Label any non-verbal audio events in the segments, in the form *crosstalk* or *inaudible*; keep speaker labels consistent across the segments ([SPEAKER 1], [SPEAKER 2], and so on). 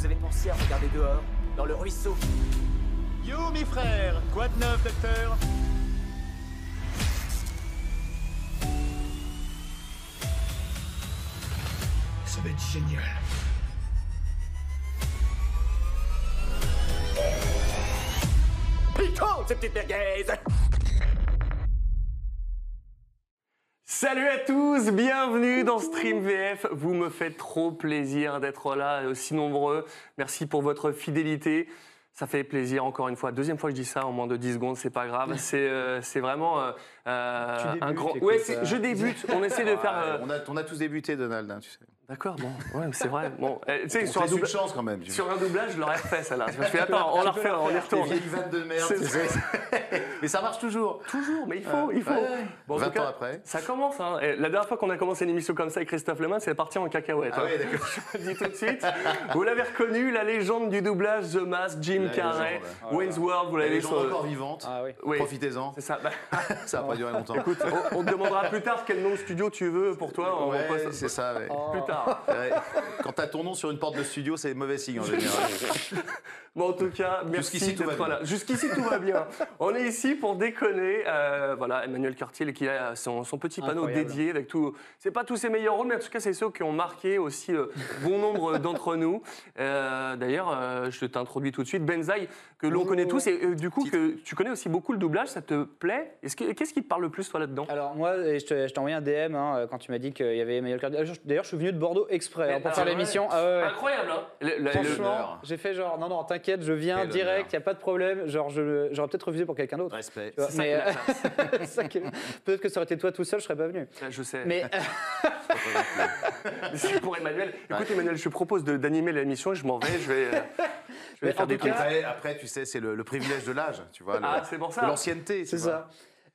[SPEAKER 1] j'avais pensé à regarder dehors, dans le ruisseau.
[SPEAKER 2] Yo mes frères, quoi de neuf docteur
[SPEAKER 3] Ça va être génial.
[SPEAKER 1] Piquant, ces petites merguez
[SPEAKER 4] Salut à tous, bienvenue dans Stream VF. Vous me faites trop plaisir d'être là, aussi nombreux. Merci pour votre fidélité. Ça fait plaisir encore une fois. Deuxième fois que je dis ça en moins de 10 secondes, c'est pas grave. C'est euh, c'est vraiment euh, euh,
[SPEAKER 5] Tu débutes,
[SPEAKER 4] un grand.
[SPEAKER 5] écoute,
[SPEAKER 4] Ouais, c'est-
[SPEAKER 5] euh.
[SPEAKER 4] je débute. On essaie de faire. euh,
[SPEAKER 6] on, a, on a tous débuté, Donald, hein, tu sais.
[SPEAKER 4] D'accord, bon, ouais, c'est vrai. Bon, euh, tu sais,
[SPEAKER 6] Sur
[SPEAKER 4] sur, un
[SPEAKER 6] une
[SPEAKER 4] double-
[SPEAKER 6] chance quand même. tu
[SPEAKER 4] sur un doublage, je l'aurais refait celle-là. Je me suis dit, attends, on la refait, on y
[SPEAKER 6] vois. Des
[SPEAKER 4] retourne.
[SPEAKER 6] vieilles vannes de merde.
[SPEAKER 4] C'est
[SPEAKER 6] tu sais. *laughs* Mais ça marche toujours. Euh,
[SPEAKER 4] Toujours, mais il faut, il faut.
[SPEAKER 6] Ouais.
[SPEAKER 4] Bon, en
[SPEAKER 6] 20
[SPEAKER 4] tout cas,
[SPEAKER 6] ans après.
[SPEAKER 4] Ça commence, hein. Et la dernière fois qu'on a commencé une émission comme ça avec Christophe Lemain, c'est parti en cacahuète.
[SPEAKER 6] Ah
[SPEAKER 4] hein.
[SPEAKER 6] ouais, d'accord.
[SPEAKER 4] Je le *laughs* dis tout de suite. Vous l'avez reconnu, la légende du doublage The Mask, Jim
[SPEAKER 6] La
[SPEAKER 4] Carrey,
[SPEAKER 6] légende,
[SPEAKER 4] Wayne's World, vous l'avez
[SPEAKER 6] Les
[SPEAKER 4] sur-
[SPEAKER 6] gens encore vivantes.
[SPEAKER 5] Ah oui.
[SPEAKER 4] euh, Oui,
[SPEAKER 6] Profitez-en.
[SPEAKER 4] c'est ça. Bah,
[SPEAKER 6] Ça va pas durer longtemps.
[SPEAKER 4] écoute, on, on te demandera plus tard quel nom de studio tu veux pour toi. On
[SPEAKER 6] Ouais,
[SPEAKER 4] repasse-
[SPEAKER 6] c'est ça. ouais.
[SPEAKER 4] plus tard.
[SPEAKER 6] Ouais. Quand t'as ton nom sur une porte de studio, c'est mauvais signe en général.
[SPEAKER 4] Bon, en tout cas, merci
[SPEAKER 6] Jusqu'ici, tout va
[SPEAKER 4] d'être
[SPEAKER 6] bien.
[SPEAKER 4] là. Jusqu'ici, tout va bien. On est ici pour déconner. Euh, voilà, Emmanuel Cartier qui a son, son petit panneau
[SPEAKER 5] Incroyable.
[SPEAKER 4] dédié avec tout. C'est pas tous ses meilleurs rôles, mais en tout cas, c'est ceux qui ont marqué aussi euh,
[SPEAKER 5] *laughs*
[SPEAKER 4] bon nombre d'entre nous. Euh, D'ailleurs, euh, je t'introduis tout de suite. Benzaï, que l'on
[SPEAKER 5] Bonjour.
[SPEAKER 4] connaît tous, et euh, du coup,
[SPEAKER 6] Titre.
[SPEAKER 4] que tu connais aussi beaucoup le doublage, ça te plaît Est-ce que- Qu'est-ce qui te parle le plus, toi, là-dedans
[SPEAKER 5] Alors moi, euh, je te- je t'ai envoyé un DM hein, euh, quand tu m'as dit qu'il y avait Emmanuel Cardier. D'ailleurs, je- D'ailleurs, je suis venu de Bordeaux exprès
[SPEAKER 4] Mais
[SPEAKER 5] hein, pour
[SPEAKER 4] alors,
[SPEAKER 5] faire
[SPEAKER 4] ouais.
[SPEAKER 5] l'émission. Ah ouais, ouais.
[SPEAKER 4] Incroyable, hein Le- le- le-
[SPEAKER 5] Franchement,
[SPEAKER 6] l'honneur.
[SPEAKER 5] j'ai fait genre, non, non, t'inquiète, je viens
[SPEAKER 6] Quel
[SPEAKER 5] direct,
[SPEAKER 6] honneur.
[SPEAKER 5] y a pas de problème. Genre, je- j'aurais peut-être refusé pour quelqu'un d'autre.
[SPEAKER 6] Respect.
[SPEAKER 5] tu vois.
[SPEAKER 4] c'est ça
[SPEAKER 5] Mais
[SPEAKER 4] qui
[SPEAKER 5] euh,
[SPEAKER 4] m'intéresse.
[SPEAKER 5] *laughs* c'est ça qui est- peut-être que ça aurait été toi tout seul, je serais pas venu.
[SPEAKER 4] Là, *laughs* je sais.
[SPEAKER 5] *laughs* Mais
[SPEAKER 4] C'est pour Emmanuel. Écoute, Emmanuel, je te propose de- d'animer l'émission et je m'en vais. Je vais, euh, je vais
[SPEAKER 5] Mais en
[SPEAKER 4] faire des
[SPEAKER 5] tout cas,
[SPEAKER 4] trucs.
[SPEAKER 6] Après, après, tu sais, c'est le, le privilège de l'âge, tu vois. le-
[SPEAKER 4] Ah, c'est pour ça.
[SPEAKER 6] L'ancienneté. tu
[SPEAKER 5] c'est
[SPEAKER 6] vois.
[SPEAKER 5] ça.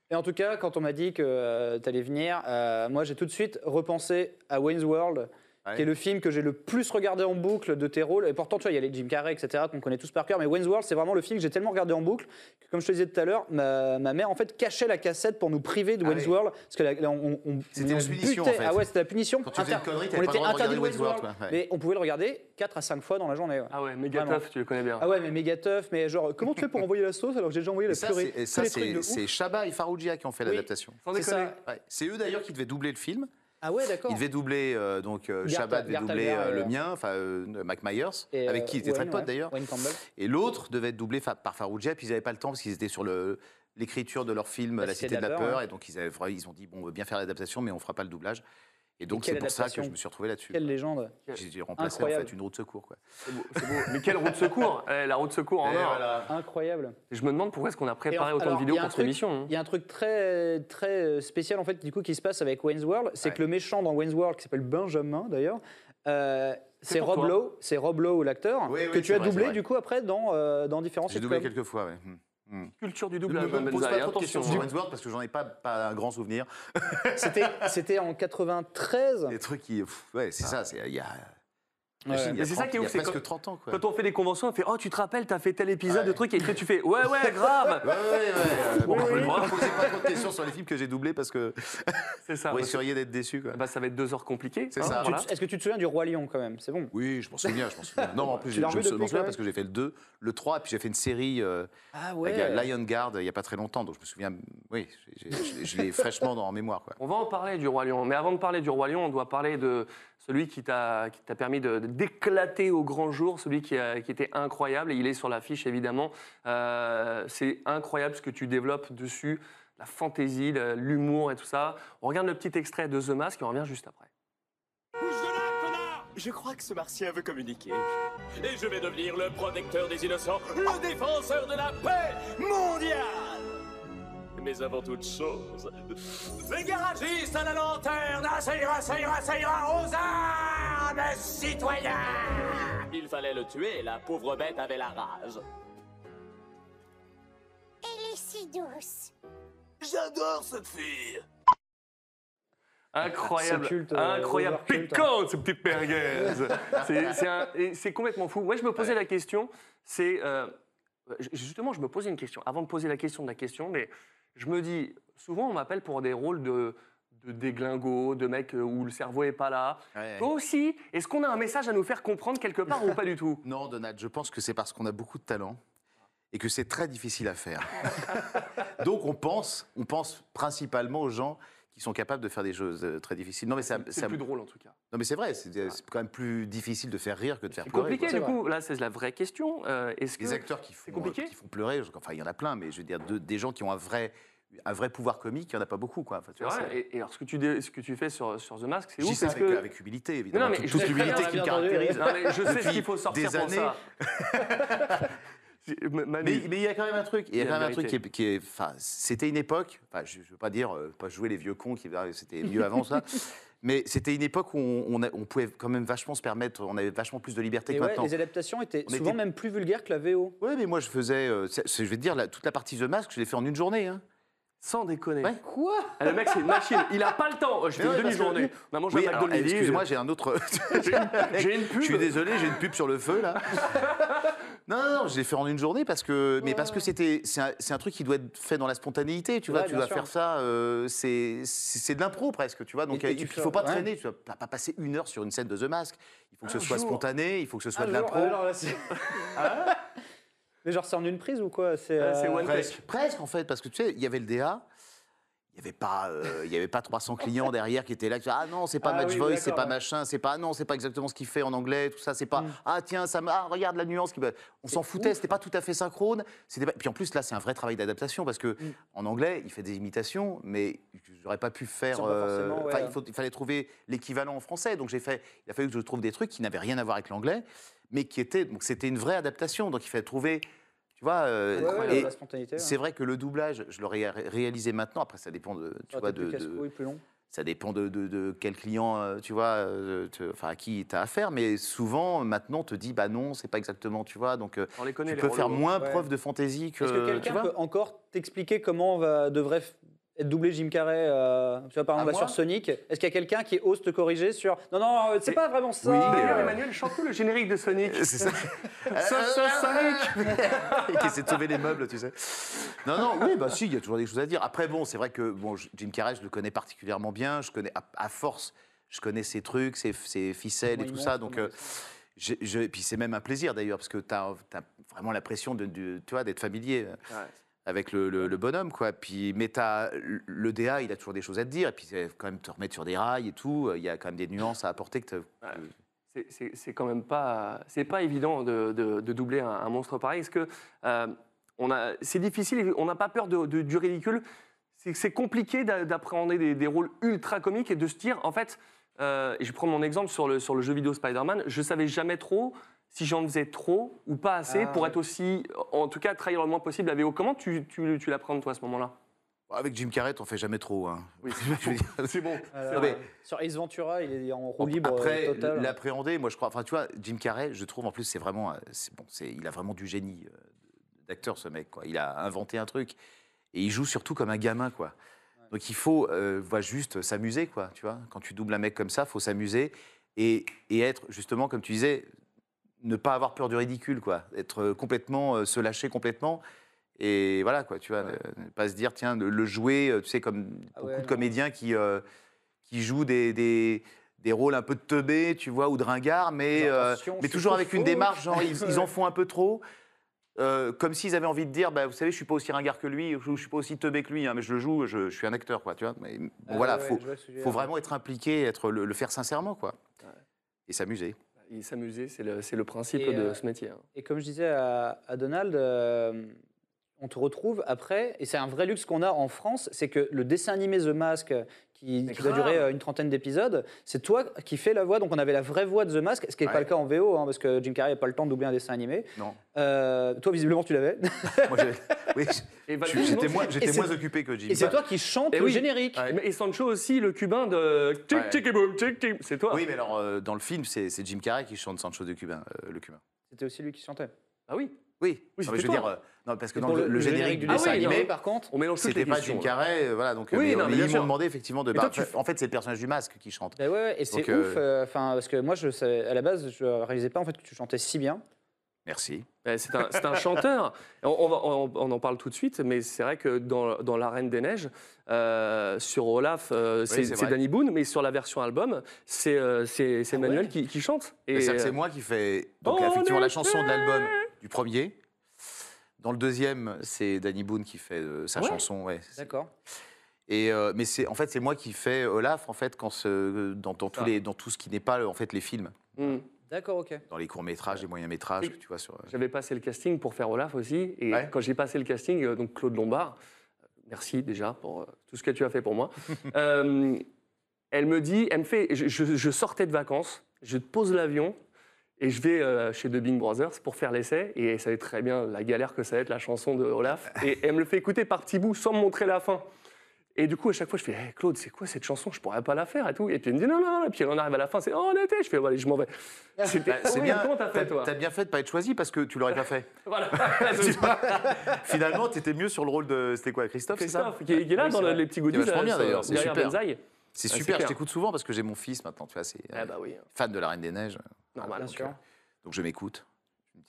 [SPEAKER 5] Et en tout cas, quand on m'a dit que euh, t'allais venir, euh, moi j'ai tout de suite repensé à Wayne's World,
[SPEAKER 6] Ouais.
[SPEAKER 5] qui est le film que j'ai le plus regardé en boucle de tes rôles. Et pourtant, tu vois, il y a les Jim Carrey, etc., qu'on connaît tous par cœur. Mais Wayne's World, c'est vraiment le film que j'ai tellement regardé en boucle que, comme je te disais tout à l'heure, ma, ma mère, en fait, cachait la cassette pour nous priver de
[SPEAKER 6] Ah
[SPEAKER 5] Wayne's
[SPEAKER 6] oui.
[SPEAKER 5] World. Parce que la- la- on, on-
[SPEAKER 6] C'était
[SPEAKER 5] on
[SPEAKER 6] la punition,
[SPEAKER 5] butait.
[SPEAKER 6] en fait.
[SPEAKER 5] Ah ouais, c'était la punition.
[SPEAKER 6] Quand tu faisais
[SPEAKER 5] Inter-
[SPEAKER 6] une connerie,
[SPEAKER 5] on
[SPEAKER 6] t'avais
[SPEAKER 5] était
[SPEAKER 6] pas le droit de
[SPEAKER 5] interdit
[SPEAKER 6] regarder
[SPEAKER 5] de Wayne's World.
[SPEAKER 6] quoi. Ouais.
[SPEAKER 5] Mais on pouvait le regarder 4 à 5 fois dans la journée. ouais.
[SPEAKER 4] Ah ouais, méga
[SPEAKER 5] Vraiment.
[SPEAKER 4] teuf, tu le connais bien.
[SPEAKER 5] Ah ouais, mais méga teuf, mais genre, comment tu fais pour envoyer la sauce alors que j'ai déjà envoyé
[SPEAKER 6] Et
[SPEAKER 5] la
[SPEAKER 6] ça,
[SPEAKER 5] purée
[SPEAKER 6] c'est- et
[SPEAKER 5] Tous
[SPEAKER 6] ça,
[SPEAKER 5] les trucs de
[SPEAKER 6] c'est
[SPEAKER 5] ouf.
[SPEAKER 6] c'est Chabat et Faroujia qui ont fait
[SPEAKER 5] Oui.
[SPEAKER 6] l'adaptation.
[SPEAKER 4] Sans
[SPEAKER 5] C'est ça.
[SPEAKER 4] déconner.
[SPEAKER 6] Ouais. C'est eux d'ailleurs qui devaient doubler le film.
[SPEAKER 5] Ah ouais, d'accord.
[SPEAKER 6] Ils devaient doubler, euh, donc euh,
[SPEAKER 5] Garth-
[SPEAKER 6] Chabat devait
[SPEAKER 5] Garth
[SPEAKER 6] doubler
[SPEAKER 5] Albert,
[SPEAKER 6] euh, le
[SPEAKER 5] euh,
[SPEAKER 6] mien, enfin euh, Mac Myers,
[SPEAKER 5] Et,
[SPEAKER 6] avec
[SPEAKER 5] euh,
[SPEAKER 6] qui ils étaient très
[SPEAKER 5] Wayne,
[SPEAKER 6] potes
[SPEAKER 5] ouais.
[SPEAKER 6] d'ailleurs.
[SPEAKER 5] Wayne Campbell.
[SPEAKER 6] Et l'autre devait être doublé fa- par Faroujia, puis ils n'avaient pas le temps parce qu'ils étaient sur le l'écriture de leur film La, Cité de la Peur,
[SPEAKER 5] Bah, ouais.
[SPEAKER 6] et donc ils, avaient, vra- ils ont dit bon, on veut bien faire l'adaptation, mais on fera pas le doublage. Et donc
[SPEAKER 5] quelle
[SPEAKER 6] c'est pour ça que
[SPEAKER 5] adaptation.
[SPEAKER 6] je me suis retrouvé là-dessus.
[SPEAKER 5] Quelle légende.
[SPEAKER 6] J'ai dû remplacer en
[SPEAKER 5] Incroyable.
[SPEAKER 6] fait une roue de secours. Quoi.
[SPEAKER 4] C'est beau, c'est beau. Mais quelle roue de
[SPEAKER 5] *laughs*
[SPEAKER 4] secours Eh, La roue de secours en
[SPEAKER 6] Et
[SPEAKER 4] or.
[SPEAKER 6] voilà.
[SPEAKER 5] Incroyable.
[SPEAKER 4] Je me demande pourquoi est-ce qu'on a
[SPEAKER 5] Et
[SPEAKER 4] préparé
[SPEAKER 5] en-
[SPEAKER 4] autant
[SPEAKER 5] alors,
[SPEAKER 4] de vidéos
[SPEAKER 5] il y a un
[SPEAKER 4] pour cette
[SPEAKER 5] truc-
[SPEAKER 4] émission. hein.
[SPEAKER 5] Il y a un truc très, très euh, spécial en fait du coup qui se passe avec Wayne's World, c'est
[SPEAKER 6] Ouais.
[SPEAKER 5] que le méchant dans Wayne's World qui s'appelle Benjamin d'ailleurs, euh, c'est
[SPEAKER 4] pour
[SPEAKER 5] Rob
[SPEAKER 4] toi.
[SPEAKER 5] Lowe, c'est Rob Lowe l'acteur
[SPEAKER 6] Oui, oui,
[SPEAKER 5] que tu
[SPEAKER 6] c'est
[SPEAKER 5] as
[SPEAKER 6] vrai,
[SPEAKER 5] doublé
[SPEAKER 6] c'est vrai.
[SPEAKER 5] du coup après dans euh, dans différents
[SPEAKER 6] J'ai doublé
[SPEAKER 5] sitcoms.
[SPEAKER 6] quelques fois, ouais. Hmm.
[SPEAKER 4] Culture du
[SPEAKER 6] Ne
[SPEAKER 4] doublage, hein,
[SPEAKER 6] me pose
[SPEAKER 4] Benzaï,
[SPEAKER 6] pas trop de questions
[SPEAKER 4] attention.
[SPEAKER 6] sur Wayne's World, parce que j'en ai pas, pas un grand souvenir.
[SPEAKER 5] C'était c'était en 93.
[SPEAKER 6] Des trucs qui. pff, ouais, c'est ça, c'est il y a.
[SPEAKER 5] Ah. Ouais.
[SPEAKER 6] imagine, il y a
[SPEAKER 4] Mais c'est ça
[SPEAKER 6] 30,
[SPEAKER 4] qui est
[SPEAKER 6] il y a
[SPEAKER 4] ouf, c'est
[SPEAKER 6] presque
[SPEAKER 4] quand-
[SPEAKER 6] 30 ans, quoi.
[SPEAKER 4] Quand on fait des conventions, on fait Oh, tu te rappelles, t'as fait tel épisode de
[SPEAKER 6] Ouais.
[SPEAKER 4] truc, et toi, tu fais
[SPEAKER 5] *laughs*
[SPEAKER 4] Ouais, ouais, grave
[SPEAKER 6] Ouais, ouais, *laughs* ouais. euh, Bon,
[SPEAKER 4] Oui,
[SPEAKER 6] ne
[SPEAKER 4] oui.
[SPEAKER 6] me posez pas trop de questions sur les films que j'ai doublés parce que
[SPEAKER 4] C'est ça.
[SPEAKER 6] vous
[SPEAKER 4] bah,
[SPEAKER 6] risqueriez d'être déçus. Quoi.
[SPEAKER 4] bah, ça va être deux heures compliquées. hein,
[SPEAKER 6] C'est ça.
[SPEAKER 5] Tu te-
[SPEAKER 4] voilà.
[SPEAKER 5] Est-ce que tu te souviens du roi lion quand même C'est bon.
[SPEAKER 6] Oui, je m'en souviens, je m'en souviens. Non, mais en plus,
[SPEAKER 5] Tu
[SPEAKER 6] je
[SPEAKER 5] l'as
[SPEAKER 6] m'en
[SPEAKER 5] revu depuis,
[SPEAKER 6] souviens
[SPEAKER 5] quand même
[SPEAKER 6] parce que j'ai fait le 2, le 3, et puis j'ai fait une série euh,
[SPEAKER 5] Ah
[SPEAKER 6] avec Lion Guard il n'y a pas très longtemps, donc je me souviens, oui, j'ai- j'ai- je l'ai- je l'ai fraîchement dans- en mémoire. Quoi.
[SPEAKER 4] On va en parler du Roi Lion, mais avant de parler du Roi Lion, on doit parler de celui qui t'a qui t'a permis de- d'éclater au grand jour, celui qui, a- qui était incroyable, et il est sur l'affiche évidemment. Euh, C'est incroyable ce que tu développes dessus, la fantaisie, le- l'humour et tout ça. On regarde le petit extrait de The Mask et on revient juste après.
[SPEAKER 1] Je crois que ce martien veut communiquer. Et je vais devenir le protecteur des innocents, le défenseur de la paix mondiale Mais avant toute chose, les garagistes à la lanterne, à ça ira, ça ira, ça ira, aux armes, citoyens Il fallait le tuer, la pauvre bête avait la rage.
[SPEAKER 7] Elle est si douce.
[SPEAKER 1] J'adore cette fille
[SPEAKER 4] Incroyable,
[SPEAKER 5] C'est culte, euh,
[SPEAKER 4] incroyable,
[SPEAKER 5] over culte, hein.
[SPEAKER 4] piquante ce petit
[SPEAKER 5] *laughs*
[SPEAKER 4] merguez. C'est- c'est un- et c'est complètement fou. Moi, je me posais la question, c'est euh, j- justement, je me posais une question avant de poser la question de la question, mais je me dis souvent, on m'appelle pour des rôles de de déglingos, de mecs euh, où le cerveau est pas là.
[SPEAKER 6] Ouais.
[SPEAKER 4] Toi aussi, est-ce qu'on a un message à nous faire comprendre quelque part ou pas du *laughs* tout
[SPEAKER 6] Non, Donald, je pense que c'est parce qu'on a beaucoup de talent et que c'est très difficile à faire.
[SPEAKER 5] *laughs*
[SPEAKER 6] Donc on pense, on pense principalement aux gens qui sont capables de faire des choses euh, très difficiles. Non mais ça,
[SPEAKER 4] C'est
[SPEAKER 6] ça-
[SPEAKER 4] plus drôle en tout cas.
[SPEAKER 6] non mais c'est vrai, c'est c'est quand même plus difficile de faire rire que de faire
[SPEAKER 4] C'est
[SPEAKER 6] pleurer.
[SPEAKER 4] compliqué
[SPEAKER 6] quoi.
[SPEAKER 4] du
[SPEAKER 5] C'est
[SPEAKER 4] coup. Là, c'est la vraie question. Euh, est-ce que
[SPEAKER 6] Les acteurs qui
[SPEAKER 4] C'est
[SPEAKER 6] font,
[SPEAKER 4] compliqué
[SPEAKER 6] euh, qui font pleurer, je- enfin il y en a plein, mais je veux dire de- des gens qui ont un vrai, un vrai pouvoir comique, il n'y en a pas beaucoup quoi. Enfin, tu
[SPEAKER 4] C'est
[SPEAKER 6] vois,
[SPEAKER 4] vrai,
[SPEAKER 6] c'est-
[SPEAKER 4] Et, et alors ce que tu dé- ce que tu fais sur, sur The Mask, c'est
[SPEAKER 6] Je dis
[SPEAKER 4] ouf
[SPEAKER 6] ça
[SPEAKER 4] parce
[SPEAKER 6] avec,
[SPEAKER 4] que
[SPEAKER 6] avec humilité
[SPEAKER 4] Mais
[SPEAKER 6] évidemment.
[SPEAKER 4] non, mais
[SPEAKER 6] Toute-
[SPEAKER 4] je
[SPEAKER 6] toute
[SPEAKER 4] sais très
[SPEAKER 6] l'humilité
[SPEAKER 4] bien,
[SPEAKER 6] qui me
[SPEAKER 5] bien entendu,
[SPEAKER 6] caractérise.
[SPEAKER 4] Non, mais je sais ce
[SPEAKER 6] Depuis
[SPEAKER 4] qu'il faut sortir
[SPEAKER 6] des
[SPEAKER 4] pour
[SPEAKER 6] années.
[SPEAKER 4] ça.
[SPEAKER 6] *laughs*
[SPEAKER 4] Manu,
[SPEAKER 6] Mais mais il y a quand même un truc. Il y a
[SPEAKER 4] Il y a la
[SPEAKER 6] quand même un truc qui
[SPEAKER 4] vérité.
[SPEAKER 6] est. qui est- Enfin, c'était une époque. Enfin, je, ne veux pas dire euh, pas jouer les vieux cons qui ah, c'était mieux
[SPEAKER 4] *laughs*
[SPEAKER 6] avant ça. Mais c'était une époque où on, on a- on pouvait quand même vachement se permettre. On avait vachement plus de liberté
[SPEAKER 5] Et
[SPEAKER 6] que
[SPEAKER 5] ouais,
[SPEAKER 6] maintenant.
[SPEAKER 5] les adaptations étaient
[SPEAKER 6] On
[SPEAKER 5] souvent
[SPEAKER 6] était-
[SPEAKER 5] même plus vulgaires que la VO.
[SPEAKER 6] Oui, mais moi je faisais. euh, c'est- c'est- je vais te dire la- toute la partie The Mask, je l'ai fait en une journée. hein.
[SPEAKER 4] sans déconner.
[SPEAKER 6] Ouais.
[SPEAKER 5] Quoi
[SPEAKER 4] Ah, le mec, c'est une machine. Il a pas le temps. Oh, Je fais
[SPEAKER 6] Mais
[SPEAKER 4] une
[SPEAKER 6] ouais, parce que-
[SPEAKER 4] demi-journée. On a mangé
[SPEAKER 6] Oui,
[SPEAKER 4] un
[SPEAKER 6] alors,
[SPEAKER 4] McDo le midi.
[SPEAKER 6] excusez-moi, j'ai
[SPEAKER 4] *laughs*
[SPEAKER 6] un autre.
[SPEAKER 4] j'ai une pub.
[SPEAKER 6] Je suis désolé, j'ai une pub sur le
[SPEAKER 5] *laughs*
[SPEAKER 6] feu là. Non, non, non, je l'ai fait en une journée parce que, mais parce que c'était, c'est un, c'est un truc qui doit être fait dans la spontanéité, tu vois.
[SPEAKER 5] Ouais,
[SPEAKER 6] tu
[SPEAKER 5] bien
[SPEAKER 6] dois
[SPEAKER 5] sûr.
[SPEAKER 6] faire ça, euh, c'est c'est c'est de l'impro presque, tu vois. Donc euh,
[SPEAKER 5] Et- et
[SPEAKER 6] il
[SPEAKER 5] tu
[SPEAKER 6] ne
[SPEAKER 5] fais-
[SPEAKER 6] faut pas
[SPEAKER 5] ouais.
[SPEAKER 6] traîner, tu vas pas pas passer une heure sur une scène de The Mask. Il faut que ce
[SPEAKER 4] Un
[SPEAKER 6] soit
[SPEAKER 4] jour.
[SPEAKER 6] spontané, il faut que ce soit
[SPEAKER 5] Ah,
[SPEAKER 6] de
[SPEAKER 5] genre,
[SPEAKER 6] l'impro.
[SPEAKER 5] alors là, c'est- Mais genre, c'est en une prise ou quoi C'est
[SPEAKER 4] Ah, c'est
[SPEAKER 5] euh,
[SPEAKER 4] one
[SPEAKER 6] Presque, presque en fait, parce que tu sais, il y avait le DA. Il n'y avait, pas, euh, il y avait pas 300 clients derrière qui étaient là. Qui disaient, ah non, c'est pas
[SPEAKER 5] Ah
[SPEAKER 6] Match
[SPEAKER 5] oui,
[SPEAKER 6] Voice,
[SPEAKER 5] d'accord,
[SPEAKER 6] c'est pas
[SPEAKER 5] ouais. Hmm.
[SPEAKER 6] machin, c'est pas ah non, c'est pas exactement ce qu'il fait en anglais, tout ça, c'est pas ah tiens, ça me- ah, regarde la nuance. qui me- On s'en foutait, c'était pas tout à fait synchrone. C'était pas- Puis en plus là, c'est un vrai travail d'adaptation parce que
[SPEAKER 5] Hmm.
[SPEAKER 6] en anglais, il fait des imitations, mais j'aurais pas pu
[SPEAKER 5] Ils
[SPEAKER 6] faire. euh,
[SPEAKER 5] sont pas forcément, ouais.
[SPEAKER 6] enfin, il, faut- il fallait trouver l'équivalent en français, donc j'ai fait. Il a fallu que je trouve des trucs qui n'avaient rien à voir avec l'anglais, mais qui étaient donc c'était une vraie adaptation. Donc il fallait trouver, tu vois, euh,
[SPEAKER 5] Ah ouais, ouais,
[SPEAKER 6] et-
[SPEAKER 5] la spontanéité. ouais.
[SPEAKER 6] c'est vrai que le doublage, je l'aurais ré- réalisé maintenant. Après, ça dépend de, tu
[SPEAKER 5] Ça aurait
[SPEAKER 6] vois,
[SPEAKER 5] été
[SPEAKER 6] de,
[SPEAKER 5] Ah, plus
[SPEAKER 6] de-
[SPEAKER 5] casse-couille, plus long.
[SPEAKER 6] ça dépend de, de- de quel client, euh, tu vois, euh, tu- enfin à qui t'as affaire. Mais souvent, maintenant, on te dit, bah non, c'est pas exactement, tu vois. Donc, euh,
[SPEAKER 4] On les connaît,
[SPEAKER 6] tu
[SPEAKER 4] les
[SPEAKER 6] peux faire
[SPEAKER 4] relous.
[SPEAKER 6] moins
[SPEAKER 5] Ouais.
[SPEAKER 6] preuve de fantaisie que,
[SPEAKER 5] Est-ce que
[SPEAKER 6] tu
[SPEAKER 5] quelqu'un
[SPEAKER 6] vois.
[SPEAKER 5] peut encore t'expliquer comment on va, devrait f- être doublé Jim Carrey euh, Tu vois, par
[SPEAKER 6] À
[SPEAKER 5] exemple, là,
[SPEAKER 6] moi
[SPEAKER 5] sur Sonic, est-ce qu'il y a quelqu'un qui ose te corriger sur Non, non, euh, c'est
[SPEAKER 4] Et-
[SPEAKER 5] pas vraiment ça
[SPEAKER 6] Oui,
[SPEAKER 4] D'ailleurs,
[SPEAKER 6] euh,
[SPEAKER 4] Emmanuel, chante-nous le générique de Sonic.
[SPEAKER 5] *laughs*
[SPEAKER 6] C'est ça. Euh,
[SPEAKER 4] Ça, ça,
[SPEAKER 6] *laughs* Et qui essaie de sauver les meubles, tu sais. Non, non, oui, bah si, il y a toujours des choses à dire. Après, bon, c'est vrai que bon, je- Jim Carrey, je le connais particulièrement bien. Je connais, à, à force, je connais ses trucs, ses, ses ficelles et
[SPEAKER 5] Comment
[SPEAKER 6] tout
[SPEAKER 5] il
[SPEAKER 6] ça.
[SPEAKER 5] monte,
[SPEAKER 6] Donc,
[SPEAKER 5] comment
[SPEAKER 6] euh, j'ai- je- et puis c'est même un plaisir d'ailleurs, parce que tu as, vraiment l'impression de, de- tu vois, d'être familier euh, avec le, le- le bonhomme, quoi. Puis, mais t'as- le DA, il a toujours des choses à te dire. Et puis, c'est quand même, te remettre sur des rails et tout. Il y a quand même des nuances à apporter que t'as-
[SPEAKER 4] Mm. C'est- C'est c'est quand même pas, c'est pas évident de, de- de doubler un, un monstre pareil. Est-ce que euh, on a, c'est difficile, on n'a pas peur de- de- du ridicule. C'est c'est compliqué d'a- d'appréhender des, des rôles ultra comiques et de se dire, en fait, euh, et je prends mon exemple sur le, sur le jeu vidéo Spider-Man, je savais jamais trop si j'en faisais trop ou pas assez
[SPEAKER 5] Ah,
[SPEAKER 4] pour
[SPEAKER 5] ouais.
[SPEAKER 4] être aussi, en tout cas, trahir le moins possible la VO. Comment tu, tu, tu l'appréhendes, toi, à ce moment-là
[SPEAKER 6] Avec Jim Carrey, t'en fais jamais trop. Hein.
[SPEAKER 4] Oui,
[SPEAKER 6] *laughs* Je veux dire,
[SPEAKER 4] c'est bon.
[SPEAKER 5] Alors,
[SPEAKER 6] Non, mais-
[SPEAKER 5] Sur Ace Ventura, il est en roue libre
[SPEAKER 6] Après,
[SPEAKER 5] euh, totale.
[SPEAKER 6] l'appréhender, moi je crois. Enfin, tu vois, Jim Carrey, je trouve en plus, c'est vraiment, euh, c'est bon, c'est, il a vraiment du génie euh, d'acteur ce mec. Quoi. Il a inventé un truc et il joue surtout comme un gamin, quoi. Donc il faut, euh, voilà, juste s'amuser, quoi. Tu vois, quand tu doubles un mec comme ça, faut s'amuser et, et être justement, comme tu disais, ne pas avoir peur du ridicule, quoi. Être euh, complètement, euh, se lâcher complètement. Et voilà, quoi, tu vois, ne, ne pas se dire, tiens, le, le jouer, euh, tu sais, comme
[SPEAKER 5] Ah
[SPEAKER 6] beaucoup
[SPEAKER 5] ouais,
[SPEAKER 6] de
[SPEAKER 5] non.
[SPEAKER 6] comédiens qui, euh, qui jouent des, des, des rôles un peu de teubés, tu vois, ou de ringards, mais,
[SPEAKER 5] Genre,
[SPEAKER 6] euh,
[SPEAKER 5] attention,
[SPEAKER 6] mais
[SPEAKER 5] c'est
[SPEAKER 6] toujours
[SPEAKER 5] tout
[SPEAKER 6] avec une
[SPEAKER 5] faux.
[SPEAKER 6] démarche, genre, ils, ils en font un peu trop. euh, comme s'ils avaient envie de dire, bah, vous savez, je suis pas aussi ringard que lui, ou je suis pas aussi teubé que lui, hein, mais je le joue, je, je suis un acteur, quoi, tu vois. Mais, bon,
[SPEAKER 5] Ah,
[SPEAKER 6] voilà,
[SPEAKER 5] ouais,
[SPEAKER 6] faut,
[SPEAKER 5] je vois ce que tu veux
[SPEAKER 6] faut
[SPEAKER 5] dire.
[SPEAKER 6] vraiment être impliqué, être, le, le faire sincèrement, quoi. Et s'amuser.
[SPEAKER 4] Et S'amuser, c'est le, c'est le principe
[SPEAKER 5] Et,
[SPEAKER 4] de
[SPEAKER 5] euh,
[SPEAKER 4] ce métier. hein.
[SPEAKER 5] Et comme je disais à, à Donald, euh, on te retrouve après, et c'est un vrai luxe qu'on a en France, c'est que le dessin animé The Mask, qui,
[SPEAKER 4] Mais
[SPEAKER 5] qui doit
[SPEAKER 4] grave.
[SPEAKER 5] durer euh, une trentaine d'épisodes, c'est toi qui fais la voix, donc on avait la vraie voix de The Mask, ce qui n'est pas
[SPEAKER 6] Ouais.
[SPEAKER 5] le cas en VO, hein, parce que Jim Carrey n'a pas le temps de doubler un dessin animé.
[SPEAKER 6] Non.
[SPEAKER 5] Euh, toi, visiblement, tu l'avais.
[SPEAKER 6] Moi, j'ai- *laughs* oui,
[SPEAKER 4] Et
[SPEAKER 6] je-
[SPEAKER 4] Valkyrie,
[SPEAKER 6] j'étais
[SPEAKER 4] non,
[SPEAKER 6] moins, j'étais
[SPEAKER 5] c'est-
[SPEAKER 6] moins occupé que Jim.
[SPEAKER 5] Et c'est toi qui chantes
[SPEAKER 4] Eh
[SPEAKER 5] le
[SPEAKER 4] oui.
[SPEAKER 5] générique.
[SPEAKER 6] Ouais.
[SPEAKER 4] Mais- Et Sancho aussi, le cubain de tic
[SPEAKER 6] Ouais.
[SPEAKER 4] tic et boum, tic tic. C'est toi
[SPEAKER 6] Oui, mais alors, euh, dans le film, c'est c'est Jim Carrey qui chante Sancho de Cubain, euh, le Cubain.
[SPEAKER 5] C'était aussi lui qui chantait.
[SPEAKER 4] Ah oui,
[SPEAKER 6] Oui,
[SPEAKER 4] Oui,
[SPEAKER 6] Non, mais
[SPEAKER 4] c'était
[SPEAKER 6] je veux
[SPEAKER 4] toi.
[SPEAKER 6] dire, euh, non, parce que
[SPEAKER 5] Et
[SPEAKER 6] dans
[SPEAKER 5] pour
[SPEAKER 6] le, le générique du dessin
[SPEAKER 4] Ah oui,
[SPEAKER 6] animé,
[SPEAKER 4] non.
[SPEAKER 5] par contre,
[SPEAKER 4] on mélange toutes
[SPEAKER 6] c'était
[SPEAKER 4] les
[SPEAKER 6] pas
[SPEAKER 4] questions.
[SPEAKER 6] Jim Carrey, euh, voilà, donc euh,
[SPEAKER 4] Oui,
[SPEAKER 6] mais,
[SPEAKER 4] non,
[SPEAKER 6] mais
[SPEAKER 4] mais bien
[SPEAKER 6] ils
[SPEAKER 4] sûr.
[SPEAKER 6] m'ont demandé effectivement de.
[SPEAKER 4] Mais toi,
[SPEAKER 6] bah,
[SPEAKER 4] tu
[SPEAKER 6] en fait- En fait, c'est le personnage du masque qui chante.
[SPEAKER 5] Bah ouais, ouais, et c'est
[SPEAKER 6] Donc,
[SPEAKER 5] ouf.
[SPEAKER 6] euh,
[SPEAKER 5] euh, Enfin, parce que moi, je savais, à la base, je réalisais pas en fait que tu chantais si bien.
[SPEAKER 6] Merci.
[SPEAKER 4] Ben, C'est un, c'est
[SPEAKER 6] *laughs*
[SPEAKER 4] un chanteur. On, on va- on- on en parle tout de suite, mais c'est vrai que dans, dans La Reine des Neiges, euh, sur Olaf, euh, c'est
[SPEAKER 6] c'est
[SPEAKER 4] c'est
[SPEAKER 6] vrai. Ah
[SPEAKER 4] Danny Boone, mais sur la version album, c'est euh, c'est- c'est Emmanuel qui, qui chante.
[SPEAKER 6] Mais ça, c'est
[SPEAKER 4] euh,
[SPEAKER 6] moi qui fais donc
[SPEAKER 4] on
[SPEAKER 6] effectivement la
[SPEAKER 4] est
[SPEAKER 6] chanson de l'album du premier. Dans le deuxième, c'est Danny Boone qui fait euh, sa
[SPEAKER 4] Ouais.
[SPEAKER 6] chanson. Ouais.
[SPEAKER 5] D'accord.
[SPEAKER 6] Et euh, mais c'est en fait c'est moi qui fais Olaf en fait quand ce- dans, dans tous
[SPEAKER 4] Ah.
[SPEAKER 6] les dans tout ce qui n'est pas en fait les films,
[SPEAKER 4] hmm.
[SPEAKER 5] D'accord, ok.
[SPEAKER 6] dans les courts métrages, les moyens métrages,
[SPEAKER 4] Oui.
[SPEAKER 6] tu vois sur. euh,
[SPEAKER 4] J'avais passé le casting pour faire Olaf aussi. Et
[SPEAKER 6] Ouais.
[SPEAKER 4] quand j'ai passé le casting, euh, donc Claude Lombard, euh, merci déjà pour euh, tout ce que tu as fait pour
[SPEAKER 6] *laughs*
[SPEAKER 4] moi. Euh, elle me dit, elle me fait, je, je- je sortais de vacances, je te pose l'avion et je vais euh, chez Dubbing Brothers pour faire l'essai. Et elle savait très bien la galère que ça va être la chanson de
[SPEAKER 6] *laughs*
[SPEAKER 4] Olaf. Et elle me le fait écouter par petits bouts sans me montrer la fin. Et du coup, à chaque fois, je fais Hey, Claude, c'est quoi cette chanson Je pourrais pas la faire et tout. Et puis elle me dit Non, non, non. Et puis elle en arrive à la fin, c'est Oh, on était. Je fais Bon, allez, je
[SPEAKER 6] *laughs*
[SPEAKER 4] m'en vais. C'était-
[SPEAKER 6] Bah, c'est
[SPEAKER 4] Combien de temps
[SPEAKER 6] bien.
[SPEAKER 4] Ah t'as fait, toi
[SPEAKER 6] T'as bien fait de pas être choisi parce que tu l'aurais
[SPEAKER 4] *laughs*
[SPEAKER 6] pas fait.
[SPEAKER 4] Voilà. Ah,
[SPEAKER 6] *laughs* Tu vois Finalement, t'étais mieux sur le rôle de c'était quoi Christophe, c'est ça
[SPEAKER 4] Christophe, qui, est- qui est là
[SPEAKER 6] Oui,
[SPEAKER 4] dans
[SPEAKER 6] c'est
[SPEAKER 4] le-
[SPEAKER 6] vrai.
[SPEAKER 4] les petits goodies.
[SPEAKER 6] Qui est vachement
[SPEAKER 4] euh,
[SPEAKER 6] bien,
[SPEAKER 4] sur-
[SPEAKER 6] d'ailleurs, c'est
[SPEAKER 4] derrière
[SPEAKER 6] super.
[SPEAKER 4] Benzaï.
[SPEAKER 6] C'est
[SPEAKER 4] Ah, c'est
[SPEAKER 6] super. Je
[SPEAKER 4] clair.
[SPEAKER 6] t'écoute souvent parce que j'ai mon fils maintenant. Tu vois, c'est
[SPEAKER 4] Ah
[SPEAKER 6] euh,
[SPEAKER 4] bah oui,
[SPEAKER 6] fan de la Reine des Neiges.
[SPEAKER 4] normal.
[SPEAKER 5] Bien
[SPEAKER 4] donc,
[SPEAKER 5] sûr.
[SPEAKER 4] euh,
[SPEAKER 6] Donc je m'écoute.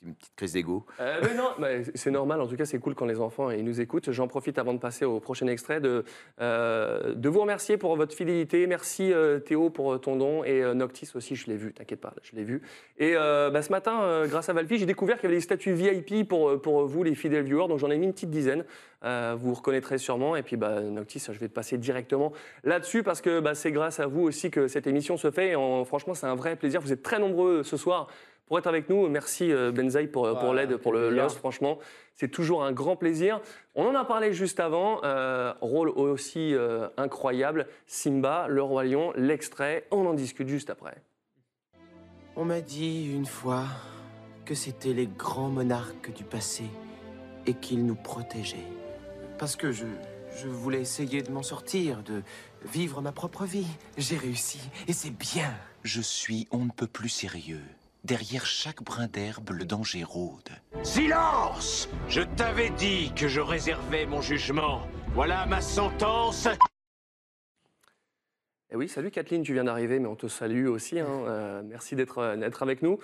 [SPEAKER 6] Une petite- une petite crise d'ego.
[SPEAKER 4] euh, mais non, mais c'est normal. En tout cas, c'est cool quand les enfants ils nous écoutent. J'en profite avant de passer au prochain extrait de, euh, de vous remercier pour votre fidélité. Merci euh, Théo pour euh, ton don et euh, Noctis aussi. Je l'ai vu, t'inquiète pas, je l'ai vu. Et euh, bah, ce matin, euh, grâce à Valfi, j'ai découvert qu'il y avait des statuts VIP pour, euh, pour vous, les fidèles viewers. Donc j'en ai mis une petite dizaine. Euh, vous reconnaîtrez sûrement. Et puis bah, Noctis, je vais te passer directement là-dessus parce que bah, c'est grâce à vous aussi que cette émission se fait. Et en- franchement, c'est un vrai plaisir. Vous êtes très nombreux ce soir pour être avec nous. Merci euh, Benzaï pour, euh, pour
[SPEAKER 5] Voilà,
[SPEAKER 4] l'aide, pour le
[SPEAKER 5] plaisir.
[SPEAKER 4] l'os. Franchement, c'est toujours un grand plaisir. On en a parlé juste avant. euh, rôle aussi euh, incroyable. Simba, le roi lion, l'extrait. On en discute juste après.
[SPEAKER 8] On m'a dit une fois que c'était les grands monarques du passé et qu'ils nous protégeaient. Parce que je, je voulais essayer de m'en sortir, de vivre ma propre vie. J'ai réussi et c'est bien.
[SPEAKER 9] Je suis on ne peut plus sérieux. Derrière chaque brin d'herbe, le danger rôde.
[SPEAKER 10] Silence Je t'avais dit que je réservais mon jugement. Voilà ma sentence.
[SPEAKER 4] Eh oui, salut Kathleen, tu viens d'arriver, mais on te salue *laughs* aussi. hein. Euh, merci d'être euh, d'être avec nous.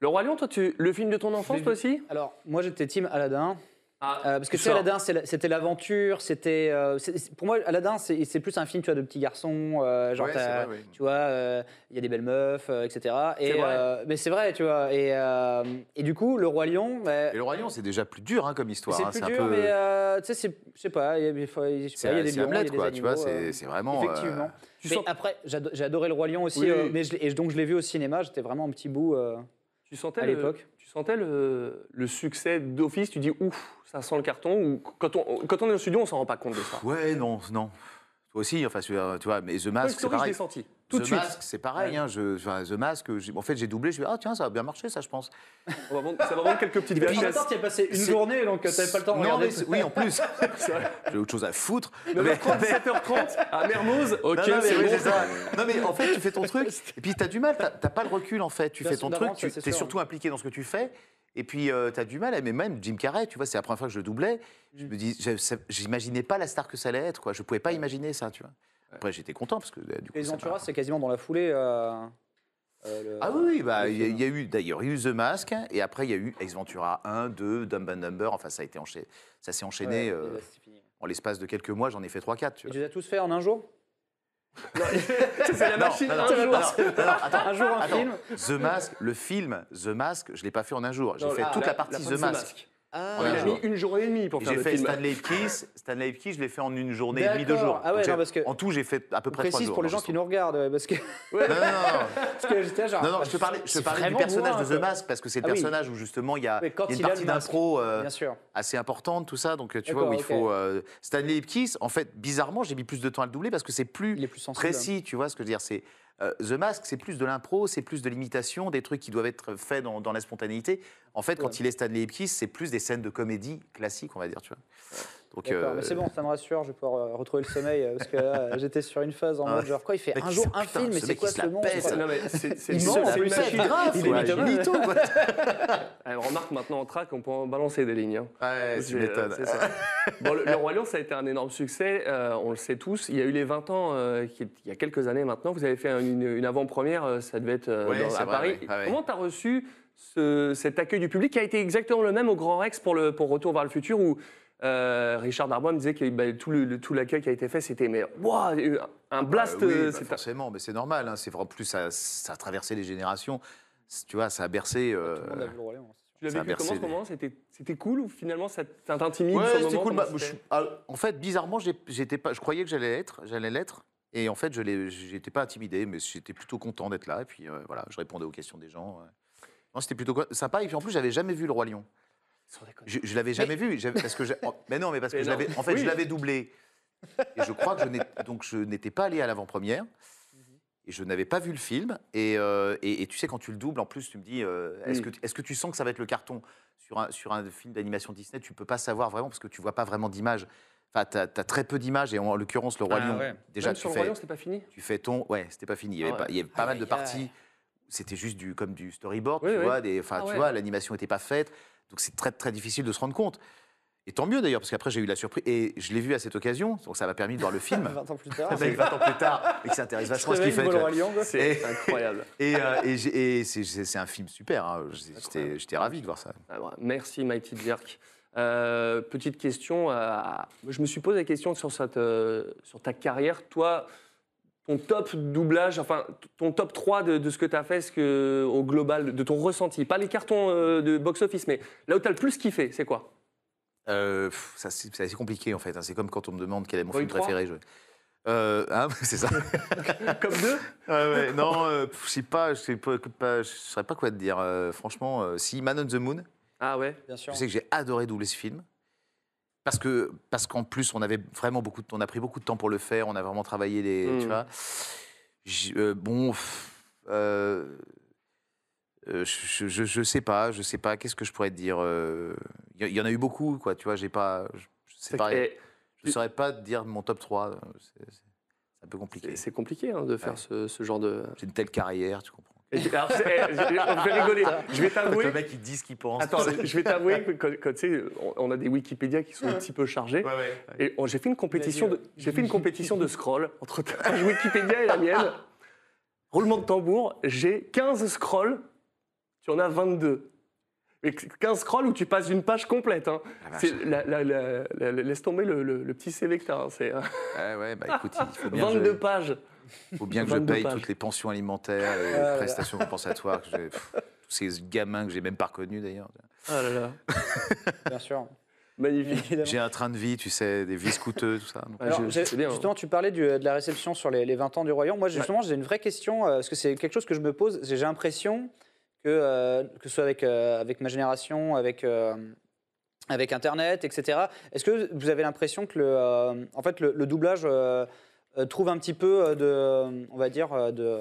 [SPEAKER 4] Le roi lion, toi, tu, le film de ton enfance,
[SPEAKER 5] l'ai
[SPEAKER 4] toi aussi
[SPEAKER 5] Alors, moi j'étais team Aladdin.
[SPEAKER 4] Ah,
[SPEAKER 5] Euh, parce que tu sais,
[SPEAKER 4] sors.
[SPEAKER 5] Aladdin, c'est la- c'était l'aventure, c'était. euh, c'est- c'est- pour moi, Aladdin, c'est c'est plus un film, tu vois, de petits garçons. euh, genre,
[SPEAKER 6] Ouais,
[SPEAKER 5] t'as-
[SPEAKER 6] c'est vrai, ouais.
[SPEAKER 5] tu vois, euh, il y a des belles meufs, euh, etc. Et,
[SPEAKER 4] C'est vrai.
[SPEAKER 5] euh, mais c'est vrai, tu vois. Et, euh, et du coup, le roi lion. bah,
[SPEAKER 6] Et le Royaume, c'est déjà plus dur hein, comme histoire.
[SPEAKER 5] c'est
[SPEAKER 6] hein,
[SPEAKER 5] plus
[SPEAKER 6] un
[SPEAKER 5] dur,
[SPEAKER 6] peu-
[SPEAKER 5] mais euh, tu sais, c'est- je sais pas, il y a, il faut- je sais
[SPEAKER 6] C'est
[SPEAKER 5] pas, il y a des
[SPEAKER 6] c'est
[SPEAKER 5] lions, il y a
[SPEAKER 6] Hamlet,
[SPEAKER 5] des
[SPEAKER 6] quoi. tu vois,
[SPEAKER 5] animaux, euh,
[SPEAKER 6] c'est c'est vraiment. euh,
[SPEAKER 5] Effectivement.
[SPEAKER 4] Tu
[SPEAKER 5] mais
[SPEAKER 4] sens-
[SPEAKER 5] après, j'ado- j'ai adoré le roi lion aussi,
[SPEAKER 4] Oui,
[SPEAKER 5] euh,
[SPEAKER 4] oui.
[SPEAKER 5] mais je l'ai- et donc je l'ai vu au cinéma, j'étais vraiment un petit bout. euh,
[SPEAKER 4] Tu sentais
[SPEAKER 5] à
[SPEAKER 4] le-
[SPEAKER 5] l'époque.
[SPEAKER 4] Tu sentais le, le succès d'office Tu dis ouf, ça sent le carton Ou quand on, quand on est au studio, on s'en rend pas compte de
[SPEAKER 5] ah.
[SPEAKER 4] ça
[SPEAKER 6] Ouais, non, non. Toi aussi, enfin, tu vois, tu vois, mais The
[SPEAKER 4] Toy
[SPEAKER 6] Mask, c'est
[SPEAKER 4] Story, je l'ai
[SPEAKER 6] pareil.
[SPEAKER 4] senti tout
[SPEAKER 6] The
[SPEAKER 4] de suite.
[SPEAKER 6] Mask, c'est pareil. hein, je, enfin, The Mask, j'ai- en fait, j'ai doublé. Je me ah, tiens, ça va bien marcher, ça, je pense.
[SPEAKER 4] On va vendre- ça va vendre quelques petites
[SPEAKER 5] Mais en même temps,
[SPEAKER 4] VHS.
[SPEAKER 5] t'y as passé une
[SPEAKER 6] c'est-
[SPEAKER 5] journée, donc euh, t'avais pas le temps de
[SPEAKER 6] non,
[SPEAKER 5] regarder.
[SPEAKER 6] mais c'est- oui, en
[SPEAKER 5] *laughs*
[SPEAKER 6] plus. j'ai autre chose à foutre.
[SPEAKER 4] Mais
[SPEAKER 6] Mais-
[SPEAKER 4] 17h30 à
[SPEAKER 6] *laughs*
[SPEAKER 4] Mermoz, ok,
[SPEAKER 6] Non, non, mais
[SPEAKER 4] c'est
[SPEAKER 6] oui,
[SPEAKER 4] bon.
[SPEAKER 6] c'est ça. Non, mais en fait, tu fais ton truc. Et puis, tu as du mal. t'as- T'as pas le recul, en fait. Tu
[SPEAKER 5] Bien
[SPEAKER 6] fais
[SPEAKER 5] sûr,
[SPEAKER 6] ton truc.
[SPEAKER 5] d'avance,
[SPEAKER 6] Tu
[SPEAKER 5] ça, c'est
[SPEAKER 6] es
[SPEAKER 5] sûr.
[SPEAKER 6] surtout impliqué dans ce que tu fais. Et puis, tu as du mal. Mais même Jim Carrey, tu vois, c'est la première fois que je le doublais. Je me dis, je- ça- j'imaginais pas la star que ça allait être, quoi. Je pouvais pas imaginer ça, tu vois. Après, j'étais content parce que euh, du coup.
[SPEAKER 5] Les
[SPEAKER 6] ça m'a-
[SPEAKER 5] Venturas, c'est quasiment dans la foulée. euh, euh, le-
[SPEAKER 6] Ah oui, oui, bah,
[SPEAKER 5] le
[SPEAKER 6] il y, a-
[SPEAKER 5] film.
[SPEAKER 6] il y a eu d'ailleurs il y a eu The Mask et après il y a eu Ex Ventura 1, 2, Dumb and Number. Enfin, ça a été enchaîné, ça s'est
[SPEAKER 5] Ouais,
[SPEAKER 6] enchaîné
[SPEAKER 5] et
[SPEAKER 6] euh,
[SPEAKER 5] là, c'est fini.
[SPEAKER 6] en l'espace de quelques mois. J'en ai fait 3-4. tu
[SPEAKER 5] Et
[SPEAKER 6] vois.
[SPEAKER 5] tu les as tous fait en un
[SPEAKER 4] *laughs*
[SPEAKER 5] jour
[SPEAKER 4] C'est la
[SPEAKER 6] Non,
[SPEAKER 4] machine.
[SPEAKER 6] non, non,
[SPEAKER 4] un
[SPEAKER 6] non,
[SPEAKER 4] jour.
[SPEAKER 6] non, non, attends,
[SPEAKER 5] Un jour, *laughs* un
[SPEAKER 6] Attends,
[SPEAKER 5] film
[SPEAKER 6] The Mask, le film The Mask, je l'ai pas fait en un jour. J'ai
[SPEAKER 4] Non,
[SPEAKER 6] fait toute la, partie
[SPEAKER 4] fin
[SPEAKER 6] The
[SPEAKER 4] de
[SPEAKER 6] Mask.
[SPEAKER 5] Ah,
[SPEAKER 6] En
[SPEAKER 4] Il
[SPEAKER 6] un
[SPEAKER 4] a
[SPEAKER 6] jour.
[SPEAKER 4] mis une journée et demie pour
[SPEAKER 6] Et
[SPEAKER 4] faire
[SPEAKER 6] J'ai
[SPEAKER 4] le
[SPEAKER 6] fait
[SPEAKER 4] film.
[SPEAKER 6] Stanley Ipkiss. Stanley Ipkiss, je l'ai fait en une journée et demie, deux
[SPEAKER 5] D'accord.
[SPEAKER 6] jours.
[SPEAKER 5] Ah ouais,
[SPEAKER 6] Donc, j'ai-
[SPEAKER 5] non, parce que-
[SPEAKER 6] En tout, j'ai fait à peu près trois
[SPEAKER 5] précise
[SPEAKER 6] jours. hein,
[SPEAKER 5] pour les gens qui nous regardent, ouais, parce que, *laughs*
[SPEAKER 6] Non, non, non, non.
[SPEAKER 5] parce que j'étais là, genre.
[SPEAKER 6] Non, non, je te parlais, je te
[SPEAKER 5] c'est
[SPEAKER 6] parlais du
[SPEAKER 5] vraiment
[SPEAKER 6] personnage
[SPEAKER 5] bourrin,
[SPEAKER 6] de The
[SPEAKER 5] quoi.
[SPEAKER 6] Mask parce que c'est le
[SPEAKER 5] Ah oui.
[SPEAKER 6] personnage où justement il y a,
[SPEAKER 5] Mais quand
[SPEAKER 6] il y a
[SPEAKER 5] il
[SPEAKER 6] une
[SPEAKER 5] a le
[SPEAKER 6] partie
[SPEAKER 5] masque,
[SPEAKER 6] d'impro euh,
[SPEAKER 5] Bien sûr.
[SPEAKER 6] assez importante, tout ça. Donc tu vois
[SPEAKER 5] D'accord,
[SPEAKER 6] où il
[SPEAKER 5] ok.
[SPEAKER 6] faut euh, Stanley Ipkiss. En fait, bizarrement, j'ai mis plus de temps à le doubler parce que c'est plus
[SPEAKER 5] Il est plus sensible.
[SPEAKER 6] précis. Tu vois ce que je veux dire C'est euh, The Mask, c'est plus de l'impro, c'est plus de l'imitation, des trucs qui doivent être faits dans, dans la spontanéité. En fait, quand
[SPEAKER 5] Ouais.
[SPEAKER 6] il est Stanley Ipkiss, c'est plus des scènes de comédie classique, on va dire. Tu vois. Donc,
[SPEAKER 5] D'accord,
[SPEAKER 6] euh,
[SPEAKER 5] mais c'est bon, ça me rassure, je vais pouvoir euh, retrouver le sommeil euh, parce que là,
[SPEAKER 6] *laughs*
[SPEAKER 5] euh, j'étais sur une phase en
[SPEAKER 6] Ah
[SPEAKER 5] mode
[SPEAKER 6] ouais.
[SPEAKER 5] genre quoi, il fait
[SPEAKER 6] Mec,
[SPEAKER 5] un
[SPEAKER 6] il
[SPEAKER 5] jour
[SPEAKER 6] se-
[SPEAKER 5] un
[SPEAKER 6] putain,
[SPEAKER 5] film et
[SPEAKER 6] ce
[SPEAKER 5] c'est
[SPEAKER 6] mec,
[SPEAKER 5] quoi
[SPEAKER 6] il se
[SPEAKER 5] ce
[SPEAKER 6] la
[SPEAKER 5] nom
[SPEAKER 6] pète,
[SPEAKER 5] quoi
[SPEAKER 6] ça.
[SPEAKER 4] Non, mais c'est c'est-
[SPEAKER 5] Il
[SPEAKER 4] c'est
[SPEAKER 5] ment,
[SPEAKER 4] la
[SPEAKER 5] c'est une
[SPEAKER 4] machine.
[SPEAKER 5] machine grave,
[SPEAKER 4] Il
[SPEAKER 5] quoi.
[SPEAKER 4] est mytho.
[SPEAKER 5] Il est mytho,
[SPEAKER 4] *laughs* quoi. Eh, Remarque maintenant en track, on peut en balancer des lignes. hein.
[SPEAKER 6] Ouais,
[SPEAKER 4] C'est-
[SPEAKER 6] tu m'étonnes.
[SPEAKER 4] euh, c'est ça.
[SPEAKER 6] Bah
[SPEAKER 4] Bon, le, le Roi Lion, ça a été un énorme succès, euh, on le sait tous. Il y a eu les 20 ans, euh, qui- il y a quelques années maintenant, vous avez fait une, une avant-première, euh, ça devait être euh,
[SPEAKER 6] Ouais,
[SPEAKER 4] dans-
[SPEAKER 6] c'est
[SPEAKER 4] à
[SPEAKER 6] vrai,
[SPEAKER 4] Paris.
[SPEAKER 6] ouais, ouais, ouais.
[SPEAKER 4] Comment tu as reçu ce- cet accueil du public qui a été exactement le même au Grand Rex pour, le, pour Retour vers le futur où euh, Richard Darbois me disait que bah, tout l'accueil le, tout l'accueil qui a été fait, c'était mais, waouh, un blast.
[SPEAKER 6] Euh, oui,
[SPEAKER 4] euh,
[SPEAKER 6] bah,
[SPEAKER 4] c'est un-
[SPEAKER 6] forcément, mais c'est normal. hein, c'est en plus ça, ça a traversé les générations. C'est- Tu vois, ça a bercé.
[SPEAKER 4] Bah,
[SPEAKER 6] euh,
[SPEAKER 5] Tout le monde a vu le Roi Lion, c'est sûr.
[SPEAKER 4] Tu l'as
[SPEAKER 6] Ça a
[SPEAKER 4] vécu comment
[SPEAKER 6] bercé
[SPEAKER 4] ce moment C'était c'était cool ou finalement ça t- ça t'intimide
[SPEAKER 6] Ouais,
[SPEAKER 4] sur le
[SPEAKER 6] c'était
[SPEAKER 4] moment
[SPEAKER 6] cool.
[SPEAKER 4] Comment
[SPEAKER 6] bah, je-
[SPEAKER 4] c'était
[SPEAKER 6] ah, en fait, bizarrement, j'ai- j'étais pas. Je croyais que j'allais l'être. J'allais l'être. Et en fait, je l'ai- j'étais pas intimidé, mais j'étais plutôt content d'être là. Et puis euh, voilà, je répondais aux questions des gens. ouais. Non, c'était plutôt co- sympa. Et puis en plus, j'avais jamais vu le roi lion.
[SPEAKER 4] Sans déconner.
[SPEAKER 6] Je, je l'avais jamais vu. j'avais- Parce que j'ai-
[SPEAKER 4] *laughs*
[SPEAKER 6] oh, mais non, mais parce que
[SPEAKER 4] Mais
[SPEAKER 6] je
[SPEAKER 4] non.
[SPEAKER 6] l'avais. En fait,
[SPEAKER 4] Oui.
[SPEAKER 6] je l'avais doublé. Et je crois que je n'ai- donc je n'étais pas allé à l'avant-première.
[SPEAKER 4] Mhm.
[SPEAKER 6] Et je n'avais pas vu le film. Et, euh, et- et tu sais, quand tu le doubles, en plus, tu me dis, euh, est-ce
[SPEAKER 4] Mm.
[SPEAKER 6] que, est que tu sens que ça va être le carton sur un, sur un film d'animation Disney, tu peux pas savoir vraiment parce que tu vois pas vraiment d'images. Enfin, tu as, très peu d'images. Et en l'occurrence, le Roi
[SPEAKER 5] Ah
[SPEAKER 6] Lion,
[SPEAKER 5] ouais.
[SPEAKER 6] déjà,
[SPEAKER 4] Même
[SPEAKER 6] tu
[SPEAKER 4] sur le
[SPEAKER 6] fais,
[SPEAKER 4] Roi Lion, c'était pas fini
[SPEAKER 6] tu fais ton... Ouais, c'était pas fini. Il y avait
[SPEAKER 4] Ah ouais.
[SPEAKER 6] pas, il y avait pas mal
[SPEAKER 5] Aïe,
[SPEAKER 6] de
[SPEAKER 5] aïe,
[SPEAKER 6] parties.
[SPEAKER 5] aïe.
[SPEAKER 6] C'était juste du, comme du storyboard,
[SPEAKER 4] Oui,
[SPEAKER 6] tu
[SPEAKER 4] oui.
[SPEAKER 6] vois. Des, enfin,
[SPEAKER 4] Ah
[SPEAKER 6] tu
[SPEAKER 4] ouais.
[SPEAKER 6] vois, l'animation n'était pas faite. Donc c'est très, très difficile de se rendre compte. Et tant mieux d'ailleurs, parce qu'après j'ai eu la surprise. Et je l'ai vu à cette occasion, donc ça m'a permis de voir Euh,
[SPEAKER 4] *laughs*
[SPEAKER 6] le film.
[SPEAKER 5] 20 ans plus tard.
[SPEAKER 6] Mais 20 ans plus tard, et qui s'intéresse
[SPEAKER 5] *laughs* Je
[SPEAKER 6] vachement à ce
[SPEAKER 5] réveille,
[SPEAKER 6] qu'il
[SPEAKER 5] je
[SPEAKER 6] fait.
[SPEAKER 5] vois
[SPEAKER 6] tu
[SPEAKER 5] le
[SPEAKER 6] vois.
[SPEAKER 5] Roi Lion, quoi.
[SPEAKER 6] Et-
[SPEAKER 4] C'est incroyable.
[SPEAKER 6] Et, euh, et j'ai- et c'est- c'est c'est un film super. hein. J'étais j'étais ravi de voir ça.
[SPEAKER 4] Ah, voilà. Merci, Mighty Jerk. Euh, petite question. à- je me suis posé la question sur, cette, euh, sur ta carrière. Toi, ton top doublage, enfin, t- ton top 3 de, de ce que tu as fait ce que, au global, de ton ressenti. Pas les cartons euh, de box-office, mais là où tu as le plus kiffé, c'est quoi
[SPEAKER 6] Euh, pff, ça, c'est c'est assez compliqué en fait. hein. C'est comme quand on me demande quel est mon
[SPEAKER 4] Boy
[SPEAKER 6] film
[SPEAKER 4] 3.
[SPEAKER 6] préféré. Je... Euh, hein, *laughs* c'est ça.
[SPEAKER 4] *laughs* Comme deux
[SPEAKER 6] Ouais, ouais, non, euh, pff, je sais pas, je sais pas, pas- je saurais pas quoi te dire. Euh, franchement, euh, si Man on the Moon,
[SPEAKER 4] Ah ouais
[SPEAKER 5] Bien sûr.
[SPEAKER 6] je sais que j'ai adoré doubler ce film. Parce que parce qu'en plus on avait vraiment beaucoup de on a pris beaucoup de temps pour le faire, on a vraiment travaillé les
[SPEAKER 4] Mm.
[SPEAKER 6] tu vois. J- euh, bon pff, euh, euh, je, je, je sais pas, je sais pas qu'est-ce que je pourrais te dire euh, il y, il y en a eu beaucoup quoi, tu vois, j'ai pas je, je sais pas
[SPEAKER 4] Et
[SPEAKER 6] je saurais pas te dire mon top 3, euh, c'est c'est- c'est un peu compliqué.
[SPEAKER 4] c'est- C'est compliqué hein, de faire
[SPEAKER 6] Ouais.
[SPEAKER 4] ce, ce genre de.
[SPEAKER 6] J'ai une telle carrière, tu comprends.
[SPEAKER 4] Et tu- *laughs* alors, c'est- eh, je je vais rigoler. Je vais
[SPEAKER 5] Ah
[SPEAKER 4] t'avouer.
[SPEAKER 6] mec il dit ce qu'il pense.
[SPEAKER 4] Attends, je vais t'avouer que quand, quand, tu sais, on- on a des Wikipédia qui sont un petit peu chargés. Et on- j'ai fait une compétition de j'ai fait une compétition de scroll entre ta page Wikipédia et la *laughs* mienne. Roulement de tambour, j'ai 15 scrolls, tu en as 22. Mais 15 scrolls où tu passes une page complète. Hein.
[SPEAKER 6] Ah,
[SPEAKER 4] C'est la- la- la- la- la- laisse tomber le, le- le petit CV que t'as. hein, C'est euh,
[SPEAKER 6] Ouais, ouais, bah écoute, il faut bien,
[SPEAKER 4] 22
[SPEAKER 6] que
[SPEAKER 4] pages.
[SPEAKER 6] je, faut bien que je
[SPEAKER 4] 22
[SPEAKER 6] paye
[SPEAKER 4] pages.
[SPEAKER 6] toutes les pensions alimentaires, les
[SPEAKER 5] Ah, ouais.
[SPEAKER 6] prestations compensatoires, que j'ai- pff, tous ces gamins que j'ai même pas reconnus d'ailleurs.
[SPEAKER 4] Ah là là,
[SPEAKER 5] Bien sûr.
[SPEAKER 4] magnifique.
[SPEAKER 5] Évidemment.
[SPEAKER 6] *laughs* J'ai un train de vie, tu sais, des vies scouteuses, tout ça. donc-
[SPEAKER 4] Ouais,
[SPEAKER 5] Alors,
[SPEAKER 4] je-
[SPEAKER 5] j'ai-
[SPEAKER 4] c'est
[SPEAKER 6] hein.
[SPEAKER 4] bien.
[SPEAKER 5] Justement, tu parlais du- de la réception sur les, les 20 ans du royaume. Moi, justement, j'ai une vraie question, euh, parce que c'est quelque chose que je me pose. J'ai j'ai l'impression que, euh, que ce soit avec, euh, avec ma génération, avec, euh, avec Internet, etc., est-ce que vous avez l'impression que le, euh, en fait, le, le doublage euh, euh, trouve un petit peu euh, de, on va dire, euh, de...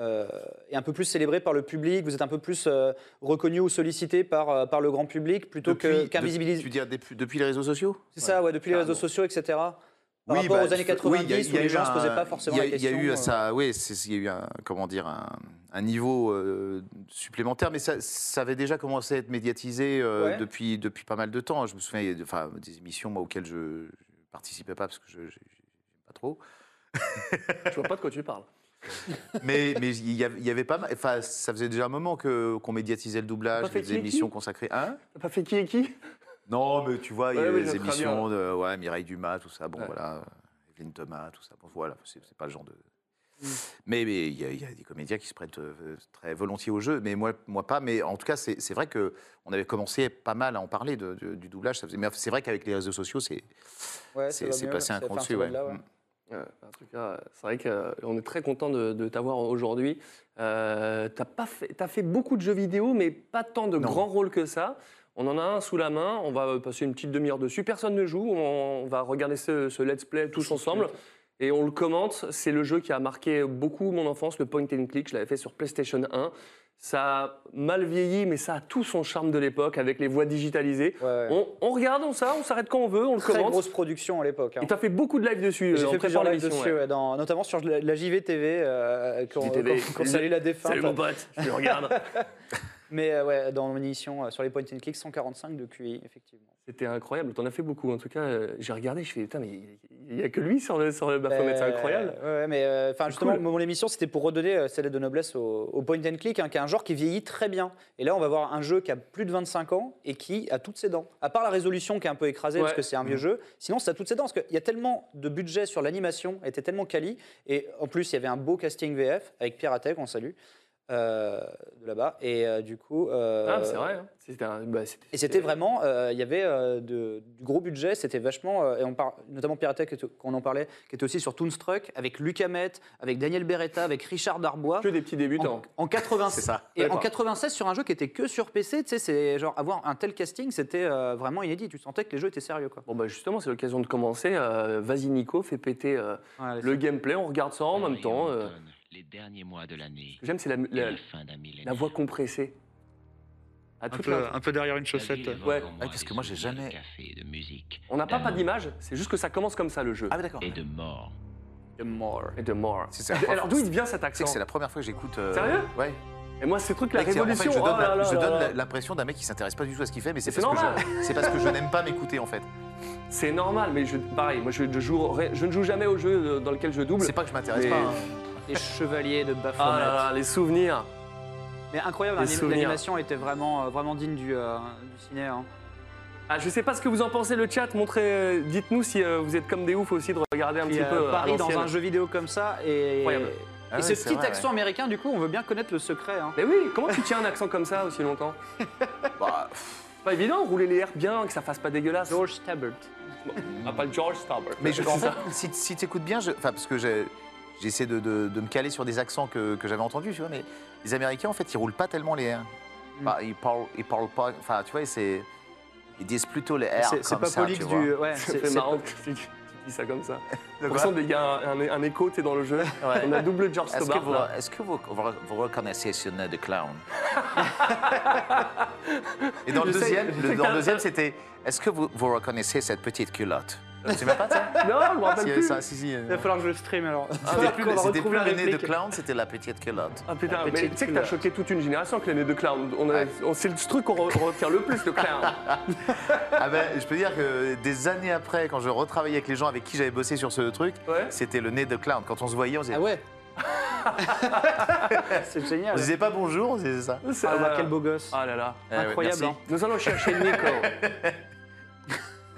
[SPEAKER 5] euh, est un peu plus célébré par le public, vous êtes un peu plus euh, reconnu ou sollicité par, euh, par le grand public plutôt que-
[SPEAKER 6] Depuis-
[SPEAKER 5] qu'invisibilisé.
[SPEAKER 6] de- Tu dis depuis, depuis les réseaux sociaux
[SPEAKER 5] C'est ça, ouais, depuis les réseaux sociaux, etc. Par rapport
[SPEAKER 6] bah,
[SPEAKER 5] aux années
[SPEAKER 6] je-
[SPEAKER 5] 90,
[SPEAKER 6] oui, il y a- il y
[SPEAKER 5] où
[SPEAKER 6] a
[SPEAKER 5] les
[SPEAKER 6] eu
[SPEAKER 5] gens se posaient
[SPEAKER 6] un-
[SPEAKER 5] pas forcément
[SPEAKER 6] il y a-
[SPEAKER 5] la question.
[SPEAKER 6] Il y a eu
[SPEAKER 5] euh,
[SPEAKER 6] ça, oui, il y a eu un, comment dire, un, un niveau euh, supplémentaire, mais ça, ça avait déjà commencé à être médiatisé euh,
[SPEAKER 5] Ouais.
[SPEAKER 6] depuis, depuis pas mal de temps. Je me souviens il y a des- enfin, des émissions moi, auxquelles je ne participais pas parce que je n'aime pas trop.
[SPEAKER 4] Je vois pas de quoi tu parles.
[SPEAKER 6] Mais
[SPEAKER 5] *laughs*
[SPEAKER 6] mais il y, avait- il y avait pas mal. Enfin, ça faisait déjà un moment que- qu'on médiatisait le doublage,
[SPEAKER 4] Pas fait
[SPEAKER 6] les
[SPEAKER 4] Kiki
[SPEAKER 6] émissions consacrées. Hein
[SPEAKER 4] T'as pas fait qui et qui
[SPEAKER 6] non, mais tu vois, il y
[SPEAKER 4] Ouais,
[SPEAKER 6] a
[SPEAKER 4] oui, je
[SPEAKER 6] les
[SPEAKER 4] sais
[SPEAKER 6] émissions de ouais, Mireille Dumas, tout ça. Bon,
[SPEAKER 4] Ouais.
[SPEAKER 6] voilà. euh, Evelyne Thomas, tout ça. Bon, voilà, c'est c'est pas le genre de.
[SPEAKER 4] Mm.
[SPEAKER 6] Mais mais il y, a- il y a des comédiens qui se prêtent euh, très volontiers au jeu, mais moi, moi pas. Mais en tout cas, c'est c'est vrai que on avait commencé pas mal à en parler de- de- du doublage. ça faisait- Mais c'est vrai qu'avec les réseaux sociaux, c'est
[SPEAKER 5] euh, ouais, ça
[SPEAKER 6] c'est
[SPEAKER 5] va
[SPEAKER 6] c'est
[SPEAKER 5] mieux,
[SPEAKER 6] passé un
[SPEAKER 5] ça fait
[SPEAKER 6] cran dessus.
[SPEAKER 5] peu
[SPEAKER 6] Ouais.
[SPEAKER 5] de là, ouais.
[SPEAKER 6] Mm.
[SPEAKER 4] Ouais, en tout cas, c'est vrai qu'on est très content de, de t'avoir aujourd'hui. Euh, t'as pas fait, t'as fait beaucoup de jeux vidéo, mais pas tant de
[SPEAKER 6] Non.
[SPEAKER 4] grands rôles que ça. On en a un sous la main. On va euh, passer une petite demi-heure dessus. Personne ne joue. On va regarder ce, ce let's play tous ensemble. Et on le commente. C'est le jeu qui a marqué beaucoup mon enfance, le point and click. Je l'avais fait sur PlayStation 1. Ça a mal vieilli, mais ça a tout son charme de l'époque avec les voix digitalisées.
[SPEAKER 6] Mm.
[SPEAKER 4] On, on regarde, on ça, on s'arrête quand on veut, on le
[SPEAKER 5] Très
[SPEAKER 4] commente.
[SPEAKER 5] grosse production à l'époque. hein.
[SPEAKER 4] Et t'as fait beaucoup de lives dessus
[SPEAKER 5] J'ai
[SPEAKER 4] euh, en
[SPEAKER 5] fait plusieurs
[SPEAKER 4] préparant
[SPEAKER 5] lives
[SPEAKER 4] l'émission.
[SPEAKER 5] dessus,
[SPEAKER 4] ouais.
[SPEAKER 5] ouais, dans- notamment sur la, la JVTV, euh, quand,
[SPEAKER 4] JVTV.
[SPEAKER 5] quand- quand salue la défunte.
[SPEAKER 4] Salut mon pote, je le regarde. *laughs*
[SPEAKER 5] Mais euh, ouais, dans mon émission euh, sur les point and click, 145 de QI, effectivement.
[SPEAKER 4] C'était incroyable, t'en as fait beaucoup. En tout cas, euh, j'ai regardé, je fais, putain, mais il n'y a que lui sur le, sur le Baphomet, c'est
[SPEAKER 5] Euh,
[SPEAKER 4] incroyable.
[SPEAKER 5] ouais, Ouais, mais euh, enfin
[SPEAKER 4] C'est
[SPEAKER 5] justement,
[SPEAKER 4] cool.
[SPEAKER 5] mon émission, c'était pour redonner euh, celle de noblesse au, au point and click, hein, qui est un genre qui vieillit très bien. Et là, on va voir un jeu qui a plus de 25 ans et qui a toutes ses dents. À part la résolution qui est un peu écrasée parce
[SPEAKER 4] Ouais.
[SPEAKER 5] que c'est un vieux jeu, sinon ça a toutes ses dents. Parce qu'il y a tellement de budget sur l'animation, elle était tellement quali. Et en plus, il y avait un beau casting VF avec Pierre Attel, qu'on salue, euh, de là-bas. Et euh, du coup. euh,
[SPEAKER 4] Ah, c'est vrai. hein. C'était un- bah, c'était-
[SPEAKER 5] et c'était vraiment, euh, il y avait euh, de- du gros budget, c'était vachement, euh, et on parle notamment Piratec, qu'on en parlait, qui était aussi sur Toonstruck, avec Lucas Met, avec Daniel Beretta, avec Richard Darbois.
[SPEAKER 4] que des petits débutants.
[SPEAKER 5] En, en 96, et en
[SPEAKER 4] D'accord.
[SPEAKER 5] 96 sur un jeu qui était que sur PC, tu sais, c'est genre avoir un tel casting, c'était euh, vraiment inédit. Tu sentais que les jeux étaient sérieux, quoi.
[SPEAKER 4] Bon, bah justement, c'est l'occasion de commencer. Euh, Vas-y, Nico, fais péter euh, le gameplay. On regarde ça en même temps. euh.
[SPEAKER 11] Les derniers mois de l'année.
[SPEAKER 4] Ce que j'aime, c'est la,
[SPEAKER 11] et
[SPEAKER 4] la-
[SPEAKER 11] la fin d'un
[SPEAKER 4] la
[SPEAKER 11] millénaire.
[SPEAKER 4] voix compressée. À toute
[SPEAKER 6] euh,
[SPEAKER 4] la-
[SPEAKER 2] derrière une
[SPEAKER 11] La ville évoque
[SPEAKER 4] Ouais.
[SPEAKER 11] en moi
[SPEAKER 6] Ouais, parce
[SPEAKER 11] des
[SPEAKER 6] que moi, j'ai
[SPEAKER 11] souvenirs
[SPEAKER 6] jamais-
[SPEAKER 11] de café, et de musique
[SPEAKER 4] On n'a pas, pas
[SPEAKER 11] d'amour
[SPEAKER 4] d'image, c'est juste que ça commence comme ça, le jeu.
[SPEAKER 6] Ah, mais d'accord.
[SPEAKER 11] et de mort.
[SPEAKER 4] The more. Et the more.
[SPEAKER 6] C'est- c'est la
[SPEAKER 4] Alors,
[SPEAKER 6] première-
[SPEAKER 4] d'où il vient cet
[SPEAKER 6] Tu sais
[SPEAKER 4] accent
[SPEAKER 6] que c'est la première fois que j'écoute. euh,
[SPEAKER 4] Sérieux
[SPEAKER 6] Ouais.
[SPEAKER 4] Et moi, ces trucs, la
[SPEAKER 6] Mec, c'est- en fait,
[SPEAKER 4] révolution.
[SPEAKER 6] je donne
[SPEAKER 4] oh
[SPEAKER 6] la-
[SPEAKER 4] là là
[SPEAKER 6] je
[SPEAKER 4] là
[SPEAKER 6] donne
[SPEAKER 4] là.
[SPEAKER 6] la- l'impression d'un mec qui s'intéresse pas du tout à ce qu'il fait, mais c'est
[SPEAKER 4] Mais c'est
[SPEAKER 6] parce, que je- c'est parce que je n'aime pas m'écouter en fait.
[SPEAKER 4] C'est normal, mais je, pareil, moi, je, je joue- je ne joue jamais au jeu euh, dans lequel je double.
[SPEAKER 6] C'est pas que je m'intéresse
[SPEAKER 4] Mais-
[SPEAKER 6] pas. hein.
[SPEAKER 5] Les chevaliers de
[SPEAKER 4] Ah
[SPEAKER 5] Baphomet.
[SPEAKER 4] là là, les souvenirs.
[SPEAKER 5] Mais incroyable,
[SPEAKER 4] Les
[SPEAKER 5] l'anim-
[SPEAKER 4] souvenirs.
[SPEAKER 5] l'animation était vraiment, euh, vraiment digne du, euh, du ciné. hein.
[SPEAKER 4] Ah, je sais pas ce que vous en pensez le chat, montrez, euh, dites-nous si euh, vous êtes comme des oufs aussi de regarder un
[SPEAKER 5] Puis,
[SPEAKER 4] petit
[SPEAKER 5] euh,
[SPEAKER 4] peu. à
[SPEAKER 5] Paris dans
[SPEAKER 4] l'ancienne.
[SPEAKER 5] un jeu vidéo comme ça et.
[SPEAKER 4] Incroyable.
[SPEAKER 6] Ah
[SPEAKER 5] et
[SPEAKER 6] ouais,
[SPEAKER 5] ce
[SPEAKER 6] c'est
[SPEAKER 5] petit
[SPEAKER 6] vrai, ouais.
[SPEAKER 5] accent américain, du coup, on veut bien connaître le secret. hein.
[SPEAKER 4] Mais oui, comment tu tiens un accent comme ça aussi
[SPEAKER 6] *laughs*
[SPEAKER 4] longtemps
[SPEAKER 6] Bah,
[SPEAKER 4] C'est Pas évident, rouler les airs bien, que ça fasse pas dégueulasse.
[SPEAKER 5] George Stabert.
[SPEAKER 4] Ah, pas le George Starbuck.
[SPEAKER 6] Mais je, en fait, si, si t'écoutes bien, je- enfin parce que j'ai- j'essaie de, de- de me caler sur des accents que, que j'avais entendus, tu vois, mais les Américains en fait ils roulent pas tellement les R. Enfin, ils parlent, ils parlent pas. Enfin, tu vois, c'est ils disent plutôt les R.
[SPEAKER 5] C'est- C'est
[SPEAKER 6] comme
[SPEAKER 5] pas
[SPEAKER 6] ça,
[SPEAKER 5] Polix
[SPEAKER 6] tu vois.
[SPEAKER 5] du. Ouais,
[SPEAKER 4] c'est
[SPEAKER 5] c'est-
[SPEAKER 4] marrant que tu, tu dis ça comme ça.
[SPEAKER 6] De
[SPEAKER 4] Pour
[SPEAKER 6] quoi
[SPEAKER 4] ça, il y a un, un- un écho, t'es dans le jeu. On a double George
[SPEAKER 6] Est-ce que,
[SPEAKER 4] Stobart.
[SPEAKER 6] vous,
[SPEAKER 4] là.
[SPEAKER 6] est-ce que vous, vous- vous reconnaissez ce nez de clown Et dans le
[SPEAKER 4] Je sais,
[SPEAKER 6] deuxième,
[SPEAKER 4] je
[SPEAKER 6] le-
[SPEAKER 4] sais que
[SPEAKER 6] dans le
[SPEAKER 4] t'as-
[SPEAKER 6] deuxième, c'était Est-ce que vous, vous reconnaissez cette petite *laughs* culotte Tu m'as pas ça
[SPEAKER 4] Non, je me rappelle
[SPEAKER 6] Si,
[SPEAKER 4] plus.
[SPEAKER 6] ça, si, si, euh,
[SPEAKER 5] Il va falloir que je le stream alors.
[SPEAKER 6] C'était plus,
[SPEAKER 4] qu'on
[SPEAKER 6] c'était
[SPEAKER 4] retrouve
[SPEAKER 6] plus
[SPEAKER 4] la
[SPEAKER 6] le nez de
[SPEAKER 4] réplique.
[SPEAKER 6] clown, c'était la petite culotte.
[SPEAKER 4] Ah putain,
[SPEAKER 5] La
[SPEAKER 4] mais
[SPEAKER 5] petite
[SPEAKER 4] tu sais que t'as
[SPEAKER 5] couleur.
[SPEAKER 4] choqué toute une génération que l'année de clown. On a-
[SPEAKER 6] Ouais.
[SPEAKER 4] on- c'est le truc qu'on re- retient le
[SPEAKER 5] *laughs*
[SPEAKER 4] plus, le clown.
[SPEAKER 6] Ah ben, je peux dire que des années après, quand je retravaillais avec les gens avec qui j'avais bossé sur ce truc,
[SPEAKER 4] Ouais.
[SPEAKER 6] c'était le nez de clown. Quand on se voyait, on se disait,
[SPEAKER 5] Ah ouais *laughs* C'est génial.
[SPEAKER 6] on se disait pas bonjour, on se disait ça.
[SPEAKER 4] C'est-
[SPEAKER 5] Ah,
[SPEAKER 4] voilà.
[SPEAKER 5] quel beau gosse.
[SPEAKER 4] Ah là là.
[SPEAKER 6] Eh ouais,
[SPEAKER 5] Incroyable, hein.
[SPEAKER 6] merci.
[SPEAKER 4] Nous allons chercher
[SPEAKER 5] *laughs*
[SPEAKER 4] Nico.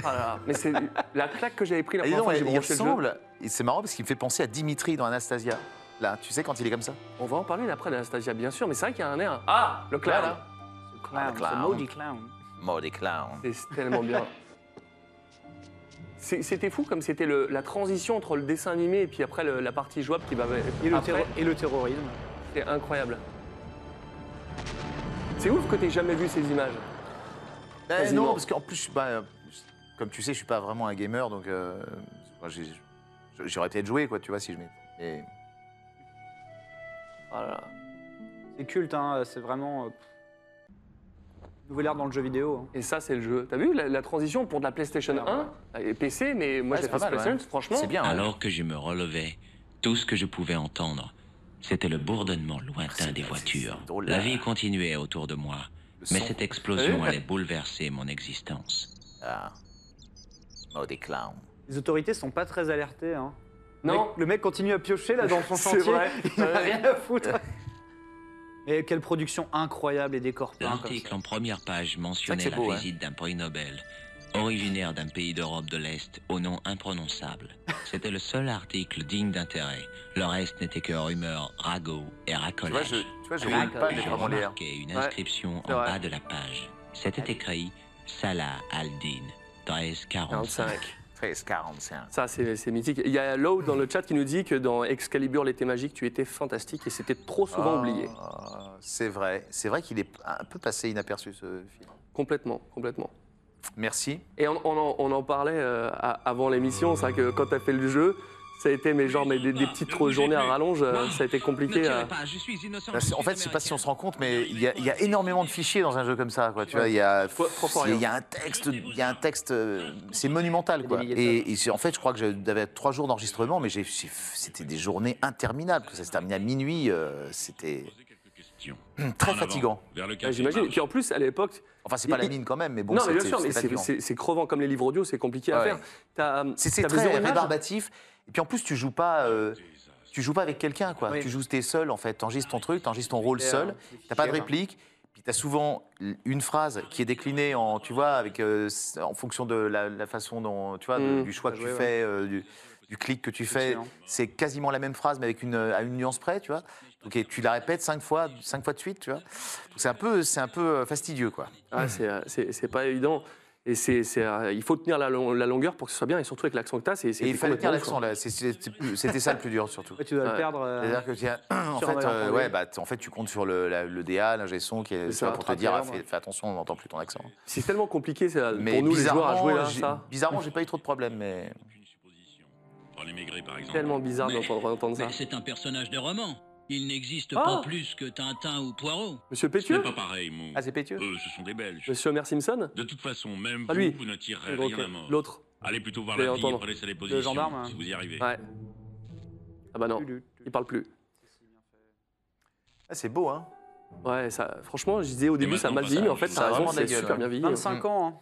[SPEAKER 4] Ah là là, mais c'est la claque que j'avais
[SPEAKER 5] Ah,
[SPEAKER 4] pris la
[SPEAKER 6] Et Ah, dis
[SPEAKER 4] première
[SPEAKER 6] donc,
[SPEAKER 4] fois que j'ai
[SPEAKER 6] il
[SPEAKER 4] branché le jeu.
[SPEAKER 6] ressemble, et c'est marrant parce qu'il me fait penser à Dimitri dans Anastasia. Là, tu sais quand il est comme ça
[SPEAKER 4] On va en parler après d'Anastasia, bien sûr, mais c'est vrai qu'il y a un air. Ah, le clown.
[SPEAKER 6] Voilà.
[SPEAKER 5] Ce
[SPEAKER 6] Ah,
[SPEAKER 5] clown,
[SPEAKER 6] le
[SPEAKER 5] ce
[SPEAKER 6] clown.
[SPEAKER 5] maudit clown.
[SPEAKER 6] Mort des clowns.
[SPEAKER 4] C'est tellement bien. C'est- C'était fou comme c'était le- la transition entre le dessin animé et puis après le- la partie jouable qui va
[SPEAKER 5] Et le,
[SPEAKER 4] après,
[SPEAKER 5] terro- et le terrorisme.
[SPEAKER 4] C'est incroyable. C'est ouf que t'aies jamais vu ces images.
[SPEAKER 6] Eh,
[SPEAKER 4] Quasiment.
[SPEAKER 6] non, parce qu'en plus, je suis pas, euh, comme tu sais, je suis pas vraiment un gamer, donc euh, moi, j'ai- j'aurais peut-être joué, quoi, tu vois, si je m'étais. mais-
[SPEAKER 4] Ah là là.
[SPEAKER 5] C'est culte, hein, c'est vraiment. euh, pff, Nouvel art dans le jeu vidéo. hein.
[SPEAKER 4] Et ça, c'est le jeu. T'as vu la, la transition pour de la PlayStation 1 et PC, mais moi j'ai
[SPEAKER 6] Ah, Ouais, c'est
[SPEAKER 4] fait
[SPEAKER 6] pas mal,
[SPEAKER 4] PlayStation,
[SPEAKER 6] ouais.
[SPEAKER 4] franchement.
[SPEAKER 6] C'est bien. hein.
[SPEAKER 11] Ah. Alors que je me relevais, tout ce que je pouvais entendre, c'était le bourdonnement
[SPEAKER 6] C'est-
[SPEAKER 11] lointain des
[SPEAKER 6] c'est-
[SPEAKER 11] voitures.
[SPEAKER 6] c'est drôle,
[SPEAKER 11] La
[SPEAKER 6] là.
[SPEAKER 11] vie continuait autour de moi,
[SPEAKER 6] Le
[SPEAKER 11] mais
[SPEAKER 6] son.
[SPEAKER 11] cette explosion
[SPEAKER 4] Ouais.
[SPEAKER 11] allait bouleverser mon existence.
[SPEAKER 6] Ah. Mort des clowns.
[SPEAKER 5] Les autorités sont pas très alertées. hein. Le
[SPEAKER 4] Non,
[SPEAKER 5] mec- le mec continue à piocher là *laughs* dans son
[SPEAKER 4] C'est
[SPEAKER 5] chantier.
[SPEAKER 4] vrai.
[SPEAKER 5] Il n'a rien à foutre. *laughs* Mais quelle production incroyable et décors peints comme ça.
[SPEAKER 11] L'article en première page
[SPEAKER 6] Hein, C'est
[SPEAKER 11] mentionnait
[SPEAKER 6] vrai
[SPEAKER 11] la
[SPEAKER 6] que c'est beau, hein.
[SPEAKER 11] visite d'un prix Nobel, originaire d'un pays d'Europe de l'Est au nom
[SPEAKER 6] *laughs*
[SPEAKER 11] imprononçable. C'était le seul article digne d'intérêt. Le reste n'était que rumeur, ragot et
[SPEAKER 6] Tu vois,
[SPEAKER 11] racolage.
[SPEAKER 6] je, tu vois, je
[SPEAKER 11] Puis,
[SPEAKER 6] roule pas
[SPEAKER 11] j'ai
[SPEAKER 6] les vraiment les airs.
[SPEAKER 11] remarqué une
[SPEAKER 4] Ouais,
[SPEAKER 11] inscription
[SPEAKER 4] c'est
[SPEAKER 11] en
[SPEAKER 4] vrai.
[SPEAKER 11] bas de la page. C'était écrit Salah al-Din, 1345.
[SPEAKER 4] 45.
[SPEAKER 6] 13, 45.
[SPEAKER 4] Ça, c'est c'est mythique. Il y a Low dans le chat qui nous dit que dans Excalibur, l'été magique, tu étais fantastique et c'était trop souvent
[SPEAKER 6] Ah,
[SPEAKER 4] oublié.
[SPEAKER 6] C'est vrai. C'est vrai qu'il est un peu passé inaperçu, ce film.
[SPEAKER 4] Complètement, complètement.
[SPEAKER 6] Merci.
[SPEAKER 4] Et on, on en, on en parlait euh, à- avant l'émission, c'est vrai que quand t'as fait le jeu, Ça a été, mais genre, mais des, des petites journées à rallonge, euh, ça a été compliqué. euh.
[SPEAKER 6] Bah, c'est- en fait, je sais pas si on se rend compte, mais il y, a- il y a énormément de fichiers dans un jeu comme ça. Quoi. Tu vois, il y a,
[SPEAKER 4] trop
[SPEAKER 6] il y a un texte, il y a un texte, euh, c'est monumental. Quoi.
[SPEAKER 5] milliers de
[SPEAKER 6] Et, et c'est- en fait, je crois que j'avais trois jours d'enregistrement, mais j'ai- j'ai- c'était des journées interminables. quoi. Ça se terminait à minuit, euh, c'était hum, très fatigant.
[SPEAKER 4] Ah, J'imagine. Et puis en plus, à l'époque.
[SPEAKER 6] Enfin, c'est pas
[SPEAKER 4] il-
[SPEAKER 6] la mine quand même, mais bon,
[SPEAKER 4] non, mais bien
[SPEAKER 6] c'était-
[SPEAKER 4] sûr, mais
[SPEAKER 6] c'était
[SPEAKER 4] c'est-
[SPEAKER 6] fatigant.
[SPEAKER 4] c'est c'est crevant comme les livres audio, c'est compliqué à
[SPEAKER 6] Ouais.
[SPEAKER 4] faire. T'as-
[SPEAKER 6] C'est c'est
[SPEAKER 4] t'avais
[SPEAKER 6] très
[SPEAKER 4] zéro image
[SPEAKER 6] rébarbatif. Et puis en plus, tu joues pas. euh, tu joues pas avec quelqu'un, quoi.
[SPEAKER 5] Oui.
[SPEAKER 6] Tu joues t'es seul, en fait. T'enregistres ton truc, t'enregistres ton rôle
[SPEAKER 5] fichiers,
[SPEAKER 6] seul.
[SPEAKER 5] hein, des
[SPEAKER 6] T'as pas de
[SPEAKER 5] fichiers,
[SPEAKER 6] réplique. Puis t'as souvent l- une phrase qui est déclinée en, tu vois, avec euh, c- en fonction de la, la façon dont, tu vois, de-
[SPEAKER 4] Mm.
[SPEAKER 6] du choix que
[SPEAKER 5] joué,
[SPEAKER 6] tu
[SPEAKER 5] ouais.
[SPEAKER 6] fais, euh, du, du clic que tu fais.
[SPEAKER 5] Excellent.
[SPEAKER 6] C'est quasiment la même phrase, mais avec une à une nuance près, tu vois. Donc et tu la répètes cinq fois, cinq fois de suite, tu vois. Donc c'est un peu, c'est un peu euh, fastidieux, quoi.
[SPEAKER 4] Ah, c'est, euh, c'est c'est pas évident. Et c'est, c'est, euh, il faut tenir la, long- la longueur pour que ce soit bien, et surtout avec l'accent que t'as, c'est, c'est
[SPEAKER 6] Et il fallait
[SPEAKER 4] complètement
[SPEAKER 6] tenir
[SPEAKER 4] ouf,
[SPEAKER 6] l'accent
[SPEAKER 4] quoi.
[SPEAKER 6] là. C'est- C'était c'était ça le plus dur, surtout.
[SPEAKER 5] Ouais, tu dois
[SPEAKER 4] Ouais.
[SPEAKER 5] le perdre. euh,
[SPEAKER 6] C'est-à-dire que tiens,
[SPEAKER 4] *coughs*
[SPEAKER 6] en,
[SPEAKER 5] Sur un
[SPEAKER 6] fait,
[SPEAKER 5] malentendu.
[SPEAKER 6] euh, ouais, bah, t- en fait, tu comptes sur le, la- le DA, l'ingé son, qui est,
[SPEAKER 4] C'est ça,
[SPEAKER 6] pour te
[SPEAKER 5] tracker,
[SPEAKER 6] dire ah,
[SPEAKER 5] ouais.
[SPEAKER 6] fais, fais attention, on n'entend plus ton accent.
[SPEAKER 4] C'est tellement compliqué ça,
[SPEAKER 6] Mais
[SPEAKER 4] Euh, pour nous les joueurs à jouer là,
[SPEAKER 6] j'ai-
[SPEAKER 4] ça.
[SPEAKER 6] bizarrement, j'ai pas eu trop de problèmes. Mais...
[SPEAKER 4] Tellement bizarre
[SPEAKER 11] Mais-
[SPEAKER 4] d'entendre entendre ça.
[SPEAKER 11] Mais Ah, c'est un personnage de roman. Il n'existe
[SPEAKER 4] Ah.
[SPEAKER 11] pas plus que Tintin ou Poirot.
[SPEAKER 4] Monsieur Pétieux
[SPEAKER 10] pareil, mon.
[SPEAKER 6] Ah, c'est pétieux
[SPEAKER 10] Eux, ce sont des Belges.
[SPEAKER 4] Monsieur Homer Simpson
[SPEAKER 10] De toute façon, même
[SPEAKER 4] Ah, lui.
[SPEAKER 10] vous, vous ne tirerez
[SPEAKER 4] Ok,
[SPEAKER 10] rien à mort.
[SPEAKER 4] L'autre.
[SPEAKER 10] Allez plutôt voir
[SPEAKER 4] Vous
[SPEAKER 10] la
[SPEAKER 4] allez
[SPEAKER 10] vie et
[SPEAKER 4] entendre.
[SPEAKER 10] prenez les positions.
[SPEAKER 5] gendarme, hein.
[SPEAKER 10] Si vous y arrivez.
[SPEAKER 4] Ouais. Ah bah non, il parle plus.
[SPEAKER 6] Ah, c'est beau, hein
[SPEAKER 4] Ouais, ça, franchement, je disais au début ça a mal
[SPEAKER 10] maintenant,
[SPEAKER 4] vieilli, mais en fait,
[SPEAKER 6] ça
[SPEAKER 4] ça
[SPEAKER 6] a
[SPEAKER 4] a raison,
[SPEAKER 6] vraiment de la
[SPEAKER 4] c'est
[SPEAKER 6] gueule,
[SPEAKER 4] super
[SPEAKER 6] ouais.
[SPEAKER 4] bien vieilli. hein.
[SPEAKER 5] 25 ans, hein.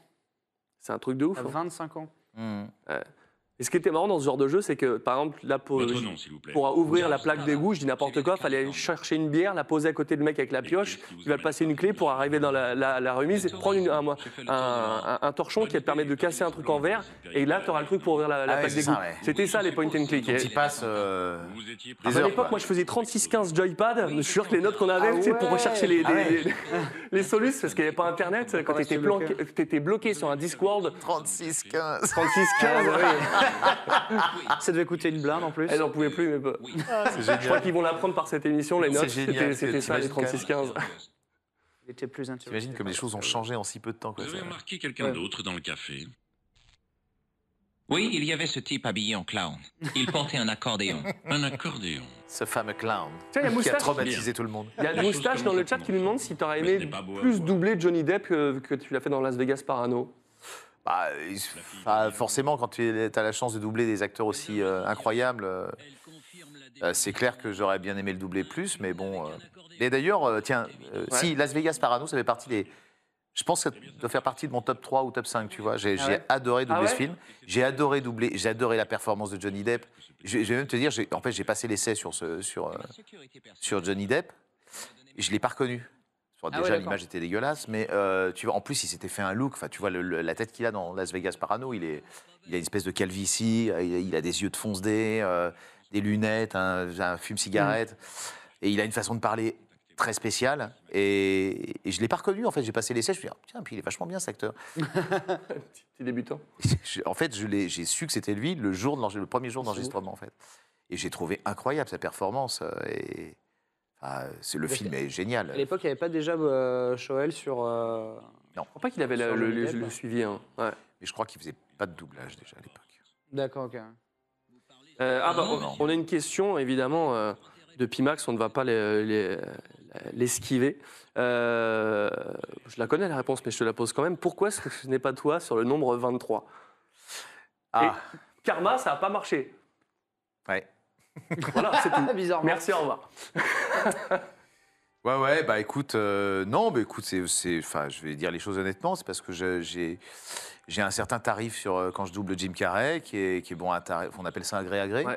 [SPEAKER 4] C'est un truc de
[SPEAKER 6] Ah,
[SPEAKER 4] ouf.
[SPEAKER 5] T'as
[SPEAKER 4] hein.
[SPEAKER 5] 25 ans.
[SPEAKER 6] Hmm.
[SPEAKER 4] Et ce qui était marrant dans ce genre de jeu, c'est que par exemple, là,
[SPEAKER 11] Bah,
[SPEAKER 4] pour,
[SPEAKER 10] Votre nom, s'il vous plaît.
[SPEAKER 4] pour ouvrir la
[SPEAKER 11] Charles
[SPEAKER 4] plaque
[SPEAKER 11] Stallard.
[SPEAKER 4] d'égout, je dis n'importe quoi, fallait aller chercher une bière, la poser à côté du mec avec la pioche, il va passer une clé pour arriver dans la, la- la remise, prendre une- un,
[SPEAKER 11] J'ai fait le
[SPEAKER 4] un,
[SPEAKER 11] tour de
[SPEAKER 4] un- un torchon qui te permet de casser un truc en verre, et là, tu auras le truc pour ouvrir la, la
[SPEAKER 6] Ah oui,
[SPEAKER 4] plaque
[SPEAKER 6] c'est
[SPEAKER 4] d'égout.
[SPEAKER 6] ça, ouais.
[SPEAKER 4] C'était ça, les point and click.
[SPEAKER 6] Donc, il passe euh,
[SPEAKER 10] Vous étiez prêts.
[SPEAKER 4] Ah,
[SPEAKER 6] des
[SPEAKER 4] à
[SPEAKER 6] heures.
[SPEAKER 4] l'époque, moi,
[SPEAKER 6] quoi.
[SPEAKER 4] je faisais 36-15 joypad. Je suis sûr que les notes qu'on avait,
[SPEAKER 5] Ah
[SPEAKER 4] c'est pour
[SPEAKER 5] ouais.
[SPEAKER 4] rechercher les,
[SPEAKER 6] Ah
[SPEAKER 4] les-
[SPEAKER 6] ouais.
[SPEAKER 4] les- les solutions, parce qu'il n'y avait pas Internet. Quand tu
[SPEAKER 5] restait
[SPEAKER 4] étais,
[SPEAKER 5] bloqué.
[SPEAKER 4] bloqué sur un Discworld,
[SPEAKER 6] 36,
[SPEAKER 4] *laughs*
[SPEAKER 6] 15.
[SPEAKER 4] 36-15,
[SPEAKER 6] Ah
[SPEAKER 10] Ah,
[SPEAKER 5] Ah, Ça devait coûter une blinde en plus.
[SPEAKER 6] Eh
[SPEAKER 4] elle n'en pouvait Eh, plus. Mais... pas. Je crois qu'ils vont l'apprendre par cette émission, les
[SPEAKER 6] C'est
[SPEAKER 4] notes.
[SPEAKER 6] génial,
[SPEAKER 4] Ah, C'était c'était ça, les
[SPEAKER 6] t'imagines quand même.
[SPEAKER 4] 36-15.
[SPEAKER 5] Il était plus intéressant.
[SPEAKER 6] T'imagines comme les choses ont changé en si peu de temps, quoi.
[SPEAKER 10] Vous avez
[SPEAKER 6] ça.
[SPEAKER 10] remarqué quelqu'un
[SPEAKER 5] Ouais.
[SPEAKER 10] d'autre dans le café
[SPEAKER 11] Oui, il y avait ce type habillé en clown. Il portait un accordéon.
[SPEAKER 10] Un accordéon.
[SPEAKER 6] Ce fameux clown
[SPEAKER 4] Tiens, il y a
[SPEAKER 6] qui a
[SPEAKER 4] Moustache.
[SPEAKER 6] traumatisé tout le monde.
[SPEAKER 4] Il y a
[SPEAKER 10] La
[SPEAKER 4] Moustache
[SPEAKER 10] chose
[SPEAKER 4] dans le
[SPEAKER 10] commence
[SPEAKER 4] chat qui nous demande si tu aurais
[SPEAKER 10] Mais ce
[SPEAKER 4] aimé
[SPEAKER 10] n'est pas beau à
[SPEAKER 4] plus
[SPEAKER 10] voir.
[SPEAKER 4] doubler Johnny Depp que, que tu l'as fait dans Las Vegas Parano.
[SPEAKER 6] Bah, il- enfin, forcément, quand tu as la chance de doubler des acteurs aussi euh, incroyables, euh, Euh, c'est clair que j'aurais bien aimé le doubler plus, mais bon. euh. Et d'ailleurs, euh, tiens, euh, si Las Vegas Parano, ça fait partie des. Je pense que ça doit faire partie de mon top 3 ou top 5, tu vois. J'ai j'ai
[SPEAKER 5] ouais
[SPEAKER 6] adoré doubler
[SPEAKER 4] Ah ouais
[SPEAKER 6] ce film. J'ai adoré doubler, j'ai adoré la performance de Johnny Depp. Je, je vais même te dire, j'ai- en fait, j'ai passé l'essai sur, ce, sur, euh, sur Johnny Depp. Je l'ai pas reconnu. Enfin,
[SPEAKER 5] Ah ouais,
[SPEAKER 6] déjà,
[SPEAKER 5] d'accord.
[SPEAKER 6] l'image était dégueulasse, mais euh, tu vois, en plus, il s'était fait un look. Enfin, tu vois, le- le- la tête qu'il a dans Las Vegas Parano, il, est, il a une espèce de calvitie, euh, il a, il a des yeux de foncedé, euh, des lunettes, un, un fume-cigarette.
[SPEAKER 5] Mm.
[SPEAKER 6] Et il a une façon de parler très spéciale. Et, et je l'ai pas reconnu, en fait. J'ai passé l'essai, je me suis dit, Ah, tiens, puis il est vachement bien, cet acteur.
[SPEAKER 4] Petit petit débutant.
[SPEAKER 6] Je- en fait, je l'ai- j'ai su que c'était lui le, jour de l'enregistre- le premier jour d'enregistrement, en fait. Et j'ai trouvé incroyable sa performance. euh, Et, ah, c'est- le
[SPEAKER 5] Mais-
[SPEAKER 6] film est génial.
[SPEAKER 5] À l'époque, il n'y avait pas déjà euh, Shoel sur. euh,
[SPEAKER 4] Je crois pas qu'il avait la- le, le-
[SPEAKER 5] Johnny Depp.
[SPEAKER 4] le suivi. hein. Ouais.
[SPEAKER 6] Mais je crois qu'il faisait pas de doublage déjà à l'époque.
[SPEAKER 5] D'accord, ok.
[SPEAKER 4] Euh, ah bah, on- on a une question, évidemment, euh, de Pimax, on ne va pas les- les- l'esquiver. Euh, je la connais la réponse, mais je te la pose quand même. Pourquoi ce ce n'est pas toi sur le nombre 23
[SPEAKER 6] Ah,
[SPEAKER 4] Karma, ça n'a pas marché.
[SPEAKER 6] ouais.
[SPEAKER 4] Voilà, c'est tout.
[SPEAKER 5] *laughs* Bizarrement.
[SPEAKER 4] Merci, au revoir.
[SPEAKER 6] Ouais, ouais, bah écoute, euh, non, mais écoute, c'est, c'est- enfin, je vais dire les choses honnêtement, c'est parce que je- j'ai, j'ai un certain tarif sur euh, quand je double Jim Carrey, qui est, qui est bon, un tarif, on appelle ça un gré à gré.
[SPEAKER 4] Ouais.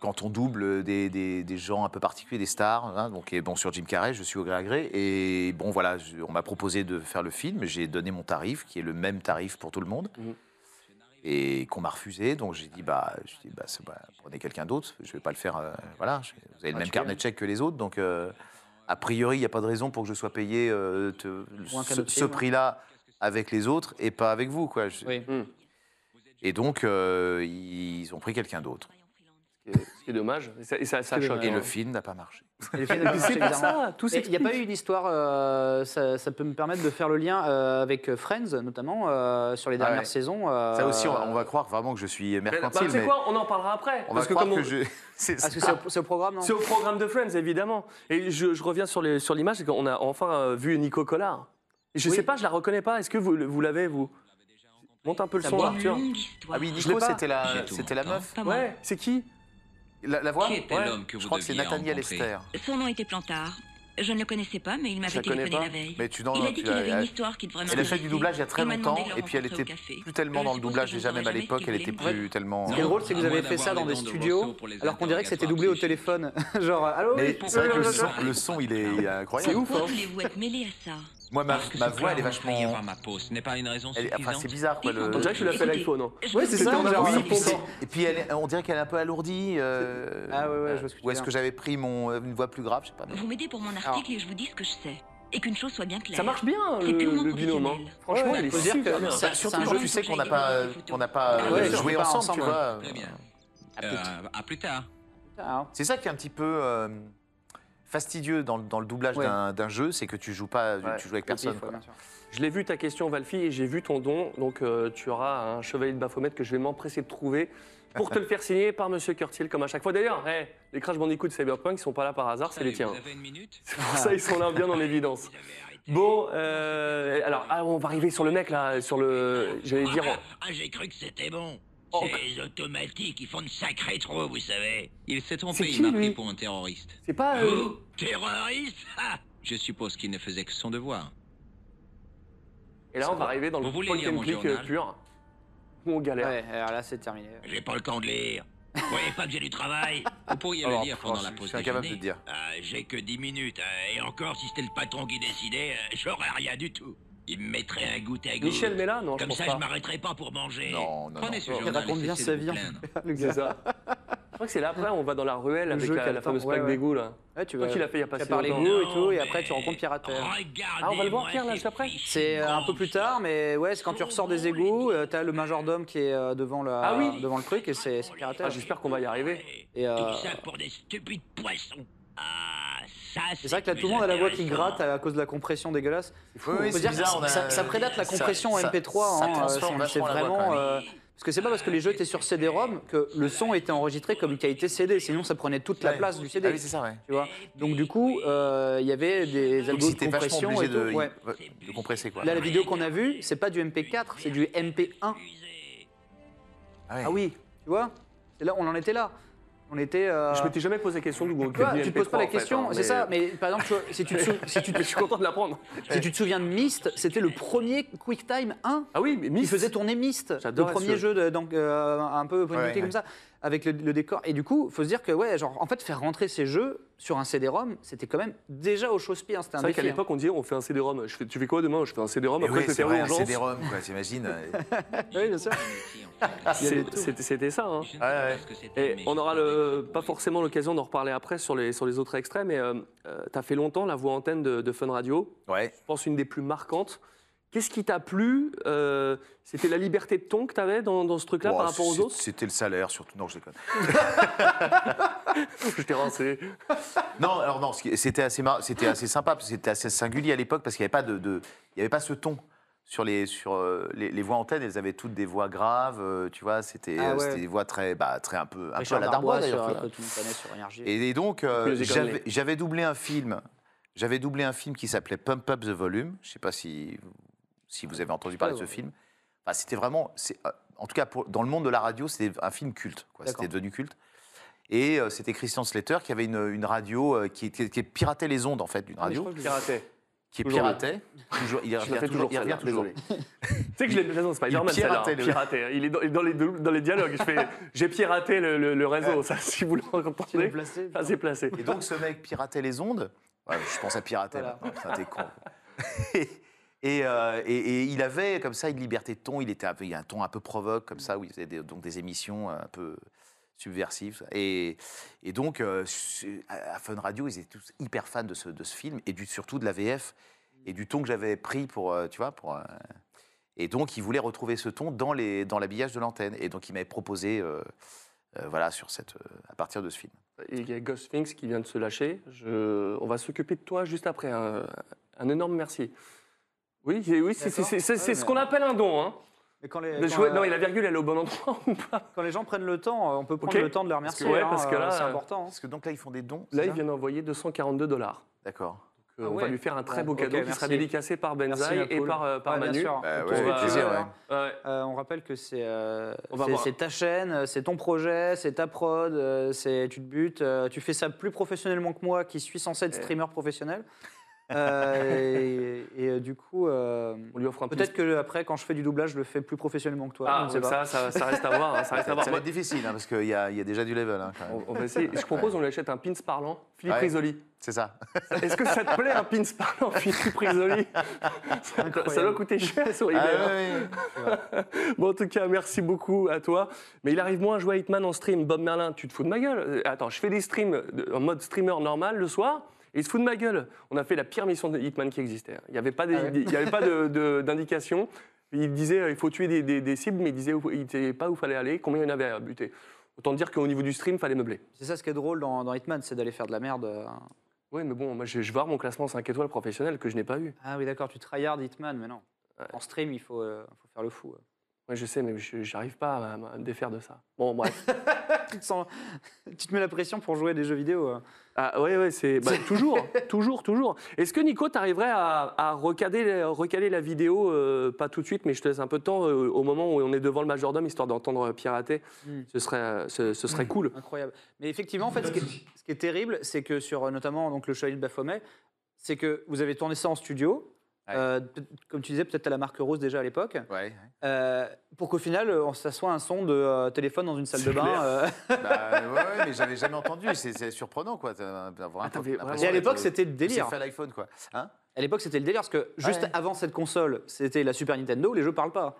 [SPEAKER 6] Quand on double des, des- des gens un peu particuliers, des stars, hein, donc et bon sur Jim Carrey, je suis au gré à gré, et bon voilà, je- on m'a proposé de faire le film, j'ai donné mon tarif, qui est le même tarif pour tout le monde,
[SPEAKER 4] Mhm.
[SPEAKER 6] et qu'on m'a refusé, donc j'ai dit bah, je dis bah, c'est- bah, prenez quelqu'un d'autre, je vais pas le faire, euh, voilà, je- vous avez le même carnet de chèques que les autres, donc. euh, a priori, il n'y a pas de raison pour que je sois payé euh, te-
[SPEAKER 5] Moins qu'un
[SPEAKER 6] ce,
[SPEAKER 5] autre
[SPEAKER 6] ce
[SPEAKER 5] film, hein.
[SPEAKER 6] prix-là avec les autres et pas avec vous. Quoi. Je-
[SPEAKER 5] Oui.
[SPEAKER 6] Et donc, euh, ils ont pris quelqu'un d'autre.
[SPEAKER 4] Ce qui est- ce qui est dommage. Et ça, et ça- ça
[SPEAKER 5] C'est
[SPEAKER 4] choque.
[SPEAKER 5] dommage.
[SPEAKER 6] Et
[SPEAKER 4] hein.
[SPEAKER 6] le film n'a pas marché.
[SPEAKER 5] Et finalement,
[SPEAKER 4] Mais c'est
[SPEAKER 5] marche
[SPEAKER 4] pas
[SPEAKER 5] bizarrement.
[SPEAKER 4] ça, tout
[SPEAKER 5] Mais Il n'y a
[SPEAKER 4] s'explique.
[SPEAKER 5] pas eu une histoire, euh, ça, ça peut me permettre de faire le lien euh, avec Friends, notamment, euh, sur les
[SPEAKER 6] Ah
[SPEAKER 5] dernières
[SPEAKER 6] ouais.
[SPEAKER 5] saisons. euh,
[SPEAKER 6] Ça aussi, on va, on va croire vraiment que je suis
[SPEAKER 4] Bah,
[SPEAKER 6] mercantile.
[SPEAKER 4] tu sais
[SPEAKER 6] mais
[SPEAKER 4] quoi, on en parlera après.
[SPEAKER 6] on va
[SPEAKER 4] parce que
[SPEAKER 6] croire
[SPEAKER 4] comme
[SPEAKER 6] que
[SPEAKER 4] on-
[SPEAKER 6] je. c'est-
[SPEAKER 5] Ah, Parce que c'est au- c'est au programme, non
[SPEAKER 4] C'est au programme de Friends, évidemment. Et je, je reviens sur les- sur l'image, c'est qu'on a enfin euh, vu Nico Collard. Et Je ne
[SPEAKER 5] Oui.
[SPEAKER 4] sais pas, je la reconnais pas. Est-ce que vous, le- vous l'avez, vous Monte un peu le
[SPEAKER 5] Ça
[SPEAKER 4] son,
[SPEAKER 5] bouge.
[SPEAKER 4] Arthur.
[SPEAKER 6] Ah oui,
[SPEAKER 4] Je l'ai
[SPEAKER 6] Nico,
[SPEAKER 4] pas.
[SPEAKER 6] c'était
[SPEAKER 11] J'ai
[SPEAKER 6] la,
[SPEAKER 11] tout
[SPEAKER 6] c'était la
[SPEAKER 11] mon temps.
[SPEAKER 6] meuf.
[SPEAKER 12] Pas moi.
[SPEAKER 4] Ouais, c'est qui
[SPEAKER 6] La, la voix
[SPEAKER 11] Qui était
[SPEAKER 6] Ouais.
[SPEAKER 11] l'homme que
[SPEAKER 6] Je
[SPEAKER 11] vous
[SPEAKER 6] crois que c'est
[SPEAKER 11] deviez
[SPEAKER 6] Nathalie
[SPEAKER 11] rencontrer
[SPEAKER 6] Alester.
[SPEAKER 12] Son nom était Plantard. Je ne le connaissais pas, mais il
[SPEAKER 6] Je
[SPEAKER 12] m'avait
[SPEAKER 6] la connais
[SPEAKER 12] téléphoné
[SPEAKER 6] pas.
[SPEAKER 12] la veille.
[SPEAKER 6] Mais tu non,
[SPEAKER 12] il
[SPEAKER 6] non,
[SPEAKER 12] a dit
[SPEAKER 6] tu
[SPEAKER 12] qu'il
[SPEAKER 6] as-
[SPEAKER 12] avait
[SPEAKER 6] elle-
[SPEAKER 12] une histoire qui devrait
[SPEAKER 6] Elle a fait du doublage il y a très
[SPEAKER 12] Il m'a demandé
[SPEAKER 6] longtemps,
[SPEAKER 12] de le
[SPEAKER 6] et puis elle
[SPEAKER 12] rencontrer
[SPEAKER 6] était
[SPEAKER 12] au café.
[SPEAKER 6] plus tellement
[SPEAKER 12] Je
[SPEAKER 6] dans le
[SPEAKER 12] suppose
[SPEAKER 6] doublage,
[SPEAKER 12] que je
[SPEAKER 6] déjà même à
[SPEAKER 12] n'aurais jamais
[SPEAKER 6] l'époque,
[SPEAKER 12] été
[SPEAKER 6] elle était
[SPEAKER 12] doublée.
[SPEAKER 6] plus tellement.
[SPEAKER 5] Ce qui est drôle, c'est que vous
[SPEAKER 11] À moins
[SPEAKER 5] avez fait ça dans
[SPEAKER 11] d'avoir
[SPEAKER 5] des
[SPEAKER 11] les dents de morceau
[SPEAKER 5] studios,
[SPEAKER 11] pour les
[SPEAKER 5] alors qu'on dirait que c'était doublé au téléphone. *laughs* Genre, allô
[SPEAKER 6] Mais
[SPEAKER 5] oui,
[SPEAKER 6] c'est vrai que le
[SPEAKER 5] euh,
[SPEAKER 6] son, le son, il est incroyable.
[SPEAKER 12] Pourquoi voulez-vous être mêlé à ça
[SPEAKER 6] Moi, ma,
[SPEAKER 11] Parce que
[SPEAKER 6] ma
[SPEAKER 11] ce
[SPEAKER 6] voix, elle est
[SPEAKER 11] clairement
[SPEAKER 6] vachement.
[SPEAKER 11] effrayé par ma peau, ce n'est pas une raison
[SPEAKER 6] elle est- enfin,
[SPEAKER 11] suffisante.
[SPEAKER 6] c'est bizarre, quoi. Le...
[SPEAKER 4] On dirait que tu l'as fait
[SPEAKER 12] Écoutez,
[SPEAKER 4] l'iPhone. hein.
[SPEAKER 12] je
[SPEAKER 5] Ouais,
[SPEAKER 12] peux
[SPEAKER 5] c'est
[SPEAKER 12] vous
[SPEAKER 5] ça,
[SPEAKER 12] dire
[SPEAKER 5] on dirait
[SPEAKER 12] que
[SPEAKER 5] un
[SPEAKER 12] c'est-
[SPEAKER 5] peu ça.
[SPEAKER 6] Et puis, elle est- on dirait qu'elle est un peu alourdie. euh,
[SPEAKER 5] Ah ouais, ouais, je vois ce que tu
[SPEAKER 6] Ou est-ce
[SPEAKER 5] veux
[SPEAKER 6] que j'avais pris mon, euh, une voix plus grave, je sais pas. mais-
[SPEAKER 12] Vous m'aidez pour mon article et je vous dis ce que je sais. Et qu'une chose soit bien claire.
[SPEAKER 4] Ça marche bien,
[SPEAKER 12] C'est
[SPEAKER 4] le,
[SPEAKER 12] purement
[SPEAKER 4] le binôme. hein.
[SPEAKER 12] professionnel.
[SPEAKER 4] Franchement,
[SPEAKER 5] Ouais,
[SPEAKER 4] il est
[SPEAKER 5] faut dire
[SPEAKER 4] super
[SPEAKER 5] que
[SPEAKER 4] bien.
[SPEAKER 5] ça- c'est
[SPEAKER 6] Surtout
[SPEAKER 5] un
[SPEAKER 6] quand
[SPEAKER 5] jeu
[SPEAKER 6] tu
[SPEAKER 12] que
[SPEAKER 6] sais
[SPEAKER 12] j'ai
[SPEAKER 6] qu'on n'a
[SPEAKER 12] aimé
[SPEAKER 6] pas,
[SPEAKER 12] dans les
[SPEAKER 6] euh,
[SPEAKER 12] photos.
[SPEAKER 6] qu'on n'a pas
[SPEAKER 11] Ah,
[SPEAKER 6] euh,
[SPEAKER 5] Ouais,
[SPEAKER 6] joué
[SPEAKER 5] on joue pas
[SPEAKER 6] ensemble, tu
[SPEAKER 5] ensemble,
[SPEAKER 6] vois. euh,
[SPEAKER 11] Très bien.
[SPEAKER 6] à plus.
[SPEAKER 11] Euh, à plus tard.
[SPEAKER 5] Ah,
[SPEAKER 6] C'est ça qui est un petit peu euh, fastidieux dans, le- dans le doublage
[SPEAKER 5] Ouais.
[SPEAKER 6] d'un d'un jeu, c'est que tu joues pas,
[SPEAKER 4] Ouais.
[SPEAKER 6] tu joues avec
[SPEAKER 5] au pif,
[SPEAKER 6] personne.
[SPEAKER 5] ouais,
[SPEAKER 6] quoi.
[SPEAKER 5] bien sûr.
[SPEAKER 4] Je l'ai vu ta question, Valfi, et j'ai vu ton don. Donc, euh, tu auras un chevalier de Baphomet que je vais m'empresser de trouver pour te le faire signer par Monsieur Curtil, comme à chaque fois. D'ailleurs, hey, les Crash Bandicoot de Cyberpunk, ils sont pas là par hasard, c'est les
[SPEAKER 11] Allez,
[SPEAKER 4] tiens.
[SPEAKER 11] Vous avez une minute
[SPEAKER 4] C'est pour ça ils sont là bien en évidence. Bon, euh, alors ah, on va arriver sur le mec là, sur le, j'allais dire,
[SPEAKER 11] Ah, j'ai cru que c'était bon.
[SPEAKER 4] Oh,
[SPEAKER 11] C'est les automatiques, ils font de sacrés trous, vous savez. Il s'est
[SPEAKER 4] C'est
[SPEAKER 11] trompé,
[SPEAKER 4] qui,
[SPEAKER 11] il m'a pris
[SPEAKER 4] lui
[SPEAKER 11] pour un terroriste.
[SPEAKER 4] c'est pas. euh,
[SPEAKER 11] Oh, terroriste Ah Je suppose qu'il ne faisait que son devoir.
[SPEAKER 4] Et là on va arriver dans le
[SPEAKER 11] Vous voulez
[SPEAKER 4] point
[SPEAKER 11] lire
[SPEAKER 4] and
[SPEAKER 11] mon
[SPEAKER 4] click
[SPEAKER 11] journal
[SPEAKER 4] pur. Où on galère.
[SPEAKER 5] Ouais, alors là, c'est terminé.
[SPEAKER 11] J'ai pas le temps de lire. Vous voyez pas que j'ai du travail Vous pourriez
[SPEAKER 6] Alors,
[SPEAKER 11] le lire
[SPEAKER 6] oh,
[SPEAKER 11] pendant la
[SPEAKER 6] je- je
[SPEAKER 11] pause
[SPEAKER 6] suis incapable
[SPEAKER 11] déjeuner.
[SPEAKER 6] de te dire.
[SPEAKER 11] Ah, j'ai que 10 minutes, euh, et encore, si c'était le patron qui décidait, euh, j'aurais rien du tout. Il me mettrait un goûter à goûter.
[SPEAKER 4] Michel Mella, non,
[SPEAKER 11] Comme
[SPEAKER 4] je pense
[SPEAKER 11] ça, je
[SPEAKER 4] pas.
[SPEAKER 11] m'arrêterai pas pour manger.
[SPEAKER 6] Non, non, non.
[SPEAKER 11] Prenez ce
[SPEAKER 6] Il
[SPEAKER 11] journal et
[SPEAKER 5] raconte bien
[SPEAKER 11] cessez
[SPEAKER 5] sa
[SPEAKER 11] de vous
[SPEAKER 5] vie, en
[SPEAKER 11] plaindre.
[SPEAKER 5] Le
[SPEAKER 4] C'est
[SPEAKER 5] gars.
[SPEAKER 4] ça. Je crois que c'est là après on va dans la ruelle
[SPEAKER 5] Le
[SPEAKER 4] avec
[SPEAKER 5] jeu
[SPEAKER 4] la,
[SPEAKER 5] qu'elle
[SPEAKER 4] la
[SPEAKER 5] tend-
[SPEAKER 4] fameuse
[SPEAKER 5] ouais,
[SPEAKER 4] plaque
[SPEAKER 5] ouais.
[SPEAKER 4] d'égout là.
[SPEAKER 5] Ouais, tu
[SPEAKER 4] Toi
[SPEAKER 5] vas-
[SPEAKER 4] qui l'as fait il y a
[SPEAKER 5] tu
[SPEAKER 4] pas
[SPEAKER 5] vas
[SPEAKER 4] si
[SPEAKER 5] par les
[SPEAKER 4] longtemps.
[SPEAKER 5] goûts et tout, et
[SPEAKER 11] Non,
[SPEAKER 5] après, tu
[SPEAKER 11] mais
[SPEAKER 5] rencontres Pirateur.
[SPEAKER 11] regardez-moi
[SPEAKER 4] Ah, on va le voir, Pierre, là,
[SPEAKER 11] ces
[SPEAKER 4] juste après
[SPEAKER 11] fiches
[SPEAKER 5] C'est euh, un peu plus tard, mais ouais, c'est quand tu ressors des égouts, euh, t'as le majordome qui est euh, devant, la,
[SPEAKER 4] Ah oui.
[SPEAKER 5] devant le truc et c'est c'est
[SPEAKER 4] Ah,
[SPEAKER 5] piratage.
[SPEAKER 4] J'espère qu'on va y arriver.
[SPEAKER 5] Et, euh,
[SPEAKER 11] Tout ça pour des stupides poissons. Ah, ça,
[SPEAKER 5] c'est vrai que là, tout le monde a la voix qui
[SPEAKER 11] intéressant.
[SPEAKER 5] gratte à cause de la compression dégueulasse.
[SPEAKER 6] Oui, oui,
[SPEAKER 5] On peut
[SPEAKER 6] c'est
[SPEAKER 5] dire que
[SPEAKER 6] bizarre, on a-
[SPEAKER 5] ça, ça prédate la
[SPEAKER 6] ça-
[SPEAKER 5] compression
[SPEAKER 6] ça-
[SPEAKER 5] MP3.
[SPEAKER 6] ça
[SPEAKER 5] hein, euh,
[SPEAKER 6] transforme
[SPEAKER 5] c'est- c'est
[SPEAKER 6] vachement la voix,
[SPEAKER 5] vraiment.
[SPEAKER 6] quand même.
[SPEAKER 5] euh, parce que c'est pas parce que les jeux étaient sur CD-ROM que le son était enregistré comme une qualité CD, sinon ça prenait toute la
[SPEAKER 6] Ouais.
[SPEAKER 5] place du CD.
[SPEAKER 6] Ah oui, c'est ça, ouais.
[SPEAKER 5] tu vois. Donc du coup, euh, il y avait des
[SPEAKER 6] Donc
[SPEAKER 5] algos de
[SPEAKER 6] c'était vachement
[SPEAKER 5] compression et
[SPEAKER 6] obligé
[SPEAKER 5] tout.
[SPEAKER 6] de,
[SPEAKER 5] ouais.
[SPEAKER 6] de compresser, quoi.
[SPEAKER 5] Là, la vidéo qu'on a vue, c'est pas du MP4, c'est du MP1.
[SPEAKER 6] Ah ouais.
[SPEAKER 5] Ah oui, tu vois C'est là, on en était là. On était. euh,
[SPEAKER 4] Je m'étais jamais posé la question du groupe.
[SPEAKER 5] tu vois, tu te poses pas la question, c'est
[SPEAKER 4] hein,
[SPEAKER 5] ça. Mais par exemple, tu vois, si tu te, sou- si tu te-
[SPEAKER 4] Je suis content de l'apprendre.
[SPEAKER 5] si tu te souviens de Myst, c'était le premier QuickTime 1
[SPEAKER 4] Ah oui, mais
[SPEAKER 5] il
[SPEAKER 4] Miss.
[SPEAKER 5] faisait tourner Myst, le
[SPEAKER 4] J'adorais
[SPEAKER 5] premier
[SPEAKER 4] ce-
[SPEAKER 5] jeu de- donc euh, un peu point and
[SPEAKER 6] Ouais,
[SPEAKER 5] click
[SPEAKER 6] ouais.
[SPEAKER 5] comme ça, avec le, le décor. Et du coup, faut se dire que ouais, genre en fait faire rentrer ces jeux sur un CD-ROM, c'était quand même déjà au chausse-pied, hein, c'était un
[SPEAKER 4] C'est vrai
[SPEAKER 5] défi.
[SPEAKER 4] qu'à
[SPEAKER 5] hein.
[SPEAKER 4] l'époque, on disait on fait un CD-ROM. Je fais, tu fais quoi demain Je fais un CD-ROM.
[SPEAKER 6] Mais
[SPEAKER 4] Après,
[SPEAKER 6] ouais,
[SPEAKER 4] je fais
[SPEAKER 6] Eh c'est
[SPEAKER 4] faire
[SPEAKER 6] vrai, un
[SPEAKER 4] urgence.
[SPEAKER 6] CD-ROM, quoi, t'imagines euh,
[SPEAKER 11] Ah,
[SPEAKER 5] Oui, bien sûr. *laughs*
[SPEAKER 4] C'est- C'était c'était ça. hein.
[SPEAKER 11] Je ne
[SPEAKER 6] Ouais,
[SPEAKER 11] sais pas
[SPEAKER 6] ouais.
[SPEAKER 11] ce que c'était,
[SPEAKER 4] Et
[SPEAKER 11] mais
[SPEAKER 4] on
[SPEAKER 11] je
[SPEAKER 4] aura
[SPEAKER 11] savais
[SPEAKER 4] le-
[SPEAKER 11] que
[SPEAKER 4] pas
[SPEAKER 11] vous-
[SPEAKER 4] forcément l'occasion d'en reparler après sur les, sur les autres extraits, mais tu as fait longtemps la voix antenne de, de Fun Radio.
[SPEAKER 6] Ouais.
[SPEAKER 4] Je pense une des plus marquantes. Qu'est-ce qui t'a plu Euh, C'était la liberté de ton que tu avais dans, dans ce truc-là
[SPEAKER 6] Bon,
[SPEAKER 4] par rapport aux
[SPEAKER 6] c'est-
[SPEAKER 4] autres
[SPEAKER 6] C'était le salaire, surtout. Non, je déconne.
[SPEAKER 4] Je t'ai rincé.
[SPEAKER 6] Non, alors non, ce qui- c'était assez, mar- c'était assez sympa, parce que c'était assez singulier à l'époque, parce qu'il n'y avait, pas de, de- il y avait pas ce ton. Sur, les, sur euh, les, les voix antennes, elles avaient toutes des voix graves, euh, tu vois, c'était
[SPEAKER 5] Ah ouais.
[SPEAKER 6] c'était des voix très, bah, très un peu, un peu à
[SPEAKER 5] hein. Richard
[SPEAKER 6] la
[SPEAKER 5] Darbois,
[SPEAKER 6] Darbois,
[SPEAKER 5] sur,
[SPEAKER 6] d'ailleurs. tu vois.
[SPEAKER 5] que tout le monde connaît sur Énergie.
[SPEAKER 6] Et, et donc, euh,
[SPEAKER 4] Puis les écoles,
[SPEAKER 6] j'avais- j'avais doublé un film. J'avais doublé un film qui s'appelait Pump Up the Volume. Je ne sais pas si, si vous avez entendu parler de ce
[SPEAKER 5] ouais.
[SPEAKER 6] film. Enfin, c'était vraiment, c'est, euh, en tout cas pour- dans le monde de la radio, c'était un film culte. quoi.
[SPEAKER 5] D'accord.
[SPEAKER 6] C'était devenu culte. Et euh, c'était Christian Slater qui avait une, une radio euh, qui, était- qui piratait les ondes en fait
[SPEAKER 4] Ah,
[SPEAKER 6] d'une radio,
[SPEAKER 4] Piraté.
[SPEAKER 6] qui
[SPEAKER 4] toujours
[SPEAKER 6] piratait. Toujours,
[SPEAKER 4] *laughs*
[SPEAKER 6] il
[SPEAKER 4] Je la fais
[SPEAKER 6] revient
[SPEAKER 4] toujours,
[SPEAKER 6] toujours. Il revient
[SPEAKER 4] celle-là,
[SPEAKER 6] toujours.
[SPEAKER 4] désolé. Tu sais que je l'ai fait dans Spider-Man,
[SPEAKER 6] Il
[SPEAKER 4] celle-là.
[SPEAKER 6] piratait le-
[SPEAKER 4] Piraté. Il est dans, il est dans les, dans les dialogues. Je fais, J'ai piraté le, le- le réseau, ça, si vous
[SPEAKER 5] Tu l'as
[SPEAKER 4] l'entendez.
[SPEAKER 5] placé
[SPEAKER 4] Ça, c'est placé. *laughs*
[SPEAKER 6] Et donc, ce mec piratait les ondes. Ouais, je pense à pirater.
[SPEAKER 5] Voilà.
[SPEAKER 6] maintenant. Putain, t'es con. *laughs* et, et, euh, et- et il avait comme ça une liberté de ton. Il était un peu, il a un ton un peu provoque comme ça, où il faisait des, donc des émissions un peu subversives. Et, et donc, euh, su- à à Fun Radio, ils étaient tous hyper fans de ce, de ce film et du, surtout de la VF et du ton que j'avais pris pour, euh, tu vois, pour. euh, et donc, ils voulaient retrouver ce ton dans les dans l'habillage de l'antenne. Et donc, ils m'avaient proposé. euh, euh, voilà, sur cette, euh, à partir de ce film.
[SPEAKER 4] Il y a Ghost Sphinx qui vient de se lâcher. Je- On va s'occuper de toi juste après. Un, un énorme merci. Oui, c'est- oui, c'est- c'est
[SPEAKER 5] D'accord.
[SPEAKER 4] c'est- c'est- c'est
[SPEAKER 5] Ouais,
[SPEAKER 4] ce
[SPEAKER 5] mais-
[SPEAKER 4] qu'on appelle un don. hein.
[SPEAKER 5] Mais quand les,
[SPEAKER 4] Mais
[SPEAKER 5] quand,
[SPEAKER 4] je vois-
[SPEAKER 5] euh,
[SPEAKER 4] Non, et la virgule, elle est au bon endroit ou pas
[SPEAKER 5] quand les gens prennent le temps, euh, on peut prendre
[SPEAKER 4] Ok.
[SPEAKER 5] le temps de les
[SPEAKER 4] Parce que-
[SPEAKER 5] remercier.
[SPEAKER 4] ouais,
[SPEAKER 5] hein,
[SPEAKER 4] parce que
[SPEAKER 5] euh,
[SPEAKER 4] là,
[SPEAKER 5] c'est important. hein.
[SPEAKER 6] Parce que donc là, ils font des dons.
[SPEAKER 4] Là,
[SPEAKER 6] c'est
[SPEAKER 4] il
[SPEAKER 6] ça
[SPEAKER 4] vient d'envoyer 242 dollars.
[SPEAKER 6] D'accord.
[SPEAKER 5] Ah
[SPEAKER 4] on va
[SPEAKER 5] ouais.
[SPEAKER 4] lui faire un très
[SPEAKER 5] Ouais,
[SPEAKER 4] beau
[SPEAKER 5] ok,
[SPEAKER 4] cadeau qui
[SPEAKER 5] merci.
[SPEAKER 4] sera dédicacé par
[SPEAKER 5] Merci,
[SPEAKER 4] Benzaï
[SPEAKER 5] la
[SPEAKER 4] et
[SPEAKER 5] poule.
[SPEAKER 4] par, euh, par
[SPEAKER 5] Ouais, bien
[SPEAKER 4] Manu.
[SPEAKER 5] sûr.
[SPEAKER 6] Bah
[SPEAKER 5] On
[SPEAKER 6] ouais,
[SPEAKER 5] peut-
[SPEAKER 6] avec plaisir, ouais.
[SPEAKER 4] Ouais.
[SPEAKER 5] Euh, on rappelle que c'est euh,
[SPEAKER 4] On va
[SPEAKER 5] c'est-
[SPEAKER 4] voir.
[SPEAKER 5] c'est ta chaîne, euh, c'est ton projet, c'est ta prod, euh, c'est tu te butes, euh, tu fais ça plus professionnellement que moi qui suis censé être
[SPEAKER 4] Ouais.
[SPEAKER 5] streamer *laughs* professionnel. Euh, et, et, euh, du coup, euh,
[SPEAKER 4] On lui offre un
[SPEAKER 5] peut-être
[SPEAKER 4] petit-
[SPEAKER 5] que après quand je fais du doublage, je le fais plus professionnellement que toi.
[SPEAKER 4] Ah,
[SPEAKER 5] je ne sais
[SPEAKER 4] ça,
[SPEAKER 5] pas.
[SPEAKER 4] ça, ça reste à voir. hein,
[SPEAKER 5] *laughs*
[SPEAKER 4] ça reste à
[SPEAKER 6] Ça,
[SPEAKER 4] voir.
[SPEAKER 6] va être difficile, hein, parce qu'il y a, il y a déjà du level. hein, quand même.
[SPEAKER 4] On- on va essayer. Je propose, on lui achète un pins parlant, Philippe
[SPEAKER 6] Ouais.
[SPEAKER 4] Risoli.
[SPEAKER 6] C'est ça.
[SPEAKER 4] Est-ce que ça te plaît un pins parlant, Philippe
[SPEAKER 5] *laughs*
[SPEAKER 4] Risoli ça, doit- ça doit coûter cher sur eBay.
[SPEAKER 6] Ah,
[SPEAKER 4] hein.
[SPEAKER 6] ouais, ouais.
[SPEAKER 4] Bon, en tout cas, merci beaucoup à toi. Mais il arrive moins à jouer à Hitman en stream. Bob Merlin, tu te fous de ma gueule Euh, Attends, je fais des streams de- en mode streamer normal le soir. Et il se fout de ma gueule. On a fait la pire mission de Hitman qui existait. hein. Il n'y avait pas, des-
[SPEAKER 5] Ah ouais
[SPEAKER 4] il y avait pas
[SPEAKER 5] *laughs*
[SPEAKER 4] de- de- d'indication. Il disait euh, il faut tuer des, des- des cibles, mais il disait où- il disait pas où fallait aller, combien il y en avait à buter. Autant dire qu'au niveau du stream, fallait meubler.
[SPEAKER 5] C'est ça ce qui est drôle dans, dans Hitman, c'est d'aller faire de la merde. euh.
[SPEAKER 4] Oui, mais bon, moi, je, je vais voir mon classement 5 étoiles professionnel que je n'ai pas eu.
[SPEAKER 5] Ah oui, d'accord, tu tryhard Hitman, mais non.
[SPEAKER 4] Ouais.
[SPEAKER 5] En stream, il faut, euh, faut faire le fou. euh.
[SPEAKER 4] Oui, je sais, mais je j'arrive pas à, me- à me défaire de ça. Bon, bref.
[SPEAKER 5] tu, te sens- *laughs* tu te mets la pression pour jouer à des jeux vidéo. euh.
[SPEAKER 4] ah, ouais, ouais, c'est. bah, toujours, *laughs* toujours, toujours. Est-ce que Nico, t'arriverais à, à recaler, recaler la vidéo, euh, pas tout de suite, mais je te laisse un peu de temps, euh, au moment où on est devant le majordome, histoire d'entendre pirater
[SPEAKER 5] Hmm.
[SPEAKER 4] Ce serait, euh, ce, ce serait cool.
[SPEAKER 5] Incroyable. Mais effectivement, en fait, ce qui est, ce qui est terrible, c'est que sur euh, notamment donc, le Chevalier de Baphomet, c'est que vous avez tourné ça en studio,
[SPEAKER 6] Ouais.
[SPEAKER 5] euh, peut- comme tu disais, peut-être à la marque rose déjà à l'époque,
[SPEAKER 6] Ouais, ouais.
[SPEAKER 5] euh, pour qu'au final, euh, ça soit un son de euh, téléphone dans une salle de bain. euh.
[SPEAKER 6] Bah, ouais, ouais, mais j'avais jamais entendu. C'est c'est surprenant, quoi. t'as- d'avoir un-
[SPEAKER 4] Attends, mais
[SPEAKER 6] l'impression
[SPEAKER 5] Et à
[SPEAKER 6] d'être-
[SPEAKER 5] l'époque, c'était le
[SPEAKER 6] de
[SPEAKER 5] délire.
[SPEAKER 6] s'être fait à l'iPhone, quoi. Hein
[SPEAKER 5] À l'époque, c'était le délire, parce que juste
[SPEAKER 6] Ouais.
[SPEAKER 5] avant cette console, c'était la Super Nintendo, les jeux parlent pas.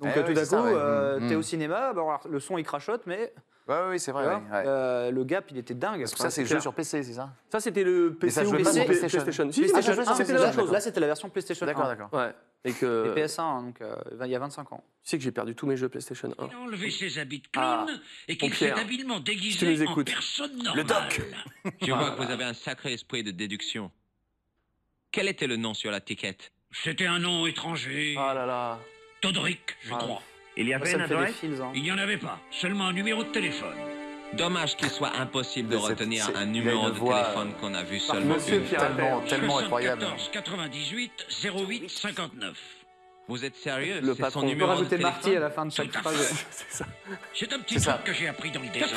[SPEAKER 5] Donc
[SPEAKER 6] Eh
[SPEAKER 5] euh, tout
[SPEAKER 6] oui,
[SPEAKER 5] d'un
[SPEAKER 6] c'est
[SPEAKER 5] coup,
[SPEAKER 6] ça, ouais.
[SPEAKER 5] euh,
[SPEAKER 6] Mm,
[SPEAKER 5] t'es
[SPEAKER 6] mm.
[SPEAKER 5] au cinéma, bon, alors, le son il crachote, mais
[SPEAKER 6] Ouais, ouais, ouais, c'est vrai.
[SPEAKER 5] tu vois,
[SPEAKER 6] ouais, ouais.
[SPEAKER 5] euh, le gap il était dingue.
[SPEAKER 6] Parce que ça, c'est jeu
[SPEAKER 5] clair.
[SPEAKER 6] sur PC, c'est ça
[SPEAKER 4] Ça, c'était le
[SPEAKER 6] ça
[SPEAKER 4] PC ou
[SPEAKER 6] jouait
[SPEAKER 5] pas sur
[SPEAKER 4] PlayStation.
[SPEAKER 6] PlayStation.
[SPEAKER 4] Si, c'était-
[SPEAKER 5] Ah, ça,
[SPEAKER 4] c'était
[SPEAKER 5] ah,
[SPEAKER 4] la même
[SPEAKER 5] là,
[SPEAKER 4] chose.
[SPEAKER 5] là, c'était la version PlayStation 1.
[SPEAKER 6] D'accord, d'accord.
[SPEAKER 4] Ouais. Et que.
[SPEAKER 5] Et PS1, hein, donc euh, il y a 25 ans.
[SPEAKER 4] Tu sais que j'ai perdu tous mes jeux PlayStation 1.
[SPEAKER 11] Il a enlevé ses habits de
[SPEAKER 4] Ah,
[SPEAKER 11] crime et qu'il s'est
[SPEAKER 4] Pierre,
[SPEAKER 11] habilement
[SPEAKER 4] tu nous
[SPEAKER 11] déguisé en
[SPEAKER 4] écoutes.
[SPEAKER 11] personne normale. Ah. Le doc *laughs* Je vois que vous avez un sacré esprit de déduction. Quel était le nom sur la tiquette C'était un nom étranger.
[SPEAKER 4] Ah là là.
[SPEAKER 11] Todoric, je
[SPEAKER 4] Ah.
[SPEAKER 11] crois. Il y
[SPEAKER 5] Ça, ça me fait des fils. hein.
[SPEAKER 10] Il n'y en avait pas, seulement un numéro de téléphone.
[SPEAKER 11] Dommage qu'il soit impossible de
[SPEAKER 6] Mais c'est-
[SPEAKER 11] retenir
[SPEAKER 6] c'est-
[SPEAKER 11] un
[SPEAKER 6] il a
[SPEAKER 11] numéro
[SPEAKER 6] une
[SPEAKER 11] de
[SPEAKER 6] voix,
[SPEAKER 11] téléphone qu'on a vu seulement
[SPEAKER 4] Monsieur
[SPEAKER 11] une fois.
[SPEAKER 4] Pierre.
[SPEAKER 6] Tellement, tellement incroyable.
[SPEAKER 10] 74 98 08 59.
[SPEAKER 11] Vous êtes sérieux
[SPEAKER 4] Le
[SPEAKER 11] C'est
[SPEAKER 4] patron.
[SPEAKER 11] son
[SPEAKER 5] On
[SPEAKER 4] On peut
[SPEAKER 5] peut
[SPEAKER 11] numéro de
[SPEAKER 5] rajouter Marty à
[SPEAKER 11] téléphone
[SPEAKER 5] la fin de chaque phrase.
[SPEAKER 4] *laughs* C'est ça.
[SPEAKER 10] C'est un petit
[SPEAKER 6] C'est
[SPEAKER 10] truc
[SPEAKER 6] ça.
[SPEAKER 10] que j'ai appris dans le désert.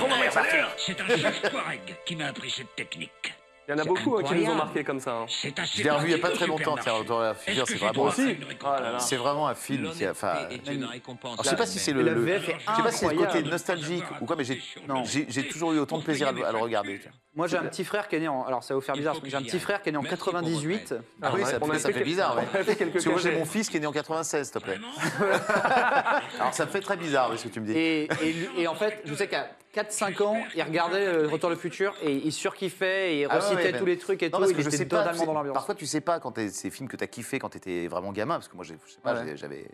[SPEAKER 10] C'est un chef Touareg qui m'a appris cette technique.
[SPEAKER 4] Il y en a
[SPEAKER 11] C'est
[SPEAKER 4] beaucoup hein, qui nous ont
[SPEAKER 11] incroyable.
[SPEAKER 4] marqué comme ça. hein.
[SPEAKER 10] C'est assez
[SPEAKER 6] Je l'ai revu il n'y a
[SPEAKER 10] pratique
[SPEAKER 6] pas
[SPEAKER 10] au
[SPEAKER 6] très longtemps.
[SPEAKER 10] supermarché.
[SPEAKER 6] Tiens, Retour vers le
[SPEAKER 10] Est-ce
[SPEAKER 6] futur,
[SPEAKER 10] que
[SPEAKER 6] c'est
[SPEAKER 10] j'ai
[SPEAKER 6] vraiment,
[SPEAKER 10] droit à
[SPEAKER 4] Aussi.
[SPEAKER 10] une récompense
[SPEAKER 4] Oh là là.
[SPEAKER 6] c'est vraiment un film qui a. Enfin,
[SPEAKER 11] Ah L'honnêteté est une récompense.
[SPEAKER 6] alors, je sais pas si c'est le,
[SPEAKER 5] La
[SPEAKER 6] le-
[SPEAKER 5] VF est
[SPEAKER 6] je sais pas si c'est le côté
[SPEAKER 5] incroyable.
[SPEAKER 6] nostalgique ou quoi, mais j'ai,
[SPEAKER 5] Non.
[SPEAKER 6] j'ai, j'ai toujours eu autant de plaisir à, le- à le regarder. tiens.
[SPEAKER 5] Moi j'ai un petit frère qui est né en. Alors ça va vous faire
[SPEAKER 11] Il
[SPEAKER 5] bizarre,
[SPEAKER 11] faut
[SPEAKER 5] mais
[SPEAKER 11] que
[SPEAKER 5] j'ai un
[SPEAKER 11] j'y
[SPEAKER 5] petit
[SPEAKER 11] aille.
[SPEAKER 5] frère qui est né en
[SPEAKER 11] Merci pour
[SPEAKER 5] 98.
[SPEAKER 11] votre
[SPEAKER 6] Ah oui,
[SPEAKER 4] ouais,
[SPEAKER 6] ça,
[SPEAKER 4] on a
[SPEAKER 6] fait, ça
[SPEAKER 4] fait
[SPEAKER 6] fait bizarre.
[SPEAKER 4] quelques- on a fait
[SPEAKER 6] Ouais.
[SPEAKER 4] quelques
[SPEAKER 6] Parce que moi, j'ai
[SPEAKER 4] cachets.
[SPEAKER 6] mon fils qui est né en 96, s'il te plaît. Alors, ça me fait très bizarre, oui, ce que tu me dis.
[SPEAKER 5] Et, et lui- et en fait, je sais qu'à 4-5 ans, il regardait euh, Retour le futur et il surkiffait et il
[SPEAKER 6] Ah ouais,
[SPEAKER 5] recitait
[SPEAKER 6] ouais, mais-
[SPEAKER 5] tous les trucs et
[SPEAKER 6] Non,
[SPEAKER 5] tout.
[SPEAKER 6] parce que
[SPEAKER 5] il
[SPEAKER 6] je
[SPEAKER 5] était
[SPEAKER 6] sais pas. tu
[SPEAKER 5] totalement
[SPEAKER 6] sais-
[SPEAKER 5] dans l'ambiance.
[SPEAKER 6] Parfois, tu sais pas quand t'es ces films que t'as kiffé quand t'étais vraiment gamin, parce que moi, j'ai- je sais pas,
[SPEAKER 5] Ouais.
[SPEAKER 6] j'ai- j'avais, j'étais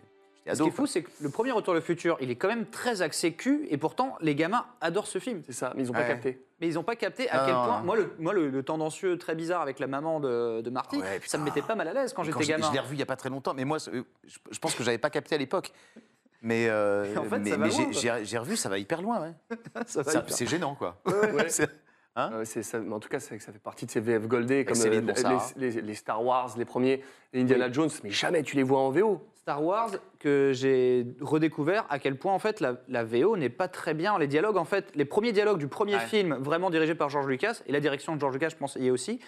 [SPEAKER 5] Ce qui
[SPEAKER 6] ado.
[SPEAKER 5] est fou, c'est que le premier Retour le futur, il est quand même très axé cul et pourtant les gamins adorent ce film.
[SPEAKER 4] C'est ça, mais ils n'ont pas
[SPEAKER 6] Ouais.
[SPEAKER 4] capté.
[SPEAKER 5] Mais ils n'ont pas capté à
[SPEAKER 6] Ah,
[SPEAKER 5] quel
[SPEAKER 6] non,
[SPEAKER 5] point.
[SPEAKER 6] non.
[SPEAKER 5] Moi, le, moi le, le tendancieux très bizarre avec la maman de, de Marty,
[SPEAKER 6] Ouais,
[SPEAKER 5] ça
[SPEAKER 6] putain.
[SPEAKER 5] me mettait pas mal à l'aise quand
[SPEAKER 6] Quand
[SPEAKER 5] j'étais
[SPEAKER 6] je-
[SPEAKER 5] gamin.
[SPEAKER 6] Je l'ai revu il y a pas très longtemps, mais moi, ce- je, je pense que j'avais pas capté à l'époque. Mais, euh,
[SPEAKER 5] *laughs* En fait, ça
[SPEAKER 6] mais,
[SPEAKER 5] va
[SPEAKER 6] mais
[SPEAKER 5] loin,
[SPEAKER 6] j'ai,
[SPEAKER 5] quoi.
[SPEAKER 6] j'ai- j'ai revu, ça va hyper loin, ouais.
[SPEAKER 5] *laughs* Ça va
[SPEAKER 6] Ça-
[SPEAKER 5] hyper.
[SPEAKER 6] c'est gênant, quoi.
[SPEAKER 4] Ouais.
[SPEAKER 6] C'est-
[SPEAKER 4] Ah ouais, c'est ça- mais en tout cas, c'est vrai que ça fait partie de ces VF goldés, comme
[SPEAKER 6] c'est
[SPEAKER 4] euh,
[SPEAKER 6] vite pour ça, hein.
[SPEAKER 4] les, les- les Star Wars, les premiers, les Indiana Jones, mais jamais tu les vois en VO.
[SPEAKER 5] Star Wars que j'ai redécouvert à quel point en fait la, la VO n'est pas très bien les dialogues en fait les premiers dialogues du premier
[SPEAKER 6] Ouais.
[SPEAKER 5] film vraiment dirigé par George Lucas et la direction de George Lucas je pense y est aussi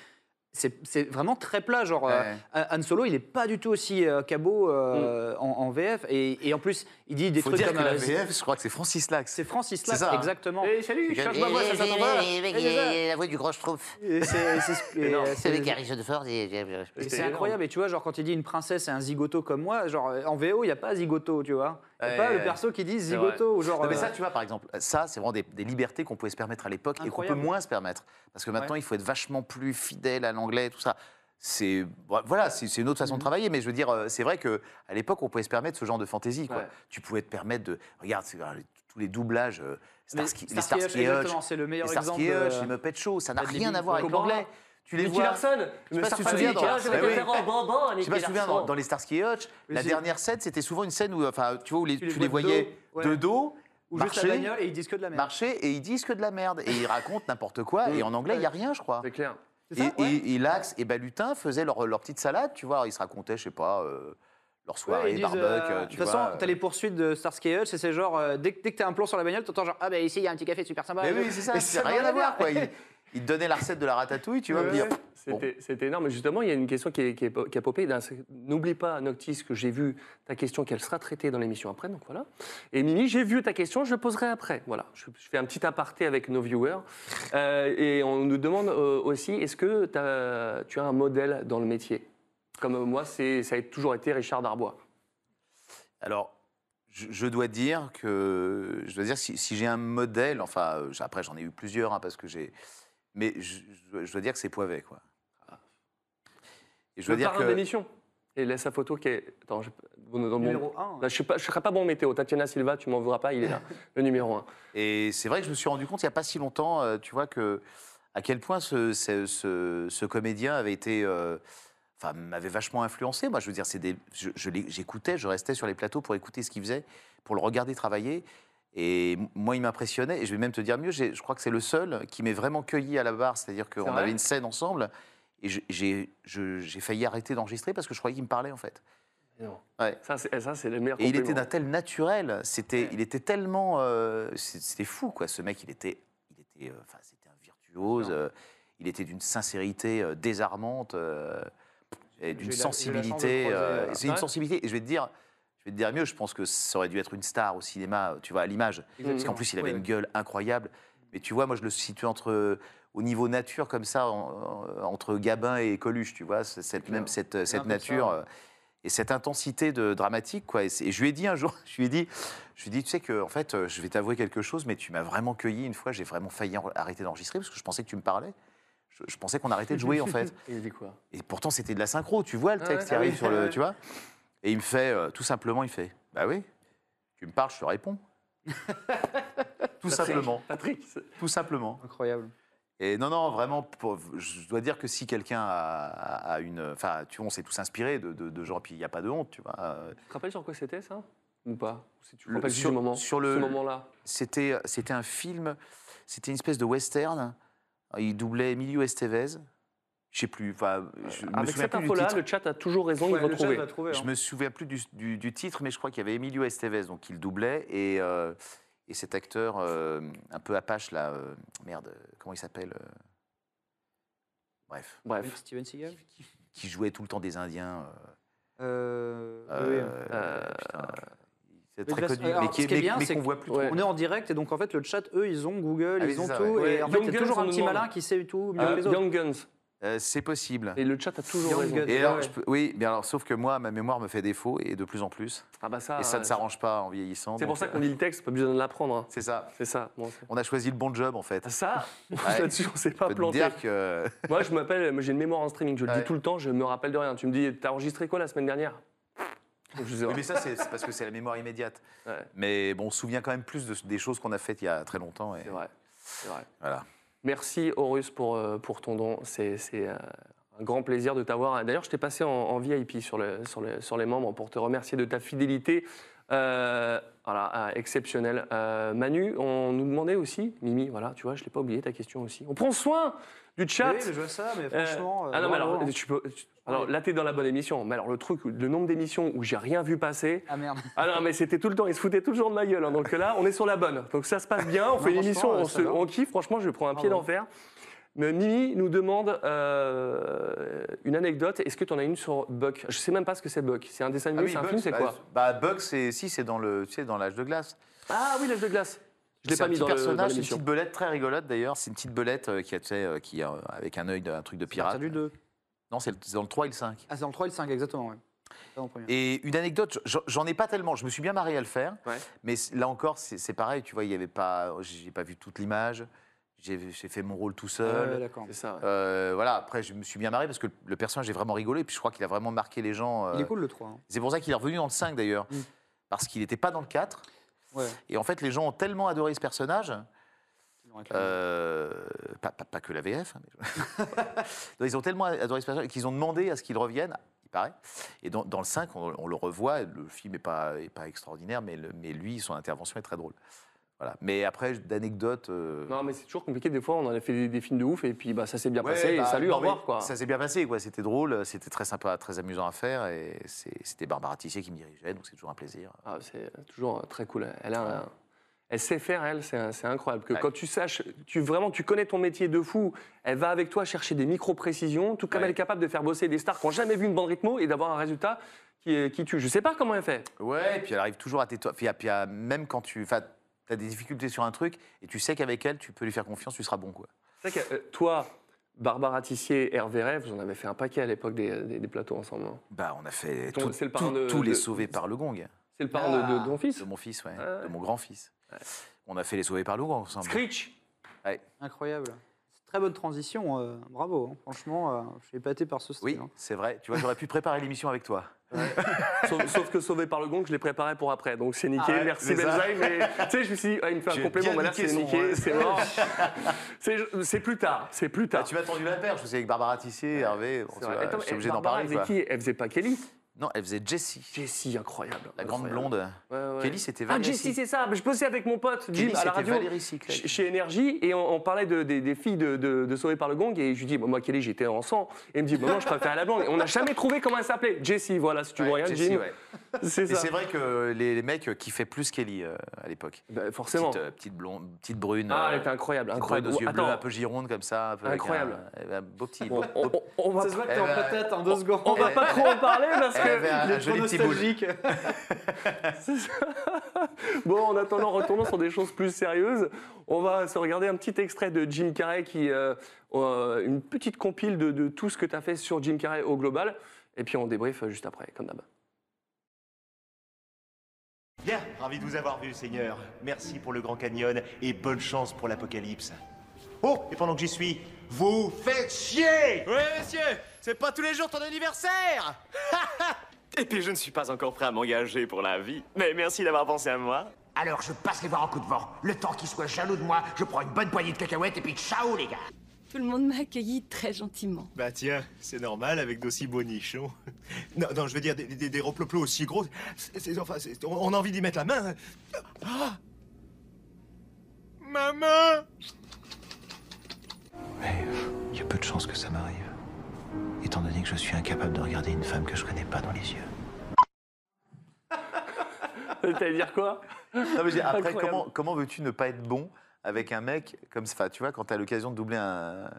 [SPEAKER 5] c'est c'est vraiment très plat genre euh,
[SPEAKER 6] Ouais.
[SPEAKER 5] Han Solo il est pas du tout aussi euh, cabot euh, en, en VF et, et en plus il dit des
[SPEAKER 6] Mm. Faut
[SPEAKER 5] trucs
[SPEAKER 6] dire
[SPEAKER 5] comme
[SPEAKER 6] que la
[SPEAKER 5] euh,
[SPEAKER 6] VF, je crois que c'est Francis Lax.
[SPEAKER 5] c'est Francis Lac
[SPEAKER 6] C'est ça, hein.
[SPEAKER 5] exactement
[SPEAKER 4] Eh, salut, je change ma voix, ça s'entend pas.
[SPEAKER 13] Eh ben, La voix du grand Schtroumpf.
[SPEAKER 5] Et c'est- c'est
[SPEAKER 6] *laughs*
[SPEAKER 5] ce- et, euh,
[SPEAKER 13] C'est avec
[SPEAKER 5] c'est-
[SPEAKER 13] Harrison Ford et...
[SPEAKER 5] Et
[SPEAKER 4] C'était
[SPEAKER 5] c'est
[SPEAKER 4] énorme.
[SPEAKER 5] incroyable. Et tu vois, genre, quand il dit une princesse et un zigoto comme moi, genre, euh, en VO, il n'y a pas zigoto, tu vois. Il n'y a
[SPEAKER 6] Ouais,
[SPEAKER 5] pas
[SPEAKER 6] ouais,
[SPEAKER 5] le
[SPEAKER 6] ouais.
[SPEAKER 5] perso qui dit
[SPEAKER 4] vrai.
[SPEAKER 5] zigoto ou genre.
[SPEAKER 6] Non, mais
[SPEAKER 5] euh,
[SPEAKER 6] ça, tu vois, par exemple, ça, c'est vraiment des, des libertés qu'on pouvait se permettre à l'époque et qu'on peut
[SPEAKER 5] Incroyable.
[SPEAKER 6] moins se permettre. Parce que maintenant, il faut être vachement plus fidèle à l'anglais, tout ça. c'est bah, voilà, c'est c'est une autre façon
[SPEAKER 5] Mm-hmm.
[SPEAKER 6] de travailler, mais je veux dire, euh, c'est vrai que à l'époque, on pouvait se permettre ce genre de fantaisie. Quoi.
[SPEAKER 5] Ouais.
[SPEAKER 6] Tu pouvais te permettre de regarde c'est- euh, tous les doublages. euh,
[SPEAKER 5] Mais
[SPEAKER 6] Starsky, les
[SPEAKER 5] Starsky
[SPEAKER 6] Starsky
[SPEAKER 5] Hutch,
[SPEAKER 6] Hutch,
[SPEAKER 5] exactement, c'est le meilleur
[SPEAKER 6] les Starsky
[SPEAKER 5] exemple de-
[SPEAKER 6] Hutch, les Muppet Show, ça n'a
[SPEAKER 5] Bah, des
[SPEAKER 6] rien à
[SPEAKER 5] Beatles,
[SPEAKER 6] voir avec
[SPEAKER 5] Cobra.
[SPEAKER 6] l'anglais. Tu les
[SPEAKER 4] Nicky
[SPEAKER 6] vois.
[SPEAKER 4] Larson
[SPEAKER 6] Je sais pas si tu
[SPEAKER 4] Sarkozy,
[SPEAKER 6] te souviens dans,
[SPEAKER 4] tiens, je vais
[SPEAKER 6] Eh
[SPEAKER 4] te
[SPEAKER 6] oui.
[SPEAKER 4] faire un bonbon,
[SPEAKER 6] Je sais pas si
[SPEAKER 4] Nicky
[SPEAKER 6] tu te souviens
[SPEAKER 4] Larson.
[SPEAKER 6] dans, dans les Starsky Hutch,
[SPEAKER 5] Oui,
[SPEAKER 6] la
[SPEAKER 5] c'est-
[SPEAKER 6] dernière scène, c'était souvent une scène où, enfin, tu vois, où les- tu les,
[SPEAKER 5] vois de
[SPEAKER 6] voyais
[SPEAKER 5] dos, ouais.
[SPEAKER 6] de dos.
[SPEAKER 5] Ou juste la
[SPEAKER 6] marcher,
[SPEAKER 5] bagnole, et ils disent que de la merde.
[SPEAKER 6] Marcher et ils disent que de la merde. Et ils racontent n'importe
[SPEAKER 5] *laughs*
[SPEAKER 6] quoi. Et en anglais, il n'y a rien, je crois.
[SPEAKER 4] C'est clair.
[SPEAKER 6] Et, et- et Lax et Balutin faisaient leur, leur petite salade, tu vois. Ils se racontaient, je sais pas, euh, leur
[SPEAKER 5] Ouais,
[SPEAKER 6] soirée,
[SPEAKER 5] ils disent,
[SPEAKER 6] barbecue,
[SPEAKER 5] euh,
[SPEAKER 6] tu
[SPEAKER 5] de toute
[SPEAKER 6] vois.
[SPEAKER 5] façon, t'as les poursuites de Starsky et Hutch, et c'est genre, euh, dès, que- dès que t'as un plomb sur la bagnole, t'entends genre, ah bah ici, il y a un petit café super sympa.
[SPEAKER 6] Mais
[SPEAKER 5] Et
[SPEAKER 6] oui,
[SPEAKER 5] tout.
[SPEAKER 6] c'est ça,
[SPEAKER 5] Et
[SPEAKER 6] ça n'a rien à voir, quoi.
[SPEAKER 5] rien à
[SPEAKER 6] Ils, ils te donnaient la recette de la ratatouille, tu vois.
[SPEAKER 4] Ouais,
[SPEAKER 6] puis-
[SPEAKER 4] ouais. C'était c'était énorme. Justement, il y a une question qui, est- qui est po- qui a popé. d'un- c'est- N'oublie pas, Noctis, que j'ai vu ta question, qu'elle sera traitée dans l'émission après. Donc voilà. Et Mimi, j'ai vu ta question, je la poserai après. Voilà. Je, je fais un petit aparté avec nos viewers. Euh, et on nous demande euh, aussi est-ce que t'as- tu as un modèle dans le métier Comme euh, moi, c'est- ça a toujours été Richard Darbois.
[SPEAKER 6] Alors, je, je dois dire que je dois dire si, si j'ai un modèle, enfin euh, j'- après j'en ai eu plusieurs hein, parce que j'ai, mais je, je dois- je dois dire que c'est Poivet quoi.
[SPEAKER 5] Ah.
[SPEAKER 6] Et
[SPEAKER 5] Bah,
[SPEAKER 6] je dois
[SPEAKER 4] le
[SPEAKER 6] dire
[SPEAKER 4] parrain
[SPEAKER 6] que
[SPEAKER 4] d'émission. Et là, sa photo qui est. Attends, je... dans mon-
[SPEAKER 5] Numéro un.
[SPEAKER 4] Là, je ne serai pas bon en météo. Tatiana Silva, tu m'en voudras pas,
[SPEAKER 5] *laughs*
[SPEAKER 4] il est là, le numéro 1.
[SPEAKER 6] et c'est vrai que je me suis rendu compte il n'y a pas si longtemps, euh, tu vois que à quel point ce, ce- ce- ce comédien avait été, euh, enfin m'avait vachement influencé. Moi, je veux dire, c'est des, je, je l'ai- j'écoutais, je restais sur les plateaux pour écouter ce qu'il faisait, pour le regarder travailler. Et m- moi, il m'impressionnait. Et je vais même te dire mieux, j'ai- je crois que c'est le seul qui m'ait vraiment cueilli à la barre. C'est-à-dire
[SPEAKER 4] C'est
[SPEAKER 6] qu'on
[SPEAKER 4] vrai
[SPEAKER 6] avait une scène ensemble et je- j'ai je- j'ai failli arrêter d'enregistrer parce que je croyais qu'il me parlait en fait.
[SPEAKER 4] Non.
[SPEAKER 6] Ouais.
[SPEAKER 4] Ça, c'est eh, ça, c'est le meilleur
[SPEAKER 6] Et il était
[SPEAKER 4] compliment.
[SPEAKER 6] d'un tel naturel, c'était, il était tellement, euh, c'est- c'était fou quoi. Ce mec, il était, il était, euh, enfin, c'était un virtuose. euh, il était d'une sincérité euh, désarmante, euh, et
[SPEAKER 5] eu
[SPEAKER 6] d'une
[SPEAKER 5] la- j'ai eu la chance de le
[SPEAKER 6] sensibilité.
[SPEAKER 5] croiser,
[SPEAKER 6] euh,
[SPEAKER 5] euh,
[SPEAKER 6] c'est une
[SPEAKER 5] ouais.
[SPEAKER 6] sensibilité. Et je vais te dire, je vais te dire mieux. Je pense que ça aurait dû être une star au cinéma, tu vois, à l'image, parce qu'en
[SPEAKER 5] Exactement.
[SPEAKER 6] plus, il avait
[SPEAKER 5] Ouais,
[SPEAKER 6] une
[SPEAKER 5] ouais.
[SPEAKER 6] gueule incroyable. Mais tu vois, moi, je le situe entre au niveau nature comme ça, en- en- entre Gabin et Coluche, tu vois, c'est- cette, même cette, cette
[SPEAKER 5] peu ça,
[SPEAKER 6] nature
[SPEAKER 5] ouais.
[SPEAKER 6] euh, et cette intensité de dramatique, quoi. Et, c'est- et je lui ai dit un jour, *laughs* je lui ai dit, je lui ai dit, tu sais que, en fait, euh, je vais t'avouer quelque chose, mais tu m'as vraiment cueilli une fois. J'ai vraiment failli en- arrêter d'enregistrer parce que je pensais que tu me parlais. Je, je pensais qu'on arrêtait de jouer, en fait.
[SPEAKER 4] Il dit quoi
[SPEAKER 6] Et pourtant, c'était de la synchro. Tu vois le
[SPEAKER 4] Ah
[SPEAKER 6] texte qui
[SPEAKER 4] ouais.
[SPEAKER 6] arrive
[SPEAKER 4] Ah
[SPEAKER 6] sur
[SPEAKER 4] ouais.
[SPEAKER 6] le, tu vois. Et il me fait, euh, tout simplement, il fait, bah oui, tu me parles, je te réponds. tout
[SPEAKER 4] Patrick,
[SPEAKER 6] simplement.
[SPEAKER 4] Patrick, c'est-
[SPEAKER 6] Tout simplement.
[SPEAKER 5] *laughs* Incroyable.
[SPEAKER 6] Et non, non, vraiment, pour- je dois dire que si quelqu'un a, a- a une. Enfin, tu vois, on s'est tous inspirés de, de, de gens, puis il n'y a pas de honte, tu vois. euh,
[SPEAKER 4] Tu te rappelles sur quoi c'était ça Ou pas Ou Si tu te
[SPEAKER 6] le-
[SPEAKER 4] rappelles sur, du moment,
[SPEAKER 6] sur le,
[SPEAKER 4] ce moment-là.
[SPEAKER 6] C'était, c'était un film, c'était une espèce de western. Il doublait Emilio Estevez. Je sais plus. Enfin, je me
[SPEAKER 4] Avec
[SPEAKER 6] souviens
[SPEAKER 4] cette
[SPEAKER 6] plus du
[SPEAKER 4] info-là,
[SPEAKER 6] titre.
[SPEAKER 4] le chat a toujours raison,
[SPEAKER 5] Ouais,
[SPEAKER 4] il
[SPEAKER 5] le
[SPEAKER 4] va
[SPEAKER 5] chat
[SPEAKER 4] trouver.
[SPEAKER 5] va trouver,
[SPEAKER 6] Je
[SPEAKER 5] hein.
[SPEAKER 6] me souviens plus du, du- du titre, mais je crois qu'il y avait Emilio Estevez, donc il doublait, et, euh, et cet acteur euh, un peu apache là, euh, merde, euh, comment il s'appelle euh, Bref,
[SPEAKER 4] Bref.
[SPEAKER 5] Steven Seagal
[SPEAKER 6] qui jouait tout le temps des Indiens.
[SPEAKER 5] Euh,
[SPEAKER 6] euh, euh, putain,
[SPEAKER 5] Mais de
[SPEAKER 6] c'est très
[SPEAKER 5] toute
[SPEAKER 6] connu,
[SPEAKER 5] façon,
[SPEAKER 6] mais,
[SPEAKER 5] alors, ce
[SPEAKER 6] qui est-
[SPEAKER 5] qui est
[SPEAKER 6] mais-
[SPEAKER 5] bien,
[SPEAKER 6] mais
[SPEAKER 5] c'est
[SPEAKER 6] qu'on
[SPEAKER 5] que
[SPEAKER 6] voit plus
[SPEAKER 5] On
[SPEAKER 6] trop.
[SPEAKER 5] est en direct et donc en fait le chat, eux, ils ont Google,
[SPEAKER 6] Ah oui,
[SPEAKER 5] ils
[SPEAKER 6] c'est
[SPEAKER 5] ont
[SPEAKER 6] ça,
[SPEAKER 5] tout.
[SPEAKER 6] ouais.
[SPEAKER 5] Et en
[SPEAKER 4] Ouais,
[SPEAKER 5] fait, il
[SPEAKER 4] Young
[SPEAKER 5] y a
[SPEAKER 4] Guns,
[SPEAKER 5] toujours
[SPEAKER 4] on
[SPEAKER 5] un
[SPEAKER 4] nous
[SPEAKER 5] petit
[SPEAKER 4] demande.
[SPEAKER 5] malin qui sait tout mieux
[SPEAKER 4] Euh,
[SPEAKER 5] que les autres.
[SPEAKER 4] Young Guns.
[SPEAKER 6] Euh, c'est possible.
[SPEAKER 4] Et le chat a toujours
[SPEAKER 5] Young
[SPEAKER 4] raison.
[SPEAKER 5] Guns.
[SPEAKER 6] Et alors,
[SPEAKER 5] ouais.
[SPEAKER 6] je peux- oui, mais alors, sauf que moi, ma mémoire me fait défaut et de plus en plus.
[SPEAKER 4] Ah bah ça.
[SPEAKER 6] et ça
[SPEAKER 4] euh,
[SPEAKER 6] ne s'arrange pas en vieillissant.
[SPEAKER 4] C'est
[SPEAKER 6] donc,
[SPEAKER 4] pour ça
[SPEAKER 6] euh,
[SPEAKER 4] qu'on lit le texte, pas besoin de l'apprendre. hein.
[SPEAKER 6] C'est ça.
[SPEAKER 4] C'est ça. Bon, c'est-
[SPEAKER 6] On a choisi le bon job en fait.
[SPEAKER 4] ça,
[SPEAKER 6] Ouais.
[SPEAKER 4] *laughs* là-dessus, on s'est
[SPEAKER 6] Je
[SPEAKER 4] Ah, pas
[SPEAKER 6] peux te
[SPEAKER 4] planté.
[SPEAKER 6] dire
[SPEAKER 4] *laughs*
[SPEAKER 6] que
[SPEAKER 4] Moi, je m'appelle, moi, j'ai une mémoire en streaming, je le
[SPEAKER 6] Ouais.
[SPEAKER 4] dis tout le temps, je me rappelle de rien. Tu me dis, t'as enregistré quoi la semaine dernière Je sais
[SPEAKER 6] Oui,
[SPEAKER 4] pas.
[SPEAKER 6] mais ça, c'est c'est parce que c'est la mémoire immédiate.
[SPEAKER 4] Ouais.
[SPEAKER 6] Mais bon, on se souvient quand même plus de, des choses qu'on a faites il y a très longtemps. Et
[SPEAKER 4] C'est vrai. C'est vrai.
[SPEAKER 6] voilà.
[SPEAKER 4] Merci Horus pour, euh, pour ton don. C'est c'est, euh, un grand plaisir de t'avoir. D'ailleurs, je t'ai passé en, en VIP sur, le, sur, le- sur les membres pour te remercier de ta fidélité. Euh, voilà, euh, exceptionnelle. Euh, Manu, on nous demandait aussi, Mimi, voilà, tu vois, je l'ai pas oublié ta question aussi. On prend soin du chat.
[SPEAKER 5] Oui, mais je vois ça, mais
[SPEAKER 4] Euh,
[SPEAKER 5] franchement.
[SPEAKER 4] ah non,
[SPEAKER 5] euh,
[SPEAKER 4] mais alors,
[SPEAKER 5] vraiment.
[SPEAKER 4] tu peux, tu- alors là, t'es dans la bonne émission. Mais alors, le truc, le nombre d'émissions où j'ai rien vu passer.
[SPEAKER 5] Ah merde.
[SPEAKER 4] Ah non, mais c'était tout le temps, ils se foutaient toujours de ma gueule. hein. donc là, on est sur la bonne. Donc ça se passe bien, on fait une
[SPEAKER 5] franchement,
[SPEAKER 4] émission,
[SPEAKER 5] euh,
[SPEAKER 4] on,
[SPEAKER 5] ça
[SPEAKER 4] se-
[SPEAKER 5] va.
[SPEAKER 4] on kiffe. Franchement, je prends un pied
[SPEAKER 5] Bravo.
[SPEAKER 4] d'enfer. Mais Mimi nous demande euh, une anecdote. Est-ce que tu en as une sur Buck Je sais même pas ce que c'est Buck. C'est un dessin animé, Ah c'est un film, c'est
[SPEAKER 6] bah,
[SPEAKER 4] quoi
[SPEAKER 6] Bah, Bugs, c'est- si, c'est dans le, tu sais, dans l'âge de glace.
[SPEAKER 4] Ah oui, l'âge de glace. Je l'ai
[SPEAKER 6] C'est
[SPEAKER 4] pas
[SPEAKER 6] un
[SPEAKER 4] mis
[SPEAKER 6] petit
[SPEAKER 4] dans le- dans
[SPEAKER 6] personnage, c'est une
[SPEAKER 4] l'émission.
[SPEAKER 6] petite belette très rigolote d'ailleurs. C'est une petite belette euh, qui a, tu sais, euh, qui a, euh, avec un œil d'un truc de
[SPEAKER 5] C'est à partir
[SPEAKER 6] pirate.
[SPEAKER 5] du 2.
[SPEAKER 6] Non, c'est le- c'est dans le 3 et le 5.
[SPEAKER 5] Ah, c'est dans le 3 et le 5, exactement, ouais. C'est dans le premier.
[SPEAKER 6] Et une anecdote, j'en- j'en ai pas tellement. Je me suis bien marié à le faire,
[SPEAKER 4] Ouais.
[SPEAKER 6] mais c- là encore, c'est c'est pareil. Tu vois, il y avait pas, j'ai pas vu toute l'image. J'ai j'ai fait mon rôle tout
[SPEAKER 5] Ah ouais,
[SPEAKER 6] seul.
[SPEAKER 5] d'accord. C'est
[SPEAKER 4] ça, ouais.
[SPEAKER 6] Euh, voilà, après, je me suis bien marré parce que le personnage, j'ai vraiment rigolé. Puis je crois qu'il a vraiment marqué les gens.
[SPEAKER 5] Il est Mmh.
[SPEAKER 6] euh,
[SPEAKER 5] cool le 3. hein.
[SPEAKER 6] C'est pour ça qu'il est revenu dans le 5 d'ailleurs. Parce qu'il n'était pas dans le 4.
[SPEAKER 5] Ouais.
[SPEAKER 6] Et en fait, les gens ont tellement adoré ce personnage.
[SPEAKER 5] l'ont acclamé.
[SPEAKER 6] euh, pas, pas- pas que la VF. hein, mais- *laughs* Non, ils ont tellement adoré ce personnage qu'ils ont demandé à ce qu'il revienne, il paraît. Et dans, dans le 5, on, on le revoit. Le film n'est pas, est pas extraordinaire, mais, le- mais lui, son intervention est très drôle. Voilà. Mais après, d'anecdotes. euh,
[SPEAKER 4] Non, mais c'est toujours compliqué. Des fois, on en a fait des, des films de ouf et puis bah, ça s'est bien
[SPEAKER 6] Ouais,
[SPEAKER 4] passé.
[SPEAKER 6] bah,
[SPEAKER 4] et salut,
[SPEAKER 6] non,
[SPEAKER 4] au revoir.
[SPEAKER 6] mais
[SPEAKER 4] Quoi.
[SPEAKER 6] Ça s'est bien passé, quoi. C'était drôle, c'était très sympa, très amusant à faire. Et c'est- c'était Barbara Tissier qui me dirigeait, donc c'est toujours un plaisir.
[SPEAKER 4] Ah, c'est toujours euh, très cool. Elle, a un- elle sait faire, elle, c'est c'est incroyable. Que Quand tu saches, tu, vraiment, tu connais ton métier de fou, elle va avec toi chercher des micro-précisions, tout comme elle est capable de faire bosser des stars qui n'ont jamais vu une bande rythmo et d'avoir un résultat qui, est- qui tue. Je sais pas comment elle fait.
[SPEAKER 6] Ouais, et puis elle arrive toujours à t'étouffer. Puis, à- puis à- même quand tu as des difficultés sur un truc, et tu sais qu'avec elle, tu peux lui faire confiance, tu seras bon, quoi.
[SPEAKER 4] C'est vrai que euh, toi, Barbara Tissier, Hervé Rey, vous en avez fait un paquet à l'époque des, des- des plateaux ensemble. hein.
[SPEAKER 6] Bah, on a fait
[SPEAKER 4] Ton-
[SPEAKER 6] tout-
[SPEAKER 4] c'est le
[SPEAKER 6] tout-
[SPEAKER 4] parrain de-
[SPEAKER 6] tous
[SPEAKER 4] de-
[SPEAKER 6] les sauvés par le gong.
[SPEAKER 4] C'est le parrain de- de- de ton fils
[SPEAKER 6] De mon fils, ouais.
[SPEAKER 4] Ah ouais.
[SPEAKER 6] De mon grand-fils. On a fait les sauvés par le gong ensemble.
[SPEAKER 4] Screech
[SPEAKER 6] Ouais.
[SPEAKER 5] Incroyable. C'est Très bonne transition, euh, bravo. hein. Franchement, euh, je suis épaté par ce style. hein.
[SPEAKER 6] Oui,
[SPEAKER 4] hein.
[SPEAKER 6] c'est vrai. Tu vois, j'aurais pu préparer l'émission avec toi.
[SPEAKER 4] Sauf, sauf que Sauvé par le gong, je l'ai préparé pour après, donc c'est niqué.
[SPEAKER 6] Ah ouais,
[SPEAKER 4] Merci
[SPEAKER 6] c'est ça.
[SPEAKER 4] Benjaï, mais tu sais, je me suis dit, ah, il me fait
[SPEAKER 6] Tu
[SPEAKER 4] un
[SPEAKER 6] as
[SPEAKER 4] complément,
[SPEAKER 6] bien
[SPEAKER 4] mais là
[SPEAKER 6] niqué
[SPEAKER 4] c'est
[SPEAKER 6] son-
[SPEAKER 4] niqué, c'est mort. c'est c'est plus tard, c'est plus tard.
[SPEAKER 6] Ah, tu m'as tendu la perche, parce qu'avec Barbara Tissier, Hervé, on
[SPEAKER 4] Ah. C'est vrai. Attends,
[SPEAKER 6] suis obligé
[SPEAKER 4] eh,
[SPEAKER 6] d'en
[SPEAKER 4] Barbara,
[SPEAKER 6] parler.
[SPEAKER 4] elle faisait
[SPEAKER 6] quoi.
[SPEAKER 4] qui Elle faisait pas Kelly
[SPEAKER 6] Non, elle faisait Jessie.
[SPEAKER 4] Jessie, incroyable.
[SPEAKER 6] La grande
[SPEAKER 4] Incroyable.
[SPEAKER 6] blonde.
[SPEAKER 4] Ouais, ouais.
[SPEAKER 6] Kelly, c'était
[SPEAKER 4] Ah,
[SPEAKER 6] Valérie.
[SPEAKER 4] Jessie, c'est ça. Je bossais avec mon pote Jim
[SPEAKER 6] Kelly,
[SPEAKER 4] à la
[SPEAKER 6] c'était
[SPEAKER 4] radio.
[SPEAKER 6] Valérie Cyclette.
[SPEAKER 4] ch- Chez Énergie, et on, on parlait de- des, des filles de, de, de Sauvé par le Gong, et je lui dis, bah, moi, Kelly, j'étais en sang. Et il me dit, bah, non, je préfère la blonde. Et on n'a jamais trouvé comment elle s'appelait. Jessie, voilà, si tu
[SPEAKER 6] Ouais,
[SPEAKER 4] vois rien,
[SPEAKER 6] Jessie,
[SPEAKER 4] Jim.
[SPEAKER 6] ouais.
[SPEAKER 4] C'est
[SPEAKER 6] Et
[SPEAKER 4] ça.
[SPEAKER 6] c'est vrai que les, les mecs kiffaient plus Kelly euh, à l'époque.
[SPEAKER 4] Bah, forcément.
[SPEAKER 6] Petite, euh, petite blonde, petite brune.
[SPEAKER 4] Ah,
[SPEAKER 6] euh,
[SPEAKER 4] elle était incroyable,
[SPEAKER 6] petite
[SPEAKER 4] incroyable.
[SPEAKER 6] brune aux yeux
[SPEAKER 4] Attends.
[SPEAKER 6] bleus, un peu gironde comme ça. un peu avec
[SPEAKER 4] Incroyable.
[SPEAKER 6] Un, un beau petit.
[SPEAKER 4] On-
[SPEAKER 6] beau- beau-
[SPEAKER 4] on- on va-
[SPEAKER 5] Ça se voit que t'es
[SPEAKER 6] Eh
[SPEAKER 5] en
[SPEAKER 6] ben,
[SPEAKER 5] patate en deux secondes. *laughs*
[SPEAKER 4] On va pas trop en parler parce
[SPEAKER 6] Elle avait un,
[SPEAKER 4] que.
[SPEAKER 6] un joli petit boule.
[SPEAKER 4] Bon, en attendant, retournons sur des choses plus sérieuses. On va se regarder un petit extrait de Jim Carrey, qui, euh, euh, une petite compile de, de tout ce que tu as fait sur Jim Carrey au global. Et puis on débrief euh, juste après, comme d'hab.
[SPEAKER 14] Bien, ravi de vous avoir vu, Seigneur. Merci pour le Grand Canyon et bonne chance pour l'apocalypse. Oh, et pendant que j'y suis, vous faites chier
[SPEAKER 2] Oui, messieurs, c'est pas tous les jours ton anniversaire
[SPEAKER 1] Et puis je ne suis pas encore prêt à m'engager pour la vie. Mais merci d'avoir pensé à moi.
[SPEAKER 3] Alors je passe les voir en coup de vent. Le temps qu'ils soient jaloux de moi, je prends une bonne poignée de cacahuètes et puis ciao les gars.
[SPEAKER 12] Tout le monde m'a accueilli très gentiment.
[SPEAKER 14] Bah tiens, c'est normal avec d'aussi beaux nichons. Non, non, je veux dire, des, des, des roploplos aussi gros, c'est, c'est- enfin, c'est- on, on a envie d'y mettre la main. Ah Maman
[SPEAKER 9] Il y a peu de chances que ça m'arrive. Étant donné que je suis incapable de regarder une femme que je connais pas dans les yeux.
[SPEAKER 4] T'allais dire quoi
[SPEAKER 6] Non, mais j'ai- après,
[SPEAKER 4] Incroyable.
[SPEAKER 6] comment, comment veux-tu ne pas être bon avec un mec comme ça Enfin, Tu vois, quand tu as l'occasion de doubler un,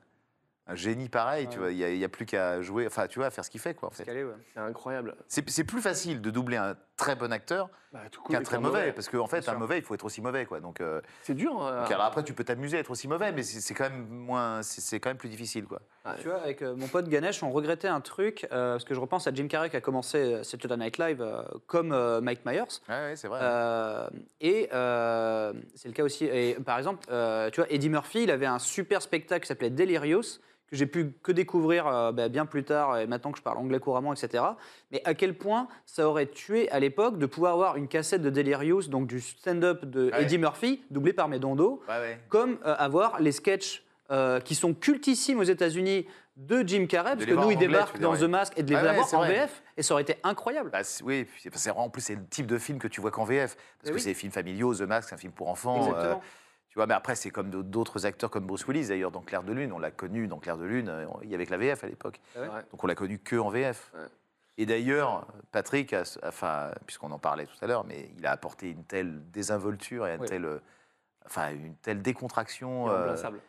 [SPEAKER 6] un génie pareil, tu vois, il n'y a, plus qu'à jouer, enfin, tu vois, à faire ce qu'il fait, quoi, en fait.
[SPEAKER 4] C'est incroyable.
[SPEAKER 6] C'est c'est plus facile de doubler un très bon acteur
[SPEAKER 4] Bah, court,
[SPEAKER 6] qu'un
[SPEAKER 4] mais
[SPEAKER 6] très
[SPEAKER 4] qu'un
[SPEAKER 6] mauvais,
[SPEAKER 4] mauvais.
[SPEAKER 6] parce qu'en fait,
[SPEAKER 4] Bien
[SPEAKER 6] un
[SPEAKER 4] sûr.
[SPEAKER 6] mauvais, il faut être aussi mauvais, quoi. Donc, euh,
[SPEAKER 4] C'est dur. euh,
[SPEAKER 6] donc, alors après, tu peux t'amuser à être aussi mauvais, mais c'est c'est quand même moins, c'est c'est quand même plus difficile, quoi.
[SPEAKER 5] Tu vois, avec euh, mon pote Ganesh, on regrettait un truc, euh, parce que je repense à Jim Carrey qui a commencé euh, Saturday Night Live euh, comme euh, Mike Myers.
[SPEAKER 6] Ouais, ouais, c'est vrai.
[SPEAKER 5] Euh, et euh, c'est le cas aussi. Et, par exemple, euh, tu vois, Eddie Murphy, il avait un super spectacle qui s'appelait Delirious, que j'ai pu que découvrir euh, bah, bien plus tard, et maintenant que je parle anglais couramment, etc. Mais à quel point ça aurait tué à l'époque de pouvoir avoir une cassette de Delirious, donc du stand-up de
[SPEAKER 6] Ouais.
[SPEAKER 5] Eddie Murphy, doublé par Medondo,
[SPEAKER 6] Ouais, ouais.
[SPEAKER 5] comme euh, avoir les sketchs euh, qui sont cultissimes aux États-Unis de Jim Carrey,
[SPEAKER 6] De
[SPEAKER 5] parce
[SPEAKER 6] les
[SPEAKER 5] que
[SPEAKER 6] voir
[SPEAKER 5] nous,
[SPEAKER 6] en
[SPEAKER 5] il
[SPEAKER 6] anglais,
[SPEAKER 5] débarque
[SPEAKER 6] tu veux dire,
[SPEAKER 5] dans The
[SPEAKER 6] ouais.
[SPEAKER 5] Mask et de les
[SPEAKER 6] Ah ouais,
[SPEAKER 5] avoir
[SPEAKER 6] c'est
[SPEAKER 5] en
[SPEAKER 6] vrai.
[SPEAKER 5] VF, et ça aurait été incroyable.
[SPEAKER 6] Bah, c'est- oui, puis c'est- parce que en plus, c'est le type de film que tu vois qu'en VF. Parce
[SPEAKER 5] Eh
[SPEAKER 6] que
[SPEAKER 5] oui.
[SPEAKER 6] c'est des films familiaux, The Mask, c'est un film pour enfants. euh,
[SPEAKER 5] Exactement.
[SPEAKER 6] tu vois, mais après, c'est comme d'autres acteurs comme Bruce Willis, d'ailleurs, dans Claire de Lune. On l'a connu dans Claire de Lune, euh, il y avait que la VF à l'époque.
[SPEAKER 5] Ah ouais
[SPEAKER 6] Donc on l'a connu que en VF. Et d'ailleurs, Patrick, a- enfin, puisqu'on en parlait tout à l'heure, mais il a apporté une telle désinvolture et une
[SPEAKER 4] Ouais.
[SPEAKER 6] telle, euh, enfin, une telle décontraction. euh,
[SPEAKER 4] Irremplaçable.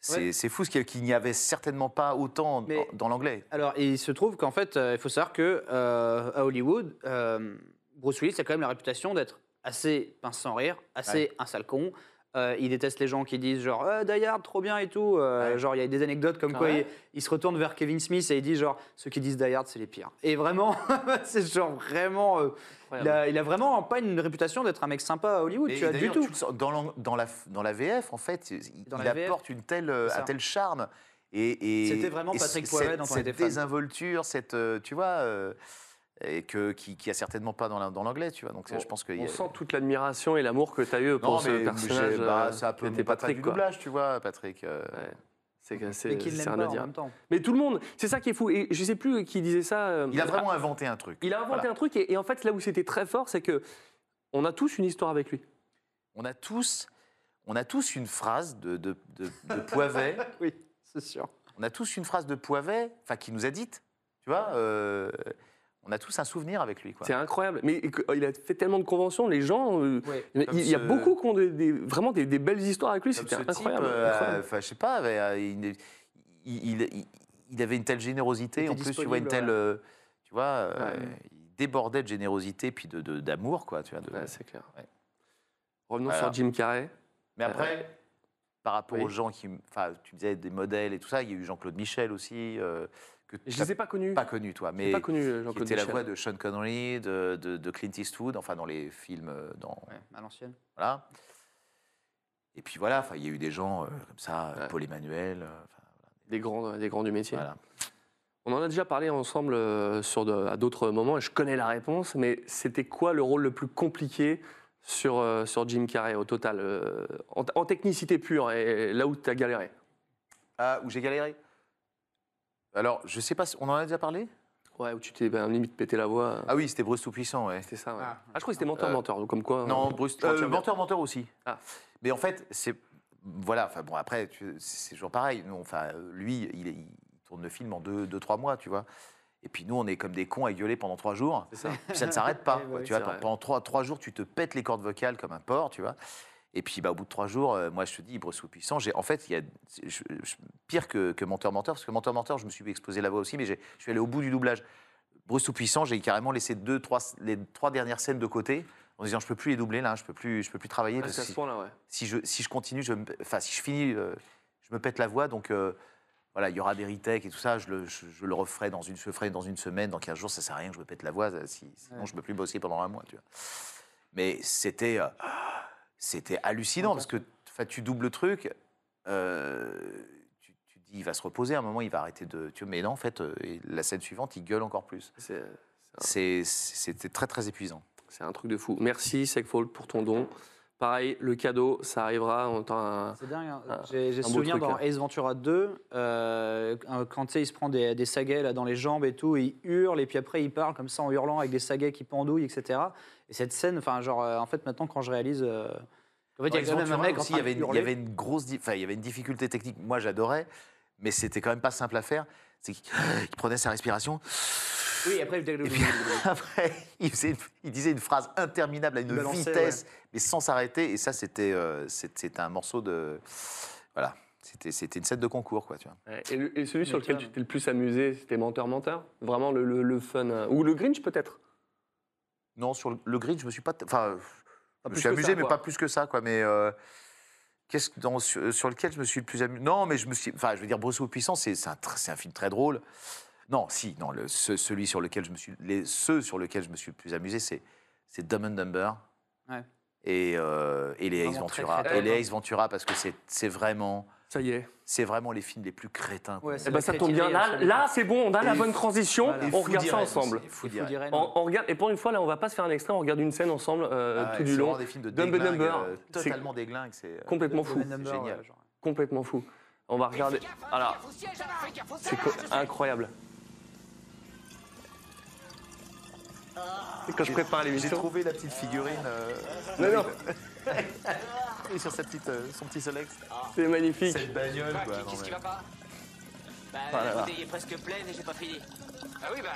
[SPEAKER 6] c'est
[SPEAKER 5] Ouais.
[SPEAKER 6] c'est fou ce qu'il qu'il n'y avait certainement pas autant
[SPEAKER 5] Mais-
[SPEAKER 6] dans- dans l'anglais.
[SPEAKER 5] Alors, et il se trouve qu'en fait, euh, il faut savoir que euh, à Hollywood, euh, Bruce Willis a quand même la réputation d'être assez pince sans rire, assez un sale con, Euh, il déteste les gens qui disent genre euh, Die Hard, trop bien et tout. Euh, Genre il y a des anecdotes comme
[SPEAKER 4] Ah
[SPEAKER 5] quoi
[SPEAKER 4] ouais
[SPEAKER 5] il, il se retourne vers Kevin Smith et il dit genre ceux qui disent Die Hard c'est les pires. Et vraiment, *laughs* c'est genre vraiment, euh, il, a, il a vraiment pas une réputation d'être un mec sympa à Hollywood,
[SPEAKER 6] Et
[SPEAKER 5] tu vois, du
[SPEAKER 6] d'ailleurs,
[SPEAKER 5] tout.
[SPEAKER 6] tu le sens- dans, l'ang- dans la, dans la VF, en fait, il,
[SPEAKER 5] Dans
[SPEAKER 6] il
[SPEAKER 5] la VF.
[SPEAKER 6] apporte une telle, euh,
[SPEAKER 5] C'est ça.
[SPEAKER 6] un tel charme. Et, et-
[SPEAKER 5] C'était vraiment
[SPEAKER 6] et
[SPEAKER 5] Patrick
[SPEAKER 6] ce-
[SPEAKER 5] Poivet
[SPEAKER 6] cette-
[SPEAKER 5] dont on
[SPEAKER 6] cette
[SPEAKER 5] était fan.
[SPEAKER 6] désinvolture, cette, euh, tu vois, euh, et que, qui, qui a certainement pas dans la- dans l'anglais, tu vois. Donc c'est- je pense que
[SPEAKER 4] On sent toute l'admiration et l'amour que tu as eu pour
[SPEAKER 6] non,
[SPEAKER 4] ce
[SPEAKER 6] mais
[SPEAKER 4] personnage.
[SPEAKER 6] j'ai- bah,
[SPEAKER 4] euh,
[SPEAKER 6] c'est un peu
[SPEAKER 4] qui était
[SPEAKER 6] mon papa
[SPEAKER 4] Patrick,
[SPEAKER 6] du
[SPEAKER 4] quoi.
[SPEAKER 6] doublage, tu vois, Patrick. euh,
[SPEAKER 4] C'est que
[SPEAKER 6] Mais
[SPEAKER 4] c'est
[SPEAKER 6] qui ne l'aime
[SPEAKER 4] c'est rien
[SPEAKER 6] pas
[SPEAKER 4] à
[SPEAKER 6] en
[SPEAKER 4] dire.
[SPEAKER 5] hein.
[SPEAKER 6] même temps.
[SPEAKER 4] Mais tout le monde, c'est ça qui est fou. Et je sais plus qui disait ça. euh,
[SPEAKER 6] Il a vraiment
[SPEAKER 4] ah,
[SPEAKER 6] inventé un truc.
[SPEAKER 4] Il a inventé
[SPEAKER 6] Voilà.
[SPEAKER 4] un truc et, et en fait là où c'était très fort, c'est que on a tous une histoire avec lui.
[SPEAKER 6] On a tous, on a tous une phrase de, de, de- de Poivet.
[SPEAKER 5] oui, c'est sûr.
[SPEAKER 6] On a tous une phrase de Poivet, enfin qui nous a dite, tu vois. euh, on a tous un souvenir avec lui, quoi.
[SPEAKER 4] C'est incroyable. Mais que- il a fait tellement de conventions, les gens. euh,
[SPEAKER 6] Ouais.
[SPEAKER 4] il-
[SPEAKER 6] Comme
[SPEAKER 4] il, y a
[SPEAKER 6] ce-
[SPEAKER 4] beaucoup qui ont des- des- vraiment des, des belles histoires avec lui.
[SPEAKER 6] Comme
[SPEAKER 4] C'était
[SPEAKER 6] ce type,
[SPEAKER 4] incroyable.
[SPEAKER 6] euh,
[SPEAKER 4] incroyable.
[SPEAKER 6] Enfin, je sais pas, avait, euh, une- il, il- il avait une telle générosité,
[SPEAKER 4] Il était
[SPEAKER 6] en plus, tu vois, une
[SPEAKER 4] disponible,
[SPEAKER 6] telle.
[SPEAKER 4] ouais.
[SPEAKER 6] euh, tu vois, euh, il débordait de générosité puis d'amour, de, d'amour, quoi. Tu vois, de-
[SPEAKER 4] c'est clair. Revenons
[SPEAKER 6] Voilà.
[SPEAKER 4] sur Jim Carrey.
[SPEAKER 6] Mais après, par rapport
[SPEAKER 4] oui.
[SPEAKER 6] aux gens qui. Enfin, tu me disais des modèles et tout ça, il y a eu Jean-Claude Michel aussi. euh, que
[SPEAKER 4] Je
[SPEAKER 6] t'as
[SPEAKER 4] les ai pas connus.
[SPEAKER 6] Pas connu, toi.
[SPEAKER 4] Je l'ai
[SPEAKER 6] Mais
[SPEAKER 4] pas connu, euh,
[SPEAKER 6] qui
[SPEAKER 4] Jean-Claude
[SPEAKER 6] était la
[SPEAKER 4] Michel.
[SPEAKER 6] voix de Sean Connery, de, de- de Clint Eastwood, enfin, dans les films. euh, Dans,
[SPEAKER 5] À l'ancienne.
[SPEAKER 6] Voilà. Et puis voilà, enfin, il y a eu des gens euh, comme ça, euh, Paul Emmanuel. euh, enfin,
[SPEAKER 4] Des grands, des grands du métier. On en a déjà parlé ensemble euh, sur de- à d'autres moments et je connais la réponse, mais c'était quoi le rôle le plus compliqué sur, euh, sur Jim Carrey au total euh, en, en technicité pure et là où tu as galéré
[SPEAKER 6] Ah, où j'ai galéré Alors, je sais pas, si- on en a déjà parlé
[SPEAKER 4] Ouais, où tu t'es ben, limite pété la voix.
[SPEAKER 6] Ah oui, c'était Bruce Tout-Puissant, ouais.
[SPEAKER 4] C'était ça, ouais. Ah, je crois que c'était menteur, menteur, donc comme quoi.
[SPEAKER 6] Non,
[SPEAKER 4] euh,
[SPEAKER 6] Bruce.
[SPEAKER 4] tu retiens
[SPEAKER 6] euh, Ah.
[SPEAKER 4] bien.
[SPEAKER 6] menteur, menteur aussi. Mais en fait, c'est. Voilà, enfin bon, après, tu- c'est toujours pareil. Nous, enfin, lui, il, est- il tourne le film en deux, deux, trois mois, tu vois. Et puis nous, on est comme des cons à gueuler pendant trois jours.
[SPEAKER 4] ça.
[SPEAKER 6] Puis ça ne s'arrête pas.
[SPEAKER 4] *laughs* Eh ben
[SPEAKER 6] quoi,
[SPEAKER 4] oui,
[SPEAKER 6] tu vois,
[SPEAKER 4] c'est
[SPEAKER 6] Pendant-
[SPEAKER 4] vrai.
[SPEAKER 6] pendant trois, trois jours, tu te pètes les cordes vocales comme un porc, tu vois. Et puis, bah, au bout de trois jours, euh, moi, je te dis, Bruce Tout-Puissant, j'ai- en fait, il y a, je- je- pire que, que Menteur Menteur, parce que Menteur Menteur, je me suis exposé la voix aussi, mais j'ai- je suis allé au bout du doublage. Bruce Tout-Puissant, j'ai carrément laissé deux, trois, les trois dernières scènes de côté en disant, je peux plus les doubler là, je peux plus, je peux plus travailler.
[SPEAKER 4] Ah,
[SPEAKER 6] parce
[SPEAKER 4] c'est à
[SPEAKER 6] que
[SPEAKER 4] ce
[SPEAKER 6] si-
[SPEAKER 4] point-là, ouais.
[SPEAKER 6] si je, si je continue, je me- enfin, si je finis, euh, je me pète la voix. Donc, euh, voilà, il y aura des retakes et tout ça. Je le, je, je le referai dans une, je le ferai dans une semaine, dans 15 jours. Ça sert à rien que je me pète la voix. ça, si- sinon,
[SPEAKER 14] Ouais.
[SPEAKER 6] je ne peux plus bosser pendant un mois. Tu vois. Mais c'était, euh, c'était hallucinant parce que enfin, tu doubles le truc. euh, tu, tu dis, il va se reposer. À un moment, il va arrêter de. Tu vois, mais non, en fait, euh, et la scène suivante, il gueule encore plus. C'est- C'était très, très épuisant.
[SPEAKER 4] C'est un truc de fou. Merci, Segfall, pour ton don. Pareil, le cadeau, ça arrivera. On t'en-
[SPEAKER 5] C'est dingue. hein.
[SPEAKER 4] un-
[SPEAKER 5] J'ai j'ai
[SPEAKER 4] Ah, un beau
[SPEAKER 5] souvenir
[SPEAKER 4] truc,
[SPEAKER 5] dans
[SPEAKER 4] hein.
[SPEAKER 5] Ace Ventura 2, euh, quand tu sais, il se prend des, des saguets là, dans les jambes et tout, il hurle et puis après il parle comme ça en hurlant avec des saguets qui pendouillent, etc. Et cette scène, enfin, genre, euh, en fait, maintenant quand je réalise. euh, en fait, il y a
[SPEAKER 6] Dans
[SPEAKER 5] quand même un
[SPEAKER 6] Ventura
[SPEAKER 5] mec en
[SPEAKER 6] aussi,
[SPEAKER 5] train
[SPEAKER 6] il y avait
[SPEAKER 5] de
[SPEAKER 6] une, il y
[SPEAKER 5] hurler.
[SPEAKER 6] avait une grosse, di- enfin, il y avait une difficulté technique. Moi, j'adorais, mais c'était quand même pas simple à faire. C'est qu'il il prenait sa respiration,
[SPEAKER 5] Oui, après, il
[SPEAKER 6] et
[SPEAKER 5] *laughs*
[SPEAKER 6] puis *laughs* après, il, faisait une- il disait une phrase interminable à une
[SPEAKER 5] Il balançait,
[SPEAKER 6] vitesse, mais sans s'arrêter. Et ça, c'était, euh, c'est- c'était un morceau de, voilà, c'était, c'était une scène de concours, quoi, tu vois.
[SPEAKER 4] Ouais, Et, le- et celui sur lequel tu t'es le plus amusé, c'était Menteur Menteur Vraiment le, le- le fun. euh, Ou le Grinch peut-être
[SPEAKER 6] Non, sur le, le grid, je me suis pas, t- enfin, je me
[SPEAKER 4] plus
[SPEAKER 6] suis
[SPEAKER 4] que
[SPEAKER 6] amusé,
[SPEAKER 4] ça,
[SPEAKER 6] mais
[SPEAKER 4] quoi.
[SPEAKER 6] pas plus que ça, quoi. Mais euh, qu'est-ce que- dans- sur, sur lequel je me suis le plus amusé Non, mais je me suis, enfin, je veux dire, Bruce Puissant, c'est c'est un, tr- c'est un film très drôle. Non, si, non, le- ce- celui sur lequel je me suis, les, ceux sur lequel je me suis le plus amusé, c'est c'est Dumb and Dumber
[SPEAKER 5] Ouais.
[SPEAKER 6] et, euh, et les Ace
[SPEAKER 5] Vraiment très
[SPEAKER 6] Ventura.
[SPEAKER 5] crétin,
[SPEAKER 6] Et les
[SPEAKER 5] hein.
[SPEAKER 6] Ace Ventura, parce que c'est- c'est vraiment,
[SPEAKER 4] Ça y est.
[SPEAKER 6] c'est vraiment les films les plus crétins. qu'on
[SPEAKER 4] Eh
[SPEAKER 6] ait.
[SPEAKER 4] ben, ça tombe bien. Là,
[SPEAKER 6] hein,
[SPEAKER 4] là, c'est bon, on a la bonne transition.
[SPEAKER 6] Voilà. Et
[SPEAKER 4] On
[SPEAKER 6] Food
[SPEAKER 4] regarde ça
[SPEAKER 6] Irene
[SPEAKER 4] ensemble.
[SPEAKER 6] aussi, et Food Et Food Irene. Irene,
[SPEAKER 4] On, on regarde, et pour une fois, là, on va pas se faire un extrait, on regarde une scène ensemble euh,
[SPEAKER 6] Ah,
[SPEAKER 4] tout
[SPEAKER 6] et
[SPEAKER 4] du
[SPEAKER 6] c'est
[SPEAKER 4] long.
[SPEAKER 6] vraiment des films de
[SPEAKER 4] Dumb and
[SPEAKER 6] déglingue,
[SPEAKER 4] Dumber,
[SPEAKER 6] euh,
[SPEAKER 4] c'est
[SPEAKER 6] totalement déglingue, c'est euh,
[SPEAKER 4] complètement
[SPEAKER 6] Dumb
[SPEAKER 4] fou.
[SPEAKER 6] and Dumber,
[SPEAKER 4] C'est
[SPEAKER 6] ouais, genre.
[SPEAKER 4] Complètement fou. On va regarder. Alors, c'est co- incroyable. C'est quand je prépare l'émission.
[SPEAKER 6] J'ai trouvé la petite figurine. euh,
[SPEAKER 4] *laughs* Non, non.
[SPEAKER 6] *laughs* Et sur sa petite, euh, son petit Solex.
[SPEAKER 4] C'est magnifique.
[SPEAKER 6] Cette bagnole, quoi. non, mais-
[SPEAKER 15] pas Bah,
[SPEAKER 4] Ah
[SPEAKER 6] Oh là
[SPEAKER 15] la
[SPEAKER 6] là.
[SPEAKER 15] bouteille est presque pleine et j'ai pas fini. Ah oui, bah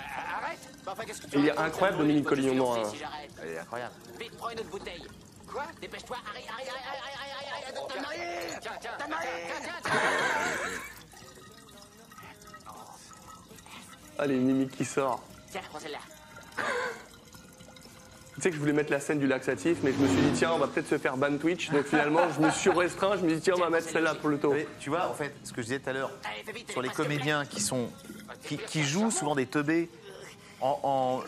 [SPEAKER 15] arrête Bah, enfin, qu'est-ce que tu
[SPEAKER 4] Il est
[SPEAKER 15] racontes,
[SPEAKER 4] incroyable,
[SPEAKER 15] ça me
[SPEAKER 4] Dominique
[SPEAKER 15] brûle,
[SPEAKER 4] Collignon, hein.
[SPEAKER 15] faut que je
[SPEAKER 4] dans
[SPEAKER 15] finisse si j'arrête.
[SPEAKER 6] Elle est incroyable.
[SPEAKER 15] Vite, prends une autre bouteille. Quoi Dépêche-toi, arrête, arrête, arrête, arrête, arrête, arrête, arrête, donne-moi une. Tiens, tiens, donne-moi une, tiens, tiens,
[SPEAKER 4] Allez, Mimi qui sort.
[SPEAKER 15] tiens. Tiens, prends celle-là.
[SPEAKER 4] sais que je voulais mettre la scène du laxatif, mais je me suis dit, tiens, on va peut-être se faire ban Twitch. Donc finalement, je me suis restreint, je me suis dit, tiens, on va mettre celle-là plutôt.
[SPEAKER 6] Tu vois, en fait, ce que je disais tout à l'heure, sur les comédiens qui sont qui, qui jouent souvent des teubés, en, en-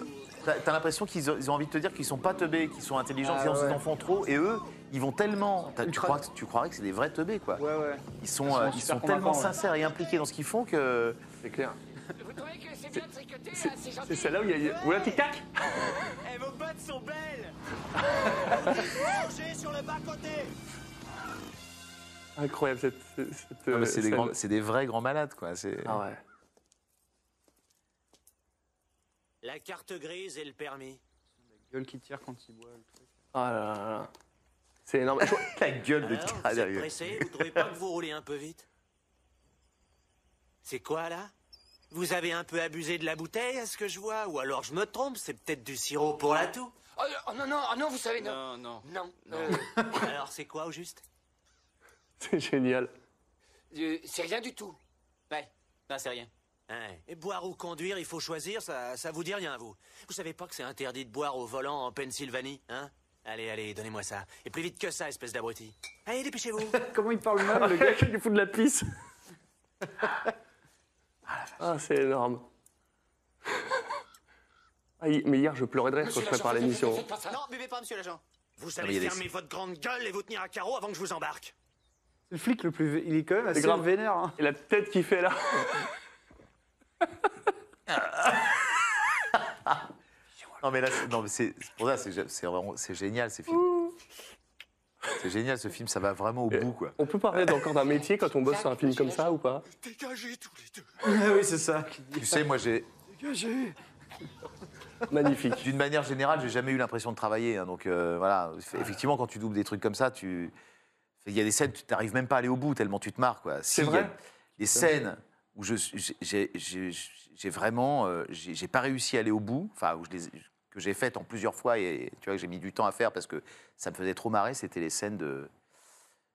[SPEAKER 6] t'as t'as l'impression qu'ils ont, ils ont envie de te dire qu'ils sont pas teubés, qu'ils sont intelligents,
[SPEAKER 5] Ah,
[SPEAKER 6] qu'ils en-
[SPEAKER 5] ouais.
[SPEAKER 6] ils en font trop, et eux, ils vont tellement. t'as- Tu, crois, que- tu croirais que c'est des vrais teubés, quoi. Ils sont,
[SPEAKER 5] Ils sont
[SPEAKER 6] euh, ils
[SPEAKER 5] super
[SPEAKER 6] sont tellement
[SPEAKER 5] convaincants, ouais.
[SPEAKER 6] sincères et impliqués dans ce qu'ils font que.
[SPEAKER 4] C'est clair. C'est celle-là où il y a. Oula, tic-tac
[SPEAKER 2] Eh, vos bottes sont belles Mangez sur le bas-côté
[SPEAKER 4] Incroyable cette. cette- cette,
[SPEAKER 6] Non,
[SPEAKER 4] euh,
[SPEAKER 6] Ah, mais C'est des,
[SPEAKER 4] scène.
[SPEAKER 6] grands- c'est des vrais grands malades, quoi.
[SPEAKER 4] Ah ouais.
[SPEAKER 16] La carte grise et le permis.
[SPEAKER 5] Gueule qui tire quand il boit. le truc.
[SPEAKER 4] Ah là là là. C'est énorme.
[SPEAKER 6] La gueule de
[SPEAKER 16] Alors, vous êtes pressé Vous trouvez pas que vous roulez un peu vite C'est quoi là Vous avez un peu abusé de la bouteille à ce que je vois Ou alors je me trompe, c'est peut-être du sirop pour la toux
[SPEAKER 15] Oh, oh, non, non, oh, non, vous savez, non. Euh,
[SPEAKER 16] non.
[SPEAKER 15] Non.
[SPEAKER 16] Alors c'est quoi au juste
[SPEAKER 4] *laughs* C'est génial. *laughs*
[SPEAKER 15] Euh, c'est rien du tout. Ouais, non, Ah, c'est rien.
[SPEAKER 16] Ouais. Hein. Et boire ou conduire, il faut choisir, ça, ça vous dit rien, vous. Vous savez pas que c'est interdit de boire au volant en Pennsylvanie, hein Allez, allez, donnez-moi ça. Et plus vite que ça, espèce d'abruti. Allez, dépêchez-vous.
[SPEAKER 5] Comment il parle
[SPEAKER 4] mal, le gars Il fout de la pisse. Ah, c'est énorme. Ah, hi- mais hier, je pleurais de rire quand je préparais l'émission.
[SPEAKER 16] Non, buvez pas, monsieur l'agent. Vous
[SPEAKER 4] mais il y
[SPEAKER 16] allez
[SPEAKER 4] a des-
[SPEAKER 16] fermer votre grande gueule et vous tenir à carreau avant que je vous embarque.
[SPEAKER 5] C'est le flic le plus. vé- Il est quand même
[SPEAKER 4] C'est
[SPEAKER 5] assez
[SPEAKER 4] grave.
[SPEAKER 5] vénère. hein.
[SPEAKER 4] Et la tête qu'il fait là.
[SPEAKER 6] Non, mais là, c'est- non, mais c'est c'est pour ça, c'est gé- c'est vraiment- c'est génial, ces films. C'est génial, ce film, ça va vraiment au bout, quoi.
[SPEAKER 4] On peut parler encore d'un métier quand on bosse sur un film comme ça ou pas
[SPEAKER 15] Dégagez tous les deux.
[SPEAKER 5] oui, c'est ça.
[SPEAKER 6] Tu sais, moi, j'ai.
[SPEAKER 15] Dégagez.
[SPEAKER 4] Magnifique.
[SPEAKER 6] D'une manière générale, j'ai jamais eu l'impression de travailler. hein, donc euh, voilà,
[SPEAKER 5] Ah.
[SPEAKER 6] Eff- effectivement, quand tu doubles des trucs comme ça, tu, il y a des scènes, tu n'arrives même pas à aller au bout tellement tu te marres, quoi. Si,
[SPEAKER 4] C'est
[SPEAKER 6] il y a
[SPEAKER 4] vrai
[SPEAKER 6] Des
[SPEAKER 4] C'est vrai.
[SPEAKER 6] scènes où je, j'ai- j'ai, j'ai- j'ai vraiment, euh, j'ai, j'ai pas réussi à aller au bout. Enfin, où je les, que j'ai faites en plusieurs fois et tu vois que j'ai mis du temps à faire parce que ça me faisait trop marrer. C'était les scènes de,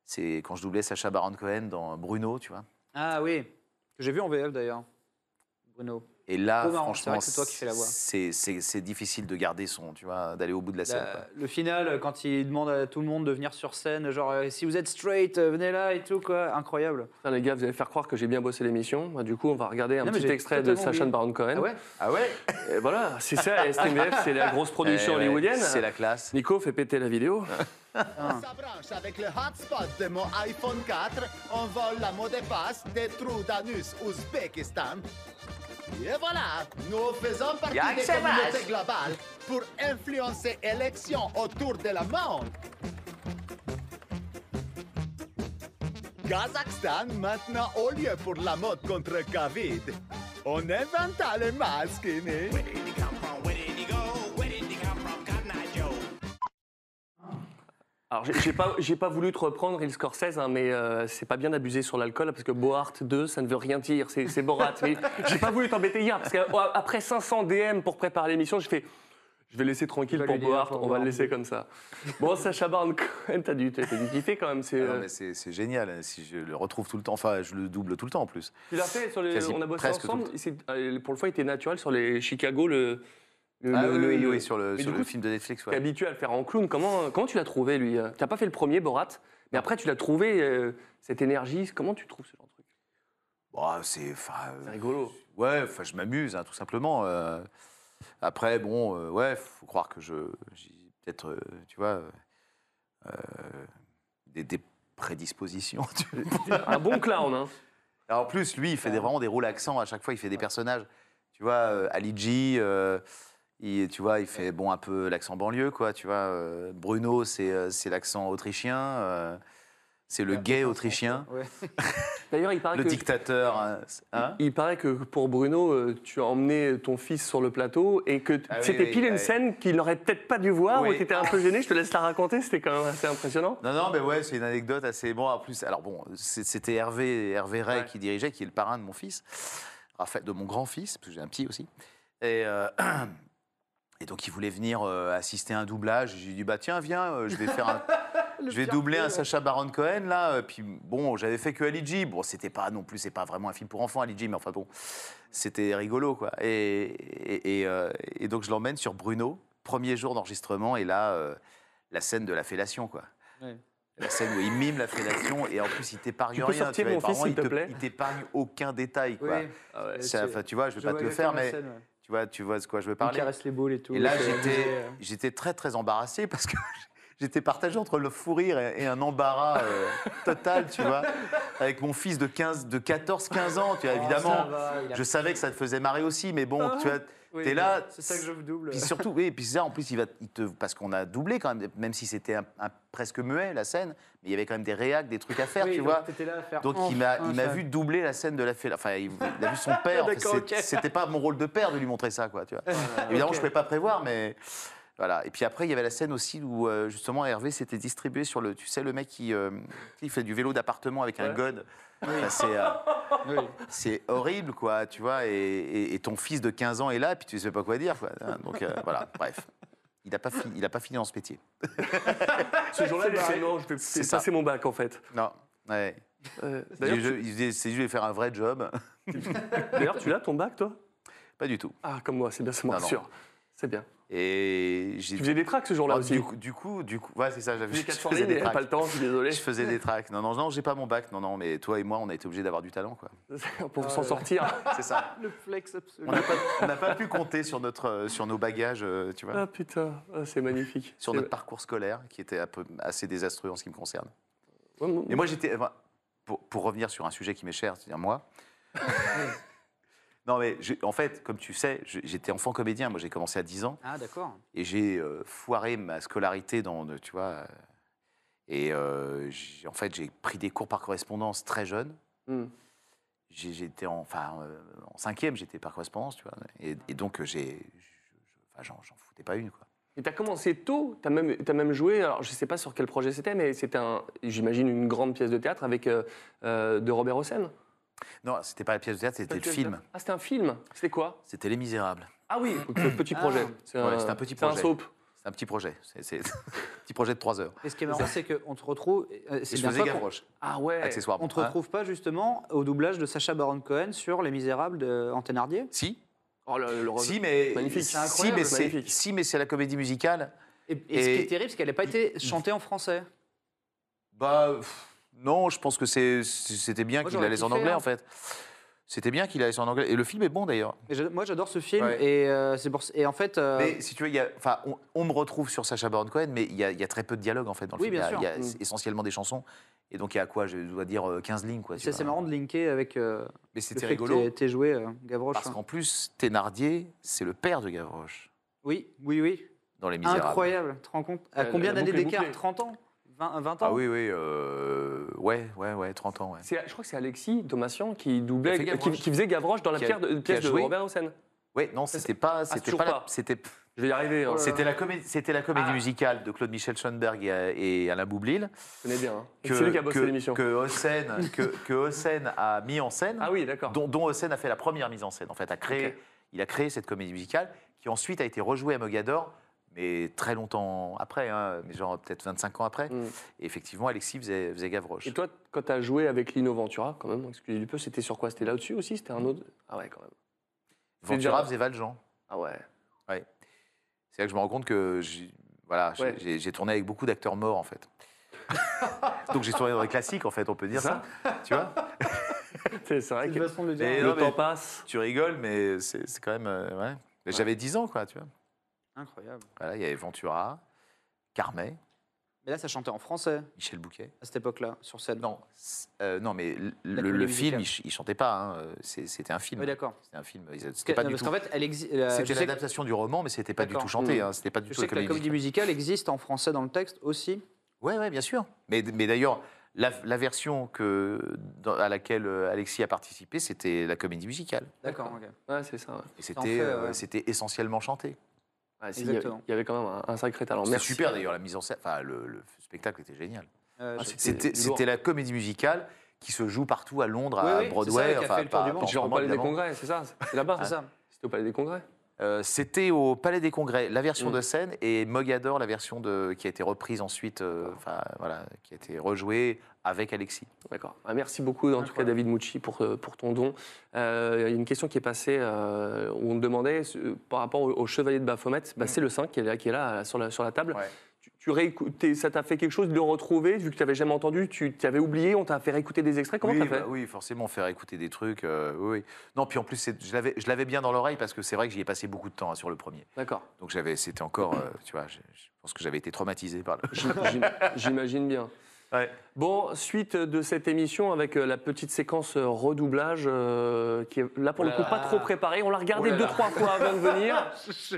[SPEAKER 6] c'est quand je doublais Sacha Baron Cohen dans Bruno, tu vois.
[SPEAKER 5] Ah oui. Que j'ai vu en VF d'ailleurs. Bruno.
[SPEAKER 6] Et là,
[SPEAKER 5] Trop marrant, Oh, c'est
[SPEAKER 6] franchement,
[SPEAKER 5] vrai que c'est toi qui fais la voix.
[SPEAKER 6] C'est, c'est- c'est difficile de garder son, tu vois, d'aller au bout de la scène.
[SPEAKER 5] La-
[SPEAKER 6] quoi.
[SPEAKER 5] le final, euh, quand il demande à tout le monde de venir sur scène, genre euh, si vous êtes straight, euh, venez là et tout, quoi. Incroyable.
[SPEAKER 4] Putain, les gars, vous allez faire croire que j'ai bien bossé l'émission. Bah, du coup, on va regarder un
[SPEAKER 5] Non, mais
[SPEAKER 4] petit
[SPEAKER 5] j'ai
[SPEAKER 4] extrait de
[SPEAKER 5] totalement
[SPEAKER 4] Sacha
[SPEAKER 5] oublié.
[SPEAKER 4] Baron Cohen.
[SPEAKER 5] Ah ouais
[SPEAKER 6] Ah ouais
[SPEAKER 4] Et voilà, c'est ça, STMF, c'est la grosse production
[SPEAKER 6] Eh ouais,
[SPEAKER 4] hollywoodienne.
[SPEAKER 6] c'est la classe.
[SPEAKER 4] Nico fait péter la vidéo.
[SPEAKER 2] Ça branche avec le hotspot de mon iPhone 4, on vole la mot de passe des trous d'anus Ouzbékistan. Et voilà, nous faisons partie
[SPEAKER 15] Y'a que
[SPEAKER 2] des
[SPEAKER 15] ça
[SPEAKER 2] communautés
[SPEAKER 15] marche.
[SPEAKER 2] globales pour influencer élections autour de la monde. Kazakhstan, maintenant au lieu pour la mode contre Covid. On inventa le masque, eh né?
[SPEAKER 4] Alors, j'ai- j'ai pas, j'ai pas voulu te reprendre Il Scorsese, hein, mais euh, c'est pas bien d'abuser sur l'alcool parce que Bohart 2, ça ne veut rien dire. C'est c'est Borat. Mais j'ai pas voulu t'embêter hier parce qu'après 500 DM pour préparer l'émission, je fais. Je vais laisser tranquille pour
[SPEAKER 6] lui dire
[SPEAKER 4] Bohart,
[SPEAKER 6] pour
[SPEAKER 4] on va
[SPEAKER 6] Bohart.
[SPEAKER 4] le laisser comme ça. Bon, Sacha Baron Cohen, t'as dû, t'as dû kiffer quand même. c'est,
[SPEAKER 6] Ah non,
[SPEAKER 4] euh,
[SPEAKER 6] mais c'est c'est génial. hein, Si je le retrouve tout le temps, enfin, je le double tout le temps en plus.
[SPEAKER 4] Tu l'as fait sur les.
[SPEAKER 6] Quasi
[SPEAKER 4] on a bossé
[SPEAKER 6] presque tout le
[SPEAKER 4] ensemble. Il s'est- euh, Pour le fois, il était naturel sur les Chicago, le.
[SPEAKER 6] Ah oui, oui, oui, sur le-
[SPEAKER 4] Mais du
[SPEAKER 6] sur le
[SPEAKER 4] coup,
[SPEAKER 6] film de Netflix,
[SPEAKER 4] T'es
[SPEAKER 6] ouais.
[SPEAKER 4] habitué à le faire en clown. Comment, comment tu l'as trouvé, lui T'as pas fait le premier, Borat, mais après, tu l'as trouvé, euh, cette énergie. Comment tu trouves ce genre de truc
[SPEAKER 6] Bah, c'est
[SPEAKER 4] Ah,
[SPEAKER 6] enfin, euh,
[SPEAKER 4] rigolo.
[SPEAKER 6] Ouais, enfin, je m'amuse, hein, tout simplement. euh. après, bon, euh, ouais, faut croire que je, j'ai peut-être, euh, tu vois, euh, des, des prédispositions. *laughs*
[SPEAKER 4] Un bon clown, hein.
[SPEAKER 6] en plus, lui, il fait des- vraiment des rôles accents. À chaque fois, il fait des personnages. Tu vois, euh, Ali G, euh, il, tu vois, il fait bon un peu l'accent banlieue, quoi. Tu vois, euh, Bruno, c'est euh, c'est l'accent autrichien. euh, c'est le gay autrichien.
[SPEAKER 4] D'ailleurs, il paraît
[SPEAKER 6] Le
[SPEAKER 4] que.
[SPEAKER 6] dictateur. hein, c'est- hein
[SPEAKER 4] il paraît que pour Bruno, euh, tu as emmené ton fils sur le plateau et que t-
[SPEAKER 6] Ah oui,
[SPEAKER 4] c'était
[SPEAKER 6] oui,
[SPEAKER 4] pile une
[SPEAKER 6] oui.
[SPEAKER 4] scène qu'il n'aurait peut-être pas dû voir
[SPEAKER 6] Oui.
[SPEAKER 4] où tu étais un peu gêné. Je te laisse la raconter, c'était quand même assez impressionnant.
[SPEAKER 6] Non, non, mais ouais, c'est une anecdote assez. Bon, en plus, alors bon, c'est- c'était Hervé, Hervé Ray qui dirigeait, qui est le parrain de mon fils, Raphaël, de mon grand-fils, parce que j'ai un petit aussi. Et, euh, *clears throat* et donc, il voulait venir euh, assister à un doublage. J'ai dit, bah tiens, viens, euh, je vais faire un. Je vais doubler un Sacha Baron Cohen là, euh, puis bon, j'avais fait que Ali G. Bon, c'était pas non plus, c'est pas vraiment un film pour enfants, Ali G, mais enfin bon, c'était rigolo quoi. Et, et, et, euh, et donc je l'emmène sur Bruno, premier jour d'enregistrement et là, euh, la scène de la fellation, quoi. La scène où il mime la fellation et en plus il t'épargne
[SPEAKER 4] Tu
[SPEAKER 6] rien.
[SPEAKER 4] peux sortir
[SPEAKER 6] vois,
[SPEAKER 4] mon
[SPEAKER 6] et par
[SPEAKER 4] fils,
[SPEAKER 6] moment,
[SPEAKER 4] s'il te
[SPEAKER 6] te-
[SPEAKER 4] plaît
[SPEAKER 6] Il t'épargne aucun détail, quoi.
[SPEAKER 4] Oui. Ah ouais.
[SPEAKER 6] Bah, Ça,
[SPEAKER 4] C'est-
[SPEAKER 6] enfin, tu vois, je
[SPEAKER 4] je
[SPEAKER 6] vais pas te
[SPEAKER 4] vois
[SPEAKER 6] le faire, mais
[SPEAKER 4] exactement la scène, ouais.
[SPEAKER 6] tu vois, tu vois de quoi je veux parler.
[SPEAKER 5] caresse les boules et tout,
[SPEAKER 6] là,
[SPEAKER 5] il fait
[SPEAKER 6] j'étais,
[SPEAKER 5] amuser,
[SPEAKER 6] Bah,
[SPEAKER 5] euh.
[SPEAKER 6] j'étais très très embarrassé parce que *laughs* j'étais partagé entre le fou rire et, et un embarras euh,
[SPEAKER 5] *laughs*
[SPEAKER 6] total, tu vois, avec mon fils de 15, de 14, 15 ans, tu vois.
[SPEAKER 5] Oh,
[SPEAKER 6] évidemment,
[SPEAKER 5] ça va, il a-
[SPEAKER 6] je savais que ça te faisait marrer aussi, mais bon,
[SPEAKER 5] Ah,
[SPEAKER 6] tu vois,
[SPEAKER 5] oui, bah,
[SPEAKER 6] t'es là.
[SPEAKER 5] c'est ça que je vous double.
[SPEAKER 6] Puis surtout, oui, et puis c'est ça, en plus, il va, il te, parce qu'on a doublé quand même, même si c'était un- un- presque muet la scène, mais il y avait quand même des réacs, des trucs à faire,
[SPEAKER 5] Oui,
[SPEAKER 6] tu
[SPEAKER 5] donc
[SPEAKER 6] vois.
[SPEAKER 5] t'étais là à faire
[SPEAKER 6] donc il
[SPEAKER 5] enfin,
[SPEAKER 6] m'a, il m'a
[SPEAKER 5] ça.
[SPEAKER 6] vu doubler la scène de la fête. Enfin, il, il a vu
[SPEAKER 5] *laughs*
[SPEAKER 6] son père. Enfin,
[SPEAKER 5] D'accord,
[SPEAKER 6] c'est-
[SPEAKER 5] ok. Ah,
[SPEAKER 6] C'était pas mon rôle de père de lui montrer ça, quoi, tu vois. Évidemment,
[SPEAKER 5] ok.
[SPEAKER 6] je pouvais pas prévoir, mais. Voilà. Et puis après, il y avait la scène aussi où euh, justement Hervé s'était distribué sur le, tu sais, le mec qui, euh, il fait du vélo d'appartement avec un
[SPEAKER 5] Ouais.
[SPEAKER 6] god. Enfin, c'est, euh, c'est horrible, quoi, tu vois. Et, et- et ton fils de 15 ans est là, puis tu sais pas quoi dire, quoi. Donc euh, voilà, bref. Il n'a pas, fi- il a pas fini dans ce métier.
[SPEAKER 4] Ce jour-là, j'ai fait non, je vais
[SPEAKER 6] C'est
[SPEAKER 4] peut-être
[SPEAKER 6] ça.
[SPEAKER 4] passer mon bac en fait.
[SPEAKER 6] Non. Ouais.
[SPEAKER 4] d'ailleurs,
[SPEAKER 6] Il- je- il s'est dit, c'est juste, je vais faire un vrai job.
[SPEAKER 4] D'ailleurs, tu l'as ton bac toi
[SPEAKER 6] Pas du tout.
[SPEAKER 4] Ah, comme moi, c'est bien, ça me
[SPEAKER 6] Non, non.
[SPEAKER 4] rassure. C'est bien.
[SPEAKER 6] Et
[SPEAKER 4] Tu
[SPEAKER 6] j'ai-
[SPEAKER 4] faisais des tracks ce jour-là
[SPEAKER 6] Ah,
[SPEAKER 4] aussi.
[SPEAKER 6] Du, coup- du coup, du coup, ouais, c'est ça. J'avais
[SPEAKER 4] Les 400 lignes, il y avait pas le temps, je suis désolé.
[SPEAKER 6] Je faisais des tracks. Non, non, non, j'ai pas mon bac. Non, non, mais toi et moi, on a été obligés d'avoir du talent, quoi.
[SPEAKER 4] *laughs* Pour s'en sortir.
[SPEAKER 6] C'est ça.
[SPEAKER 5] Le flex absolu.
[SPEAKER 6] On n'a pas, on n'a pas pu compter sur notre, euh, sur nos bagages, euh, tu vois,
[SPEAKER 4] Ah putain, ah, c'est magnifique.
[SPEAKER 6] sur
[SPEAKER 4] C'est-
[SPEAKER 6] notre parcours scolaire, qui était un peu- assez désastreux en ce qui me concerne.
[SPEAKER 4] Ouais, moi-
[SPEAKER 6] Et moi, j'étais. enfin, Pour, pour revenir sur un sujet qui m'est cher, c'est-à-dire moi.
[SPEAKER 4] *laughs*
[SPEAKER 6] non, mais j'ai- en fait, comme tu sais, j'ai- j'étais enfant comédien. Moi, j'ai commencé à 10 ans.
[SPEAKER 5] Ah, d'accord.
[SPEAKER 6] Et j'ai euh, foiré ma scolarité dans, de- tu vois. euh, Et euh, j'ai- en fait, j'ai pris des cours par correspondance très jeune.
[SPEAKER 4] Hmm.
[SPEAKER 6] J'ai- J'étais en, enfin, euh, en cinquième, j'étais par correspondance, tu vois. Et, et donc, euh, j'ai, je- je- enfin, j'en j'en foutais pas une, quoi.
[SPEAKER 4] Et t'as commencé tôt, t'as même, t'as même joué, alors je sais pas sur quel projet c'était, mais c'était, un, j'imagine, une grande pièce de théâtre avec euh, euh, de Robert Hossein.
[SPEAKER 6] Non, c'était pas la pièce de théâtre, c'était le
[SPEAKER 4] pièce de
[SPEAKER 6] film.
[SPEAKER 4] théâtre. Ah, c'était un film C'était quoi
[SPEAKER 6] C'était Les Misérables.
[SPEAKER 4] Ah oui, donc c'est un petit projet.
[SPEAKER 6] Ouais, c'était un petit projet.
[SPEAKER 4] C'est un soap.
[SPEAKER 6] C'est un petit projet. C'est, c'est- *laughs* petit projet de 3 heures.
[SPEAKER 5] Et ce qui est marrant, c'est qu'on te retrouve. euh,
[SPEAKER 6] Et
[SPEAKER 5] c'est
[SPEAKER 6] je
[SPEAKER 5] bien
[SPEAKER 6] faisais
[SPEAKER 5] toi qu'on-
[SPEAKER 6] Gavroche.
[SPEAKER 4] Ah ouais.
[SPEAKER 6] Accessoirement. hein.
[SPEAKER 5] On te retrouve pas justement au doublage de Sacha Baron Cohen sur Les Misérables de en Thénardier
[SPEAKER 6] Si.
[SPEAKER 4] Oh, le, le-
[SPEAKER 6] Si, mais
[SPEAKER 4] Magnifique.
[SPEAKER 6] si,
[SPEAKER 4] C'est incroyable,
[SPEAKER 6] mais c'est-
[SPEAKER 4] magnifique.
[SPEAKER 6] si, mais c'est la comédie musicale.
[SPEAKER 5] Et, et ce qui
[SPEAKER 6] Et-
[SPEAKER 5] est terrible, c'est qu'elle n'a pas été chantée en français.
[SPEAKER 6] Bah pff, non, je pense que c'est- c'était bien
[SPEAKER 5] Moi,
[SPEAKER 6] qu'il
[SPEAKER 5] j'aurais
[SPEAKER 6] la laisse en
[SPEAKER 5] kiffé,
[SPEAKER 6] anglais
[SPEAKER 5] hein.
[SPEAKER 6] en fait. C'était bien qu'il la laisse en anglais. Et le film est bon d'ailleurs.
[SPEAKER 5] Et j'a- moi, j'adore ce film
[SPEAKER 6] Ouais.
[SPEAKER 5] et euh, c'est pour... et en fait. euh,
[SPEAKER 6] Mais si tu veux, il y a- enfin, on, on me retrouve sur Sacha Baron Cohen, mais il y, a- il y a très peu de dialogue en fait dans le
[SPEAKER 5] Oui,
[SPEAKER 6] film.
[SPEAKER 5] bien
[SPEAKER 6] Il y a-
[SPEAKER 5] sûr.
[SPEAKER 6] il y a,
[SPEAKER 5] Mm.
[SPEAKER 6] c'est essentiellement des chansons. Et donc il y a quoi Je dois dire euh, 15 lignes quoi. tu
[SPEAKER 5] c'est assez
[SPEAKER 6] vois.
[SPEAKER 5] marrant de linker avec. euh,
[SPEAKER 6] Mais
[SPEAKER 5] le
[SPEAKER 6] c'était
[SPEAKER 5] fait que
[SPEAKER 6] rigolo.
[SPEAKER 5] t'aies- T'es joué euh, Gavroche.
[SPEAKER 6] Parce
[SPEAKER 5] hein.
[SPEAKER 6] qu'en plus, Thénardier, c'est le père de Gavroche
[SPEAKER 5] Oui, oui, oui.
[SPEAKER 6] dans Les Misérables.
[SPEAKER 5] Incroyable, tu te rends compte À
[SPEAKER 6] La-
[SPEAKER 5] combien
[SPEAKER 6] la
[SPEAKER 5] d'années
[SPEAKER 6] boucle est
[SPEAKER 5] d'écart
[SPEAKER 6] bouclée.
[SPEAKER 5] 30 ans 20, 20 ans
[SPEAKER 6] Ah oui, oui, euh, ouais, ouais, ouais, 30 ans, ouais.
[SPEAKER 4] C'est- je crois que c'est Alexis Domassian qui doublait,
[SPEAKER 6] Qui a fait
[SPEAKER 4] euh, qui,
[SPEAKER 6] Gavroche.
[SPEAKER 4] qui faisait Gavroche dans la
[SPEAKER 6] Qui a-
[SPEAKER 4] pierre de-
[SPEAKER 6] qui a
[SPEAKER 4] pièce de
[SPEAKER 6] joué.
[SPEAKER 4] Robert Hossein.
[SPEAKER 6] Ouais, non, c'était
[SPEAKER 5] ah,
[SPEAKER 6] pas,
[SPEAKER 4] c'est
[SPEAKER 6] c'était
[SPEAKER 4] toujours
[SPEAKER 6] pas, la-
[SPEAKER 4] pas.
[SPEAKER 6] c'était,
[SPEAKER 4] Je vais y arriver. hein.
[SPEAKER 6] c'était la comédie, c'était la
[SPEAKER 4] Ah.
[SPEAKER 6] comédie musicale de Claude Michel Schoenberg et, et Alain Boublil
[SPEAKER 4] Je connais bien. hein.
[SPEAKER 6] que
[SPEAKER 4] c'est lui qui a bossé
[SPEAKER 6] que-
[SPEAKER 4] l'émission.
[SPEAKER 6] que Hossein, que, que Hossein a mis en scène.
[SPEAKER 4] Ah oui, d'accord.
[SPEAKER 6] Dont, dont Hossein a fait la première mise en scène. En fait, a créé,
[SPEAKER 4] Ok.
[SPEAKER 6] il a créé cette comédie musicale qui ensuite a été rejouée à Mogador, mais très longtemps après, hein, mais genre peut-être 25 ans après. Et effectivement, Alexis faisait, faisait Gavroche.
[SPEAKER 4] Mm. Et toi, quand t'as joué avec Lino Ventura, quand même, excusez du peu, c'était sur quoi C'était là-dessus aussi C'était un autre Ah ouais, quand même. C'est
[SPEAKER 6] Ventura
[SPEAKER 4] déjà-
[SPEAKER 6] faisait Valjean.
[SPEAKER 4] Ah ouais.
[SPEAKER 6] Ouais. C'est là que je me rends compte que j'ai- voilà, j'ai-
[SPEAKER 4] Ouais.
[SPEAKER 6] j'ai j'ai tourné avec beaucoup d'acteurs morts
[SPEAKER 4] *laughs*
[SPEAKER 6] en fait. Donc j'ai tourné dans les classiques en fait, on peut dire ça. tu vois
[SPEAKER 4] C'est c'est vrai que
[SPEAKER 5] le
[SPEAKER 6] Mais non, mais
[SPEAKER 4] temps passe.
[SPEAKER 6] Tu rigoles, mais c'est c'est quand même. euh, ouais. Mais J'avais 10 ans quoi, tu vois.
[SPEAKER 5] Incroyable.
[SPEAKER 6] Voilà, il y avait Ventura, Carmet,
[SPEAKER 5] Mais là, ça chantait en français
[SPEAKER 6] Michel Bouquet.
[SPEAKER 5] à cette époque-là, sur scène.
[SPEAKER 6] Non, Euh, non, mais le,
[SPEAKER 5] La
[SPEAKER 6] le- le
[SPEAKER 5] comédie
[SPEAKER 6] film,
[SPEAKER 5] musicale.
[SPEAKER 6] il, ch- il chantait pas. hein, euh, c'est- C'était un film.
[SPEAKER 5] Oui, d'accord.
[SPEAKER 6] C'était un film. ils-
[SPEAKER 5] Parce que-
[SPEAKER 6] C'était pas
[SPEAKER 5] non,
[SPEAKER 6] du
[SPEAKER 5] parce
[SPEAKER 6] tout.
[SPEAKER 5] qu'en fait, elle exi- euh, je sais
[SPEAKER 6] C'était
[SPEAKER 5] que-
[SPEAKER 6] l'adaptation du roman, mais c'était pas du
[SPEAKER 5] D'accord.
[SPEAKER 6] tout chanté.
[SPEAKER 5] Mmh.
[SPEAKER 6] hein, C'était pas du
[SPEAKER 5] Je
[SPEAKER 6] tout
[SPEAKER 5] sais
[SPEAKER 6] la
[SPEAKER 5] que la
[SPEAKER 6] comédie
[SPEAKER 5] comédie musicale existe en français dans le texte aussi.
[SPEAKER 6] Oui, ouais, bien sûr. Mais, mais d'ailleurs, la, la version que, dans- à laquelle euh, Alexis a participé, c'était la comédie musicale.
[SPEAKER 5] D'accord, ok.
[SPEAKER 4] Ouais, c'est ça. ouais.
[SPEAKER 6] Et
[SPEAKER 5] en
[SPEAKER 6] c'était
[SPEAKER 5] fait,
[SPEAKER 6] euh,
[SPEAKER 5] ouais.
[SPEAKER 6] c'était essentiellement chanté.
[SPEAKER 4] Ouais, c'est- il y a-
[SPEAKER 5] Exactement.
[SPEAKER 4] Il y avait quand même un, un sacré talent.
[SPEAKER 6] C'était
[SPEAKER 4] Merci.
[SPEAKER 6] super d'ailleurs, la mise en scène. Enfin, le, le spectacle était génial.
[SPEAKER 5] Euh,
[SPEAKER 4] Ah,
[SPEAKER 5] je-
[SPEAKER 6] C'était
[SPEAKER 4] du lourd.
[SPEAKER 6] c'était la comédie musicale qui se joue partout à Londres,
[SPEAKER 5] Oui, oui,
[SPEAKER 6] à
[SPEAKER 5] c'est ça,
[SPEAKER 6] Broadway,
[SPEAKER 5] qui a fait
[SPEAKER 6] enfin,
[SPEAKER 5] le tour
[SPEAKER 6] pas-
[SPEAKER 5] du
[SPEAKER 6] pas
[SPEAKER 5] monde.
[SPEAKER 6] en ce
[SPEAKER 4] Genre au
[SPEAKER 6] moment,
[SPEAKER 4] Palais des
[SPEAKER 6] évidemment.
[SPEAKER 4] Congrès, c'est ça C'est là-bas
[SPEAKER 5] C'est ça.
[SPEAKER 4] C'était au Palais des Congrès
[SPEAKER 6] Euh, C'était au Palais des Congrès, la version
[SPEAKER 4] Mm.
[SPEAKER 6] de scène, et Mogador, la version de, qui a été reprise ensuite, euh, enfin voilà, qui a été rejouée avec Alexis.
[SPEAKER 4] D'accord. Ah, Merci beaucoup, en tout cas, David Mucci, pour, euh, pour ton don. Euh, Il y a une question qui est passée euh, où on me demandait euh, par rapport au, au chevalier de Baphomet.
[SPEAKER 6] Mm.
[SPEAKER 4] Bah, C'est le 5 qui est là, qui est là euh, sur, la, sur la table. Tu, tu réécoutes- t'es- ça t'a fait quelque chose de le retrouver, vu que tu n'avais jamais entendu, tu avais oublié, on t'a fait réécouter des extraits. Comment
[SPEAKER 6] oui,
[SPEAKER 4] t'as fait
[SPEAKER 6] bah oui, forcément, faire écouter des trucs. euh, oui, oui. Non, puis en plus, c'est- je l'avais je l'avais bien dans l'oreille parce que c'est vrai que j'y ai passé beaucoup de temps hein, sur le premier.
[SPEAKER 4] D'accord.
[SPEAKER 6] Donc j'avais, c'était encore, euh, tu vois, je, je pense que j'avais été traumatisé par le.
[SPEAKER 4] J'im- J'imagine bien. Bon, suite de cette émission avec euh, la petite séquence euh, redoublage euh, qui est là pour
[SPEAKER 6] Oh
[SPEAKER 4] le
[SPEAKER 6] là
[SPEAKER 4] coup pas
[SPEAKER 6] là.
[SPEAKER 4] trop préparée. On l'a regardée
[SPEAKER 6] Oh là
[SPEAKER 4] deux
[SPEAKER 6] là.
[SPEAKER 4] trois fois avant de
[SPEAKER 6] *laughs*
[SPEAKER 4] venir,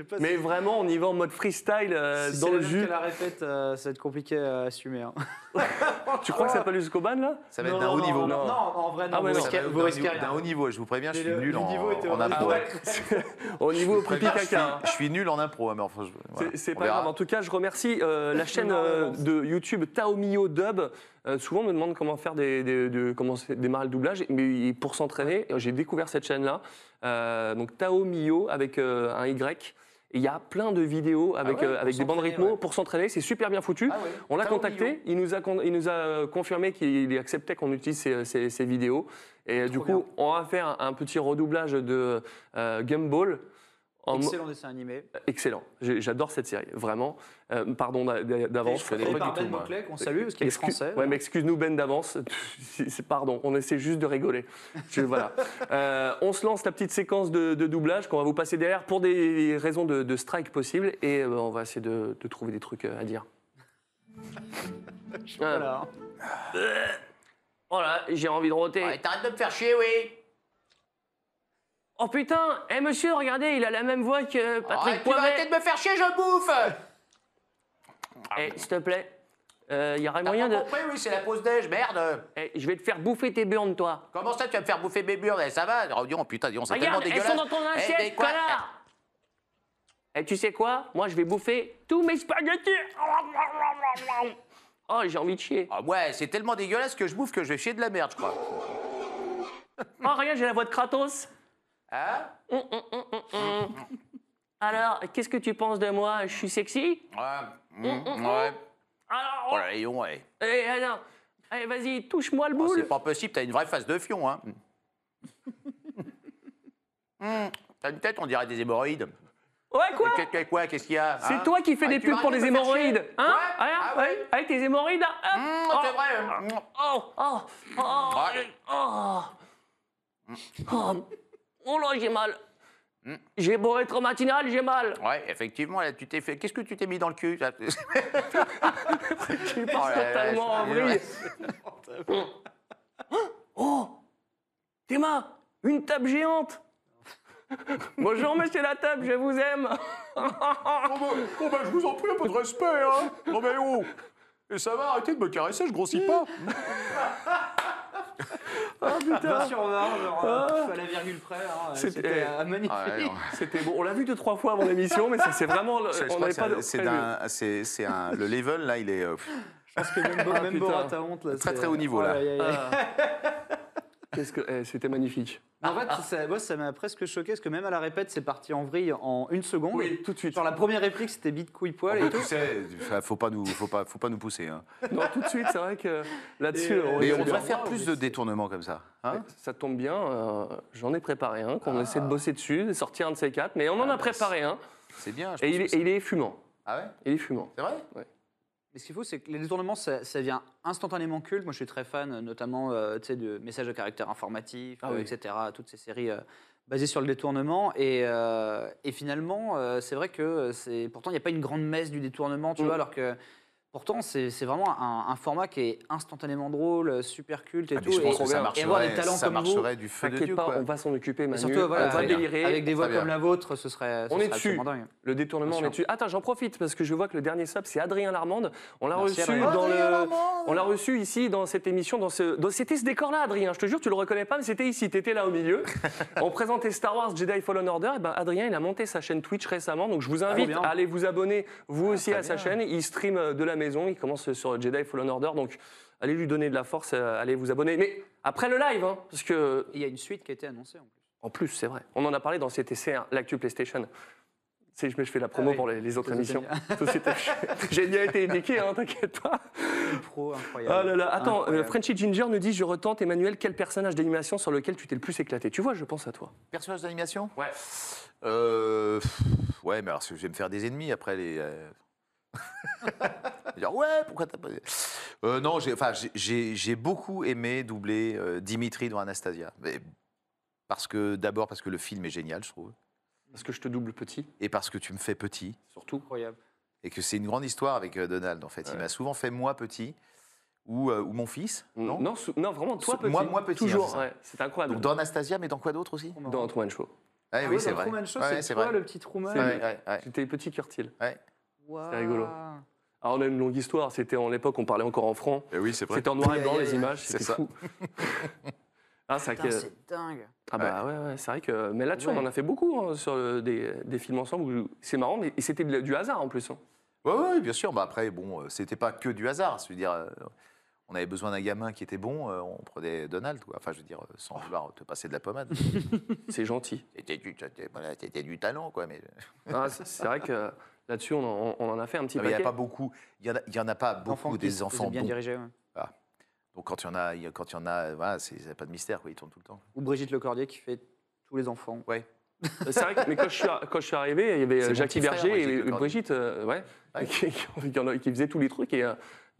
[SPEAKER 5] pas
[SPEAKER 4] mais vraiment on y va en mode freestyle euh,
[SPEAKER 5] Si
[SPEAKER 4] dans
[SPEAKER 5] c'est
[SPEAKER 4] le
[SPEAKER 5] la même
[SPEAKER 4] jus.
[SPEAKER 5] que la répète, euh, ça va être compliqué à assumer. hein.
[SPEAKER 4] Tu crois que ça peut jusqu'au ban là
[SPEAKER 6] Ça va être d'un haut niveau.
[SPEAKER 5] Non, non, en vrai, non.
[SPEAKER 4] Ah ouais,
[SPEAKER 5] vous
[SPEAKER 4] non.
[SPEAKER 5] risquez-
[SPEAKER 4] Ça va être
[SPEAKER 5] vous
[SPEAKER 4] d'un
[SPEAKER 5] risquez
[SPEAKER 4] niveau-
[SPEAKER 5] rien.
[SPEAKER 6] D'un haut niveau, je vous préviens, je suis
[SPEAKER 5] Mais le-
[SPEAKER 6] nul
[SPEAKER 5] le
[SPEAKER 6] en,
[SPEAKER 5] niveau était
[SPEAKER 6] en
[SPEAKER 5] horrible.
[SPEAKER 6] impro.
[SPEAKER 5] Ah ouais.
[SPEAKER 4] Au niveau
[SPEAKER 6] Je vous préviens,
[SPEAKER 4] pipi
[SPEAKER 6] je suis-
[SPEAKER 4] caca.
[SPEAKER 6] Je suis nul en impro, hein, mais enfin, je- voilà,
[SPEAKER 4] C'est- C'est
[SPEAKER 6] on
[SPEAKER 4] pas
[SPEAKER 6] verra.
[SPEAKER 4] grave. En tout cas, je remercie euh, la chaîne euh, de YouTube Taomio Dub. Euh, souvent, on me demande comment faire des, des- de- comment c'est- démarrer le doublage, mais pour s'entraîner, j'ai découvert cette chaîne-là. Euh, donc Taomio avec euh, un Y. Et Il y a plein de vidéos avec,
[SPEAKER 6] Ah ouais,
[SPEAKER 4] euh,
[SPEAKER 6] pour
[SPEAKER 4] avec des bandes
[SPEAKER 6] s'entraîner,
[SPEAKER 4] rythmo pour s'entraîner, c'est super bien foutu.
[SPEAKER 6] Ah ouais.
[SPEAKER 4] On l'a
[SPEAKER 6] Tao
[SPEAKER 4] contacté,
[SPEAKER 6] Mio.
[SPEAKER 4] il nous a, con- il nous a euh, confirmé qu'il acceptait qu'on utilise ces, euh, ces- ces vidéos. Et euh, du coup, on va faire un, un petit redoublage de euh, Gumball. en mo-
[SPEAKER 5] Excellent dessin animé.
[SPEAKER 6] Ah
[SPEAKER 4] Excellent. J'ai- J'adore cette série, vraiment. Euh, pardon d'a- d'a-
[SPEAKER 5] Et
[SPEAKER 4] d'avance,
[SPEAKER 5] je
[SPEAKER 4] je connais
[SPEAKER 5] préfère
[SPEAKER 4] pas
[SPEAKER 5] par
[SPEAKER 4] du tout.
[SPEAKER 5] Ben
[SPEAKER 4] moi.
[SPEAKER 5] Moclet, qu'on salue, parce qu'il est
[SPEAKER 4] Excu-
[SPEAKER 5] français.
[SPEAKER 4] Ouais, mais excuse-nous Ben d'avance. *laughs* C'est- c'est- pardon, on essaie juste de rigoler. Je-
[SPEAKER 13] *laughs*
[SPEAKER 4] voilà. Euh, on se lance la petite séquence de, de doublage qu'on va vous passer derrière pour des raisons de, de strike possible et euh, on va essayer de, de trouver des trucs euh, à dire.
[SPEAKER 6] *laughs*
[SPEAKER 5] Voilà.
[SPEAKER 4] Voilà, Oh j'ai envie de roter.
[SPEAKER 13] T'arrêtes de me faire chier, oui
[SPEAKER 4] Oh putain, eh monsieur, regardez, il a la même voix que Patrick
[SPEAKER 13] Arrête, tu vas
[SPEAKER 4] Poivet.
[SPEAKER 13] arrêter de me faire chier, je bouffe
[SPEAKER 4] Eh, s'il te plaît, il y aurait moyen de.
[SPEAKER 13] compris, oui, c'est la pause déj, merde
[SPEAKER 4] Eh, Je vais te faire bouffer tes burnes, toi
[SPEAKER 13] Comment ça, tu vas me faire bouffer mes burnes Eh, Ça va Oh, dis donc, putain, dis donc, c'est tellement
[SPEAKER 4] Regarde, elles
[SPEAKER 13] dégueulasse
[SPEAKER 4] sont dans ton
[SPEAKER 13] Eh,
[SPEAKER 4] assiette,
[SPEAKER 13] mais quoi
[SPEAKER 4] connard Et Eh, tu sais quoi Moi, je vais bouffer tous mes spaghettis *laughs* Oh, j'ai envie de chier
[SPEAKER 13] Ah ouais, c'est tellement dégueulasse que je bouffe que je vais chier de la merde, je crois.
[SPEAKER 4] Oh, regarde, j'ai la voix de Kratos
[SPEAKER 13] Hein
[SPEAKER 4] Hum, hum, hum, hum, hum. *laughs* Alors, qu'est-ce que tu penses de moi Je suis sexy
[SPEAKER 13] Ouais, Mm,
[SPEAKER 4] Hum, hum, hum.
[SPEAKER 13] ouais.
[SPEAKER 4] Alors,
[SPEAKER 13] Oh, les lions, ouais.
[SPEAKER 4] eh, alors, allez, vas-y, touche-moi le
[SPEAKER 13] Oh,
[SPEAKER 4] boule
[SPEAKER 13] c'est pas possible, t'as une vraie face de
[SPEAKER 4] *laughs*
[SPEAKER 13] fion, hein. Hum, T'as une tête, on dirait des hémorroïdes.
[SPEAKER 4] Ouais, quoi
[SPEAKER 13] Qu'est-ce qu'il y a, quoi Qu'est-ce qu'il y a
[SPEAKER 4] C'est
[SPEAKER 13] hein
[SPEAKER 4] toi qui fais
[SPEAKER 13] Ah,
[SPEAKER 4] des
[SPEAKER 13] tu
[SPEAKER 4] pubs pour
[SPEAKER 13] arrêtes
[SPEAKER 4] les
[SPEAKER 13] de me faire chier.
[SPEAKER 4] hémorroïdes, hein
[SPEAKER 13] Ouais,
[SPEAKER 4] Regarde,
[SPEAKER 13] ah ouais.
[SPEAKER 4] ouais, Avec tes hémorroïdes, là, hop.
[SPEAKER 6] Mmh,
[SPEAKER 13] Hum, c'est
[SPEAKER 4] Oh,
[SPEAKER 13] vrai.
[SPEAKER 6] hein.
[SPEAKER 4] Oh, oh, oh, oh, oh, oh là, j'ai mal. J'ai beau être matinal, j'ai mal.
[SPEAKER 13] Ouais, effectivement, là, tu t'es fait. Qu'est-ce que tu t'es mis dans le cul ça
[SPEAKER 4] Tu pars totalement en vrille. *laughs* Oh Tes mains Une table géante Bonjour, monsieur la table, je vous aime.
[SPEAKER 6] Oh bah je vous en prie, un peu de respect, hein Non mais oh Et ça va, arrêtez de me caresser, je
[SPEAKER 2] Mmh.
[SPEAKER 6] grossis pas
[SPEAKER 4] Ah, putain.
[SPEAKER 5] 20 sur 20, genre, euh,
[SPEAKER 4] Ah.
[SPEAKER 5] à la virgule près.
[SPEAKER 6] *laughs*
[SPEAKER 5] hein,
[SPEAKER 4] C'était-
[SPEAKER 5] C'était euh,
[SPEAKER 4] eh.
[SPEAKER 5] magnifique.
[SPEAKER 6] Ah
[SPEAKER 5] *laughs*
[SPEAKER 6] ouais, non.
[SPEAKER 4] C'était bon. On l'a vu deux, trois fois avant l'émission, mais ça, c'est vraiment. le-
[SPEAKER 6] C'est- je
[SPEAKER 4] on
[SPEAKER 6] crois
[SPEAKER 4] n'avait
[SPEAKER 6] que
[SPEAKER 4] pas
[SPEAKER 6] c'est-
[SPEAKER 4] de-
[SPEAKER 6] c'est
[SPEAKER 4] prévu.
[SPEAKER 6] un- c'est- c'est un- Le level, là, il est euh,
[SPEAKER 5] Je pense que même, Bo-
[SPEAKER 4] Ah,
[SPEAKER 5] même
[SPEAKER 4] putain.
[SPEAKER 5] Borat a honte. Là,
[SPEAKER 6] très
[SPEAKER 5] c'est-
[SPEAKER 6] très haut niveau,
[SPEAKER 5] Oh,
[SPEAKER 6] là. Ah.
[SPEAKER 5] aïe, aïe, aïe.
[SPEAKER 4] Qu'est-ce que. eh, C'était magnifique.
[SPEAKER 5] En fait, ça, moi, ça m'a presque choqué, parce que même à la répète, c'est parti en vrille en une seconde.
[SPEAKER 4] Oui, tout de suite.
[SPEAKER 5] Genre la première réplique, c'était bite couille poil et tout.
[SPEAKER 6] Tu sais, enfin, faut pas nous, faut pas, faut pas nous pousser. Hein.
[SPEAKER 4] Non, tout de suite, c'est vrai que là-dessus.
[SPEAKER 6] Mais on
[SPEAKER 4] rigole bien.
[SPEAKER 6] devrait faire plus de détournements comme ça. hein.
[SPEAKER 4] Ça tombe bien, Ah. euh, j'en ai préparé un, qu'on essaie de bosser dessus, de sortir un de ces quatre, mais on en a préparé un,
[SPEAKER 6] C'est bien. Je
[SPEAKER 4] et
[SPEAKER 6] pense
[SPEAKER 4] il,
[SPEAKER 6] que
[SPEAKER 4] est-
[SPEAKER 6] c'est-
[SPEAKER 4] et il est fumant.
[SPEAKER 6] Ah ouais
[SPEAKER 4] Il est fumant.
[SPEAKER 6] C'est vrai Ah,
[SPEAKER 5] Mais ce qu'il faut, c'est que les détournements, ça, ça vient instantanément culte. Moi, je suis très fan, notamment euh, tu sais, de messages à caractère informatif,
[SPEAKER 4] Ah
[SPEAKER 5] euh,
[SPEAKER 4] oui.
[SPEAKER 5] etc. Toutes ces séries euh, basées sur le détournement. Et, euh, et finalement, euh, c'est vrai que c'est pourtant, il n'y a pas une grande messe du détournement, tu vois, alors que pourtant, c'est c'est vraiment un, un format qui est instantanément drôle, euh, super culte et
[SPEAKER 6] Ah, mais
[SPEAKER 5] tout.
[SPEAKER 6] je pense
[SPEAKER 5] et,
[SPEAKER 6] que
[SPEAKER 5] et
[SPEAKER 6] ça
[SPEAKER 5] avoir
[SPEAKER 6] marcherait,
[SPEAKER 5] des talents
[SPEAKER 6] ça
[SPEAKER 5] comme vous,
[SPEAKER 6] marcherait du feu de
[SPEAKER 4] T'inquiète
[SPEAKER 6] Dieu.
[SPEAKER 4] pas,
[SPEAKER 6] quoi.
[SPEAKER 4] on va s'en occuper,
[SPEAKER 5] et
[SPEAKER 4] Manu. ah,
[SPEAKER 5] surtout voilà,
[SPEAKER 4] on va
[SPEAKER 5] avec,
[SPEAKER 4] délirer.
[SPEAKER 5] avec des voix
[SPEAKER 6] Très bien.
[SPEAKER 5] comme la vôtre, ce serait, ce
[SPEAKER 4] On
[SPEAKER 5] serait
[SPEAKER 4] est dessus.
[SPEAKER 5] absolument dingue.
[SPEAKER 4] Le détournement,
[SPEAKER 5] Bien
[SPEAKER 4] on est
[SPEAKER 5] sûr.
[SPEAKER 4] dessus. Attends, j'en profite parce que je vois que le dernier sub, c'est Adrien Larmande. On l'a
[SPEAKER 5] Merci,
[SPEAKER 4] reçu
[SPEAKER 5] Adrien.
[SPEAKER 4] dans
[SPEAKER 5] Adrien
[SPEAKER 4] le,
[SPEAKER 5] Larmande.
[SPEAKER 4] on l'a reçu ici dans cette émission, dans ce, dans- c'était ce décor-là, Adrien. Je te jure, tu le reconnais pas, mais c'était ici. T'étais là
[SPEAKER 5] *laughs*
[SPEAKER 4] au milieu. on présentait Star Wars Jedi Fallen Order. Et ben Adrien, il a monté sa chaîne Twitch récemment, donc je vous invite
[SPEAKER 5] Ah, bien. Ah,
[SPEAKER 4] à aller vous abonner vous aussi à sa chaîne. Il stream euh, de la maison. Il commence sur Jedi Fallen Order, donc allez lui donner de la force, euh, allez vous abonner. Mais après le live, hein, parce que
[SPEAKER 5] Et Il y a une suite qui a été annoncée en plus.
[SPEAKER 4] en plus, c'est vrai. On en a parlé dans CTC, hein, l'actu PlayStation. Si je, mets- je
[SPEAKER 6] Ah
[SPEAKER 4] fais la promo
[SPEAKER 5] oui,
[SPEAKER 4] pour les, les autres
[SPEAKER 5] les autres
[SPEAKER 4] émissions. Société- *laughs* J'ai bien été éduqué, hein, t'inquiète pas.
[SPEAKER 5] Pro incroyable.
[SPEAKER 4] Ah là là, attends, euh,
[SPEAKER 5] Incroyable.
[SPEAKER 4] Frenchy Ginger nous dit Je retente, Emmanuel, quel personnage d'animation sur lequel tu t'es le plus éclaté Tu vois, je pense à toi.
[SPEAKER 6] Personnage d'animation
[SPEAKER 4] Ouais.
[SPEAKER 6] Euh, pff, ouais, mais alors, je vais me faire des ennemis après les. euh. Genre, ouais, pourquoi t'as pas. Euh, non, j'ai enfin, j'ai- j'ai j'ai beaucoup aimé doubler euh, Dimitri dans Anastasia. Mais parce que, D'abord parce que le film est génial, je trouve.
[SPEAKER 4] Parce que je te double petit.
[SPEAKER 6] Et parce que tu me fais petit.
[SPEAKER 4] Surtout.
[SPEAKER 5] Incroyable.
[SPEAKER 6] Et que c'est une grande histoire avec euh, Donald, en fait. Il m'a souvent fait moi petit ou, euh, ou mon fils. Non,
[SPEAKER 4] Mm, non, sou- non, vraiment, toi
[SPEAKER 6] Sou-
[SPEAKER 4] petit.
[SPEAKER 6] Moi, moi petit.
[SPEAKER 4] Toujours,
[SPEAKER 6] hein, c'est ça.
[SPEAKER 4] ouais, c'est incroyable.
[SPEAKER 6] Donc dans Anastasia, mais dans quoi d'autre aussi
[SPEAKER 4] Dans Antoine Show.
[SPEAKER 6] Ah
[SPEAKER 5] Ah
[SPEAKER 6] oui,
[SPEAKER 5] ouais,
[SPEAKER 6] c'est
[SPEAKER 5] dans
[SPEAKER 6] vrai.
[SPEAKER 5] Truman Show,
[SPEAKER 6] Ouais,
[SPEAKER 5] c'est toi, le petit Truman.
[SPEAKER 4] C'est
[SPEAKER 5] Ouais,
[SPEAKER 4] lui.
[SPEAKER 5] ouais,
[SPEAKER 4] C'était petit Curtil.
[SPEAKER 6] Ouais.
[SPEAKER 4] C'était rigolo. Alors, on a une longue histoire. C'était en l'époque, on parlait encore en franc.
[SPEAKER 6] oui, c'est vrai.
[SPEAKER 4] C'était en noir et blanc,
[SPEAKER 6] Ouais, ouais,
[SPEAKER 4] les
[SPEAKER 6] ouais.
[SPEAKER 4] images.
[SPEAKER 6] C'est
[SPEAKER 4] C'était
[SPEAKER 6] ça. *laughs*
[SPEAKER 4] fou. ah, c'est vrai
[SPEAKER 5] Putain,
[SPEAKER 4] que-
[SPEAKER 5] c'est dingue.
[SPEAKER 4] Ah bah ouais, ouais, c'est vrai que. Mais là-dessus,
[SPEAKER 5] Ouais.
[SPEAKER 4] on en a fait beaucoup hein, sur le- des, des films ensemble. où- C'est marrant, mais et c'était de- du hasard en plus. hein.
[SPEAKER 6] Oui, ouais, bien sûr. Bah après, bon, euh, c'était pas que du hasard. Je veux dire, euh, on avait besoin d'un gamin qui était bon, euh, on prenait Donald. Quoi. Enfin, je veux dire, euh,
[SPEAKER 5] Oh.
[SPEAKER 6] sans vouloir te passer de la pommade. *laughs*
[SPEAKER 4] C'est gentil.
[SPEAKER 6] C'était du, c'était- voilà, c'était du talent, quoi. Mais
[SPEAKER 4] Ah, c'est c'est vrai que là-dessus, on, en- on en a fait un petit
[SPEAKER 6] Non, Ah, mais il
[SPEAKER 4] paquet.
[SPEAKER 6] n'y en a pas beaucoup. Il y en a- il y en a pas beaucoup
[SPEAKER 5] Enfants qui
[SPEAKER 6] des
[SPEAKER 5] se
[SPEAKER 6] enfants
[SPEAKER 5] faisaient bien
[SPEAKER 6] bons.
[SPEAKER 5] dirigés, ouais.
[SPEAKER 6] Voilà. Donc quand il y en a, il y a- quand il y en a, euh, voilà, c'est c'est pas de mystère, quoi. Ils tournent tout le temps.
[SPEAKER 5] Ou Brigitte Lecordier qui fait tous les enfants.
[SPEAKER 6] Ouais.
[SPEAKER 4] Euh, C'est vrai que mais quand, je suis, quand je suis arrivé, il y
[SPEAKER 6] C'est
[SPEAKER 4] avait euh,
[SPEAKER 6] mon
[SPEAKER 4] Jackie
[SPEAKER 6] petit frère,
[SPEAKER 4] Berger
[SPEAKER 6] Brigitte
[SPEAKER 4] et
[SPEAKER 6] Lecordier.
[SPEAKER 4] Brigitte, euh, ouais, *laughs* Qui, qui- qui en a- qui faisaient tous les trucs. Et euh,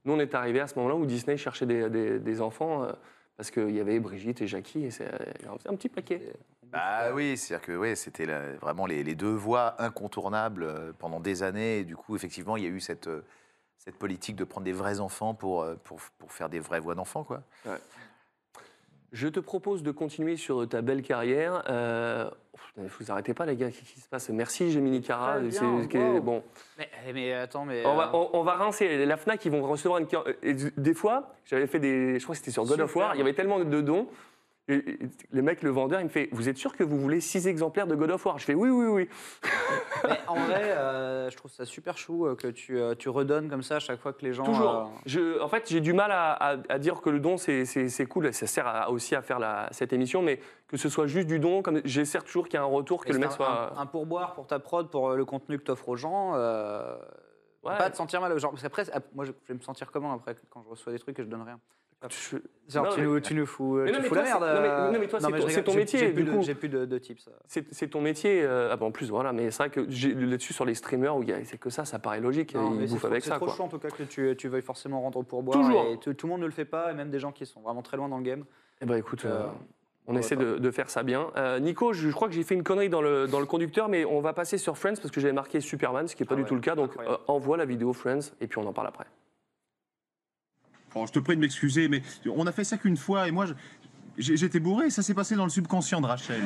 [SPEAKER 4] nous, on est arrivé à ce moment-là où Disney cherchait des, des- des enfants euh, parce qu'il y avait Brigitte et Jackie et c'est euh, c'est un petit paquet.
[SPEAKER 5] euh,
[SPEAKER 6] Bah oui, c'est-à-dire que ouais, c'était la- vraiment les, les deux voies incontournables euh, pendant des années. Et du coup, effectivement, il y a eu cette, euh, cette politique de prendre des vrais enfants pour, euh, pour, pour faire des vraies voix d'enfants, quoi.
[SPEAKER 4] Ouais. Je te propose de continuer sur ta belle carrière. Euh, pff, vous arrêtez pas, les gars, qu'est-ce qui se passe Merci, Gemini Cara.
[SPEAKER 5] Très bien,
[SPEAKER 4] c'est- c'est-
[SPEAKER 5] wow.
[SPEAKER 4] bon.
[SPEAKER 5] Mais, mais attends, mais.
[SPEAKER 4] On
[SPEAKER 5] euh,
[SPEAKER 4] va, on, on va rincer. La FNAC, ils vont recevoir une... carte- et Des fois, j'avais fait des... Je crois que c'était sur God of War. Il y avait tellement de dons. et- et Le mec, le vendeur, il me fait « Vous êtes sûr que vous voulez 6 exemplaires de God of War ?» Je fais « Oui, oui, oui.
[SPEAKER 5] Mais en vrai, euh, je trouve ça super chou euh, que tu, euh, tu redonnes comme ça à chaque fois que les gens.
[SPEAKER 4] Toujours.
[SPEAKER 5] euh,
[SPEAKER 4] Je- en fait, j'ai du mal à, à- à dire que le don, c'est- c'est c'est cool. Ça sert à- aussi à faire la- cette émission, mais que ce soit juste du don, comme j'espère toujours qu'il y a un retour, que
[SPEAKER 5] et
[SPEAKER 4] le
[SPEAKER 5] c'est
[SPEAKER 4] mec
[SPEAKER 5] un,
[SPEAKER 4] soit...
[SPEAKER 5] un- un pourboire pour ta prod, pour euh, le contenu que tu offres aux gens. euh, faut
[SPEAKER 4] Ouais.
[SPEAKER 5] Pas te sentir mal. Genre, parce qu'après, c'est- moi, je je vais me sentir comment après quand je reçois des trucs et je donne rien Genre,
[SPEAKER 4] Non,
[SPEAKER 5] tu,
[SPEAKER 4] mais- *laughs*
[SPEAKER 5] nous, tu nous fous,
[SPEAKER 4] Mais non,
[SPEAKER 5] tu
[SPEAKER 4] mais
[SPEAKER 5] fous
[SPEAKER 4] toi,
[SPEAKER 5] la
[SPEAKER 4] c'est-
[SPEAKER 5] merde.
[SPEAKER 4] non, mais-
[SPEAKER 5] euh.
[SPEAKER 4] non, mais toi, c'est
[SPEAKER 5] mais je
[SPEAKER 4] ton- c'est
[SPEAKER 5] rigole,
[SPEAKER 4] ton
[SPEAKER 5] j'ai-
[SPEAKER 4] métier,
[SPEAKER 5] J'ai plus,
[SPEAKER 4] du
[SPEAKER 5] de-
[SPEAKER 4] coup.
[SPEAKER 5] j'ai plus de, de tips. euh.
[SPEAKER 4] C'est c'est ton métier. euh, ah bah, en plus, voilà, mais c'est vrai que j'ai- là-dessus, sur les streamers, où il y a- c'est que ça, ça paraît logique.
[SPEAKER 5] Non, mais
[SPEAKER 4] ils
[SPEAKER 5] c'est
[SPEAKER 4] bouffent
[SPEAKER 5] trop-
[SPEAKER 4] avec ça,
[SPEAKER 5] C'est trop
[SPEAKER 4] quoi.
[SPEAKER 5] chaud en tout cas que tu, tu veuilles forcément rendre au pourboire.
[SPEAKER 4] Toujours.
[SPEAKER 5] Et tout, tout le monde ne le fait pas, et même des gens qui sont vraiment très loin dans le game.
[SPEAKER 4] Eh ben écoute,
[SPEAKER 5] Euh,
[SPEAKER 4] euh, on
[SPEAKER 5] on va
[SPEAKER 4] essaie
[SPEAKER 5] pas.
[SPEAKER 4] de, de faire ça bien. Euh, Nico, je, je crois que j'ai fait une connerie dans le, dans le conducteur, mais on va passer sur Friends parce que j'avais marqué Superman, ce qui n'est
[SPEAKER 5] Ah
[SPEAKER 4] pas du tout le cas. Donc euh, envoie la vidéo Friends et puis on en parle après.
[SPEAKER 17] Bon, je te prie de m'excuser, mais on a fait ça qu'une fois et moi, je- j'ai- j'étais bourré et ça s'est passé dans le subconscient de Rachel.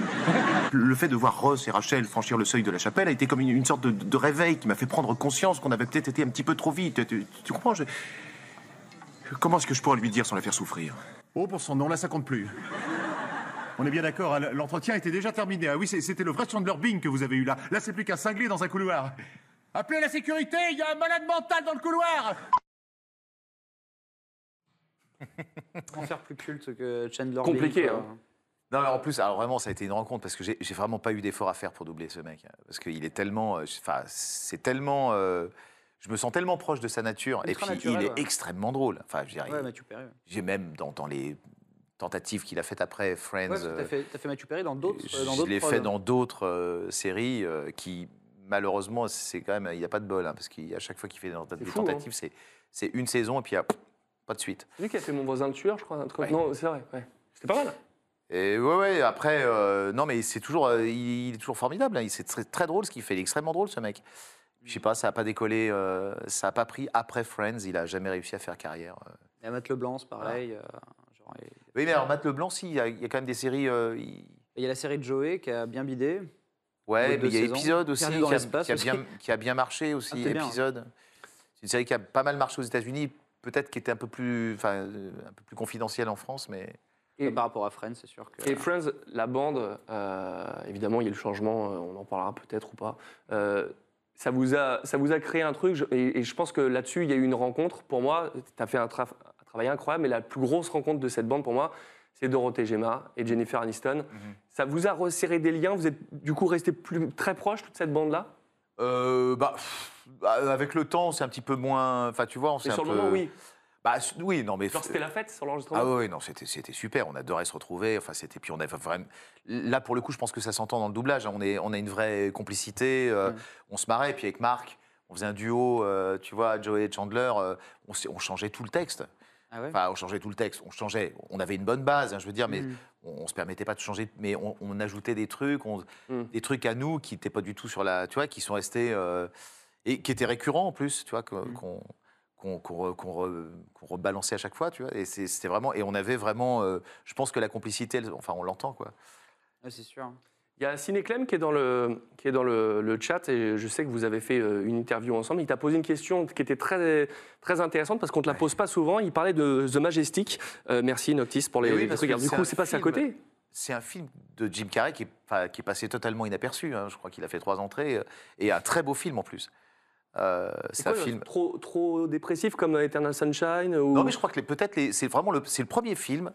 [SPEAKER 18] Le fait de voir Ross et Rachel franchir le seuil de la chapelle a été comme une, une sorte de, de réveil qui m'a fait prendre conscience qu'on avait peut-être été un petit peu trop vite. Tu, tu comprends je- Comment est-ce que je pourrais lui dire sans la faire souffrir
[SPEAKER 17] Oh, pour son nom, là, ça compte plus. On est bien d'accord, hein, l'entretien était déjà terminé. Ah oui, c'est- c'était le vrai Chandler Bing que vous avez eu là. Là, c'est plus qu'un cinglé dans un couloir. Appelez la sécurité, il y a un malade mental dans le couloir
[SPEAKER 5] Comment faire plus culte que Chandler
[SPEAKER 6] Compliqué,
[SPEAKER 5] Bing, quoi.
[SPEAKER 6] hein. Non, mais en plus, alors vraiment, ça a été une rencontre parce que j'ai j'ai vraiment pas eu d'effort à faire pour doubler ce mec. hein, Parce qu'il est tellement. euh, je- Enfin, c'est tellement. euh, je me sens tellement proche de sa nature. Et
[SPEAKER 5] Ultra
[SPEAKER 6] puis,
[SPEAKER 5] naturel,
[SPEAKER 6] il est
[SPEAKER 5] ouais.
[SPEAKER 6] extrêmement drôle. Enfin, je veux dire,
[SPEAKER 5] Ouais,
[SPEAKER 6] il-
[SPEAKER 5] Mathieu Perry. ouais.
[SPEAKER 6] j'ai même dans, dans les tentatives qu'il a faites après Friends.
[SPEAKER 5] Ouais, parce que
[SPEAKER 6] euh,
[SPEAKER 5] t'as fait, t'as fait Mathieu Perry dans d'autres. euh, dans
[SPEAKER 6] je
[SPEAKER 5] d'autres
[SPEAKER 6] l'ai
[SPEAKER 5] prods.
[SPEAKER 6] fait dans d'autres euh, séries euh, qui, malheureusement, c'est quand même, il n'y a pas de bol, hein, parce qu'à chaque fois qu'il fait des, tenta-
[SPEAKER 4] C'est
[SPEAKER 6] des
[SPEAKER 4] fou, hein.
[SPEAKER 6] tentatives, c'est- c'est une saison et puis ah, pff, pas de suite.
[SPEAKER 4] C'est lui qui a fait Mon voisin le tueur, je crois. un truc comme- Non, c'est vrai. ouais. C'était pas mal.
[SPEAKER 6] Et ouais, ouais, après, euh, non, mais c'est toujours, euh, il, il est toujours formidable. hein, il- c'est très, très drôle ce qu'il fait. Il est extrêmement drôle, ce mec. Je
[SPEAKER 4] Mm.
[SPEAKER 6] sais pas, ça n'a pas décollé, euh, ça n'a pas pris après Friends. Il a jamais réussi à faire carrière. euh.
[SPEAKER 5] Et Matt Leblanc, c'est pareil. euh, genre, et-
[SPEAKER 6] Oui, mais alors Matt Leblanc, si, il y, a- il y a quand même des séries. euh, il-
[SPEAKER 5] Il y a la série de Joey qui a bien bidé. Au bout
[SPEAKER 6] Ouais,
[SPEAKER 5] de
[SPEAKER 6] mais il y a
[SPEAKER 5] deux saisons.
[SPEAKER 6] épisode aussi
[SPEAKER 5] Perdu
[SPEAKER 6] qui
[SPEAKER 5] dans
[SPEAKER 6] a,
[SPEAKER 5] l'espace
[SPEAKER 6] qui a
[SPEAKER 5] aussi.
[SPEAKER 6] bien, qui a bien marché
[SPEAKER 5] Ah,
[SPEAKER 6] aussi.
[SPEAKER 5] c'était bien.
[SPEAKER 6] épisode. C'est une série qui a pas mal marché aux États-Unis, peut-être qui était un peu plus, enfin, euh, un peu plus confidentielle en France, mais.
[SPEAKER 5] Et euh, par rapport à Friends, c'est sûr que.
[SPEAKER 4] Et Friends, la bande, euh, évidemment, il y a eu le changement, euh, on en parlera peut-être ou pas. Euh, ça, vous a, ça vous a créé un truc, je- et, et je pense que là-dessus, il y a eu une rencontre. Pour moi, tu as fait un, traf- un travail incroyable, mais la plus grosse rencontre de cette bande, pour moi, c'est Dorothée Gemma et Jennifer Mm-hmm. Aniston. Ça vous a resserré des liens Vous êtes du coup resté plus, très proche, toute cette bande-là
[SPEAKER 6] Euh, bah, pff, bah, avec le temps, c'est un petit peu moins. Enfin, tu vois, on s'est
[SPEAKER 4] Mais
[SPEAKER 6] un
[SPEAKER 4] sur le
[SPEAKER 6] peu-
[SPEAKER 4] moment, oui.
[SPEAKER 6] Bah, s- oui, non, mais.
[SPEAKER 4] Genre, c'était la fête sur l'enregistrement
[SPEAKER 6] Ah oui, oui, non, c'était c'était super. On adorait se retrouver. Enfin, c'était puis on avait vraiment. Là, pour le coup, je pense que ça s'entend dans le doublage. hein. On est, on a une vraie complicité. euh,
[SPEAKER 4] Mm.
[SPEAKER 6] On se marrait. Puis avec Marc, on faisait un duo. euh, tu vois, Joey et Chandler, euh, on, s'est- on changeait tout le texte.
[SPEAKER 5] Ah
[SPEAKER 6] Enfin, on changeait tout le texte. On changeait. On avait une bonne base, hein, je veux dire, mais
[SPEAKER 5] Hmm.
[SPEAKER 13] Mhm.
[SPEAKER 6] on, on se permettait pas de changer. Mais on, on ajoutait des trucs, on- des trucs à nous qui n'étaient pas du tout sur la. Tu vois, qui sont restés euh, et qui étaient récurrents en plus. Tu vois, que- qu'on qu'on qu'on re- qu'on re- qu'on rebalançait à chaque fois, tu vois. Et c'est- c'était vraiment, et on avait vraiment, euh, je pense que la complicité, elle- enfin, on l'entend, quoi.
[SPEAKER 5] c'est sûr.
[SPEAKER 4] Il y a Ciné Clem qui est dans le, qui est dans le, le chat et je sais que vous avez fait euh, une interview ensemble. Il t'a posé une question qui était très, très intéressante parce qu'on ne te la pose pas souvent. Il parlait de The Majestic. Euh, merci Noctis pour les,
[SPEAKER 6] Et oui,
[SPEAKER 4] les
[SPEAKER 6] parce
[SPEAKER 4] trucs.
[SPEAKER 6] que
[SPEAKER 4] Alors, du
[SPEAKER 6] un
[SPEAKER 4] coup, c'est passé à
[SPEAKER 6] film-
[SPEAKER 4] côté.
[SPEAKER 6] C'est un film de Jim Carrey qui est, pas- qui est passé totalement inaperçu. hein. Je crois qu'il a fait trois entrées euh, et un très beau film en plus. Euh, c'est un
[SPEAKER 4] quoi,
[SPEAKER 6] film.
[SPEAKER 4] Trop, trop dépressif comme Eternal Sunshine ou...
[SPEAKER 6] Non, mais je crois que les- peut-être les- c'est vraiment le, c'est le premier film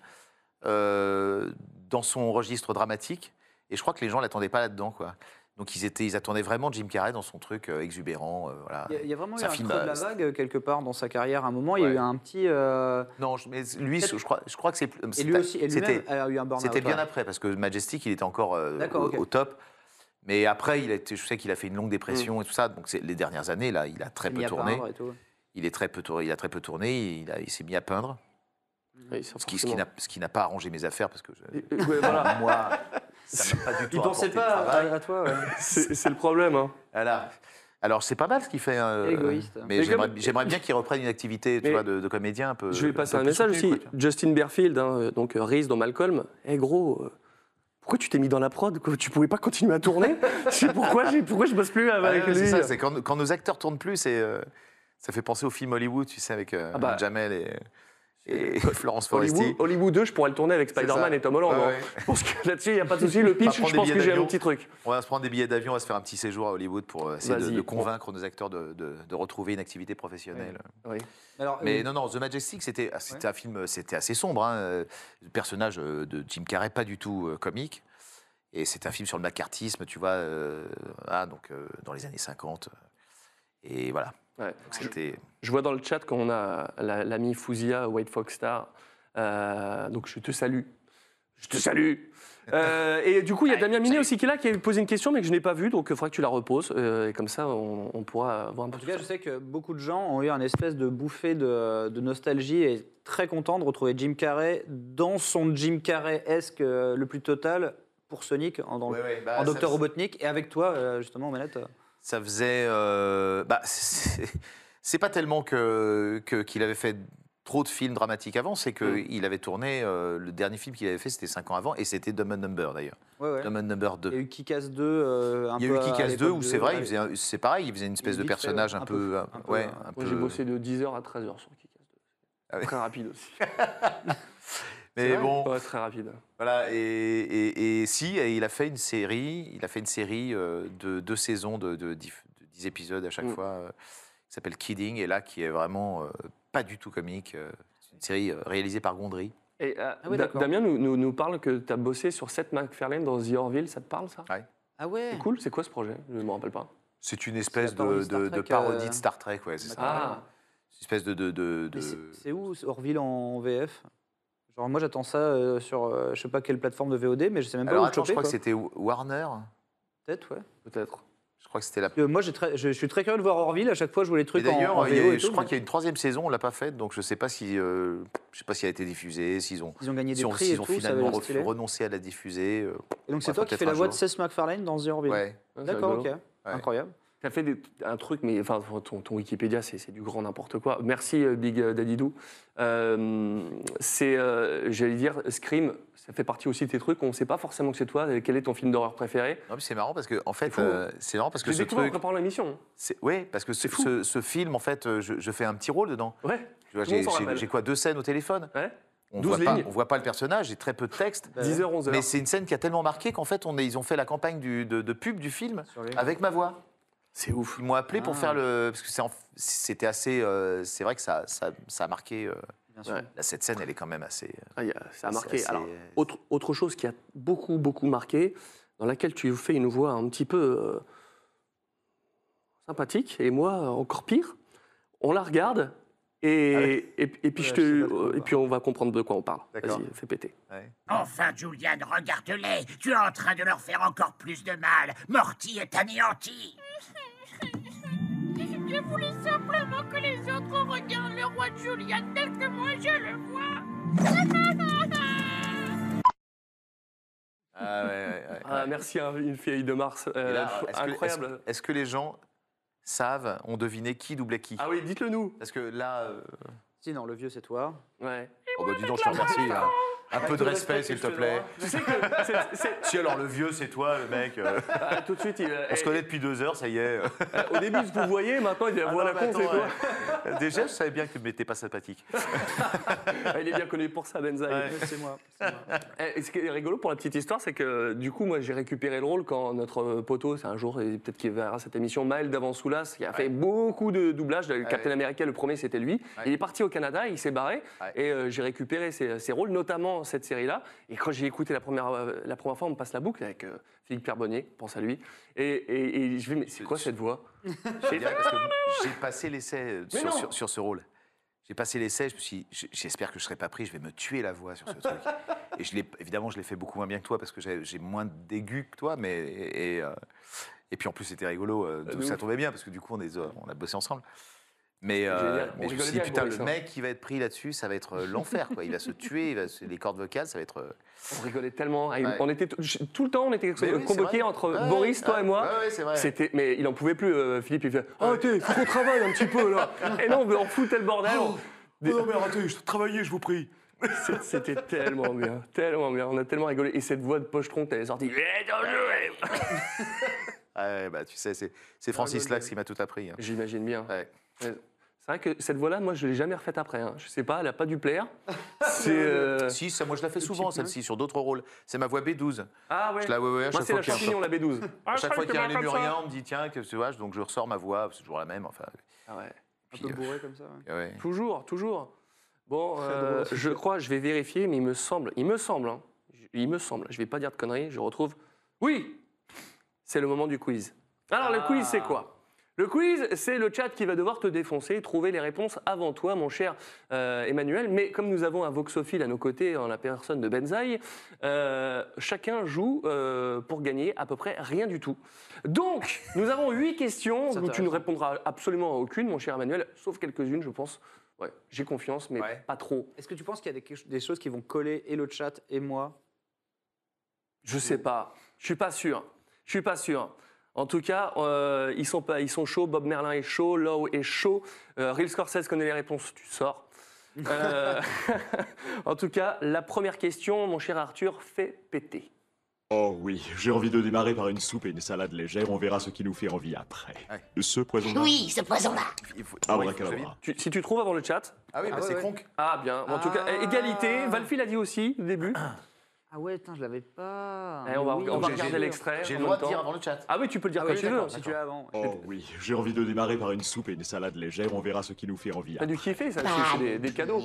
[SPEAKER 6] euh, dans son registre dramatique, et je crois que les gens l'attendaient pas là-dedans, quoi. Donc ils étaient, ils attendaient vraiment Jim Carrey dans son truc euh, exubérant, euh, voilà.
[SPEAKER 5] Il y a- il y, a vraiment eu
[SPEAKER 6] C'est
[SPEAKER 5] un
[SPEAKER 6] film,
[SPEAKER 5] creux de la
[SPEAKER 6] euh,
[SPEAKER 5] vague euh, quelque part dans sa carrière. À un moment, il y a eu un petit. euh,
[SPEAKER 6] Non, je- mais lui,
[SPEAKER 5] Peut-être-
[SPEAKER 6] je crois, je crois que c'est. euh,
[SPEAKER 5] Et lui
[SPEAKER 6] c'était-
[SPEAKER 5] aussi, et lui-même
[SPEAKER 6] c'était-
[SPEAKER 5] a eu un burn-out,
[SPEAKER 6] C'était bien
[SPEAKER 5] ouais.
[SPEAKER 6] après, parce que Majestic, il était encore euh,
[SPEAKER 5] D'accord,
[SPEAKER 6] au,
[SPEAKER 5] ok.
[SPEAKER 6] au top. Mais après, il a été- je sais qu'il a fait une longue dépression
[SPEAKER 5] Mm.
[SPEAKER 6] et tout ça. Donc, c'est- les dernières années, là, il a très
[SPEAKER 5] s'est
[SPEAKER 6] peu
[SPEAKER 5] mis à
[SPEAKER 6] tourné.
[SPEAKER 5] peindre et tout.
[SPEAKER 6] Il, est très peu tour- il a très peu tourné. Il, a- il s'est mis à peindre. ce, qui, ce qui n'a- ce qui n'a pas arrangé mes affaires, parce que je-
[SPEAKER 4] voilà.
[SPEAKER 6] *laughs* moi, ça m'a pas du tout
[SPEAKER 4] Il pensait
[SPEAKER 6] apporté de
[SPEAKER 4] pas à-
[SPEAKER 6] travail.
[SPEAKER 5] À toi,
[SPEAKER 6] *laughs*
[SPEAKER 5] ouais.
[SPEAKER 4] C'est c'est le problème. hein.
[SPEAKER 6] Voilà. Alors, c'est pas mal ce qu'il fait. hein,
[SPEAKER 4] Égoïste.
[SPEAKER 6] Mais
[SPEAKER 4] Mais
[SPEAKER 6] j'aimerais
[SPEAKER 4] comme-
[SPEAKER 6] j'aimerais bien qu'il reprenne une activité tu
[SPEAKER 4] Mais-
[SPEAKER 6] vois, de, de comédien un peu.
[SPEAKER 4] Je vais passer
[SPEAKER 6] peu
[SPEAKER 4] un
[SPEAKER 6] plus
[SPEAKER 4] message
[SPEAKER 6] soutenue,
[SPEAKER 4] aussi.
[SPEAKER 6] quoi, tu vois.
[SPEAKER 4] Justin Berfield, hein, euh, donc euh, Reese dans Malcolm. Eh gros, euh, pourquoi tu t'es mis dans la prod quoi Tu pouvais pas continuer à tourner C'est pourquoi, j'ai- pourquoi je bosse plus avec
[SPEAKER 6] Ah ouais,
[SPEAKER 4] lui
[SPEAKER 6] C'est ça, c'est quand, quand nos acteurs tournent plus, c'est, euh, ça fait penser au film Hollywood, tu sais, avec euh,
[SPEAKER 4] Ah bah.
[SPEAKER 6] Jamel et,
[SPEAKER 4] *laughs*
[SPEAKER 6] et *laughs* Florence
[SPEAKER 4] Hollywood,
[SPEAKER 6] Foresti.
[SPEAKER 4] Hollywood 2, je pourrais le tourner avec Spider-Man
[SPEAKER 6] ça.
[SPEAKER 4] et Tom Holland.
[SPEAKER 6] Ouais,
[SPEAKER 4] hein.
[SPEAKER 6] ouais.
[SPEAKER 4] Je pense que là-dessus, il n'y a pas de souci.
[SPEAKER 6] On
[SPEAKER 4] Le
[SPEAKER 6] va
[SPEAKER 4] pitch,
[SPEAKER 6] prendre
[SPEAKER 4] je
[SPEAKER 6] des
[SPEAKER 4] pense que
[SPEAKER 6] billets
[SPEAKER 4] j'ai un
[SPEAKER 6] d'avion.
[SPEAKER 4] petit truc.
[SPEAKER 6] On va se prendre des billets d'avion, on va se faire un petit séjour à Hollywood pour euh, essayer de,
[SPEAKER 4] Vas-y.
[SPEAKER 6] de convaincre nos acteurs de, de- de retrouver une activité professionnelle.
[SPEAKER 5] Alors,
[SPEAKER 6] Mais
[SPEAKER 5] euh,
[SPEAKER 6] non, non, The Majestic, c'était ah, c'était un film, c'était assez sombre. hein, euh, Le personnage euh, de Jim Carrey, pas du tout euh, comique. Et c'est un film sur le macartisme, tu vois, euh, ah, donc, euh, dans les années 50. Et voilà.
[SPEAKER 4] Ouais.
[SPEAKER 6] Donc, C'était.
[SPEAKER 4] Je vois dans le chat qu'on a la- l'ami Fouzia, White Fox Star. Euh, donc je te salue. Je te
[SPEAKER 6] *laughs*
[SPEAKER 4] salue. Euh, et du coup, il y a Damien Minet aussi qui est là, qui a posé une question, mais que je n'ai pas vue, donc il faudra que tu la reposes. euh, et comme ça, on, on pourra voir un peu
[SPEAKER 5] En tout
[SPEAKER 4] tout
[SPEAKER 5] cas,
[SPEAKER 4] ça.
[SPEAKER 5] je sais que beaucoup de gens ont eu un espèce de bouffée de, de nostalgie et très content de retrouver Jim Carrey dans son Jim Carrey-esque euh, le plus total pour Sonic en, dans-
[SPEAKER 6] Ouais, ouais, bah,
[SPEAKER 5] en
[SPEAKER 6] ça-
[SPEAKER 5] Docteur Robotnik et avec toi euh, justement en manette.
[SPEAKER 6] ça faisait. euh, bah, *laughs* c'est c'est pas tellement que que- qu'il avait fait trop de films dramatiques avant, c'est que il avait tourné euh, le dernier film qu'il avait fait, c'était cinq ans avant, et c'était Dumb and Number d'ailleurs.
[SPEAKER 5] Ouais, ouais.
[SPEAKER 6] Dumb and Number 2.
[SPEAKER 5] Il y a eu Kick-Ass 2. euh, un
[SPEAKER 6] Il y a
[SPEAKER 5] peu
[SPEAKER 6] eu
[SPEAKER 5] à
[SPEAKER 6] Kick-Ass 2
[SPEAKER 5] l'époque
[SPEAKER 6] où
[SPEAKER 5] de-
[SPEAKER 6] c'est vrai, il
[SPEAKER 5] ouais.
[SPEAKER 6] faisait un- c'est pareil, il faisait une espèce de
[SPEAKER 5] Vite fait,
[SPEAKER 6] personnage
[SPEAKER 5] ouais,
[SPEAKER 6] un
[SPEAKER 5] un
[SPEAKER 6] peu,
[SPEAKER 5] peu-
[SPEAKER 6] un-
[SPEAKER 5] un peu,
[SPEAKER 6] ouais,
[SPEAKER 5] ouais.
[SPEAKER 6] un
[SPEAKER 4] Moi, j'ai
[SPEAKER 6] peu-
[SPEAKER 4] bossé de 10h à 13h sur Kick Ass 2. Très rapide
[SPEAKER 6] *laughs*
[SPEAKER 4] aussi.
[SPEAKER 6] Mais
[SPEAKER 4] vrai
[SPEAKER 6] Ah bon,
[SPEAKER 4] Ouais, très rapide.
[SPEAKER 6] voilà. Et, et- et si, et il a fait une série, il a fait une série euh, de deux saisons de, de, dix- de 10 épisodes à chaque
[SPEAKER 5] Mm.
[SPEAKER 6] fois, euh, qui s'appelle Kidding, et là qui est vraiment euh, pas du tout comique. euh, c'est une série euh, réalisée par Gondry.
[SPEAKER 4] Et euh,
[SPEAKER 5] Ah ouais,
[SPEAKER 4] Da-
[SPEAKER 5] d'accord.
[SPEAKER 4] Damien nous, nous- nous parle que tu as bossé sur Seth MacFarlane dans The Orville, ça te parle ça
[SPEAKER 5] Ah ouais.
[SPEAKER 4] C'est cool, c'est quoi ce projet Je ne me rappelle pas.
[SPEAKER 6] C'est une espèce
[SPEAKER 5] parodie
[SPEAKER 6] de,
[SPEAKER 5] Star
[SPEAKER 6] de- de
[SPEAKER 5] Trek,
[SPEAKER 6] parodie
[SPEAKER 5] euh,
[SPEAKER 6] de Star Trek, ouais, c'est ça.
[SPEAKER 5] Ah.
[SPEAKER 6] ouais. C'est Une espèce de. de, de-
[SPEAKER 5] Mais
[SPEAKER 6] de-
[SPEAKER 5] c'est- C'est où c'est Orville en VF Genre moi j'attends ça euh, sur euh, je sais pas quelle plateforme de VOD mais je sais même pas
[SPEAKER 6] Alors
[SPEAKER 5] où le
[SPEAKER 6] attends, je
[SPEAKER 5] choper.
[SPEAKER 6] crois que
[SPEAKER 5] quoi.
[SPEAKER 6] c'était Warner.
[SPEAKER 5] Peut-être ouais.
[SPEAKER 4] Peut-être. Ah,
[SPEAKER 6] Je crois que c'était la.
[SPEAKER 5] Euh, moi j'ai très- je, je suis très curieux de voir Orville à chaque fois je vois les
[SPEAKER 6] Et
[SPEAKER 5] trucs en, en
[SPEAKER 6] d'ailleurs, il y a-
[SPEAKER 5] VO et
[SPEAKER 6] je
[SPEAKER 5] tout,
[SPEAKER 6] crois
[SPEAKER 5] mais-
[SPEAKER 6] qu'il y a une troisième saison, on l'a pas faite, donc je sais pas si, euh, je sais pas si elle a été diffusée, s'ils ont,
[SPEAKER 5] Ils ont gagné des
[SPEAKER 6] si on-
[SPEAKER 5] prix
[SPEAKER 6] s'ils
[SPEAKER 5] et
[SPEAKER 6] ont
[SPEAKER 5] tout, ça avait
[SPEAKER 6] finalement
[SPEAKER 5] l'air
[SPEAKER 6] ref-
[SPEAKER 5] stylé.
[SPEAKER 6] renoncé à la diffuser. euh,
[SPEAKER 5] Et donc
[SPEAKER 6] on
[SPEAKER 5] c'est toi
[SPEAKER 6] la fera
[SPEAKER 5] qui fais
[SPEAKER 6] peut-être
[SPEAKER 5] la
[SPEAKER 6] un
[SPEAKER 5] voix de
[SPEAKER 6] jour.
[SPEAKER 5] Seth MacFarlane dans The Orville.
[SPEAKER 6] Ouais.
[SPEAKER 4] Ah, c'est
[SPEAKER 5] D'accord, ok.
[SPEAKER 4] rigolo.
[SPEAKER 5] Incroyable.
[SPEAKER 4] T'as fait des- un truc, mais enfin, ton, ton Wikipédia, c'est c'est du grand n'importe quoi. Merci, euh, Big euh, Daddy Doo. Euh, c'est, euh, j'allais dire, Scream, ça fait partie aussi de tes trucs. On ne sait pas forcément que c'est toi. Quel est ton film d'horreur préféré
[SPEAKER 6] Non, mais c'est marrant parce que en fait,
[SPEAKER 4] fou, hein.
[SPEAKER 6] euh, c'est marrant parce que
[SPEAKER 4] J'ai
[SPEAKER 6] ce
[SPEAKER 4] découvert en
[SPEAKER 6] truc,
[SPEAKER 4] préparant l'émission.
[SPEAKER 6] c'est- ouais, parce que ce, ce- ce film, en fait, euh, je, je fais un petit rôle dedans.
[SPEAKER 4] Ouais.
[SPEAKER 6] Tu vois,
[SPEAKER 4] Tout le monde
[SPEAKER 6] J'ai
[SPEAKER 4] s'en
[SPEAKER 6] j'ai-
[SPEAKER 4] rappelle.
[SPEAKER 6] j'ai quoi deux scènes au téléphone. On
[SPEAKER 4] 12
[SPEAKER 6] voit pas,
[SPEAKER 4] lignes.
[SPEAKER 6] on voit pas le personnage, j'ai très peu de texte.
[SPEAKER 5] Bah,
[SPEAKER 4] 10 heures, 11 heures.
[SPEAKER 6] Mais c'est une scène qui a tellement marqué qu'en fait, on est- ils ont fait la campagne du- de, de pub du film
[SPEAKER 5] les-
[SPEAKER 6] avec ma voix.
[SPEAKER 4] C'est ouf.
[SPEAKER 6] Ils m'ont appelé pour
[SPEAKER 5] Ah.
[SPEAKER 6] faire le. Parce que c'est en- c'était assez. euh, c'est vrai que ça, ça, ça a marqué. euh,
[SPEAKER 5] sûr.
[SPEAKER 6] ouais. Là, cette scène, elle est quand même assez. euh,
[SPEAKER 4] Ah, il y a- ça a
[SPEAKER 6] C'est
[SPEAKER 4] marqué.
[SPEAKER 6] assez-
[SPEAKER 4] Alors, autre, autre chose qui a beaucoup, beaucoup marqué, dans laquelle tu fais une voix un petit peu. euh, sympathique, et moi, euh, encore pire, on la regarde,
[SPEAKER 6] Ah
[SPEAKER 4] et, et, et puis, je te- et puis on va comprendre de quoi on parle. Vas-y, fais péter.
[SPEAKER 3] Enfin, Julian, regarde-les. Tu es en train de leur faire encore plus de mal. Morty est anéanti.
[SPEAKER 19] Je voulais simplement que les autres regardent le roi Julian tel que moi je le vois.
[SPEAKER 6] Ah, ouais, ouais, ouais.
[SPEAKER 4] Ah, merci à une fille de Mars. euh,
[SPEAKER 6] Et là, est-ce que-
[SPEAKER 4] incroyable.
[SPEAKER 6] est-ce- Est-ce que les gens savent, ont deviné qui doublait qui
[SPEAKER 4] Ah oui, dites-le nous.
[SPEAKER 6] Parce que là. euh,
[SPEAKER 5] Si, non, le vieux, c'est
[SPEAKER 6] *laughs*
[SPEAKER 5] toi.
[SPEAKER 4] Ouais.
[SPEAKER 6] Oh, bah dis donc, je te remercie. hein. Un
[SPEAKER 4] Avec
[SPEAKER 6] peu de
[SPEAKER 4] le
[SPEAKER 6] respect,
[SPEAKER 4] respect
[SPEAKER 6] s'il
[SPEAKER 4] que
[SPEAKER 6] te
[SPEAKER 4] je te
[SPEAKER 6] plaît.
[SPEAKER 4] dois. Tu sais que c'est-
[SPEAKER 6] Si alors le vieux, c'est toi, le mec. euh.
[SPEAKER 4] *laughs* Ah, tout de suite, il- eh,
[SPEAKER 6] On se connaît depuis deux heures, ça y est.
[SPEAKER 4] Au début, ce que vous voyez, maintenant, il y a
[SPEAKER 6] Ah
[SPEAKER 4] voilà
[SPEAKER 6] non,
[SPEAKER 4] con,
[SPEAKER 6] mais
[SPEAKER 4] c'est
[SPEAKER 6] attends,
[SPEAKER 4] toi.
[SPEAKER 6] ouais. Déjà, je savais bien que tu m'étais pas sympathique.
[SPEAKER 4] Ah, Il est bien connu pour ça, Benzaï.
[SPEAKER 6] Ouais.
[SPEAKER 5] C'est moi.
[SPEAKER 4] Eh, et ce qui est rigolo pour la petite histoire, c'est que du coup, moi, j'ai récupéré le rôle quand notre euh, poteau, c'est un jour, et peut-être qu'il verra cette émission, Maël d'Avansoulas, qui a fait beaucoup de doublages. Le Captain America, le premier, c'était lui. Il est parti au Canada, il s'est barré, et euh, j'ai récupéré ses, ses rôles, notamment cette série-là. Et quand j'ai écouté la première, euh, la première fois, on me passe la boucle avec euh, Philippe Perbonnier, pense à lui. Et, et- et je vais, mais c'est quoi cette voix
[SPEAKER 6] Je dirais parce que J'ai passé l'essai euh,
[SPEAKER 4] Mais
[SPEAKER 6] sur,
[SPEAKER 4] non.
[SPEAKER 6] sur- sur ce rôle. J'ai passé l'essai, je me suis dit, j- j'espère que je serai pas pris, je vais me tuer la voix sur
[SPEAKER 4] *laughs*
[SPEAKER 6] ce truc. Et je l'ai, évidemment, je l'ai fait beaucoup moins bien que toi parce que j'ai j'ai moins d'aigus que toi, mais. Et, et, euh, et puis en plus, c'était rigolo, euh,
[SPEAKER 4] de
[SPEAKER 6] donc ça
[SPEAKER 4] ouf.
[SPEAKER 6] tombait bien parce que du coup, on, est, euh, on a bossé ensemble. Mais, euh,
[SPEAKER 4] Génial, on
[SPEAKER 6] mais je me
[SPEAKER 4] rigolait
[SPEAKER 6] suis dit,
[SPEAKER 4] bien
[SPEAKER 6] putain,
[SPEAKER 4] avec
[SPEAKER 6] le
[SPEAKER 4] Maurice, hein.
[SPEAKER 6] mec qui va être pris là-dessus, ça va être euh, l'enfer, quoi. Il va se tuer, il va se- les cordes vocales, ça va être. euh,
[SPEAKER 4] On rigolait tellement. Et
[SPEAKER 6] Ouais.
[SPEAKER 4] On était tout, je- tout le temps, on était
[SPEAKER 6] Mais oui, c'est
[SPEAKER 4] convoqués
[SPEAKER 6] vrai.
[SPEAKER 4] entre
[SPEAKER 6] Ouais,
[SPEAKER 4] Boris, toi
[SPEAKER 6] ouais,
[SPEAKER 4] et moi.
[SPEAKER 6] ouais, ouais, c'est vrai.
[SPEAKER 4] C'était, mais il en pouvait plus. euh, Philippe, il fait Oh, t'es, faut qu'on travaille un petit peu
[SPEAKER 6] *laughs*
[SPEAKER 4] là. et non, on foutait le bordel.
[SPEAKER 6] Oh.
[SPEAKER 4] non, mais arrêtez, je travaillais, je vous prie. C'était tellement bien, tellement bien. On a tellement rigolé. Et cette voix de pochetron, t'avais sorti. Eh, dangereux
[SPEAKER 6] Ouais, bah, tu sais, c'est
[SPEAKER 4] Ah,
[SPEAKER 6] c'est Francis Lax qui m'a tout appris. hein.
[SPEAKER 4] J'imagine bien. Euh, C'est vrai que cette voix-là, moi, je l'ai jamais refaite après. hein. Je sais pas, elle a pas dû
[SPEAKER 6] *laughs*
[SPEAKER 4] plaire. C'est. euh,
[SPEAKER 6] Si, ça, moi je la fais souvent
[SPEAKER 4] petit peu.
[SPEAKER 6] celle-ci, sur d'autres rôles. C'est ma voix B12.
[SPEAKER 4] Ah ouais.
[SPEAKER 6] Je la ouais, ouais, à
[SPEAKER 4] Moi,
[SPEAKER 6] chaque
[SPEAKER 4] c'est
[SPEAKER 6] fois
[SPEAKER 4] la
[SPEAKER 6] qu'il y a un-
[SPEAKER 4] champignon, la B12.
[SPEAKER 6] À chaque fois Ah, qu'il y a un lémurien, on
[SPEAKER 4] lémurien.
[SPEAKER 6] me dit tiens, que tu vois, donc je ressors ma voix, c'est toujours la même. Enfin,
[SPEAKER 4] Ah ouais.
[SPEAKER 6] puis, euh,
[SPEAKER 5] bourré comme ça. ouais.
[SPEAKER 6] ouais.
[SPEAKER 4] Toujours, toujours. Bon, euh,
[SPEAKER 6] drôle, ce
[SPEAKER 4] je crois, je vais vérifier, mais il me semble, il me semble, hein, je- il me semble, je vais pas dire de conneries, je retrouve. Oui C'est le moment du quiz. Alors, le quiz, c'est quoi le quiz, c'est le chat qui va devoir te défoncer et trouver les réponses avant toi, mon cher euh, Emmanuel. Mais comme nous avons un voxophile à nos côtés en la personne de Benzaï, euh, chacun joue euh, pour gagner à peu près rien du tout. Donc, nous avons huit questions où tu ne répondras absolument à aucune, mon cher Emmanuel, sauf quelques-unes, je pense. Ouais, j'ai confiance, mais pas trop.
[SPEAKER 5] Est-ce que tu penses qu'il y a des, quelque- des choses qui vont coller et le chat et moi
[SPEAKER 4] Je sais pas. Je suis pas sûr. Je suis pas sûr. En tout cas, euh, ils sont pas, ils sont chauds. Bob Merlin est chaud, Lowe est chaud. Euh, Real Scorsese connaît les réponses. Tu sors. Euh, *laughs* en tout cas, la première question, mon cher Arthur, fait péter.
[SPEAKER 20] Oh oui, j'ai envie de démarrer par une soupe et une salade légère, on verra ce qui nous fait envie après. Ce
[SPEAKER 18] Ah
[SPEAKER 20] poison-là.
[SPEAKER 15] ce poison-là.
[SPEAKER 4] Ah,
[SPEAKER 20] Abracadabra.
[SPEAKER 4] Tu- si tu trouves avant le chat.
[SPEAKER 6] Ah oui,
[SPEAKER 20] bah Ah ouais, c'est ouais.
[SPEAKER 6] Cronk.
[SPEAKER 4] Ah bien. En tout cas,
[SPEAKER 5] Ah.
[SPEAKER 4] égalité. Valfi l'a dit aussi au début.
[SPEAKER 5] Ah ouais, putain, je l'avais pas.
[SPEAKER 4] Eh, on va,
[SPEAKER 5] Oui,
[SPEAKER 4] on va
[SPEAKER 5] j'ai-
[SPEAKER 4] regarder
[SPEAKER 5] j'ai-
[SPEAKER 4] l'extrait.
[SPEAKER 5] j'ai le
[SPEAKER 4] en même
[SPEAKER 5] droit de
[SPEAKER 4] temps.
[SPEAKER 5] dire avant le chat.
[SPEAKER 4] Ah oui, tu peux le dire
[SPEAKER 5] Ah
[SPEAKER 4] quand
[SPEAKER 5] oui,
[SPEAKER 4] tu veux.
[SPEAKER 5] d'accord, Si tu veux avant.
[SPEAKER 20] Oh oui, j'ai envie de démarrer par une soupe et une salade légère, on verra ce qui nous fait envie
[SPEAKER 4] T'as
[SPEAKER 20] après.
[SPEAKER 4] dû kiffer ça,
[SPEAKER 5] Ah,
[SPEAKER 7] Ah,
[SPEAKER 4] c'est- c'est des, des cadeaux.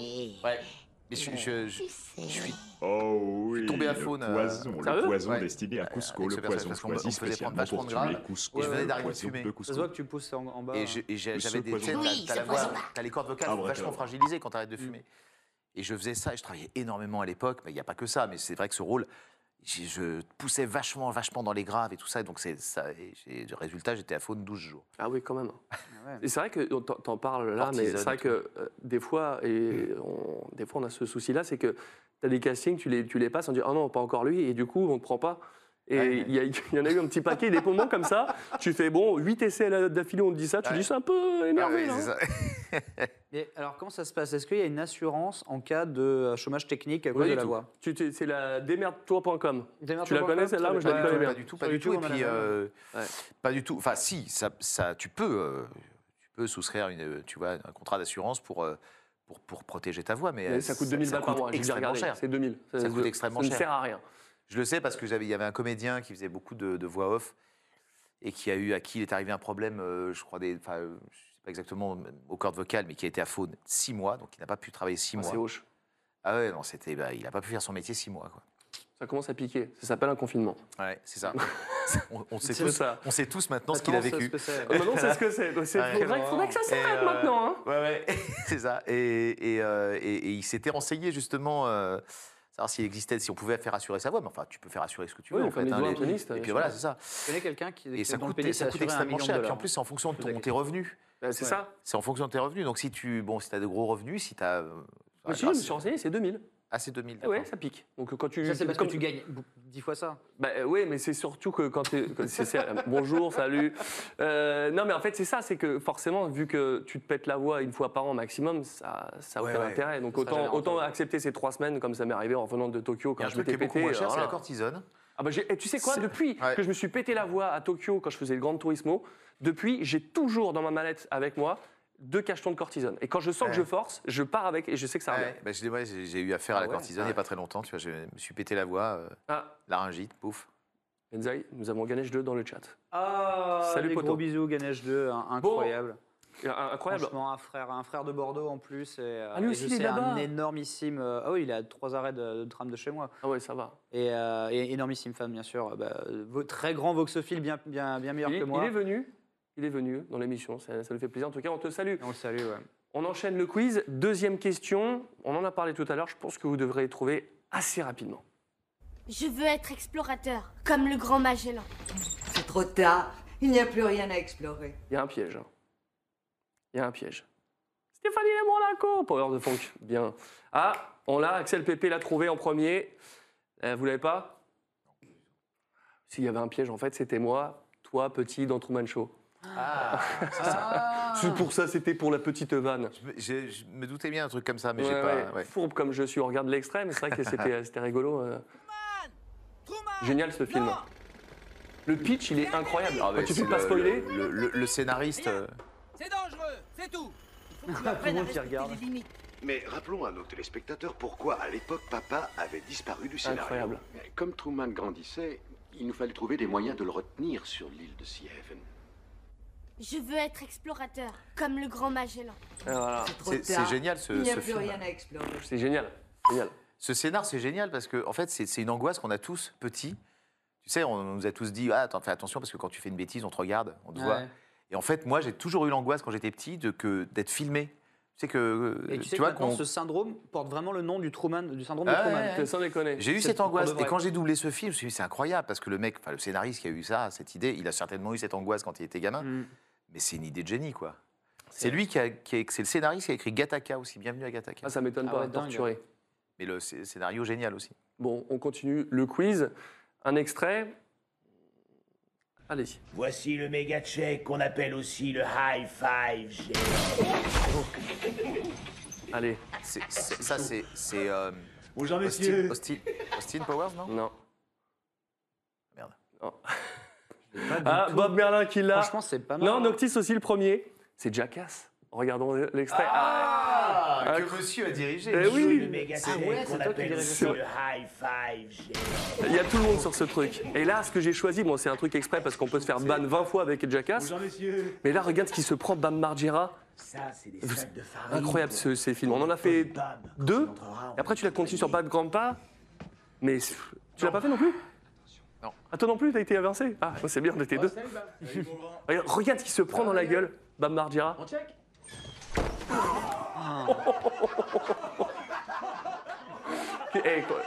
[SPEAKER 6] Ouais. Mais je, je- je- je suis
[SPEAKER 20] Oh oui,
[SPEAKER 6] tombé à
[SPEAKER 20] le
[SPEAKER 6] faune, euh,
[SPEAKER 20] poison, le
[SPEAKER 6] sérieux
[SPEAKER 20] poison
[SPEAKER 6] Ouais. Euh,
[SPEAKER 20] destiné à Cusco,
[SPEAKER 6] avec
[SPEAKER 20] le
[SPEAKER 6] ce personnage,
[SPEAKER 20] poison
[SPEAKER 6] parce qu'on- on
[SPEAKER 20] choisi
[SPEAKER 6] faisait prendre
[SPEAKER 20] spécialement pour
[SPEAKER 6] vachement de
[SPEAKER 20] tuer
[SPEAKER 6] gras,
[SPEAKER 20] Cusco,
[SPEAKER 6] et je venais
[SPEAKER 20] le
[SPEAKER 6] d'arriver de
[SPEAKER 20] poison
[SPEAKER 6] fumer.
[SPEAKER 20] de
[SPEAKER 5] Ça se
[SPEAKER 20] Cusco.
[SPEAKER 5] voit que tu pousses en, en bas.
[SPEAKER 6] Et je- et j'ai-
[SPEAKER 5] Le
[SPEAKER 6] j'avais
[SPEAKER 5] seul
[SPEAKER 6] des.
[SPEAKER 5] poison.
[SPEAKER 6] tu sais, t'as-
[SPEAKER 5] Oui,
[SPEAKER 6] t'as
[SPEAKER 5] ce
[SPEAKER 6] la voix-
[SPEAKER 5] poison-là.
[SPEAKER 6] t'as les cordes vocales
[SPEAKER 5] Ah, bon,
[SPEAKER 6] vachement
[SPEAKER 5] d'accord.
[SPEAKER 6] fragilisées quand t'arrêtes de fumer. Et je faisais ça, et je travaillais énormément à l'époque, mais il n'y a pas que ça, mais c'est vrai que ce rôle. j'ai- Je poussais vachement, vachement dans les graves et tout ça, et donc c'est ça. Et j'ai- résultat, j'étais à faune 12 jours.
[SPEAKER 4] Ah oui, quand même. Et c'est vrai que on t'en- t'en parles là, mais
[SPEAKER 6] Partisan
[SPEAKER 4] c'est
[SPEAKER 6] et
[SPEAKER 4] vrai que euh, des fois, et
[SPEAKER 6] Hmm.
[SPEAKER 4] on, des fois, on a ce souci-là, c'est que t'as des castings, tu les, tu les passes, on dit oh non, pas encore lui, et du coup, on te prend pas. Et il y a- il y, en a eu un petit paquet, des moments comme ça. Tu fais bon, 8 essais à la- d'affilée, on te dit ça, tu dis c'est un peu énervé.
[SPEAKER 6] Ah
[SPEAKER 4] là.
[SPEAKER 6] hein.
[SPEAKER 5] Mais alors, comment ça se passe Est-ce qu'il y a une assurance en cas de euh, chômage technique à cause
[SPEAKER 4] Pas
[SPEAKER 5] de
[SPEAKER 4] du
[SPEAKER 5] la
[SPEAKER 4] tout.
[SPEAKER 5] voix
[SPEAKER 4] Tu t'es- C'est la démerde-toi.com. Tu la
[SPEAKER 5] Démerde-toi.com,
[SPEAKER 4] connais celle-là Moi, je la
[SPEAKER 5] très
[SPEAKER 4] connais
[SPEAKER 5] bien.
[SPEAKER 4] bien.
[SPEAKER 6] Pas du tout, pas du tout. Et puis, euh, pas du tout. Enfin, si, ça, ça- tu peux, euh, tu peux soustraire une, euh, tu vois, un contrat d'assurance pour, euh, pour, pour protéger ta voix, mais,
[SPEAKER 4] Mais
[SPEAKER 6] euh,
[SPEAKER 4] ça coûte 2000 balles par
[SPEAKER 6] coûte
[SPEAKER 4] mois, j'ai déjà
[SPEAKER 6] extrêmement
[SPEAKER 4] regardé,
[SPEAKER 6] cher.
[SPEAKER 4] c'est 2000.
[SPEAKER 6] Ça,
[SPEAKER 4] Ça-
[SPEAKER 6] coûte extrêmement
[SPEAKER 4] ça ne
[SPEAKER 6] cher.
[SPEAKER 4] sert à rien.
[SPEAKER 6] Je le sais parce que j'avais, il y avait un comédien qui faisait beaucoup de, de voix off et qui a eu, à qui il est arrivé un problème, euh, je crois des, enfin, euh, je sais pas exactement aux cordes vocales, mais qui a été à faune six mois, donc il n'a pas pu travailler six
[SPEAKER 4] Ah,
[SPEAKER 6] mois.
[SPEAKER 4] c'est hoche.
[SPEAKER 6] Ah ouais, non, c'était, bah, il n'a pas pu faire son métier six mois, quoi.
[SPEAKER 4] Ça commence à piquer. Ça s'appelle un
[SPEAKER 6] *laughs*
[SPEAKER 4] confinement.
[SPEAKER 6] Ouais, c'est ça. on, on sait
[SPEAKER 4] C'est
[SPEAKER 6] tous,
[SPEAKER 4] ça.
[SPEAKER 6] on sait tous maintenant ce qu'il a vécu.
[SPEAKER 4] Maintenant, on sait ce que c'est. Donc, c'est-
[SPEAKER 6] Ouais.
[SPEAKER 4] faudrait, faudrait que ça
[SPEAKER 6] Et,
[SPEAKER 4] s'arrête
[SPEAKER 6] euh,
[SPEAKER 4] maintenant. hein.
[SPEAKER 6] Ouais, ouais, *laughs* c'est ça. Et, et, euh, et- et il s'était renseigné justement. euh, savoir s'il existait, si on pouvait faire assurer sa voix, mais enfin, tu peux faire assurer ce que tu veux,
[SPEAKER 5] Oui,
[SPEAKER 6] en
[SPEAKER 5] comme
[SPEAKER 6] fait. hein,
[SPEAKER 5] les doigts
[SPEAKER 6] les-
[SPEAKER 5] à un pianiste,
[SPEAKER 6] et
[SPEAKER 4] euh,
[SPEAKER 5] bien
[SPEAKER 6] puis
[SPEAKER 5] sûr.
[SPEAKER 6] voilà, c'est ça.
[SPEAKER 5] Je connais quelqu'un qui
[SPEAKER 6] Et ça
[SPEAKER 5] dans le
[SPEAKER 6] coûte,
[SPEAKER 5] pays, ça
[SPEAKER 6] ça coûte
[SPEAKER 5] assurait un
[SPEAKER 6] extrêmement
[SPEAKER 5] million de
[SPEAKER 6] cher. Et puis en
[SPEAKER 5] dollars.
[SPEAKER 6] plus, c'est en fonction de
[SPEAKER 5] Toute la
[SPEAKER 6] ton, tes
[SPEAKER 5] question.
[SPEAKER 6] revenus.
[SPEAKER 4] c'est ça.
[SPEAKER 6] C'est en fonction de tes revenus. Donc si tu, bon, si as de gros revenus, si euh, tu as.
[SPEAKER 4] Mais si, je me suis renseigné, c'est 2000.
[SPEAKER 6] Ah, c'est 2000.
[SPEAKER 4] Ouais, ça pique. Donc quand tu.
[SPEAKER 5] Ça, c'est parce
[SPEAKER 4] comme-
[SPEAKER 5] que tu gagnes bou- dix fois ça.
[SPEAKER 4] Bah, euh, oui, mais c'est surtout que quand tu *laughs* bonjour, salut. Euh, non, mais en fait, c'est ça, c'est que forcément, vu que tu te pètes la voix une fois par an maximum, ça n'a
[SPEAKER 6] Ouais,
[SPEAKER 4] aucun
[SPEAKER 6] ouais.
[SPEAKER 4] intérêt. Donc
[SPEAKER 6] Ça sera
[SPEAKER 4] autant,
[SPEAKER 6] jamais
[SPEAKER 4] autant
[SPEAKER 6] rentable.
[SPEAKER 4] accepter ces trois semaines, comme ça m'est arrivé en revenant de Tokyo
[SPEAKER 6] Il y
[SPEAKER 4] quand
[SPEAKER 6] a un
[SPEAKER 4] je
[SPEAKER 6] truc qui
[SPEAKER 4] m'étais
[SPEAKER 6] est beaucoup
[SPEAKER 4] pété. euh,
[SPEAKER 6] moins cher, c'est
[SPEAKER 4] voilà.
[SPEAKER 6] la cortisone.
[SPEAKER 4] Ah bah, j'ai- et tu sais quoi,
[SPEAKER 6] C'est-
[SPEAKER 4] depuis
[SPEAKER 6] Ouais.
[SPEAKER 4] que je me suis pété la voix à Tokyo quand je faisais le Grand Turismo, depuis, j'ai toujours dans ma mallette avec moi deux cachetons de cortisone. Et quand je sens
[SPEAKER 6] Ouais.
[SPEAKER 4] que je force, je pars avec et je sais que ça revient.
[SPEAKER 6] Ouais, bah, j'ai ouais, j'ai- j'ai eu affaire à la
[SPEAKER 4] Ah ouais,
[SPEAKER 6] cortisone il n'y a pas très longtemps. Tu vois, je me suis pété la voix, euh,
[SPEAKER 4] Ah.
[SPEAKER 6] laryngite, pouf.
[SPEAKER 4] Benzaï, nous avons Ganesh 2 dans le chat.
[SPEAKER 5] Ah,
[SPEAKER 4] Salut,
[SPEAKER 5] des
[SPEAKER 4] poteau.
[SPEAKER 5] gros bisous, Ganesh 2, hein,
[SPEAKER 4] Bon.
[SPEAKER 5] incroyable.
[SPEAKER 4] Euh, Incroyable.
[SPEAKER 5] Franchement, un frère, un frère de Bordeaux en plus. Et, euh,
[SPEAKER 4] Ah, lui
[SPEAKER 5] et
[SPEAKER 4] aussi,
[SPEAKER 5] je
[SPEAKER 4] il est
[SPEAKER 5] sais, un
[SPEAKER 4] là-bas.
[SPEAKER 5] énormissime. euh, ah oui, il a trois arrêts de, de tram de chez moi.
[SPEAKER 4] Ah ouais, ça va.
[SPEAKER 5] Et, euh, et énormissime fan, bien sûr. Euh, bah, euh, vo- très grand voxophile, bien, bien, bien meilleur
[SPEAKER 4] Il,
[SPEAKER 5] que moi.
[SPEAKER 4] il est venu, il est venu dans l'émission, ça, ça nous fait plaisir. En tout cas, on te salue.
[SPEAKER 5] On le salue, ouais.
[SPEAKER 4] On enchaîne le quiz. Deuxième question, on en a parlé tout à l'heure, je pense que vous devrez trouver assez rapidement.
[SPEAKER 7] Je veux être explorateur, comme le grand Magellan.
[SPEAKER 21] C'est trop tard. Il n'y a plus rien à explorer.
[SPEAKER 4] Il y a un piège. hein. Il y a un piège. Stéphanie Lemon-Laco, Power de Funk, bien. Ah, on l'a, Axel Pépé l'a trouvé en premier. Euh, vous l'avez pas S'il y avait un piège, en fait, c'était moi, toi, petit, dans Truman Show.
[SPEAKER 6] Ah, c'est
[SPEAKER 4] C'est pour ça, c'était pour la petite vanne.
[SPEAKER 6] Je, je me doutais bien d'un truc comme ça, mais
[SPEAKER 4] Ouais,
[SPEAKER 6] j'ai pas.
[SPEAKER 4] ouais.
[SPEAKER 6] ouais.
[SPEAKER 4] Fourbe comme je suis, on regarde l'extrait, mais c'est vrai que
[SPEAKER 6] *laughs*
[SPEAKER 4] c'était c'était rigolo. euh. Génial ce film. Le pitch, il est incroyable.
[SPEAKER 6] Ah,
[SPEAKER 4] Quand
[SPEAKER 6] mais
[SPEAKER 4] tu
[SPEAKER 6] c'est
[SPEAKER 4] peux pas
[SPEAKER 6] le-
[SPEAKER 4] spoiler.
[SPEAKER 6] Le, le- le scénariste. euh,
[SPEAKER 15] C'est dangereux, c'est tout. Il faut que tu
[SPEAKER 5] Tout le
[SPEAKER 15] apprennes à
[SPEAKER 5] monde qui
[SPEAKER 15] respecter
[SPEAKER 5] regarde.
[SPEAKER 15] les limites.
[SPEAKER 22] Mais rappelons à nos téléspectateurs pourquoi, à l'époque, papa avait disparu du scénario.
[SPEAKER 4] Incroyable.
[SPEAKER 22] Comme Truman grandissait, il nous fallait trouver des moyens de le retenir sur l'île de Sea Haven.
[SPEAKER 7] Je veux être explorateur, comme le grand Magellan.
[SPEAKER 4] Et Ah, voilà.
[SPEAKER 21] Trop
[SPEAKER 6] C'est- c'est
[SPEAKER 21] tard.
[SPEAKER 6] génial, ce-
[SPEAKER 21] Il n'y a
[SPEAKER 6] ce
[SPEAKER 21] plus
[SPEAKER 6] film.
[SPEAKER 21] rien à explorer.
[SPEAKER 4] C'est génial. Génial.
[SPEAKER 6] Ce scénar, c'est génial parce que, en fait, c'est c'est une angoisse qu'on a tous, petits. Tu sais, on, on nous a tous dit ah, attends, fais attention parce que quand tu fais une bêtise, on te regarde, on te
[SPEAKER 5] Ouais.
[SPEAKER 6] voit. Et en fait, moi, j'ai toujours eu l'angoisse quand j'étais petit de que d'être filmé. Tu sais que.
[SPEAKER 5] Et tu, sais que maintenant,
[SPEAKER 6] qu'on-
[SPEAKER 5] ce syndrome porte vraiment le nom du Truman, du syndrome
[SPEAKER 6] Ah
[SPEAKER 5] de Truman.
[SPEAKER 6] ouais, ouais.
[SPEAKER 4] Sans déconner.
[SPEAKER 6] J'ai eu
[SPEAKER 5] C'est
[SPEAKER 6] cette
[SPEAKER 5] pour
[SPEAKER 6] angoisse.
[SPEAKER 5] de vrai.
[SPEAKER 6] Et quand j'ai doublé ce film, je me suis dit, c'est incroyable, parce que le mec, enfin, le scénariste qui a eu ça, cette idée, il a certainement eu cette angoisse quand il était gamin.
[SPEAKER 5] Mm.
[SPEAKER 6] Mais c'est une idée de génie, quoi. C'est lui qui a, qui a- c'est le scénariste qui a écrit Gattaca aussi. Bienvenue à Gattaca.
[SPEAKER 4] Ah, ça m'étonne
[SPEAKER 6] Ah
[SPEAKER 4] pas,
[SPEAKER 6] ouais, dingue.
[SPEAKER 4] torturé.
[SPEAKER 6] Mais le sc- scénario génial aussi.
[SPEAKER 4] Bon, on continue le quiz. Un extrait. Allez-y.
[SPEAKER 23] Voici le méga check qu'on appelle aussi le high five géant.
[SPEAKER 4] Allez.
[SPEAKER 6] ça, c'est. c'est euh,
[SPEAKER 23] Bonjour,
[SPEAKER 6] Austin-
[SPEAKER 23] messieurs.
[SPEAKER 6] Austin, Austin Powers, non
[SPEAKER 4] Non.
[SPEAKER 6] Merde.
[SPEAKER 4] Ah, Bob Merlin qui l'a.
[SPEAKER 5] Franchement, c'est pas mal.
[SPEAKER 4] Non, Noctis aussi le premier. C'est Jackass. Regardons l'extrait.
[SPEAKER 6] Ah,
[SPEAKER 4] Ah,
[SPEAKER 6] que monsieur a dirigé.
[SPEAKER 4] Eh oui.
[SPEAKER 23] Le méga check qu'on appelle aussi le high five géant.
[SPEAKER 4] Il y a tout le monde sur ce truc. Et là, ce que j'ai choisi, bon, c'est un truc exprès parce qu'on peut se faire ban 20 fois avec Jackass.
[SPEAKER 23] Bonjour, messieurs.
[SPEAKER 4] Mais là, regarde ce qui se prend, Bam Margera.
[SPEAKER 23] Ça, c'est des sacs de farine.
[SPEAKER 4] Incroyable ce- ces films. On en a fait deux. Et après, tu l'as continué sur Pas de Grand Pas. Mais tu l'as pas fait non plus
[SPEAKER 6] Non. Oh,
[SPEAKER 4] Ah, toi non plus, t'as été avancé Ah, c'est bien, on était deux.
[SPEAKER 6] bah.
[SPEAKER 4] *laughs* Regarde, regarde ce qui se prend dans la gueule, Bam Margera. Ah. *laughs* Eh, quoi.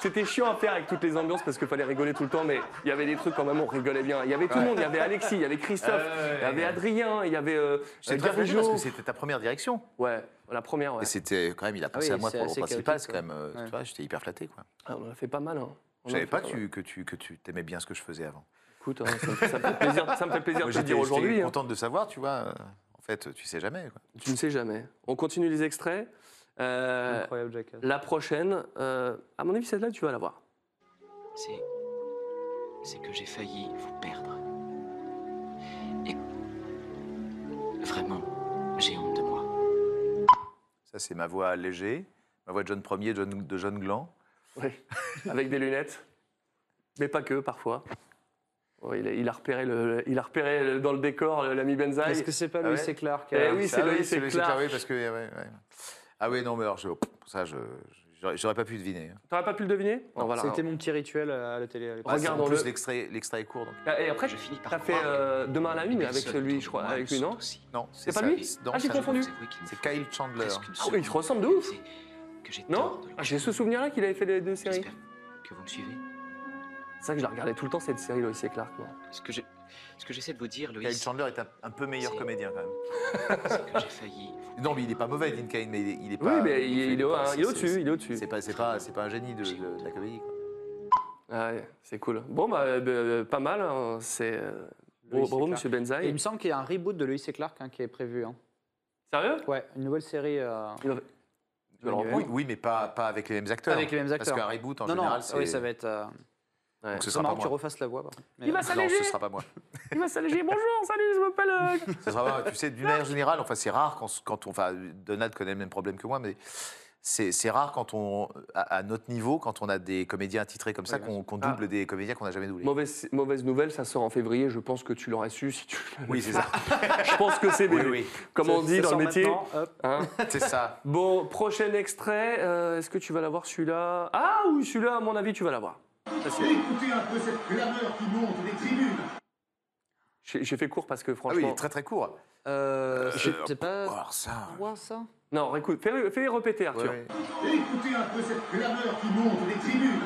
[SPEAKER 4] C'était chiant à faire avec toutes les ambiances parce qu'il fallait rigoler tout le temps, mais il y avait des trucs quand même, on rigolait bien. Il y avait tout le
[SPEAKER 6] Ouais.
[SPEAKER 4] monde, il y avait Alexis, il y avait Christophe,
[SPEAKER 6] Ouais, ouais, ouais,
[SPEAKER 4] il y avait
[SPEAKER 6] ouais.
[SPEAKER 4] Adrien, il y avait euh,
[SPEAKER 6] C'est très
[SPEAKER 4] Garougeau.
[SPEAKER 6] fâché parce que c'était ta première direction.
[SPEAKER 4] Ouais, la première, ouais.
[SPEAKER 6] Et c'était quand même, il a pensé
[SPEAKER 4] oui,
[SPEAKER 6] à moi
[SPEAKER 4] c'est
[SPEAKER 6] pour le
[SPEAKER 4] assez
[SPEAKER 6] principal,
[SPEAKER 4] chaotique,
[SPEAKER 6] c'est quand même, euh,
[SPEAKER 4] Ouais.
[SPEAKER 6] tu vois, j'étais hyper flatté, quoi.
[SPEAKER 4] Ah, on en a fait pas mal. Hein. On
[SPEAKER 6] Je
[SPEAKER 4] en a
[SPEAKER 6] savais
[SPEAKER 4] fait
[SPEAKER 6] pas que
[SPEAKER 4] mal.
[SPEAKER 6] tu, que tu, que tu t'aimais bien ce que je faisais avant.
[SPEAKER 4] Écoute, hein, ça, me fait- ça me fait plaisir, ça me fait plaisir
[SPEAKER 6] Moi,
[SPEAKER 4] de te le
[SPEAKER 6] j'étais-
[SPEAKER 4] dire aujourd'hui.
[SPEAKER 6] J'étais
[SPEAKER 4] hein.
[SPEAKER 6] contente de savoir, tu vois. euh, En fait, tu sais jamais. Quoi.
[SPEAKER 4] Tu ne sais jamais. On continue les extraits. Euh,
[SPEAKER 5] Incroyable, Jackass.
[SPEAKER 4] La prochaine, euh, à mon avis, celle-là, tu vas la voir.
[SPEAKER 24] c'est. c'est que j'ai failli vous perdre. Et. Vraiment, j'ai honte de moi.
[SPEAKER 6] Ça, c'est ma voix allégée, ma voix de jeune premier, de jeune, de jeune gland.
[SPEAKER 4] Oui, avec des lunettes. Mais pas que, parfois. Oh, il, a, il a repéré le, il a repéré le- dans le décor le- l'ami Benzaï.
[SPEAKER 5] Est-ce que c'est pas
[SPEAKER 4] Ah
[SPEAKER 5] Loïs
[SPEAKER 4] ouais
[SPEAKER 5] et Clark
[SPEAKER 4] Eh
[SPEAKER 5] euh,
[SPEAKER 4] oui, c'est
[SPEAKER 6] Ah
[SPEAKER 4] Loïs et
[SPEAKER 6] Loïs
[SPEAKER 4] Clark.
[SPEAKER 6] oui, parce que. ouais, ouais. Ah oui, non, mais alors, je, pour ça, je- je- J'aurais j'aurais pas pu deviner.
[SPEAKER 4] T'aurais pas pu le deviner Bon, voilà.
[SPEAKER 5] C'était mon petit rituel
[SPEAKER 4] euh,
[SPEAKER 5] à la télé. à l'époque.
[SPEAKER 6] Ah, c'est- en plus, l'extrait l'extrait est court. donc.
[SPEAKER 4] Ah, Et après, t'as fait euh, Demain à la Lune avec celui, je crois, avec lui, non
[SPEAKER 6] Non,
[SPEAKER 4] C'est pas lui
[SPEAKER 6] non,
[SPEAKER 4] Ah, j'ai
[SPEAKER 6] ça-
[SPEAKER 4] confondu.
[SPEAKER 6] C'est Kyle Chandler.
[SPEAKER 4] Ah oui, il se ressemble de ouf Non Ah, J'ai ce souvenir-là qu'il avait fait les deux séries.
[SPEAKER 24] que vous me suivez.
[SPEAKER 4] C'est vrai que je la regardais tout le temps, cette série, Lois et Clark. Moi.
[SPEAKER 24] Ce que j'ai- ce que j'essaie de vous dire, Loïs,
[SPEAKER 6] Kyle Chandler est un, un peu meilleur
[SPEAKER 24] C'est-
[SPEAKER 6] comédien quand même.
[SPEAKER 24] c'est que j'ai failli.
[SPEAKER 6] *laughs* Non, mais il est pas mauvais, Dean Cain, mais il est, il est
[SPEAKER 4] Oui,
[SPEAKER 6] pas.
[SPEAKER 4] mais il est-
[SPEAKER 6] fait
[SPEAKER 4] il est au-
[SPEAKER 6] pas-
[SPEAKER 4] hein, il est
[SPEAKER 6] c'est-
[SPEAKER 4] au-dessus,
[SPEAKER 6] c'est-
[SPEAKER 4] il est au-dessus.
[SPEAKER 6] C'est pas, c'est pas, c'est pas un génie de, de- de la comédie. quoi.
[SPEAKER 4] Ah ouais, c'est cool. Bon, bah, euh, euh, pas mal. hein, C'est. euh,
[SPEAKER 5] Lois
[SPEAKER 4] Bravo,
[SPEAKER 5] et
[SPEAKER 4] bravo,
[SPEAKER 5] Clark.
[SPEAKER 4] monsieur
[SPEAKER 5] Et il
[SPEAKER 4] Benzaï.
[SPEAKER 5] me semble qu'il y a un reboot de Loïs et Clark hein, qui est prévu. hein.
[SPEAKER 4] Sérieux
[SPEAKER 5] Ouais, une nouvelle série. euh,
[SPEAKER 4] Tu vas le reprendre
[SPEAKER 6] Oui, oui, mais pas, pas avec les mêmes acteurs.
[SPEAKER 5] Avec les mêmes acteurs.
[SPEAKER 6] Parce qu'un reboot en
[SPEAKER 5] non,
[SPEAKER 6] général,
[SPEAKER 5] non,
[SPEAKER 4] Ah
[SPEAKER 6] c'est.
[SPEAKER 5] oui, ça va être. euh,
[SPEAKER 6] Donc ce
[SPEAKER 5] c'est
[SPEAKER 6] sera
[SPEAKER 5] marrant
[SPEAKER 6] pas
[SPEAKER 5] que tu
[SPEAKER 6] moi.
[SPEAKER 5] refasses la voix. par contre. Mais-
[SPEAKER 4] Il va
[SPEAKER 6] Non,
[SPEAKER 4] s'alléger
[SPEAKER 6] ce sera pas moi.
[SPEAKER 4] Ah, Il va s'alléger Bonjour, salut, je m'appelle. euh,
[SPEAKER 2] *laughs*
[SPEAKER 6] Ce sera pas moi. Tu sais, d'une manière générale, enfin, c'est rare quand, quand on. Enfin, Donald connaît le même problème que moi, mais. C'est c'est rare quand on, à, à notre niveau, quand on a des comédiens titrés comme ça, qu'on qu'on
[SPEAKER 4] Ah.
[SPEAKER 6] double des comédiens qu'on n'a jamais doublés.
[SPEAKER 4] Mauvaise, mauvaise nouvelle, ça sort en février. Je pense que tu l'aurais su si tu.
[SPEAKER 6] Oui, c'est ça.
[SPEAKER 4] *laughs* Je pense que c'est des.
[SPEAKER 6] Oui, oui.
[SPEAKER 4] Comme on
[SPEAKER 5] Ça-
[SPEAKER 4] dit
[SPEAKER 5] ça
[SPEAKER 4] dans
[SPEAKER 5] sort
[SPEAKER 4] le métier.
[SPEAKER 5] maintenant, hop.
[SPEAKER 4] hein.
[SPEAKER 6] C'est ça.
[SPEAKER 4] Bon, prochain extrait. euh, Est-ce que tu vas l'avoir celui-là Ah oui, celui-là, à mon avis, tu vas l'avoir. Ça, c'est-
[SPEAKER 17] Écoutez un peu cette clameur qui monte des tribunes.
[SPEAKER 4] J'ai j'ai fait court parce que
[SPEAKER 6] Ah oui, il
[SPEAKER 4] franchement.
[SPEAKER 6] est très très court.
[SPEAKER 5] Euh,
[SPEAKER 6] Euh,
[SPEAKER 5] C'était pas.
[SPEAKER 6] Alors ça.
[SPEAKER 5] Droit, ça
[SPEAKER 4] Non, écoute, fais, fais répéter, Arthur.
[SPEAKER 6] Ouais.
[SPEAKER 17] Écoutez un peu cette clameur qui monte des tribunes.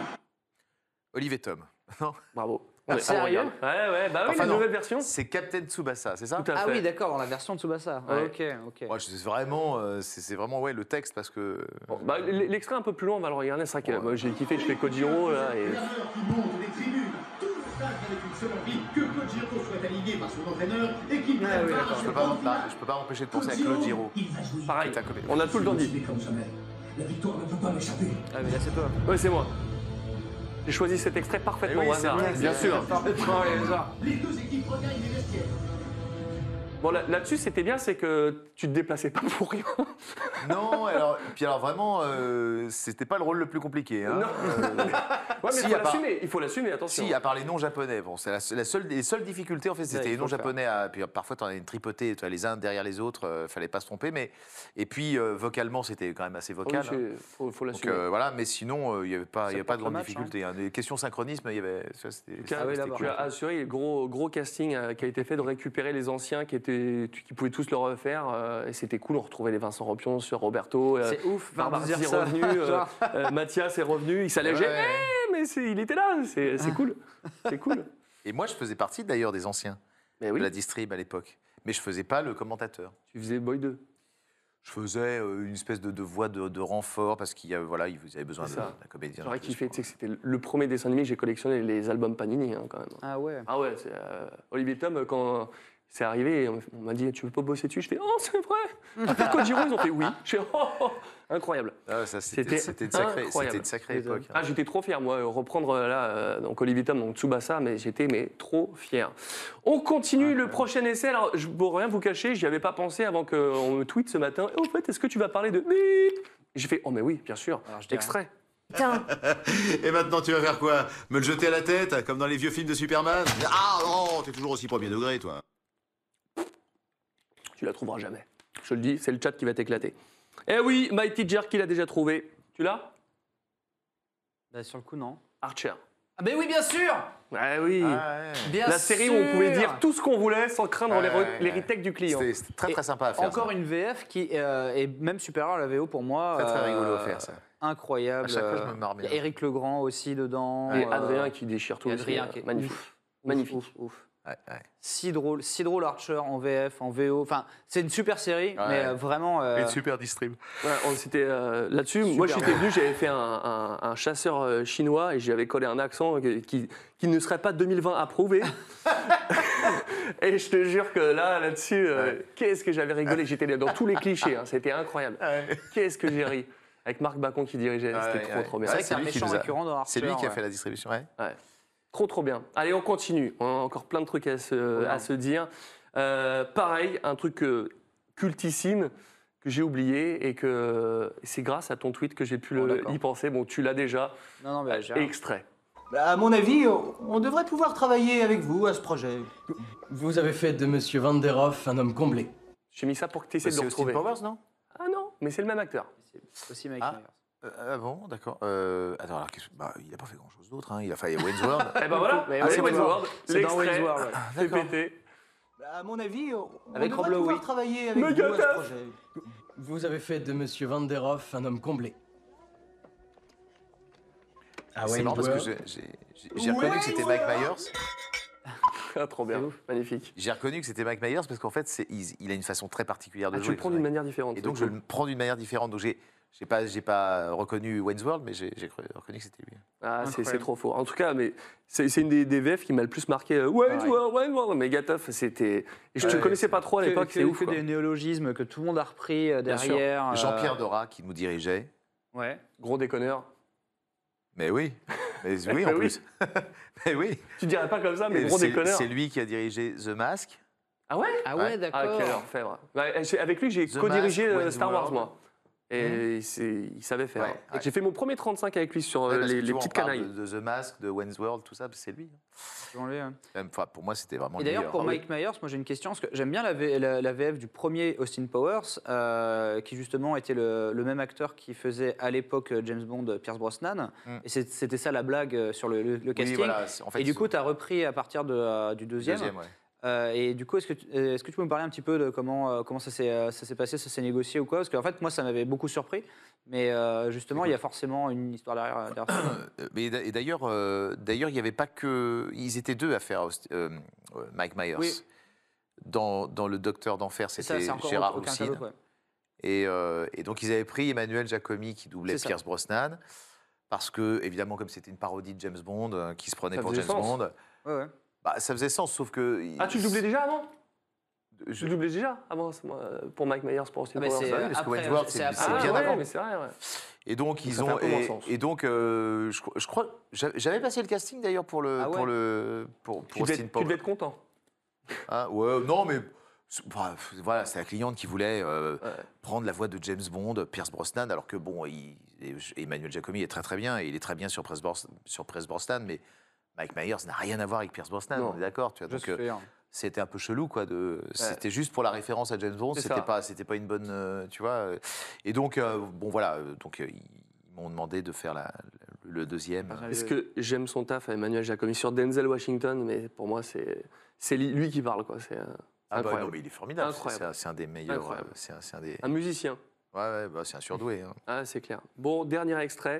[SPEAKER 6] Olive et Tom. Non
[SPEAKER 4] Bravo.
[SPEAKER 6] Ah,
[SPEAKER 4] Ouais.
[SPEAKER 6] ça, on
[SPEAKER 5] sérieux
[SPEAKER 6] regarde.
[SPEAKER 4] Ouais, ouais, bah oui,
[SPEAKER 6] Enfin,
[SPEAKER 4] la
[SPEAKER 6] non.
[SPEAKER 4] nouvelle version.
[SPEAKER 6] C'est Captain Tsubasa, c'est ça
[SPEAKER 4] Tout à
[SPEAKER 5] Ah
[SPEAKER 4] fait.
[SPEAKER 5] oui, d'accord, dans la version de Tsubasa. Ah,
[SPEAKER 4] Ouais.
[SPEAKER 5] Ok, ok.
[SPEAKER 6] Ouais, je- c'est vraiment, euh, c'est c'est vraiment ouais, le texte parce que. euh,
[SPEAKER 4] Bon, bah, l- L'extrait un peu plus long, on va le regarder. C'est vrai que moi, j'ai kiffé, je fais Kojiro là. Et...
[SPEAKER 17] Clameur qui monte des tribunes. Tout ça avec une seule envie que Kojiro soit aligné par son entraîneur et qu'il
[SPEAKER 6] Ah
[SPEAKER 17] prépare
[SPEAKER 6] oui, d'accord,
[SPEAKER 17] son
[SPEAKER 6] je peux
[SPEAKER 17] temps
[SPEAKER 6] pas,
[SPEAKER 17] de
[SPEAKER 6] bah,
[SPEAKER 17] finale.
[SPEAKER 6] je peux pas m'empêcher de penser à Claude Giraud.
[SPEAKER 4] Pareil,
[SPEAKER 6] qui est un comédien.
[SPEAKER 4] on a tout le temps dit.
[SPEAKER 23] comme jamais. La victoire ne peut pas m'échapper.
[SPEAKER 5] Ah, mais là, c'est toi.
[SPEAKER 4] Ouais, c'est moi. J'ai choisi cet extrait parfaitement
[SPEAKER 6] Eh oui,
[SPEAKER 4] au
[SPEAKER 6] c'est
[SPEAKER 4] hasard.
[SPEAKER 6] vrai,
[SPEAKER 4] Bien
[SPEAKER 6] c'est
[SPEAKER 4] sûr.
[SPEAKER 5] Parfaitement, les hasards.
[SPEAKER 17] Les deux équipes regagnent les vestiaires.
[SPEAKER 4] Bon, là- là-dessus, c'était bien, c'est que tu te déplaçais pas pour *laughs* rien.
[SPEAKER 6] Non, alors, puis alors vraiment, euh, c'était pas le rôle le plus compliqué. Hein.
[SPEAKER 4] Non.
[SPEAKER 6] Euh,
[SPEAKER 4] Ouais, mais
[SPEAKER 6] Si,
[SPEAKER 4] il faut
[SPEAKER 6] à part-
[SPEAKER 4] l'assumer, il faut l'assumer, attention.
[SPEAKER 6] si, à part les noms japonais, bon, c'est la, la seule, les seules difficultés en fait, c'était
[SPEAKER 5] il
[SPEAKER 6] les
[SPEAKER 5] faut
[SPEAKER 6] noms
[SPEAKER 5] le faire.
[SPEAKER 6] japonais. à- puis euh, parfois, t'en as une tripotée, t'as les uns derrière les autres, euh, fallait pas se tromper. Mais et puis euh, vocalement, c'était quand même assez
[SPEAKER 4] Ah Oui,
[SPEAKER 6] vocal. hein.
[SPEAKER 4] c'est- faut, faut
[SPEAKER 6] Donc
[SPEAKER 4] l'assumer. Ah
[SPEAKER 6] euh, voilà, mais sinon, euh, il y avait pas, il y avait
[SPEAKER 5] porte
[SPEAKER 6] pas de
[SPEAKER 5] le
[SPEAKER 6] grande
[SPEAKER 5] match,
[SPEAKER 6] difficulté. hein. Les questions synchronisme, il y avait, ça, c'était.
[SPEAKER 4] Car-
[SPEAKER 5] Ah oui,
[SPEAKER 6] c'était
[SPEAKER 5] là-bas.
[SPEAKER 6] cool.
[SPEAKER 4] tu as assuré le gros, gros casting euh, qui a été fait de récupérer les anciens qui, étaient, qui pouvaient tous le refaire. euh, et c'était cool, on retrouvait les Vincent Ropion sur Roberto. euh,
[SPEAKER 5] C'est ouf, pardon de
[SPEAKER 4] Barbarzy
[SPEAKER 5] dire
[SPEAKER 4] est
[SPEAKER 5] ça.
[SPEAKER 4] revenu, *laughs* euh,
[SPEAKER 5] Genre,
[SPEAKER 4] euh, Mathias est revenu, il s'allégeait.
[SPEAKER 6] Ouais.
[SPEAKER 4] Eh, mais c'est- il était là, c'est *laughs* c'est cool. C'est cool.
[SPEAKER 6] Et moi, je faisais partie d'ailleurs des anciens
[SPEAKER 4] Mais
[SPEAKER 6] de
[SPEAKER 4] Eh oui,
[SPEAKER 6] la distrib à l'époque, mais je faisais pas le commentateur.
[SPEAKER 4] tu faisais Boy 2.
[SPEAKER 6] Je faisais euh, une espèce de, de voix de, de renfort parce qu'il y avait, voilà, ils avaient besoin de-
[SPEAKER 4] C'est ça.
[SPEAKER 6] d'un comédien.
[SPEAKER 4] J'aurais
[SPEAKER 6] en plus,
[SPEAKER 4] kiffé,
[SPEAKER 6] quoi.
[SPEAKER 4] tu sais que c'était le premier dessin animé que j'ai collectionné, les albums Panini hein, quand même.
[SPEAKER 5] Ah ouais.
[SPEAKER 4] Ah ouais, c'est, euh, Olivier Tom, quand c'est arrivé, on on m'a dit Tu veux pas bosser dessus Je fais Oh, c'est *laughs* vrai À faire Kojiro, ils ont fait Oui. Je fais Oh, oh, incroyable.
[SPEAKER 6] Ah, ça, c'était,
[SPEAKER 4] C'était
[SPEAKER 6] c'était une sacrée,
[SPEAKER 4] incroyable.
[SPEAKER 6] c'était une sacrée
[SPEAKER 5] Les
[SPEAKER 6] époque. hein.
[SPEAKER 4] Ah, j'étais trop fier, moi, euh, reprendre euh, là, euh, donc Olivier Tom, donc Tsubasa, mais j'étais mais trop fier. On continue le prochain essai. Alors, je, pour rien vous cacher, j'y avais pas pensé avant qu'on me tweet ce matin. Au fait, est-ce que tu vas parler de. Bip J'ai fait Oh, mais oui, bien sûr.
[SPEAKER 5] Alors, je dis
[SPEAKER 4] Extrait.
[SPEAKER 7] Putain,
[SPEAKER 1] Et maintenant, tu vas faire quoi Me le jeter à la tête, comme dans les vieux films de Superman Ah non, t'es toujours aussi premier degré, toi.
[SPEAKER 4] Tu la trouveras jamais. Je te le dis, c'est le chat qui va t'éclater. Eh oui, Mighty Jerk, qui l'a déjà trouvé. Tu l'as
[SPEAKER 5] Bah, sur le coup, non.
[SPEAKER 4] Archer.
[SPEAKER 5] Ah, mais oui, bien sûr
[SPEAKER 4] Ah oui.
[SPEAKER 6] Ah, ouais.
[SPEAKER 5] Bien
[SPEAKER 4] la
[SPEAKER 5] sûr
[SPEAKER 4] série où on pouvait dire tout ce qu'on voulait sans craindre
[SPEAKER 6] Ouais,
[SPEAKER 4] les, re-
[SPEAKER 6] ouais,
[SPEAKER 4] les
[SPEAKER 6] ouais.
[SPEAKER 4] retakes du client.
[SPEAKER 6] C'était, c'était très
[SPEAKER 5] Et
[SPEAKER 6] très sympa à faire.
[SPEAKER 5] Encore
[SPEAKER 6] ça.
[SPEAKER 5] une VF qui euh, est même supérieure à la VO pour moi.
[SPEAKER 6] Très, très
[SPEAKER 5] euh,
[SPEAKER 6] rigolo à faire, ça.
[SPEAKER 5] Incroyable.
[SPEAKER 6] À chaque fois, je me marre
[SPEAKER 5] Il y a
[SPEAKER 6] bien.
[SPEAKER 5] Eric Legrand aussi dedans.
[SPEAKER 4] Et
[SPEAKER 5] euh,
[SPEAKER 4] Adrien qui déchire tout
[SPEAKER 5] et
[SPEAKER 4] aussi,
[SPEAKER 5] Adrien
[SPEAKER 4] euh,
[SPEAKER 5] qui est
[SPEAKER 4] magnifique.
[SPEAKER 5] ouf, ouf,
[SPEAKER 4] Magnifique.
[SPEAKER 5] ouf, ouf.
[SPEAKER 6] Ouais, ouais.
[SPEAKER 5] Si drôle, si drôle Archer en VF, en VO. Enfin, c'est une super série, mais euh, vraiment. euh,
[SPEAKER 6] Une super distrib.
[SPEAKER 4] Ouais, on s'était euh, là-dessus. Moi, j'étais venu, j'avais fait un, un- un chasseur euh, chinois et j'avais collé un accent qui, qui- qui ne serait pas 2020 approuvé. et je te jure que là, là-dessus, euh, qu'est-ce que j'avais rigolé. J'étais dans tous les clichés. hein, C'était incroyable. Qu'est-ce que j'ai ri. Avec Marc Bacon qui dirigeait, c'était
[SPEAKER 6] Ouais,
[SPEAKER 4] trop
[SPEAKER 6] ouais.
[SPEAKER 4] trop bien.
[SPEAKER 5] C'est vrai
[SPEAKER 6] Ouais,
[SPEAKER 5] que c'est un
[SPEAKER 6] lui qui
[SPEAKER 5] méchant
[SPEAKER 6] nous a-
[SPEAKER 5] récurrent dans Archer.
[SPEAKER 6] C'est lui qui a
[SPEAKER 5] ouais.
[SPEAKER 6] fait la distribution, ouais.
[SPEAKER 4] Ouais. Trop, trop bien. Allez, on continue. On a encore plein de trucs à se, à se dire. Euh, pareil, un truc euh, cultissime que j'ai oublié et que c'est grâce à ton tweet que j'ai pu
[SPEAKER 5] Bon,
[SPEAKER 4] le-
[SPEAKER 5] d'accord.
[SPEAKER 4] y penser. Bon, tu l'as déjà.
[SPEAKER 5] Non, non,
[SPEAKER 6] Ah,
[SPEAKER 5] mais j'ai rien.
[SPEAKER 4] Extrait.
[SPEAKER 8] Bah, À mon avis, on devrait pouvoir travailler avec vous à ce projet. Vous avez fait de Monsieur Van der Hoff un homme comblé.
[SPEAKER 2] Bah,
[SPEAKER 4] J'ai mis ça pour que tu essaies de
[SPEAKER 6] C'est
[SPEAKER 4] le
[SPEAKER 6] Austin
[SPEAKER 4] retrouver.
[SPEAKER 6] Powers, non
[SPEAKER 4] Ah non, mais c'est le même acteur.
[SPEAKER 5] Aussi Mike
[SPEAKER 6] Ah.
[SPEAKER 5] Myers.
[SPEAKER 6] Euh, ah bon, d'accord. Euh, attends, alors, qu'est-ce que- bah, il n'a pas fait grand-chose d'autre. hein. Il a fait Wayne's
[SPEAKER 4] *laughs*
[SPEAKER 6] World.
[SPEAKER 4] Eh ben voilà,
[SPEAKER 6] Ah, c'est
[SPEAKER 4] Wayne's World,
[SPEAKER 6] C'est dans
[SPEAKER 4] l'extrait.
[SPEAKER 6] Wayne's World, ouais.
[SPEAKER 4] C'est pété.
[SPEAKER 8] Bah, À mon avis, on
[SPEAKER 6] Avec
[SPEAKER 8] devrait
[SPEAKER 6] Rob
[SPEAKER 8] pouvoir
[SPEAKER 6] Lowy.
[SPEAKER 8] travailler avec vous à
[SPEAKER 6] Megataf.
[SPEAKER 8] ce projet. Vous avez fait de Monsieur Van der Hoff un homme comblé. Ah ouais,
[SPEAKER 6] c'est marrant parce que
[SPEAKER 8] World.
[SPEAKER 6] je- j'ai j'ai- j'ai reconnu que c'était Mike Myers.
[SPEAKER 4] Ah, trop bien,
[SPEAKER 2] Ah,
[SPEAKER 4] magnifique. Ah,
[SPEAKER 6] J'ai reconnu que c'était Mike Myers parce qu'en fait, c'est- il, il a une façon très particulière de
[SPEAKER 4] Ah,
[SPEAKER 2] bah,
[SPEAKER 4] tu
[SPEAKER 6] jouer.
[SPEAKER 4] le prends d'une manière différente.
[SPEAKER 6] Et donc, je le prends d'une manière différente. Donc, j'ai j'ai pas, j'ai pas reconnu Wayne's World, mais j'ai j'ai cru- reconnu que c'était lui.
[SPEAKER 4] Ah, c'est- c'est
[SPEAKER 6] Incroyable.
[SPEAKER 4] trop fort. En tout cas, mais c'est c'est une des, des VF qui m'a le plus marqué. euh, Wayne's
[SPEAKER 5] Pareil.
[SPEAKER 4] World, Wayne's World. Mais Gatoff, c'était. Et je ne
[SPEAKER 5] Ouais,
[SPEAKER 4] connaissais pas trop à
[SPEAKER 5] que-
[SPEAKER 4] l'époque,
[SPEAKER 5] que-
[SPEAKER 4] c'est ouf.
[SPEAKER 5] Que
[SPEAKER 4] quoi.
[SPEAKER 5] des néologismes que tout le monde a repris euh,
[SPEAKER 6] Bien sûr. Ah,
[SPEAKER 5] derrière.
[SPEAKER 6] Jean-Pierre Dora qui nous dirigeait.
[SPEAKER 5] Ouais.
[SPEAKER 4] Gros déconneur.
[SPEAKER 6] Mais oui, *laughs* mais oui
[SPEAKER 4] Mais
[SPEAKER 6] en
[SPEAKER 4] oui.
[SPEAKER 6] plus. mais oui.
[SPEAKER 4] Tu dirais pas comme ça, Ah, mais
[SPEAKER 6] Et
[SPEAKER 4] gros
[SPEAKER 6] c'est-
[SPEAKER 4] déconneur.
[SPEAKER 6] C'est lui qui a dirigé The Mask.
[SPEAKER 4] Ah ouais
[SPEAKER 5] Ah ouais, d'accord.
[SPEAKER 4] Ah, quel orfèvre. Ouais, j'ai- avec lui, j'ai
[SPEAKER 6] The
[SPEAKER 4] co-dirigé
[SPEAKER 6] Mask,
[SPEAKER 4] euh,
[SPEAKER 6] Wayne's
[SPEAKER 4] Star Wars,
[SPEAKER 6] World. Hmm.
[SPEAKER 4] moi. Et il s'est- il savait faire.
[SPEAKER 6] Ouais,
[SPEAKER 4] Et J'ai fait mon premier 35 avec lui sur euh,
[SPEAKER 6] Ouais, parce
[SPEAKER 4] les,
[SPEAKER 6] que tu
[SPEAKER 4] les
[SPEAKER 6] vois, on
[SPEAKER 4] petites
[SPEAKER 6] parle
[SPEAKER 4] canailles.
[SPEAKER 6] De, de The Mask, de Wayne's World, tout ça, c'est lui. hein.
[SPEAKER 5] hein.
[SPEAKER 6] Même, enfin, pour moi, c'était vraiment Ah
[SPEAKER 5] Et
[SPEAKER 6] lui.
[SPEAKER 5] d'ailleurs, pour
[SPEAKER 6] alors.
[SPEAKER 5] Mike Myers, moi j'ai une question, parce que j'aime bien la, V- la- la VF du premier Austin Powers, euh, qui justement était le, le même acteur qui faisait à l'époque euh, James Bond, euh, Pierce Brosnan.
[SPEAKER 6] Mm.
[SPEAKER 5] Et c'est- c'était ça la blague euh, sur le, le- le casting.
[SPEAKER 6] voilà, c'est- en fait,
[SPEAKER 5] et du
[SPEAKER 6] ils
[SPEAKER 5] coup, tu as repris à partir de, euh, du deuxième.
[SPEAKER 6] Deuxième, ouais.
[SPEAKER 5] Euh, et du coup, est-ce que, tu- euh, est-ce que tu peux me parler un petit peu de comment, euh, comment ça s'est euh, ça s'est passé, ça s'est négocié ou quoi Parce qu'en fait, moi, ça m'avait beaucoup surpris. Mais euh, justement, il y a forcément une histoire derrière. derrière ça.
[SPEAKER 6] Euh, Mais d'a- et d'ailleurs, euh, d'ailleurs, il n'y avait pas que. Ils étaient deux à faire Aust- euh, euh, Mike Myers.
[SPEAKER 5] Oui.
[SPEAKER 6] Dans, dans le Docteur d'enfer,
[SPEAKER 5] C'est ça,
[SPEAKER 6] c'était
[SPEAKER 5] c'est encore
[SPEAKER 6] Gérard
[SPEAKER 5] aucun cas
[SPEAKER 6] Roussine.
[SPEAKER 5] d'autre, ouais.
[SPEAKER 6] Et, euh, et donc, ils avaient pris Emmanuel Giacomi qui doublait
[SPEAKER 5] C'est ça.
[SPEAKER 6] Pierce Brosnan. Parce que, évidemment, comme c'était une parodie de James Bond, euh, qui se prenait
[SPEAKER 4] Ça
[SPEAKER 6] pour James
[SPEAKER 4] faisait sens.
[SPEAKER 6] Bond,
[SPEAKER 5] Ouais, ouais. Ah
[SPEAKER 6] bah, ça faisait sens, sauf que.
[SPEAKER 4] Ah, tu le doublais déjà avant
[SPEAKER 6] Je
[SPEAKER 4] le doublais déjà avant, c'est moi, euh, pour Mike Myers, pour Austin
[SPEAKER 5] bah,
[SPEAKER 6] Ah, mais
[SPEAKER 4] Powers.
[SPEAKER 6] c'est, euh, Parce que après, Wayne's World, c'est- c'est- c'est
[SPEAKER 4] Ah,
[SPEAKER 6] bien
[SPEAKER 4] ouais,
[SPEAKER 6] avant.
[SPEAKER 4] mais c'est vrai, ouais.
[SPEAKER 6] Et donc, ils
[SPEAKER 4] ça fait un
[SPEAKER 6] ont.
[SPEAKER 4] peu moins
[SPEAKER 6] Et,
[SPEAKER 4] sens.
[SPEAKER 6] et donc, euh, je, cro- je crois. j'a- J'avais passé le casting d'ailleurs pour le.
[SPEAKER 4] Ah ouais
[SPEAKER 6] Pour le. Pour,
[SPEAKER 4] Tu
[SPEAKER 6] pour
[SPEAKER 4] devais,
[SPEAKER 6] Austin
[SPEAKER 4] être- tu
[SPEAKER 6] Powers.
[SPEAKER 4] devais être content.
[SPEAKER 6] Hein, ouais, non, mais. c'est- bah, pff, voilà, c'est la cliente qui voulait euh, prendre la voix de James Bond, Pierce Brosnan, alors que bon, il- et- Emmanuel Giacomi est très très bien, et il est très bien sur Pierce Bros- sur Pierce Brosnan, mais Mike Myers n'a rien à voir avec Pierce Brosnan,
[SPEAKER 5] Non.
[SPEAKER 6] on est d'accord, tu vois.
[SPEAKER 5] Je
[SPEAKER 6] Donc, euh,
[SPEAKER 5] suis sûr.
[SPEAKER 6] c'était un peu chelou, quoi. De, C'était juste pour la référence à James Bond,
[SPEAKER 5] C'est
[SPEAKER 6] c'était
[SPEAKER 5] ça.
[SPEAKER 6] pas, c'était pas une bonne, euh, tu vois. euh, Et donc, euh, bon, voilà, euh, donc euh, ils m'ont demandé de faire la- le le deuxième. Ah,
[SPEAKER 5] Ah,
[SPEAKER 4] Parce que j'aime son taf à Emmanuel Jacomi sur Denzel Washington, mais pour moi, c'est c'est li- lui qui parle. quoi. C'est euh,
[SPEAKER 6] Ah bah
[SPEAKER 4] incroyable.
[SPEAKER 6] non, mais il est formidable. c'est- C'est
[SPEAKER 4] Incroyable.
[SPEAKER 6] un- c'est un des meilleurs.
[SPEAKER 4] Incroyable.
[SPEAKER 6] euh, C'est un, c'est un des.
[SPEAKER 4] Un musicien.
[SPEAKER 6] Ouais, ouais, bah, c'est un surdoué. hein.
[SPEAKER 4] Ah, c'est clair. Bon, dernier extrait.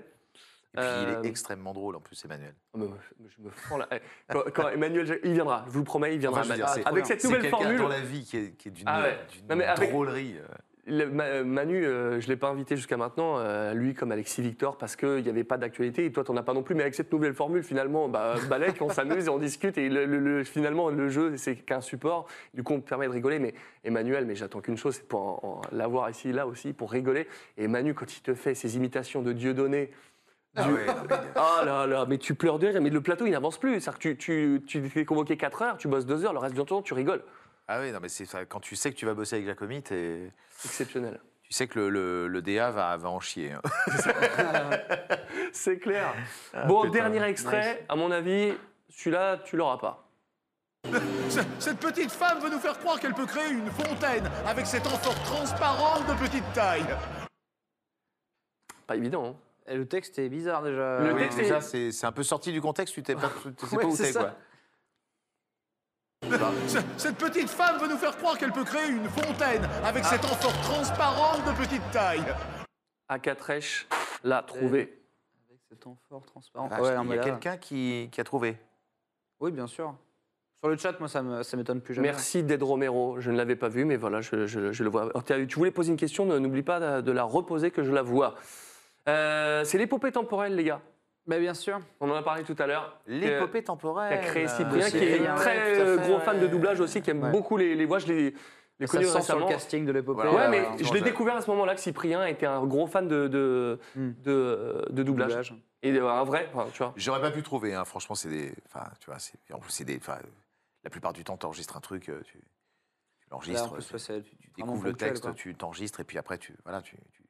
[SPEAKER 6] Et puis
[SPEAKER 4] Euh,
[SPEAKER 6] il est extrêmement drôle en plus, Emmanuel.
[SPEAKER 4] Ah, mais moi, je- je me fends là. Eh, Quand, quand Emmanuel, Jac- il viendra, je vous le promets, il viendra.
[SPEAKER 6] Enfin, je veux dire,
[SPEAKER 4] Ah,
[SPEAKER 6] c'est-
[SPEAKER 4] avec cette
[SPEAKER 6] c'est
[SPEAKER 4] nouvelle
[SPEAKER 6] quelqu'un
[SPEAKER 4] formule.
[SPEAKER 6] dans la vie qui est, qui est d'une euh,
[SPEAKER 4] Ah ouais.
[SPEAKER 6] d'une
[SPEAKER 4] Non, mais avec-
[SPEAKER 6] drôlerie. euh.
[SPEAKER 4] Le- Ma- euh, Manu, euh, je ne l'ai pas invité jusqu'à maintenant, euh, lui comme Alexis Victor, parce qu'il n'y avait pas d'actualité et toi, tu n'en as pas non plus. Mais avec cette nouvelle formule, finalement, bah, Balek, on s'amuse et on discute. Et le- le- le- finalement, le jeu, c'est qu'un support. Du coup, on permet de rigoler. Mais Emmanuel, mais j'attends qu'une chose, c'est pour en- en l'avoir ici, là aussi, pour rigoler. Et Manu, quand il te fait ses imitations de Dieudonné, du- Ah là là, mais tu pleures de rire, mais le plateau il n'avance plus. C'est-à-dire que tu, tu, tu t'es convoqué 4 heures, tu bosses 2 heures, le reste du temps tu rigoles.
[SPEAKER 6] Ah oui, non, mais c'est enfin, quand tu sais que tu vas bosser avec Jacomi, t'es.
[SPEAKER 4] Exceptionnel.
[SPEAKER 6] Tu sais que le, le- le DA va, va en chier. hein.
[SPEAKER 4] C'est clair.
[SPEAKER 6] Ah,
[SPEAKER 4] bon,
[SPEAKER 6] putain.
[SPEAKER 4] dernier extrait, à mon avis, celui-là tu l'auras pas.
[SPEAKER 2] Ce- Cette petite femme veut nous faire croire qu'elle peut créer une fontaine avec cet enfant transparent de petite taille.
[SPEAKER 4] Pas évident. hein.
[SPEAKER 5] Et Eh, Le texte est bizarre déjà. Ah
[SPEAKER 6] Oui, déjà, c'est c'est un peu sorti du contexte, tu t'es pas, tu
[SPEAKER 4] *laughs*
[SPEAKER 6] sais
[SPEAKER 5] Ouais,
[SPEAKER 6] pas où
[SPEAKER 5] c'est
[SPEAKER 6] t'es,
[SPEAKER 5] ça.
[SPEAKER 6] quoi.
[SPEAKER 2] Ce- Cette petite femme veut nous faire croire qu'elle peut créer une fontaine avec cet enfant transparent de petite taille.
[SPEAKER 4] Akatrèche l'a
[SPEAKER 6] Euh,
[SPEAKER 4] trouvé.
[SPEAKER 5] C'est temps fort, transparent.
[SPEAKER 2] Ah,
[SPEAKER 6] Vache,
[SPEAKER 5] Ouais, non,
[SPEAKER 6] Ah, il
[SPEAKER 5] mais
[SPEAKER 6] y a
[SPEAKER 5] là-
[SPEAKER 6] quelqu'un qui, qui a trouvé.
[SPEAKER 5] Oui, bien sûr. Sur le chat, moi, ça me- ça m'étonne plus jamais.
[SPEAKER 4] Merci d'Ed Romero, je ne l'avais pas vu, mais voilà, je, je- je le vois. Alors, t'as- tu voulais poser une question, ne- n'oublie pas de- de la reposer que je la vois. Euh, c'est l'épopée temporelle, les gars.
[SPEAKER 5] Mais Bah, bien sûr.
[SPEAKER 4] On en a parlé tout à l'heure.
[SPEAKER 6] L'épopée
[SPEAKER 4] Qui
[SPEAKER 6] temporelle.
[SPEAKER 4] a créé
[SPEAKER 6] Cyprien,
[SPEAKER 4] Cyprien, euh, qui est
[SPEAKER 6] ouais,
[SPEAKER 4] très
[SPEAKER 6] tout à
[SPEAKER 4] euh,
[SPEAKER 6] fait,
[SPEAKER 4] gros
[SPEAKER 6] ouais.
[SPEAKER 4] fan de doublage aussi, qui aime
[SPEAKER 5] Ouais.
[SPEAKER 4] beaucoup les, les voix. Je l'ai les
[SPEAKER 5] Ça
[SPEAKER 4] connu
[SPEAKER 5] se sent sur le
[SPEAKER 4] récemment.
[SPEAKER 5] casting de l'épopée.
[SPEAKER 4] Ouais,
[SPEAKER 5] euh,
[SPEAKER 4] mais
[SPEAKER 5] euh,
[SPEAKER 4] je l'ai découvert à ce moment-là que Cyprien était un gros fan de, de, de, euh, de doublage.
[SPEAKER 5] Doublage.
[SPEAKER 4] Et euh, un vrai, enfin, tu vois.
[SPEAKER 6] J'aurais pas pu trouver, hein. franchement, c'est des. Enfin, tu vois, c'est. En plus, c'est des. Enfin, la plupart du temps, t'enregistres un truc, euh, tu,
[SPEAKER 5] Là,
[SPEAKER 6] tu
[SPEAKER 5] en
[SPEAKER 6] l'enregistres,
[SPEAKER 5] plus,
[SPEAKER 6] tu,
[SPEAKER 5] ouais, c'est
[SPEAKER 6] tu
[SPEAKER 5] vraiment
[SPEAKER 6] découvres le
[SPEAKER 5] ponctuel,
[SPEAKER 6] texte,
[SPEAKER 5] quoi.
[SPEAKER 6] tu t'enregistres, et puis après, tu. Voilà, tu. tu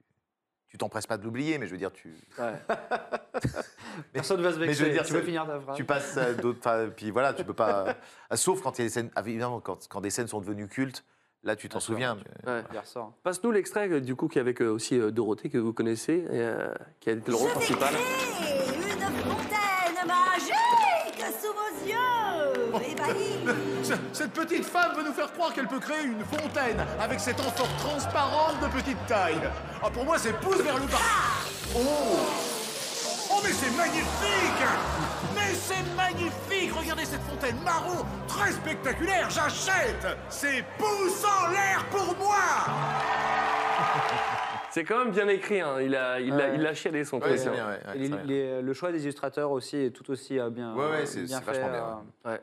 [SPEAKER 6] tu t'empresses pas de l'oublier, mais je veux dire, tu.
[SPEAKER 5] Personne va se
[SPEAKER 6] Mais je
[SPEAKER 5] vexer.
[SPEAKER 6] veux dire,
[SPEAKER 5] Tu peux finir ta phrase.
[SPEAKER 6] Tu passes
[SPEAKER 5] *laughs*
[SPEAKER 6] euh, d'autres. enfin, Puis voilà, tu peux pas. Ah, Sauf quand il y a des scènes. ah, Évidemment, quand, quand des scènes sont devenues cultes, Là, tu t'en souviens.
[SPEAKER 4] Ouais. Passe-nous l'extrait euh, du coup qui est avec euh, aussi euh, Dorothée que vous connaissez, et, euh, qui a été le rôle principal.
[SPEAKER 9] Fontaine magique sous vos
[SPEAKER 16] Oh.
[SPEAKER 9] yeux ébahis.
[SPEAKER 17] Ce- Cette petite femme veut nous faire croire qu'elle peut créer une fontaine avec cette amphore transparente de petite taille. Ah, pour moi, c'est pouce vers le bas. Oh Oh, mais c'est magnifique Mais c'est magnifique Regardez cette fontaine marron, très spectaculaire, j'achète C'est pouce en l'air pour moi
[SPEAKER 4] C'est quand même bien écrit, hein. il a, il a,
[SPEAKER 5] Ouais.
[SPEAKER 4] il a chialé son
[SPEAKER 5] Ouais,
[SPEAKER 4] truc,
[SPEAKER 5] c'est
[SPEAKER 4] hein.
[SPEAKER 5] bien, Et les- les- le choix des illustrateurs aussi est tout aussi euh, bien.
[SPEAKER 4] Ouais, ouais, c'est-
[SPEAKER 5] bien
[SPEAKER 4] c'est vachement
[SPEAKER 5] fait,
[SPEAKER 4] bien,
[SPEAKER 5] euh,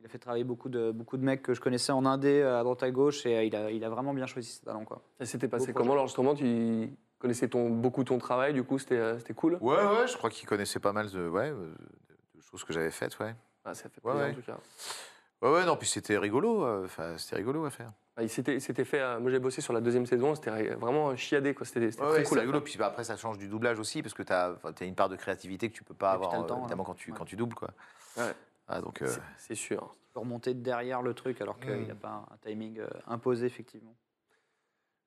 [SPEAKER 5] Il a fait travailler beaucoup de, beaucoup de mecs que je connaissais en indé, euh, à droite à gauche, et euh, il, a, il a vraiment bien choisi ses talents. Quoi.
[SPEAKER 4] Et C'était passé comment l'enregistrement Tu connaissais ton, beaucoup ton travail, du coup c'était euh, c'était cool
[SPEAKER 6] Ouais, ouais, je crois qu'il connaissait pas mal de, ouais, euh, de choses que j'avais faites, ouais.
[SPEAKER 4] Ah, ça fait
[SPEAKER 6] Ouais,
[SPEAKER 4] plaisir
[SPEAKER 6] ouais.
[SPEAKER 4] en tout cas.
[SPEAKER 6] Ouais, ouais, non, puis c'était rigolo, euh, enfin, c'était rigolo à faire.
[SPEAKER 4] Ah, Il s'était il s'était fait. euh, moi j'ai bossé sur la deuxième saison, c'était euh, vraiment chiadé quoi, c'était c'était
[SPEAKER 6] Ouais,
[SPEAKER 4] très
[SPEAKER 6] ouais, c'est
[SPEAKER 4] cool. à
[SPEAKER 6] rigolo.
[SPEAKER 4] faire.
[SPEAKER 6] Puis bah, après, ça change du doublage aussi, parce que t'as as une part de créativité que tu peux pas
[SPEAKER 5] puis
[SPEAKER 6] avoir,
[SPEAKER 5] t'as le
[SPEAKER 6] euh,
[SPEAKER 5] temps,
[SPEAKER 6] notamment
[SPEAKER 5] hein.
[SPEAKER 6] quand tu, quand tu doubles, quoi. Ah, donc, euh,
[SPEAKER 4] C'est sûr.
[SPEAKER 5] Remonter derrière le truc alors qu'il
[SPEAKER 6] Hmm.
[SPEAKER 5] n'y a pas un, un timing euh, imposé, effectivement.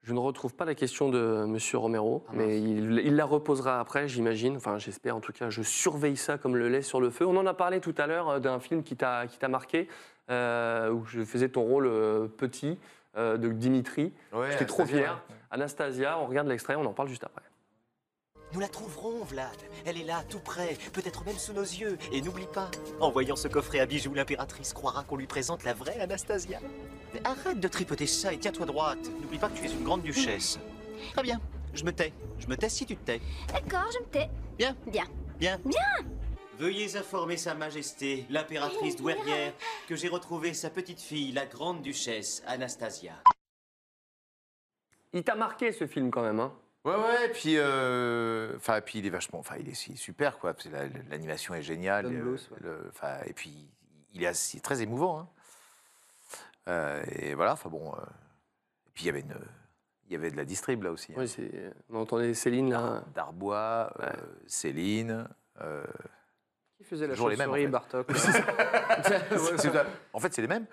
[SPEAKER 4] Je ne retrouve pas la question de Monsieur Romero,
[SPEAKER 6] Ah
[SPEAKER 4] mais il, il la reposera après, j'imagine. Enfin, j'espère en tout cas. Je surveille ça comme le lait sur le feu. On en a parlé tout à l'heure euh, d'un film qui t'a qui t'a marqué, euh, où je faisais ton rôle euh, petit euh, de Dimitri.
[SPEAKER 6] Ouais,
[SPEAKER 4] J'étais trop
[SPEAKER 6] Anastasia,
[SPEAKER 4] fier. Anastasia, on regarde l'extrait, on en parle juste après.
[SPEAKER 16] Nous la trouverons, Vlad. Elle est là, tout près, peut-être même sous nos yeux. Et n'oublie pas, en voyant ce coffret à bijoux, l'impératrice croira qu'on lui présente la vraie Anastasia. Mais Arrête de tripoter ça et tiens-toi droite. N'oublie pas que tu es une grande duchesse. *laughs* Très bien, je me tais. Je me tais si tu te tais.
[SPEAKER 7] D'accord, je me tais.
[SPEAKER 16] Bien.
[SPEAKER 7] Bien.
[SPEAKER 16] Bien.
[SPEAKER 7] Bien Eh,
[SPEAKER 16] Veuillez informer Sa Majesté, l'impératrice douairière, que j'ai retrouvé sa petite fille, la grande duchesse Anastasia.
[SPEAKER 4] Ah, Il t'a marqué ce film quand même, hein
[SPEAKER 6] Ouais, ouais, puis, euh, enfin, puis il est vachement, enfin, il est il est super, quoi. Puis la- L'animation est géniale.
[SPEAKER 5] Don
[SPEAKER 6] euh,
[SPEAKER 5] Bluth, ouais.
[SPEAKER 6] le- enfin, et puis, il est assez- très émouvant. hein. Euh, et voilà, enfin bon. euh, et puis il y avait une, il y avait de la distrib là aussi. hein.
[SPEAKER 4] Oui, c'est- on entendait Céline
[SPEAKER 6] *laughs*
[SPEAKER 4] là.
[SPEAKER 6] Darbois, euh, Céline. euh,
[SPEAKER 5] Qui faisait la
[SPEAKER 6] toujours les mêmes, en
[SPEAKER 5] chauve-souris,
[SPEAKER 6] fait. *laughs*
[SPEAKER 5] Bartok
[SPEAKER 6] C'est- en fait, c'est les mêmes.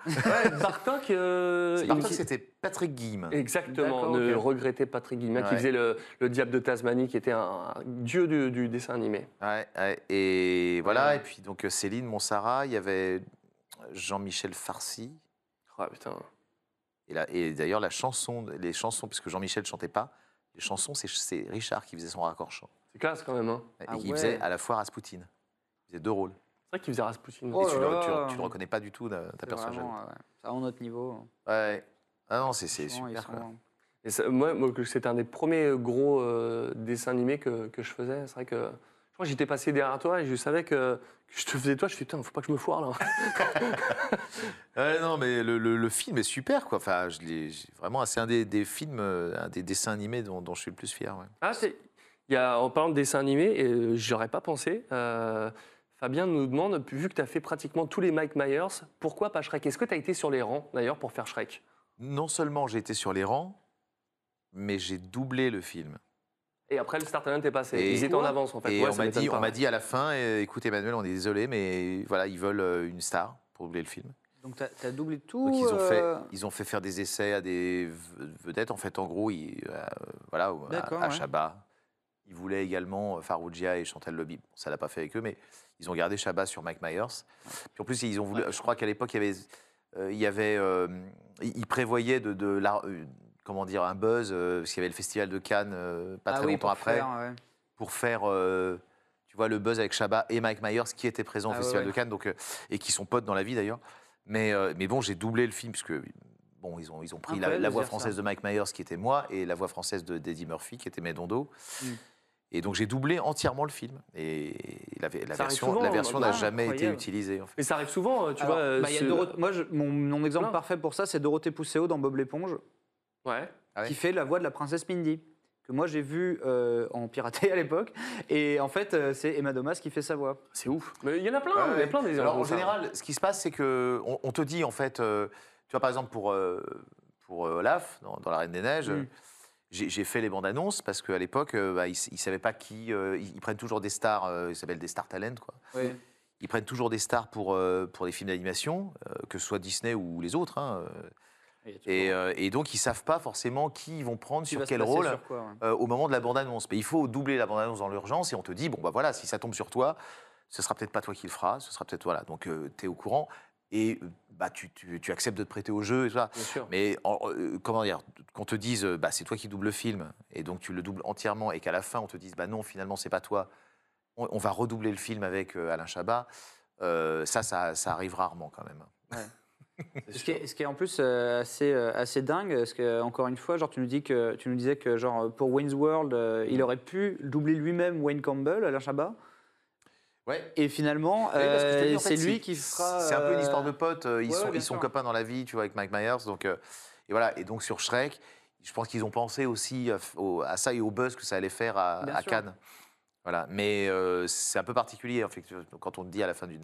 [SPEAKER 4] Bartok, euh,
[SPEAKER 6] C'est
[SPEAKER 4] il-
[SPEAKER 6] Bartok, c'était Patrick Guillem.
[SPEAKER 4] Exactement,
[SPEAKER 6] D'accord,
[SPEAKER 4] ne
[SPEAKER 6] ok.
[SPEAKER 4] regrettez Patrick Guillemin qui
[SPEAKER 6] Ouais.
[SPEAKER 4] faisait le, le diable de Tasmanie, qui était un, un dieu du, du dessin animé.
[SPEAKER 6] Ouais, ouais, et voilà, et puis donc euh, Céline Monsara, il y avait Jean-Michel Farcy.
[SPEAKER 4] Ah putain.
[SPEAKER 6] Et, la- et d'ailleurs, la chanson, les chansons, puisque Jean-Michel ne chantait pas, les chansons, c'est- c'est Richard qui faisait son raccord chant.
[SPEAKER 4] C'est classe quand même. Hein.
[SPEAKER 6] Et
[SPEAKER 4] Ah
[SPEAKER 6] qui
[SPEAKER 4] ouais.
[SPEAKER 6] faisait à la fois Rasputin. Il faisait deux rôles.
[SPEAKER 4] C'est vrai qu'il faisait Rasputin.
[SPEAKER 6] et tu, le, tu le- tu le reconnais pas du tout, d'un-
[SPEAKER 5] C'est
[SPEAKER 6] t'aperçois jamais.
[SPEAKER 5] vraiment, euh, ouais, c'est vraiment notre niveau.
[SPEAKER 6] Ouais. Ah non, c'est c'est
[SPEAKER 5] Franchement, ils
[SPEAKER 6] super.
[SPEAKER 5] sont euh,
[SPEAKER 6] quoi.
[SPEAKER 5] loin.
[SPEAKER 4] Et ça- moi, moi, que c'était un des premiers gros euh, dessins animés que, que je faisais. C'est vrai que je crois que j'étais passé derrière toi et je savais que, que je te faisais toi. Je me suis dit, putain, faut pas que je me foire
[SPEAKER 6] *laughs*
[SPEAKER 4] là.
[SPEAKER 6] Ouais, non, mais le, le- le film est super, quoi. Enfin, je l'ai- j'ai- vraiment, c'est un des, des films, euh, un des dessins animés dont, dont je suis le plus fier. ouais.
[SPEAKER 4] Ah, c'est. Il y a, en parlant de dessin animé, et j'aurais pas pensé. euh, Fabien nous demande, vu que tu as fait pratiquement tous les Mike Myers, pourquoi pas Shrek Est-ce que tu as été sur les rangs d'ailleurs pour faire Shrek
[SPEAKER 6] Non seulement j'ai été sur les rangs, mais j'ai doublé le film.
[SPEAKER 4] Et après, le Star Talent est passé.
[SPEAKER 6] Et-
[SPEAKER 4] Ils étaient en avance, en fait.
[SPEAKER 6] Et
[SPEAKER 4] Ouais,
[SPEAKER 6] on
[SPEAKER 4] ça
[SPEAKER 6] m'a
[SPEAKER 4] m'étonne
[SPEAKER 6] dit,
[SPEAKER 4] pas.
[SPEAKER 6] on m'a dit à la fin, euh, écoute Emmanuel, on est désolé, mais voilà, ils veulent euh, une star pour doubler le film.
[SPEAKER 5] Donc, t'as as doublé tout.
[SPEAKER 6] Donc ils ont, fait,
[SPEAKER 5] euh,
[SPEAKER 6] ils ont fait faire des essais à des ve- vedettes. En fait, en gros, ils, euh, voilà, au-
[SPEAKER 5] D'accord,
[SPEAKER 6] à, à
[SPEAKER 5] ouais.
[SPEAKER 6] Chabat. Ils voulaient également euh, Farougia et Chantal Lobby. Bon, ça l'a pas fait avec eux, mais ils ont gardé Chabat sur Mike Myers. Puis en plus, ils ont voulu. Je crois qu'à l'époque, il y avait, euh, il y avait, euh, ils ils prévoyaient de, de la- euh, comment dire, un buzz euh, parce qu'il y avait le festival de Cannes euh, pas
[SPEAKER 5] Ah
[SPEAKER 6] très
[SPEAKER 5] oui,
[SPEAKER 6] longtemps
[SPEAKER 5] pour
[SPEAKER 6] après
[SPEAKER 5] faire, ouais.
[SPEAKER 6] pour faire, euh, tu vois, le buzz avec Chabat et Mike Myers qui étaient présents
[SPEAKER 5] Ah
[SPEAKER 6] au
[SPEAKER 5] ouais,
[SPEAKER 6] Festival
[SPEAKER 5] ouais.
[SPEAKER 6] de Cannes donc, euh, et qui sont potes dans la vie d'ailleurs. Mais, euh, mais bon, j'ai doublé le film parce que bon, ils ont, ils ont pris la,
[SPEAKER 5] Incroyable
[SPEAKER 6] la
[SPEAKER 5] de
[SPEAKER 6] voix
[SPEAKER 5] dire ça.
[SPEAKER 6] française de Mike Myers qui était moi et la voix française de d'Eddie Murphy qui était Medondo.
[SPEAKER 5] Hmm.
[SPEAKER 6] Et donc j'ai doublé entièrement le film et la, la
[SPEAKER 4] Ça arrive
[SPEAKER 6] version
[SPEAKER 4] souvent,
[SPEAKER 6] la version n'a
[SPEAKER 4] ah,
[SPEAKER 6] jamais été
[SPEAKER 4] incroyable.
[SPEAKER 6] utilisée. en fait.
[SPEAKER 4] Mais ça arrive souvent, euh, tu
[SPEAKER 5] alors,
[SPEAKER 4] vois. euh,
[SPEAKER 5] bah, il y a
[SPEAKER 4] ce-
[SPEAKER 5] Dorothée- Moi, je- mon, mon exemple
[SPEAKER 4] Plein.
[SPEAKER 5] parfait pour ça, c'est Dorothée Pousseau dans Bob l'éponge,
[SPEAKER 4] Ouais.
[SPEAKER 6] Ah
[SPEAKER 5] qui fait la voix de la princesse Mindy, que moi j'ai vu euh, en piraté *laughs* à l'époque. Et en fait, euh, c'est Emma Domas qui fait sa voix.
[SPEAKER 4] C'est ouf. Mais il y en a plein, Ah, il y en a plein des gens
[SPEAKER 6] Alors, en
[SPEAKER 4] comme ça.
[SPEAKER 6] général, ce qui se passe, c'est que on, on te dit, en fait, euh, tu vois, par exemple, pour, euh, pour euh, Olaf, dans, dans La Reine des Neiges, euh, j'ai j'ai fait les bandes annonces parce qu'à l'époque, euh, bah, ils ne savaient pas qui. euh, ils, ils prennent toujours des stars, euh, ils s'appellent des star talent, quoi.
[SPEAKER 5] Oui.
[SPEAKER 6] Ils prennent toujours des stars pour, euh, pour des films d'animation, euh, que ce soit Disney ou les autres. hein, euh, Et, euh, et donc, ils savent pas forcément qui ils vont prendre,
[SPEAKER 5] Qui
[SPEAKER 6] sur
[SPEAKER 5] va se
[SPEAKER 6] quel
[SPEAKER 5] passer
[SPEAKER 6] rôle
[SPEAKER 5] sur quoi, ouais.
[SPEAKER 6] euh, au moment de la bande-annonce. Mais il faut doubler la bande-annonce dans l'urgence et on te dit, bon, bah voilà, si ça tombe sur toi, ce sera peut-être pas toi qui le feras, ce sera peut-être, voilà. Donc, tu es au courant et euh, bah, tu, tu- tu acceptes de te prêter au jeu et tout ça. Mais en- euh, comment dire, qu'on te dise, euh, bah, c'est toi qui double le film et donc tu le doubles entièrement et qu'à la fin, on te dise, bah non, finalement, c'est pas toi, on, on va redoubler le film avec euh, Alain Chabat, euh, ça, ça, ça arrive rarement quand même.
[SPEAKER 5] Ce qui, est, ce qui est en plus euh, assez, euh, assez dingue, parce que encore une fois, genre tu nous dis que tu nous disais que genre pour Wayne's World, euh, il aurait pu doubler lui-même Wayne Campbell, Alain Chabat.
[SPEAKER 6] Ouais.
[SPEAKER 5] Et finalement,
[SPEAKER 6] Oui, parce que je te
[SPEAKER 5] euh,
[SPEAKER 6] dis, en fait,
[SPEAKER 5] c'est lui qui fera.
[SPEAKER 6] C'est un peu une
[SPEAKER 5] euh,
[SPEAKER 6] histoire de potes. euh, Ils
[SPEAKER 5] ouais,
[SPEAKER 6] sont,
[SPEAKER 5] ouais, bien
[SPEAKER 6] ils sont
[SPEAKER 5] sûr.
[SPEAKER 6] copains dans la vie, tu vois, avec Mike Myers. Donc, euh, et voilà. Et donc sur Shrek, je pense qu'ils ont pensé aussi euh, f- au- à ça et au buzz que ça allait faire à,
[SPEAKER 5] Bien
[SPEAKER 6] à
[SPEAKER 5] sûr.
[SPEAKER 6] Cannes. Voilà. Mais euh, c'est un peu particulier, en fait, quand on te dit à la fin d'une.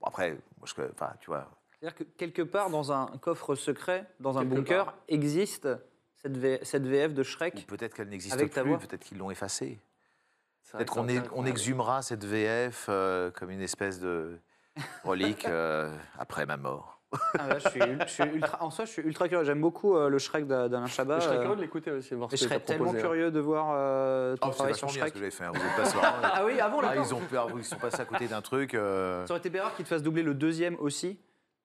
[SPEAKER 6] Bon, après, moi, je, enfin, tu vois.
[SPEAKER 5] C'est-à-dire que quelque part dans un coffre secret, dans un
[SPEAKER 6] Quelque
[SPEAKER 5] bunker,
[SPEAKER 6] part.
[SPEAKER 5] existe cette, V- cette VF de Shrek.
[SPEAKER 6] peut-être qu'elle n'existe
[SPEAKER 5] Avec ta
[SPEAKER 6] plus,
[SPEAKER 5] voix.
[SPEAKER 6] peut-être qu'ils l'ont effacée.
[SPEAKER 5] vrai
[SPEAKER 6] Peut-être
[SPEAKER 5] que
[SPEAKER 6] qu'on
[SPEAKER 5] c'est
[SPEAKER 6] ex- on
[SPEAKER 5] incroyable.
[SPEAKER 6] exhumera cette VF euh, comme une espèce
[SPEAKER 5] *laughs*
[SPEAKER 6] de relique euh, après ma mort.
[SPEAKER 5] Ah ouais, je suis, ul- je suis ultra, en soi, je suis ultra curieux. J'aime beaucoup euh, le Shrek d'A- d'Alain Chabat.
[SPEAKER 4] Je serais
[SPEAKER 5] euh,
[SPEAKER 4] curieux de l'écouter aussi, voir ce
[SPEAKER 5] et je
[SPEAKER 4] que t'as
[SPEAKER 5] serais tellement
[SPEAKER 4] proposé, hein.
[SPEAKER 5] curieux de voir euh, ton
[SPEAKER 6] Oh, c'est
[SPEAKER 5] travail sur
[SPEAKER 6] vachement bien ce
[SPEAKER 5] Shrek.
[SPEAKER 6] que j'avais fait. hein, Vous êtes *laughs* pas serein.
[SPEAKER 5] Ah oui, avant,
[SPEAKER 6] ah,
[SPEAKER 5] d'accord.
[SPEAKER 6] ils ont peur, ils sont passés à côté d'un truc. euh,
[SPEAKER 5] Ça aurait été bien rare qu'il te fasse doubler le deuxième aussi,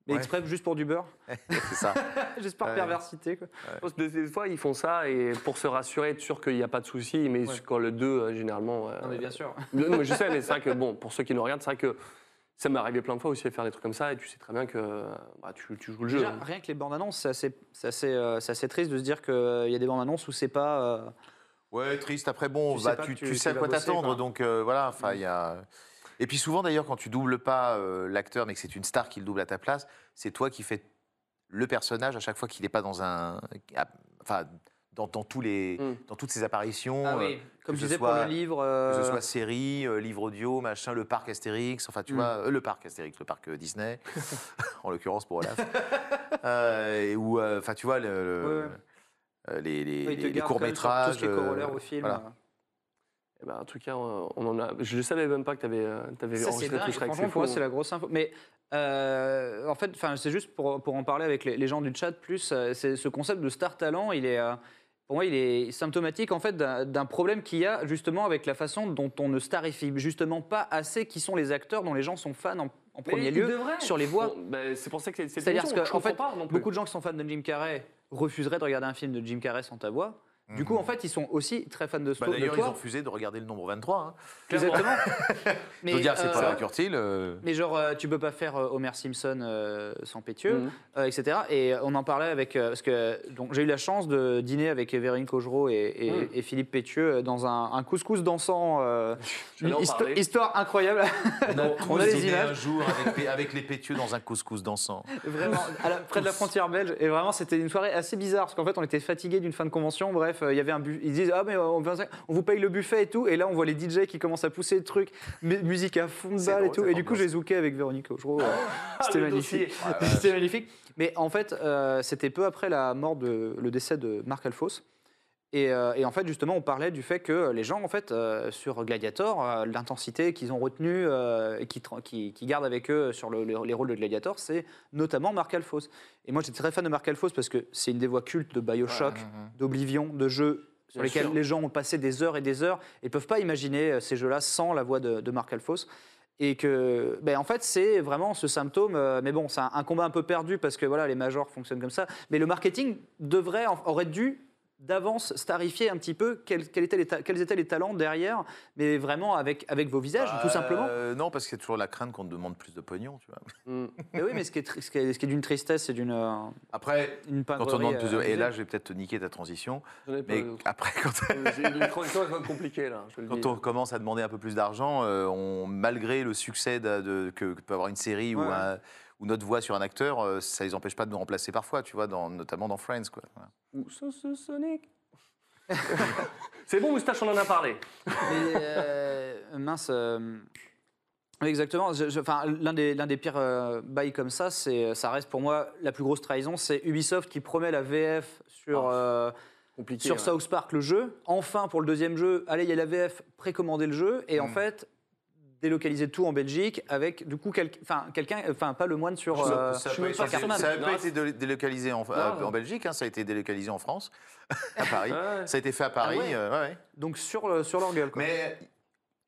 [SPEAKER 5] mais
[SPEAKER 6] Ouais.
[SPEAKER 5] exprès juste pour du
[SPEAKER 6] *laughs*
[SPEAKER 5] beurre.
[SPEAKER 6] c'est ça.
[SPEAKER 5] Juste par
[SPEAKER 4] Ouais.
[SPEAKER 5] perversité. Quoi.
[SPEAKER 4] Je pense que hein. Des, des fois, ils font ça et pour se rassurer, être sûr qu'il n'y a pas de souci. Mais
[SPEAKER 5] Ouais.
[SPEAKER 4] quand le 2, euh, généralement. euh,
[SPEAKER 5] Non, mais bien sûr.
[SPEAKER 4] le- non, mais je sais, mais c'est vrai que, bon, pour ceux qui nous regardent, c'est vrai que ça m'est arrivé plein de fois aussi de faire des trucs comme ça et tu sais très bien que bah, tu, tu joues le jeu.
[SPEAKER 5] Déjà, rien que les bandes annonces, c'est assez, c'est assez, euh, c'est assez triste de se dire qu'il y a des bandes annonces où c'est pas. euh,
[SPEAKER 6] Ouais, triste. Après, bon,
[SPEAKER 5] Tu
[SPEAKER 6] tu
[SPEAKER 5] sais
[SPEAKER 6] sais,
[SPEAKER 5] pas
[SPEAKER 6] tu,
[SPEAKER 5] que tu-
[SPEAKER 6] tu sais à
[SPEAKER 5] tu vas
[SPEAKER 6] quoi
[SPEAKER 5] bosser,
[SPEAKER 6] t'attendre.
[SPEAKER 5] quoi. Mm.
[SPEAKER 6] Donc euh, voilà, enfin, il y a. Et puis souvent, d'ailleurs, quand tu doubles pas euh, l'acteur, mais que c'est une star qui le double à ta place, c'est toi qui fais le personnage à chaque fois qu'il n'est pas dans un. à- Enfin, dans, dans tous les, dans toutes ses apparitions.
[SPEAKER 5] Mm.
[SPEAKER 6] euh,
[SPEAKER 5] Ah oui, comme je disais pour le livre, euh,
[SPEAKER 6] Que ce soit série, euh, livre audio, machin, le parc Astérix, enfin, tu
[SPEAKER 5] Mm.
[SPEAKER 6] vois, euh, le parc Astérix, le parc euh,
[SPEAKER 5] *laughs*
[SPEAKER 6] Disney, en l'occurrence pour Olaf. Euh, et Ou, euh, enfin, tu vois, le- le- euh, les, les-
[SPEAKER 5] Ouais, il te
[SPEAKER 6] les- les
[SPEAKER 5] garde quand même sur
[SPEAKER 6] courts-métrages.
[SPEAKER 5] Tout ce qui est corollaire
[SPEAKER 6] euh,
[SPEAKER 5] au film.
[SPEAKER 6] voilà.
[SPEAKER 4] Eh ben, en tout cas, on on en a, je ne savais même pas que tu avais,
[SPEAKER 5] Ça, c'est
[SPEAKER 4] enregistré
[SPEAKER 5] dingue.
[SPEAKER 4] tout Shrek.
[SPEAKER 5] Franchement, pour moi,
[SPEAKER 4] fou.
[SPEAKER 5] c'est la grosse info. Mais euh, en fait, enfin, c'est juste pour, pour en parler avec les, les gens du chat. Plus, euh, c'est ce concept de star talent, il est. euh, pour moi, il est symptomatique en fait d'un d'un problème qu'il y a justement avec la façon dont on ne starifie justement pas assez qui sont les acteurs dont les gens sont fans en, en
[SPEAKER 4] Mais
[SPEAKER 5] premier
[SPEAKER 4] il
[SPEAKER 5] lieu
[SPEAKER 4] devrait.
[SPEAKER 5] sur les voix.
[SPEAKER 4] Bon, ben, c'est pour ça que c'est cette
[SPEAKER 5] C'est-à-dire
[SPEAKER 4] émission,
[SPEAKER 5] que
[SPEAKER 4] je
[SPEAKER 5] en
[SPEAKER 4] comprends
[SPEAKER 5] fait,
[SPEAKER 4] pas non plus.
[SPEAKER 5] beaucoup de gens qui sont fans de Jim Carrey refuseraient de regarder un film de Jim Carrey sans ta voix. Du coup, en fait, ils sont aussi très fans de,
[SPEAKER 6] Bah,
[SPEAKER 5] de
[SPEAKER 6] D'ailleurs, ils
[SPEAKER 5] toi.
[SPEAKER 6] ont refusé de regarder le nombre 23. hein.
[SPEAKER 5] Exactement.
[SPEAKER 6] Je veux dire, c'est
[SPEAKER 5] euh,
[SPEAKER 6] pas la
[SPEAKER 5] *laughs*
[SPEAKER 6] Curtil. euh,
[SPEAKER 5] Mais genre, euh, tu peux pas faire euh, Homer Simpson euh, sans pétieux,
[SPEAKER 6] Mhm.
[SPEAKER 5] euh, etc. Et on en parlait avec. euh, parce que donc, j'ai eu la chance de dîner avec Vérine Cogereau et, et-
[SPEAKER 4] Mhm.
[SPEAKER 5] et Philippe Pétieux euh, dans un, un couscous dansant. euh,
[SPEAKER 4] J'allais en hein.
[SPEAKER 5] histo-
[SPEAKER 4] parler.
[SPEAKER 5] histoire
[SPEAKER 4] *laughs*
[SPEAKER 5] incroyable.
[SPEAKER 6] On a tous
[SPEAKER 5] a les
[SPEAKER 6] dîné un
[SPEAKER 5] images.
[SPEAKER 6] jour avec, les- avec les pétieux dans un
[SPEAKER 5] *laughs*
[SPEAKER 6] couscous dansant.
[SPEAKER 5] Vraiment, à la- près de la frontière belge. Et vraiment, c'était une soirée assez bizarre parce qu'en fait, on était fatigué d'une fin de convention. Bref, euh, il y avait un bu- Ils disent Ah, mais euh, on, vient- on vous paye le buffet et tout. Et là, on voit les DJ qui commencent à pousser le truc, mu- musique à fond de balle et tout. Et du coup, j'ai zooké avec Véronique
[SPEAKER 4] *laughs*
[SPEAKER 5] Augereau. euh, c'était
[SPEAKER 4] Ah, le
[SPEAKER 5] magnifique.
[SPEAKER 4] dossier.
[SPEAKER 5] *laughs*
[SPEAKER 4] Ouais,
[SPEAKER 5] c'était magnifique. Mais en fait, euh, c'était peu après la mort de le décès de Marc Alphos. Et, euh, et en fait, justement, on parlait du fait que les gens, en fait, euh, sur Gladiator, euh, l'intensité qu'ils ont retenue euh, et qui, tra- qui, qui gardent avec eux sur le- le- les rôles de Gladiator, c'est notamment Marc Alphos. Et moi, j'étais très fan de Marc Alphos parce que c'est une des voix cultes de Bioshock, d'Oblivion, de jeux sur
[SPEAKER 4] Bien
[SPEAKER 5] lesquels
[SPEAKER 4] sûr.
[SPEAKER 5] les gens ont passé des heures et des heures et ne peuvent pas imaginer euh, ces jeux-là sans la voix de, de Marc Alphos. Et que, ben en fait, c'est vraiment ce symptôme. euh, mais bon, c'est un, un combat un peu perdu parce que voilà, les majors fonctionnent comme ça. Mais le marketing devrait, en- aurait dû d'avance starifier un petit peu quels, quels étaient les ta- quels étaient les talents derrière, mais vraiment avec, avec vos visages, tout simplement.
[SPEAKER 6] Euh, non, parce qu'il y a toujours la crainte qu'on te demande plus de pognon, tu vois.
[SPEAKER 4] Mm.
[SPEAKER 5] Mais oui, mais ce qui est, tri- ce qui est- ce qui est d'une tristesse et d'une. euh,
[SPEAKER 6] Après,
[SPEAKER 5] une
[SPEAKER 6] Quand on
[SPEAKER 5] pingrerie,
[SPEAKER 6] demande plus de...
[SPEAKER 5] euh,
[SPEAKER 6] Et là, je vais peut-être te niquer ta transition.
[SPEAKER 4] J'en ai pas
[SPEAKER 6] Mais
[SPEAKER 4] d'autres.
[SPEAKER 6] après, quand...
[SPEAKER 4] J'ai une transition est compliquée, là. Je te le dis.
[SPEAKER 6] Quand on commence à demander un peu plus d'argent, euh, on, malgré le succès de, de- que, que peut avoir une série ou,
[SPEAKER 4] Ouais.
[SPEAKER 6] un- ou notre voix sur un acteur, euh, ça les empêche pas de nous remplacer parfois, tu vois, dans- notamment dans Friends. Quoi. Voilà.
[SPEAKER 4] Ou so- so- Sonic. *laughs* C'est bon, Moustache, on en a parlé.
[SPEAKER 5] Mais, euh, mince. euh, oui, Exactement. Je- je- Enfin, l'un des l'un des pires euh, bails comme ça, c'est euh, ça reste pour moi la plus grosse trahison, c'est Ubisoft qui promet la VF sur
[SPEAKER 6] Ah,
[SPEAKER 5] euh, sur
[SPEAKER 4] ouais.
[SPEAKER 6] Hmm.
[SPEAKER 5] South Park le jeu. Enfin pour le deuxième jeu, allez il y a la VF, précommandez le jeu et en fait délocaliser tout en Belgique avec du coup quel- enfin, quelqu'un, enfin pas le moine sur. euh,
[SPEAKER 6] ça
[SPEAKER 5] Schmuck, pas
[SPEAKER 6] n'a
[SPEAKER 5] Cartman.
[SPEAKER 6] pas, été dé- délocalisé en,
[SPEAKER 5] Ah
[SPEAKER 6] euh, en Belgique, hein, ça a été délocalisé
[SPEAKER 5] *laughs*
[SPEAKER 6] en France, à Paris. Ça a été fait à Paris.
[SPEAKER 5] Ah ouais.
[SPEAKER 6] euh, ouais, ouais.
[SPEAKER 5] Donc sur, le- sur leur gueule. Quoi.
[SPEAKER 6] Mais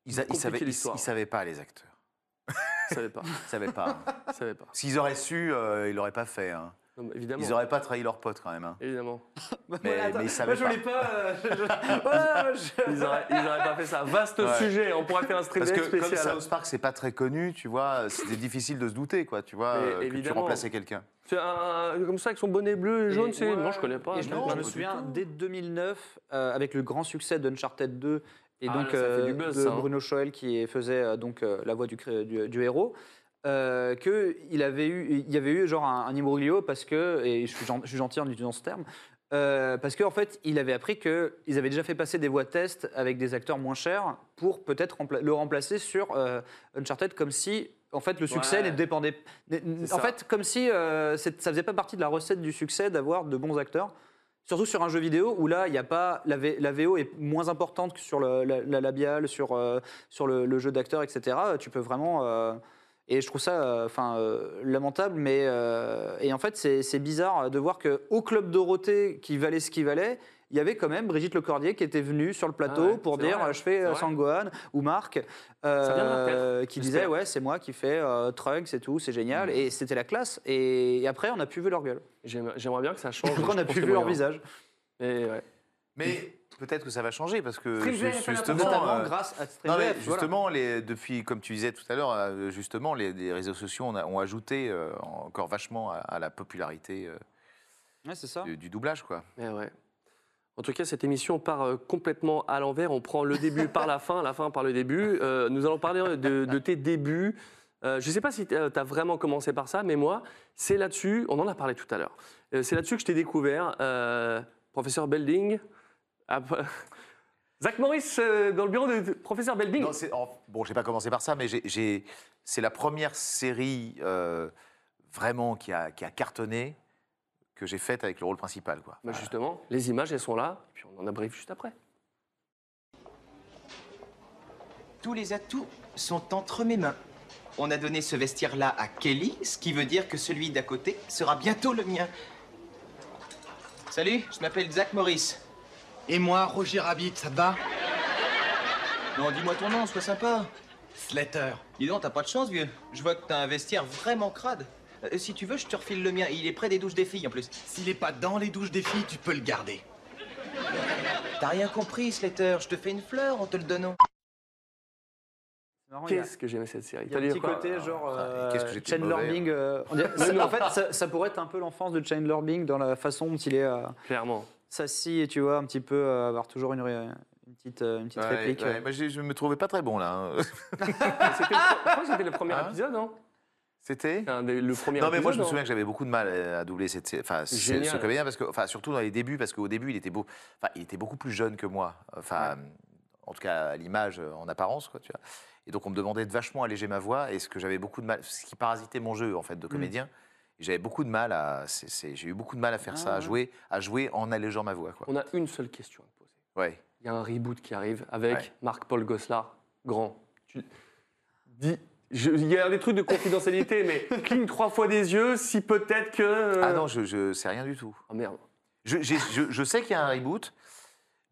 [SPEAKER 6] Ils, a- ils savaient, ils, ils savaient pas, les acteurs.
[SPEAKER 4] Ils savaient pas.
[SPEAKER 6] Ils savaient pas.
[SPEAKER 5] *laughs*
[SPEAKER 6] hein.
[SPEAKER 4] savaient pas.
[SPEAKER 6] S'ils auraient su, euh, ils l'auraient pas fait. hein.
[SPEAKER 4] évidemment.
[SPEAKER 6] Ils n'auraient pas trahi leurs potes quand même. hein.
[SPEAKER 4] Évidemment.
[SPEAKER 6] Mais, mais ils savaient
[SPEAKER 5] Bah, Moi, je voulais
[SPEAKER 6] pas.
[SPEAKER 5] pas. euh, je- je- *laughs* voilà, je-
[SPEAKER 4] Ils auraient, ils auraient pas fait ça. Vaste
[SPEAKER 6] Ouais.
[SPEAKER 4] sujet, on pourrait faire un stream
[SPEAKER 6] Parce que
[SPEAKER 4] spécial.
[SPEAKER 6] comme South Park, c'est pas très connu, tu vois, c'était difficile de se douter, quoi, tu vois,
[SPEAKER 4] Mais
[SPEAKER 6] euh, que tu
[SPEAKER 4] évidemment.
[SPEAKER 6] remplaçais quelqu'un.
[SPEAKER 4] C'est un- un- comme ça avec son bonnet bleu et jaune,
[SPEAKER 5] Et-
[SPEAKER 4] c'est
[SPEAKER 5] ouais.
[SPEAKER 4] non, je connais pas.
[SPEAKER 5] Et je, me-
[SPEAKER 4] Non,
[SPEAKER 5] je
[SPEAKER 4] pas
[SPEAKER 5] me
[SPEAKER 4] du
[SPEAKER 5] souviens,
[SPEAKER 4] tout.
[SPEAKER 5] dès 2009, euh, avec le grand succès d'Uncharted 2, et
[SPEAKER 4] Ah,
[SPEAKER 5] donc euh,
[SPEAKER 4] là, ça fait du buzz,
[SPEAKER 5] de
[SPEAKER 4] ça, hein.
[SPEAKER 5] Bruno Choel qui faisait euh, donc euh, la voix du, cré- du, du héros, euh, que il avait eu, il y avait eu genre un, un imbroglio parce que, et je suis, gen- je suis gentil en utilisant ce terme, euh, parce qu'en fait, il avait appris qu'ils avaient déjà fait passer des voix test avec des acteurs moins chers pour peut-être rempla- le remplacer sur euh, Uncharted comme si, en fait, le succès
[SPEAKER 4] Ouais.
[SPEAKER 5] ne dépendait... n- n-
[SPEAKER 4] C'est
[SPEAKER 5] En
[SPEAKER 4] ça.
[SPEAKER 5] fait, comme si euh, c'est- ça faisait pas partie de la recette du succès d'avoir de bons acteurs. Surtout sur un jeu vidéo où là, il y a pas la, V- la VO est moins importante que sur le- la, la labiale, sur, euh, sur le, le jeu d'acteur, etc. Tu peux vraiment. euh, et je trouve ça euh, enfin, euh, lamentable, mais. euh, et en fait, c'est c'est bizarre de voir qu'au Club Dorothée, qui valait ce qui valait, il y avait quand même Brigitte Lecordier qui était venue sur le plateau
[SPEAKER 4] Ah ouais,
[SPEAKER 5] pour
[SPEAKER 4] c'est
[SPEAKER 5] dire
[SPEAKER 4] vrai,
[SPEAKER 5] je fais
[SPEAKER 4] c'est
[SPEAKER 5] euh,
[SPEAKER 4] vrai.
[SPEAKER 5] Sangohan ou Marc,
[SPEAKER 4] Ça viendra
[SPEAKER 5] euh,
[SPEAKER 4] peut-être,
[SPEAKER 5] qui disait
[SPEAKER 4] j'espère.
[SPEAKER 5] ouais, c'est moi qui fais euh, Trunks et tout, c'est génial.
[SPEAKER 6] Mm.
[SPEAKER 5] Et c'était la classe. Et, et après, on a pu vu leur
[SPEAKER 6] *laughs*
[SPEAKER 5] gueule.
[SPEAKER 4] J'aime- J'aimerais bien que ça change.
[SPEAKER 5] Après, on
[SPEAKER 4] je
[SPEAKER 5] a
[SPEAKER 4] pense
[SPEAKER 5] pu
[SPEAKER 4] qu'il
[SPEAKER 5] vu
[SPEAKER 4] y
[SPEAKER 5] leur
[SPEAKER 4] aura.
[SPEAKER 5] visage.
[SPEAKER 4] Et ouais.
[SPEAKER 6] Mais peut-être que ça va changer parce que
[SPEAKER 5] Stream
[SPEAKER 6] Euh, ju-
[SPEAKER 5] Vert est à la
[SPEAKER 6] justement, euh,
[SPEAKER 5] portée, notamment grâce à Stream
[SPEAKER 6] non, mais
[SPEAKER 5] Vert, voilà.
[SPEAKER 6] justement, les, depuis, comme tu disais tout à l'heure, euh, justement, les, les réseaux sociaux ont, ont ajouté euh, encore vachement à, à la popularité euh,
[SPEAKER 5] Ouais, c'est ça.
[SPEAKER 6] du, du doublage, quoi.
[SPEAKER 4] Eh ouais. En tout cas, cette émission part euh, complètement à l'envers. On prend le début par la fin, la fin par le début. Euh, nous allons parler de, de tes débuts. Euh, je ne sais pas si tu as vraiment commencé par ça, mais moi, c'est là-dessus, on en a parlé tout à l'heure, Euh, c'est là-dessus que je t'ai découvert, euh, professeur Belding. Ah, p- *laughs* Zach Morris euh, dans le bureau de de- professeur Belding.
[SPEAKER 6] Non, c'est- en- bon, j'ai pas commencé par ça, mais j'ai- j'ai- c'est la première série euh, vraiment qui a, qui a cartonné que j'ai faite avec le rôle principal, quoi.
[SPEAKER 4] Bah, justement, les images, elles sont là, et puis on en abrève juste après.
[SPEAKER 16] Tous les atouts sont entre mes mains. On a donné ce vestiaire-là à Kelly, ce qui veut dire que celui d'à côté sera bientôt le mien. Salut, je m'appelle Zach Morris.
[SPEAKER 10] Et moi, Roger Rabbit, ça te va
[SPEAKER 16] Non, dis-moi ton nom, sois sympa. Ah. Slater. Dis donc, t'as pas de chance, vieux. Je vois que t'as un vestiaire vraiment crade. Euh, si tu veux, je te refile le mien. Il est près des douches des filles en plus. S'il est pas dans les douches des filles, tu peux le garder. T'as rien compris, Slater. Je te fais une fleur en te le donnant.
[SPEAKER 5] Marrant, il y a-
[SPEAKER 4] Qu'est-ce que j'aimais cette série
[SPEAKER 5] Oh, Il y a un
[SPEAKER 4] T'allais
[SPEAKER 5] petit
[SPEAKER 4] dire quoi
[SPEAKER 5] côté genre euh,
[SPEAKER 6] Ah, qu'est-ce que j'étais mauvais,
[SPEAKER 5] Chandler
[SPEAKER 6] hein.
[SPEAKER 5] Bing.
[SPEAKER 6] *laughs*
[SPEAKER 5] euh, on dirait-
[SPEAKER 4] Mais
[SPEAKER 5] ça-
[SPEAKER 4] non.
[SPEAKER 5] en fait, ça, ça pourrait être un peu l'enfance de Chandler Bing dans la façon dont il est euh,
[SPEAKER 4] Clairement.
[SPEAKER 5] s'assit et tu vois un petit peu euh, avoir toujours une, ré- une petite, euh, une petite
[SPEAKER 6] Ouais,
[SPEAKER 5] réplique.
[SPEAKER 6] ouais,
[SPEAKER 5] euh.
[SPEAKER 6] bah, j'ai- je me trouvais pas très bon là. hein.
[SPEAKER 4] C'était
[SPEAKER 5] *laughs*
[SPEAKER 4] le- je crois que c'était le premier
[SPEAKER 5] Ah.
[SPEAKER 4] épisode, non
[SPEAKER 6] C'était
[SPEAKER 4] Le premier
[SPEAKER 6] Non, mais moi, je
[SPEAKER 4] épisode,
[SPEAKER 6] me
[SPEAKER 4] hein.
[SPEAKER 6] souviens que j'avais beaucoup de mal euh, à doubler cette, sé- enfin, ce-
[SPEAKER 4] Génial.
[SPEAKER 6] ce comédien, parce que, enfin, surtout dans les débuts, parce qu'au début, il était, beau, enfin, il était beaucoup plus jeune que moi. Enfin, en tout cas, à l'image, euh, en apparence, quoi, tu vois. Et donc, on me demandait de vachement alléger ma voix, et ce que j'avais beaucoup de mal, ce qui parasitait mon jeu, en fait,
[SPEAKER 4] Hmm.
[SPEAKER 6] de comédien. Et J'avais beaucoup de mal à, c'est- c'est- j'ai eu beaucoup de mal à
[SPEAKER 4] Ah
[SPEAKER 6] faire ça, à jouer, à jouer en allégeant ma voix, quoi.
[SPEAKER 4] On a une seule question à te poser.
[SPEAKER 6] Ouais.
[SPEAKER 4] Il y a un reboot qui arrive avec
[SPEAKER 6] Ouais.
[SPEAKER 4] Marc-Paul Gosselard, grand. Tu- Dis, je- il y a des trucs de
[SPEAKER 6] *laughs*
[SPEAKER 4] confidentialité, mais cligne trois fois des yeux si peut-être que. euh,
[SPEAKER 6] Ah non, je, je sais rien du tout.
[SPEAKER 4] Ah merde.
[SPEAKER 6] Je, j'ai- je- je sais qu'il y a un reboot,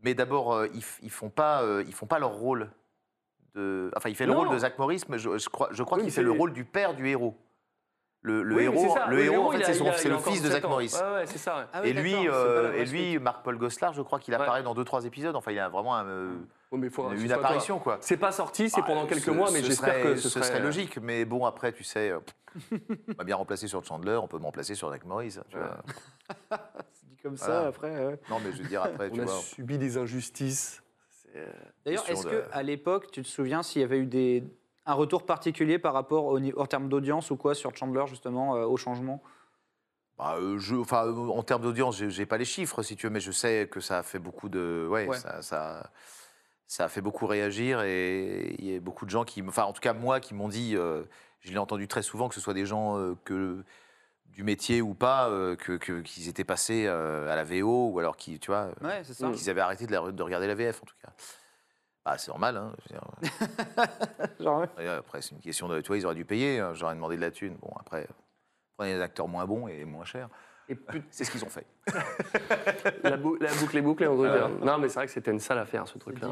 [SPEAKER 6] mais d'abord, euh, ils, f- ils font pas, euh, ils font pas leur rôle. De... Enfin, il fait le
[SPEAKER 4] Non.
[SPEAKER 6] rôle de Zach Morris, mais je, je crois, je crois
[SPEAKER 4] Oui,
[SPEAKER 6] qu'il
[SPEAKER 4] mais
[SPEAKER 6] fait le
[SPEAKER 4] c'est-
[SPEAKER 6] rôle du père du héros. Le, le
[SPEAKER 4] Oui, mais
[SPEAKER 6] héros,
[SPEAKER 4] c'est ça.
[SPEAKER 6] le
[SPEAKER 4] Oui,
[SPEAKER 6] héros, en fait,
[SPEAKER 4] il a-
[SPEAKER 6] c'est
[SPEAKER 4] il
[SPEAKER 6] son-
[SPEAKER 4] a-
[SPEAKER 6] c'est
[SPEAKER 4] il a
[SPEAKER 6] le
[SPEAKER 4] encore
[SPEAKER 6] fils de
[SPEAKER 4] 17
[SPEAKER 6] Zach
[SPEAKER 4] ans.
[SPEAKER 6] Morris.
[SPEAKER 4] Ouais, ouais, c'est ça. ouais.
[SPEAKER 5] Ah
[SPEAKER 6] et lui, euh, et lui, Marc Paul Goslar, je crois qu'il apparaît dans deux trois épisodes. Enfin, il a vraiment un, euh,
[SPEAKER 4] que ce
[SPEAKER 6] une
[SPEAKER 4] soit
[SPEAKER 6] apparition,
[SPEAKER 4] toi.
[SPEAKER 6] quoi.
[SPEAKER 4] C'est pas sorti, c'est
[SPEAKER 6] Bah,
[SPEAKER 4] pendant quelques
[SPEAKER 6] ce-
[SPEAKER 4] mois, mais
[SPEAKER 6] ce
[SPEAKER 4] j'espère
[SPEAKER 6] serait-
[SPEAKER 4] que ce, euh,
[SPEAKER 6] serait, logique. Mais bon, après, tu sais, euh,
[SPEAKER 4] *laughs*
[SPEAKER 6] on m'a bien remplacé sur Chandler, on peut me remplacer sur Zach Morris. tu vois.
[SPEAKER 5] Dit Comme ça,
[SPEAKER 6] Voilà.
[SPEAKER 5] après. ouais.
[SPEAKER 6] Non, mais je veux dire, après,
[SPEAKER 4] On
[SPEAKER 6] tu
[SPEAKER 4] a
[SPEAKER 6] vois.
[SPEAKER 4] subi des injustices. C'est, euh,
[SPEAKER 5] D'ailleurs,
[SPEAKER 4] question
[SPEAKER 5] est-ce
[SPEAKER 4] de-
[SPEAKER 5] qu'à l'époque, tu te souviens s'il y avait eu des, un retour particulier par rapport au, ni- en termes d'audience ou quoi sur Chandler, justement, euh, au changement
[SPEAKER 6] Bah, euh, je, enfin, euh, en termes d'audience, j'ai- j'ai pas les chiffres, si tu veux, mais je sais que ça a fait beaucoup de, ouais,
[SPEAKER 5] Ouais.
[SPEAKER 6] Ça, ça, ça a fait beaucoup réagir et il y a beaucoup de gens qui, m- enfin, en tout cas moi, qui m'ont dit, euh, je l'ai entendu très souvent, que ce soit des gens euh, que du métier ou pas, euh, que que- qu'ils étaient passés euh, à la VO ou alors qui, tu vois,
[SPEAKER 5] Ouais, c'est ça.
[SPEAKER 6] qu'ils avaient arrêté de, la- de regarder la VF en tout cas.
[SPEAKER 13] Bah, c'est normal. Hein, je veux dire. D'ailleurs, Après, c'est une question de. Tu vois, ils auraient dû payer. hein, J'aurais demandé de la thune. Bon, après, euh, prenez des acteurs moins bons et moins chers. C'est ce qu'ils ont fait.
[SPEAKER 4] la, bou- la boucle est bouclée, en gros.
[SPEAKER 6] Euh.
[SPEAKER 4] Non, mais c'est vrai que c'était une sale affaire, ce truc-là.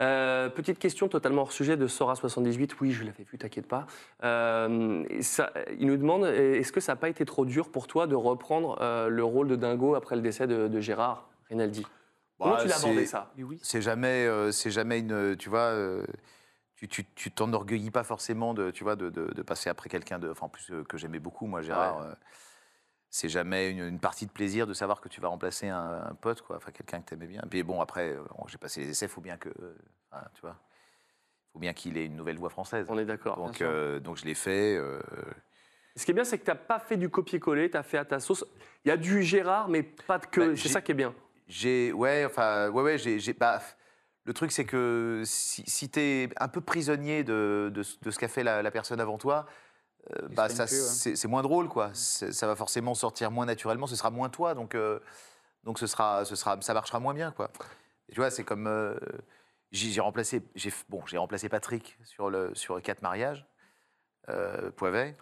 [SPEAKER 4] Euh, petite question totalement hors sujet de Sora78. Oui, je l'avais vu, t'inquiète pas. Euh, et ça- il nous demande euh, est-ce que ça n'a pas été trop dur pour toi de reprendre euh, le rôle de Dingo après le décès de, de Gérard Rinaldi Comment
[SPEAKER 6] Bah,
[SPEAKER 4] tu l'as abordé
[SPEAKER 6] c'est-
[SPEAKER 4] ça
[SPEAKER 6] C'est jamais, euh, c'est jamais une, tu vois, euh, tu tu- tu t'enorgueillis pas forcément de, tu vois, de, de- de passer après quelqu'un de, enfin, en plus euh, que j'aimais beaucoup, moi, Gérard. euh, c'est jamais une, une partie de plaisir de savoir que tu vas remplacer un, un pote, quoi, enfin quelqu'un que t'aimais bien. Et puis bon, après, euh, bon, j'ai passé les essais, faut bien que, euh, enfin, tu vois, faut bien qu'il ait une nouvelle voix française.
[SPEAKER 4] On est d'accord.
[SPEAKER 6] Donc, euh, donc je l'ai fait. euh,
[SPEAKER 4] Ce qui est bien, c'est que tu n'as pas fait du copier-coller, tu as fait à ta sauce. Il y a du Gérard, mais pas de
[SPEAKER 6] Bah,
[SPEAKER 4] que. c'est ça qui est bien.
[SPEAKER 6] J'ai, ouais, enfin, ouais, ouais, j'ai, j'ai- bah, le truc, c'est que si, si t'es un peu prisonnier de, de ce- de ce qu'a fait la, la personne avant toi, euh, bah,
[SPEAKER 13] freine
[SPEAKER 6] ça,
[SPEAKER 13] plus, ouais.
[SPEAKER 6] c'est, c'est moins drôle, quoi. C'est- ça va forcément sortir moins naturellement, ce sera moins toi, donc, euh, donc ce sera, ce sera, ça marchera moins bien, quoi. Et tu vois, c'est comme, euh, j'ai, j'ai remplacé, j'ai, f- bon, j'ai remplacé Patrick sur le, sur quatre mariages, euh, Poivet.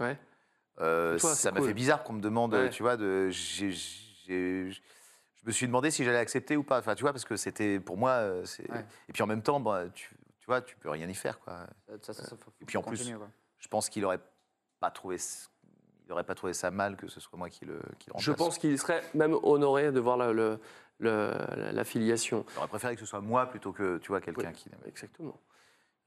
[SPEAKER 6] Euh,
[SPEAKER 13] Toi, c'est
[SPEAKER 6] ça m'a
[SPEAKER 13] cool.
[SPEAKER 6] fait bizarre qu'on me demande,
[SPEAKER 13] Ouais.
[SPEAKER 6] tu vois, de, j'ai- j'ai- je me suis demandé si j'allais accepter ou pas. Enfin, tu vois, parce que c'était pour moi. euh, c'est- Et puis en même temps, bah, tu, tu vois, tu peux rien y faire, quoi. Et puis en plus,
[SPEAKER 5] continuer, quoi.
[SPEAKER 6] je pense qu'il aurait pas trouvé, ce- il aurait pas trouvé ça mal que ce soit moi qui le, qui le remplace.
[SPEAKER 4] Je pense qu'il serait même honoré de voir le- le- le- la, la filiation.
[SPEAKER 6] J'aurais préféré que ce soit moi plutôt que tu vois quelqu'un qui.
[SPEAKER 4] Exactement.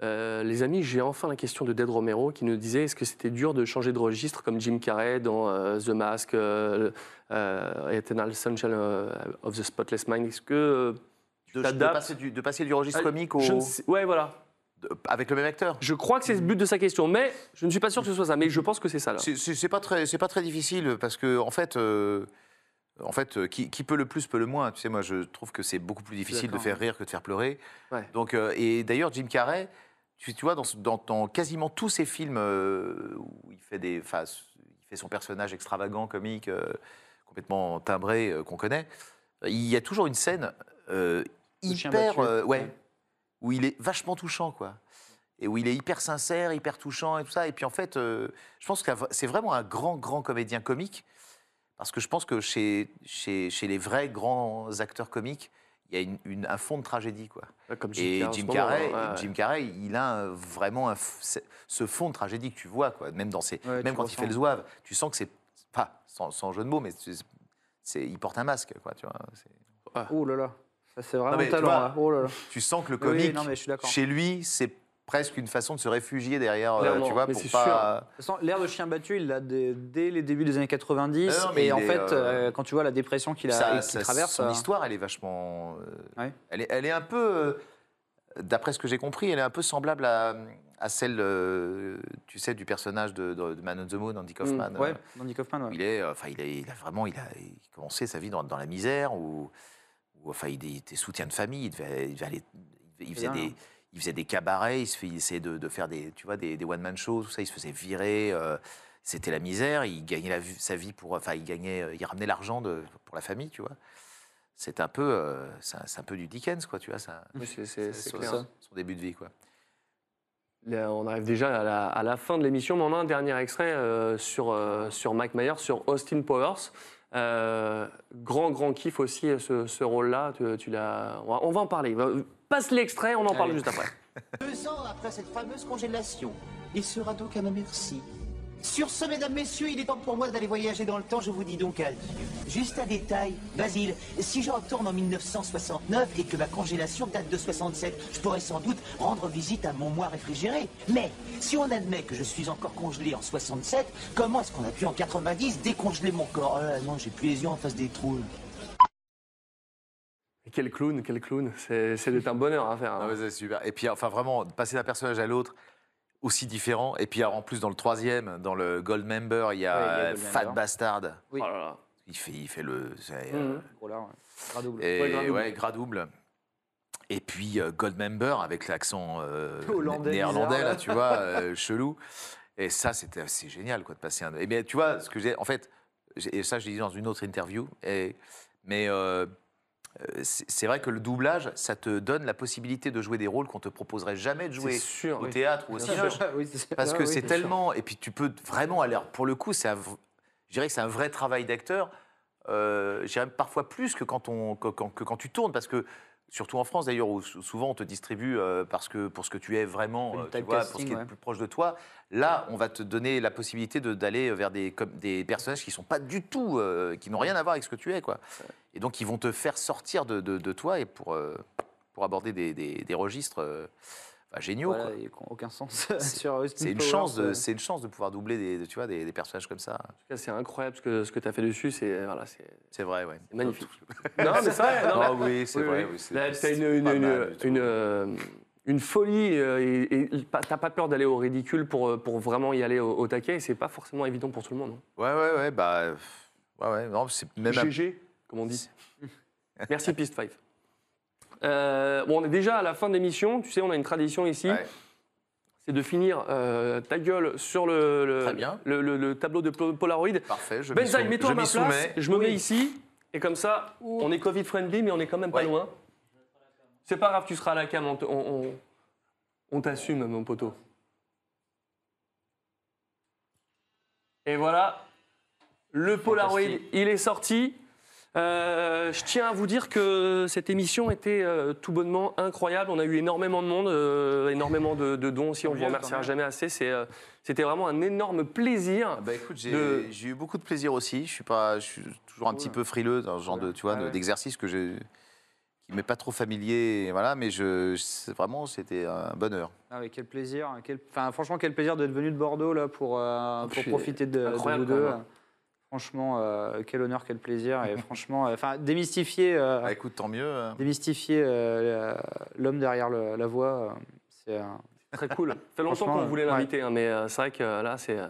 [SPEAKER 4] Euh, les amis, j'ai enfin la question de Dead Romero qui nous disait est-ce que c'était dur de changer de registre comme Jim Carrey dans euh, The Mask, euh, euh, Eternal Sunshine euh, of the Spotless Mind Est-ce que euh, tu
[SPEAKER 6] De, de
[SPEAKER 4] t'adaptes
[SPEAKER 6] passer du, de passer du registre
[SPEAKER 4] Ah,
[SPEAKER 6] comique au.
[SPEAKER 4] je ne sais- Ouais, voilà.
[SPEAKER 6] avec le même acteur
[SPEAKER 4] Je crois que c'est le but de sa question, mais je ne suis pas sûr que ce soit ça. Mais je pense que c'est ça, là.
[SPEAKER 6] C'est- C'est c'est pas très, c'est pas très difficile parce que en fait, euh, en fait, euh, qui, qui peut le plus peut le moins. Tu sais, moi, je trouve que c'est beaucoup plus difficile de
[SPEAKER 4] d'accord,
[SPEAKER 6] faire
[SPEAKER 4] ouais.
[SPEAKER 6] rire que de faire pleurer.
[SPEAKER 4] Ouais.
[SPEAKER 6] Donc, euh, et d'ailleurs, Jim Carrey, tu, tu vois, dans, ce- dans- dans quasiment tous ses films euh, où il fait des, enfin, il fait son personnage extravagant, comique, euh, complètement timbré euh, qu'on connaît, il y a toujours une scène euh,
[SPEAKER 5] chien
[SPEAKER 6] hyper,
[SPEAKER 5] battu.
[SPEAKER 6] euh, ouais, où il est vachement touchant, quoi et où il est hyper sincère, hyper touchant et tout ça. Et puis en fait, euh, je pense que c'est vraiment un grand, grand comédien comique, parce que je pense que chez, chez, chez les vrais grands acteurs comiques, il y a une, une- un fond de tragédie, quoi.
[SPEAKER 4] Comme Jim
[SPEAKER 6] et
[SPEAKER 4] Carrey en ce
[SPEAKER 6] Jim
[SPEAKER 4] moment,
[SPEAKER 6] Carrey,
[SPEAKER 4] hein, ouais,
[SPEAKER 6] Jim
[SPEAKER 4] ouais.
[SPEAKER 6] Carrey, il a un- vraiment un f- ce- ce fond de tragédie que tu vois, quoi. Même dans ses,
[SPEAKER 4] Ouais,
[SPEAKER 6] même
[SPEAKER 4] tu
[SPEAKER 6] quand il
[SPEAKER 4] ressens.
[SPEAKER 6] fait le zouave, tu sens que c'est pas sans, sans jeu de mots, mais c'est, c'est- il porte un masque, quoi. Tu vois. c'est-
[SPEAKER 5] Oh là là, ça c'est vraiment
[SPEAKER 6] Non, mais tu
[SPEAKER 5] talent.
[SPEAKER 6] vois,
[SPEAKER 5] là. Oh là
[SPEAKER 6] *laughs*
[SPEAKER 5] là.
[SPEAKER 6] Tu sens que le
[SPEAKER 5] Oui, oui,
[SPEAKER 6] comique,
[SPEAKER 5] non, mais je suis d'accord.
[SPEAKER 6] chez lui, c'est presque une façon de se réfugier derrière, euh, tu vois, pour
[SPEAKER 5] sûr.
[SPEAKER 6] pas.
[SPEAKER 5] De toute façon, L'air de chien battu, il l'a dès, dès les débuts des années 90.
[SPEAKER 6] Ah non, mais
[SPEAKER 5] et
[SPEAKER 6] il
[SPEAKER 5] en
[SPEAKER 6] est,
[SPEAKER 5] fait,
[SPEAKER 6] euh,
[SPEAKER 5] euh, quand tu vois la dépression qu'il a,
[SPEAKER 6] Ça-
[SPEAKER 5] qu'il
[SPEAKER 6] ça-
[SPEAKER 5] traverse,
[SPEAKER 6] Son
[SPEAKER 5] euh,
[SPEAKER 6] histoire, elle est vachement. euh, elle, est, elle est un peu. euh, D'après ce que j'ai compris, elle est un peu semblable à, à celle, euh, tu sais, du personnage de, de- de Man on the Moon, Andy Kaufman.
[SPEAKER 5] Mm, ouais,
[SPEAKER 6] euh,
[SPEAKER 5] Andy Kaufman, ouais.
[SPEAKER 6] où Il est, euh, enfin, il, est- il a vraiment, il a commencé sa vie dans, dans la misère ou, ou, enfin, il était soutien de famille. Il devait, il devait aller, il faisait
[SPEAKER 5] dingue,
[SPEAKER 6] des,
[SPEAKER 4] hein.
[SPEAKER 6] il faisait des cabarets. Il, se fait- il essayait de, de faire des, tu vois, des, one man shows, tout ça. Il se faisait virer. euh, c'était la misère. Il gagnait la, vie- sa vie pour, enfin, il gagnait, euh, il ramenait l'argent de- pour la famille, tu vois. C'est un peu, euh, c'est un- c'est un peu du Dickens, quoi, tu vois. Ça,
[SPEAKER 4] Oui, c'est- c'est- c'est
[SPEAKER 6] son-
[SPEAKER 4] clair.
[SPEAKER 6] son- hein, son début de vie, quoi.
[SPEAKER 4] Là, on arrive déjà à la, à la fin de l'émission, mais on a un dernier extrait euh, sur, euh, sur Mike Myers, sur Austin Powers. Euh, grand, grand kiff aussi, euh, ce, ce rôle-là. Tu, tu l'as... on, va, on va en parler. Va- Passe l'extrait, on en parle
[SPEAKER 16] Allez.
[SPEAKER 4] juste *laughs* après.
[SPEAKER 16] Deux ans après cette fameuse congélation, il sera donc à ma merci. Sur ce, mesdames, messieurs, il est temps pour moi d'aller voyager dans le temps, je vous dis donc adieu. Juste un détail, Basile, si je retourne en 1969 et que ma congélation date de 67, je pourrais sans doute rendre visite à mon moi réfrigéré. Mais si on admet que je suis encore congelé en 67, comment est-ce qu'on a pu en 90 décongeler mon corps Ah Non, j'ai plus les yeux en face des trous.
[SPEAKER 4] Quel clown, quel clown. C'est c'est un bonheur à faire. hein.
[SPEAKER 6] Ah ouais, c'est super. Et puis, enfin, vraiment, de passer d'un personnage à l'autre aussi différent. Et puis, alors, en plus, dans le troisième, dans le Gold Member, il y a,
[SPEAKER 5] Ouais, il y a
[SPEAKER 6] euh,
[SPEAKER 5] Gold
[SPEAKER 6] Fat
[SPEAKER 5] Member.
[SPEAKER 6] Bastard.
[SPEAKER 4] Oh là là.
[SPEAKER 6] Il fait, il fait le. c'est,
[SPEAKER 5] Mhm.
[SPEAKER 4] Mmh.
[SPEAKER 6] euh,
[SPEAKER 5] Gros lard, ouais. Gras double.
[SPEAKER 6] et,
[SPEAKER 5] Ouais, gras double.
[SPEAKER 6] ouais, gras double. Et puis euh, Goldmember avec l'accent euh,
[SPEAKER 5] Hollandais
[SPEAKER 6] néerlandais,
[SPEAKER 5] bizarre,
[SPEAKER 6] là,
[SPEAKER 5] là.
[SPEAKER 4] *laughs*
[SPEAKER 6] tu vois, euh, chelou. Et ça, c'était c'est génial, quoi, de passer un. Et bien, tu vois, ce que j'ai. En fait, j'ai- et ça, je l'ai dit dans une autre interview, et, mais euh, euh, c'est c'est vrai que le doublage, ça te donne la possibilité de jouer des rôles qu'on te proposerait jamais de jouer
[SPEAKER 4] C'est sûr,
[SPEAKER 6] au
[SPEAKER 4] oui.
[SPEAKER 6] théâtre ou au
[SPEAKER 4] Bien
[SPEAKER 6] cinéma.
[SPEAKER 4] sûr.
[SPEAKER 5] *laughs*
[SPEAKER 4] Oui, c'est-
[SPEAKER 6] Parce
[SPEAKER 4] Ah
[SPEAKER 6] que
[SPEAKER 4] oui,
[SPEAKER 6] c'est
[SPEAKER 4] bien sûr.
[SPEAKER 6] tellement. Et puis tu peux vraiment aller. Pour le coup, c'est un v- je dirais que c'est un vrai travail d'acteur. Euh, je dirais parfois plus que quand, on, que, quand- que quand tu tournes, parce que. Surtout en France d'ailleurs, où sou- souvent on te distribue euh, parce que, pour ce que tu es vraiment,
[SPEAKER 5] Le
[SPEAKER 6] euh, tu
[SPEAKER 5] type
[SPEAKER 6] vois, pour ce
[SPEAKER 5] casting,
[SPEAKER 6] qui est
[SPEAKER 5] ouais.
[SPEAKER 6] le plus proche de toi. Là, on va te donner la possibilité de- d'aller vers des, comme des personnages qui sont pas du tout, euh, qui n'ont rien à voir avec ce que tu es. quoi. Et donc, ils vont te faire sortir de, de- de toi et pour, euh, pour aborder des, des- des registres euh, bah, géniaux.
[SPEAKER 5] Voilà,
[SPEAKER 6] quoi.
[SPEAKER 5] ils n'ont aucun sens. *laughs*
[SPEAKER 6] C'est-
[SPEAKER 5] sur Austin
[SPEAKER 6] C'est une,
[SPEAKER 5] Powers,
[SPEAKER 6] chance de-
[SPEAKER 5] euh.
[SPEAKER 6] c'est une chance de pouvoir doubler des, de- tu vois, des, des personnages comme ça.
[SPEAKER 4] tout cas, c'est incroyable ce que, ce que tu as fait dessus. C'est voilà, c'est-
[SPEAKER 6] C'est vrai, ouais.
[SPEAKER 4] c'est
[SPEAKER 6] *laughs*
[SPEAKER 4] magnifique. non, mais c'est vrai. non,
[SPEAKER 6] Ah
[SPEAKER 4] mais-
[SPEAKER 6] oui, c'est vrai, oui, c'est-
[SPEAKER 4] Là, t'as une,
[SPEAKER 6] c'est
[SPEAKER 4] une,
[SPEAKER 6] pas
[SPEAKER 4] une,
[SPEAKER 6] mal du
[SPEAKER 4] une, euh, une folie euh, et et pas- t'as pas peur d'aller au ridicule pour, euh, pour vraiment y aller au, au taquet. Et c'est pas forcément évident pour tout le monde. hein.
[SPEAKER 6] Ouais, ouais, ouais, bah. euh, Ouais, ouais, non, c'est même.
[SPEAKER 4] GG, comme on
[SPEAKER 6] *laughs*
[SPEAKER 4] dit. Merci Piste 5. bon, on est déjà à la fin de l'émission. Tu sais, on a une tradition ici. C'est de finir euh, ta gueule sur le, le, le- le- le tableau de po- Polaroid.
[SPEAKER 6] Parfait, je m'y
[SPEAKER 4] Benzaï,
[SPEAKER 6] soum-
[SPEAKER 4] mets-toi
[SPEAKER 6] je
[SPEAKER 4] à ma
[SPEAKER 6] m'y
[SPEAKER 4] place.
[SPEAKER 6] soumets.
[SPEAKER 4] Je me
[SPEAKER 6] Oui.
[SPEAKER 4] mets ici. Et comme ça, on est Covid-friendly, mais on est quand même pas loin. C'est pas grave, tu seras à la cam. On, t- on- on- on t'assume, mon poteau. Et voilà, le Polaroid, il est sorti. Euh, je tiens à vous dire que cette émission était euh, tout bonnement incroyable. On a eu énormément de monde, euh, énormément de, de dons. Si on vous
[SPEAKER 6] Curieux, quand
[SPEAKER 4] remerciera
[SPEAKER 6] même.
[SPEAKER 4] jamais assez, C'est, euh, c'était vraiment un énorme plaisir.
[SPEAKER 6] Bah écoute, j'ai
[SPEAKER 4] de-
[SPEAKER 6] j'ai eu beaucoup de plaisir aussi. Je suis pas, je suis toujours un petit peu frileux dans ce genre de, tu vois,
[SPEAKER 4] Ouais,
[SPEAKER 6] de-
[SPEAKER 4] ouais.
[SPEAKER 6] d'exercice que je, qui m'est pas trop familier, et voilà. Mais je, je- c'est vraiment, c'était un bonheur.
[SPEAKER 5] Ah oui, quel plaisir. quel- Enfin, franchement, quel plaisir d'être venu de Bordeaux là, pour, euh,
[SPEAKER 6] Ah,
[SPEAKER 5] pour
[SPEAKER 4] puis,
[SPEAKER 5] profiter de, de
[SPEAKER 4] incroyable,
[SPEAKER 5] vous deux.
[SPEAKER 4] quand même.
[SPEAKER 5] Franchement, euh, quel honneur, quel plaisir.
[SPEAKER 6] *laughs*
[SPEAKER 5] Et franchement, euh, enfin, démystifier,
[SPEAKER 4] Ah.
[SPEAKER 5] euh,
[SPEAKER 6] écoute, tant mieux. hein.
[SPEAKER 5] démystifier euh, euh, l'homme derrière le- la voix, euh, c'est euh,
[SPEAKER 4] Très cool. Ça fait longtemps
[SPEAKER 5] Franchement,
[SPEAKER 4] qu'on
[SPEAKER 5] euh,
[SPEAKER 4] voulait l'inviter, hein, mais euh, c'est vrai que euh, là, c'est. euh,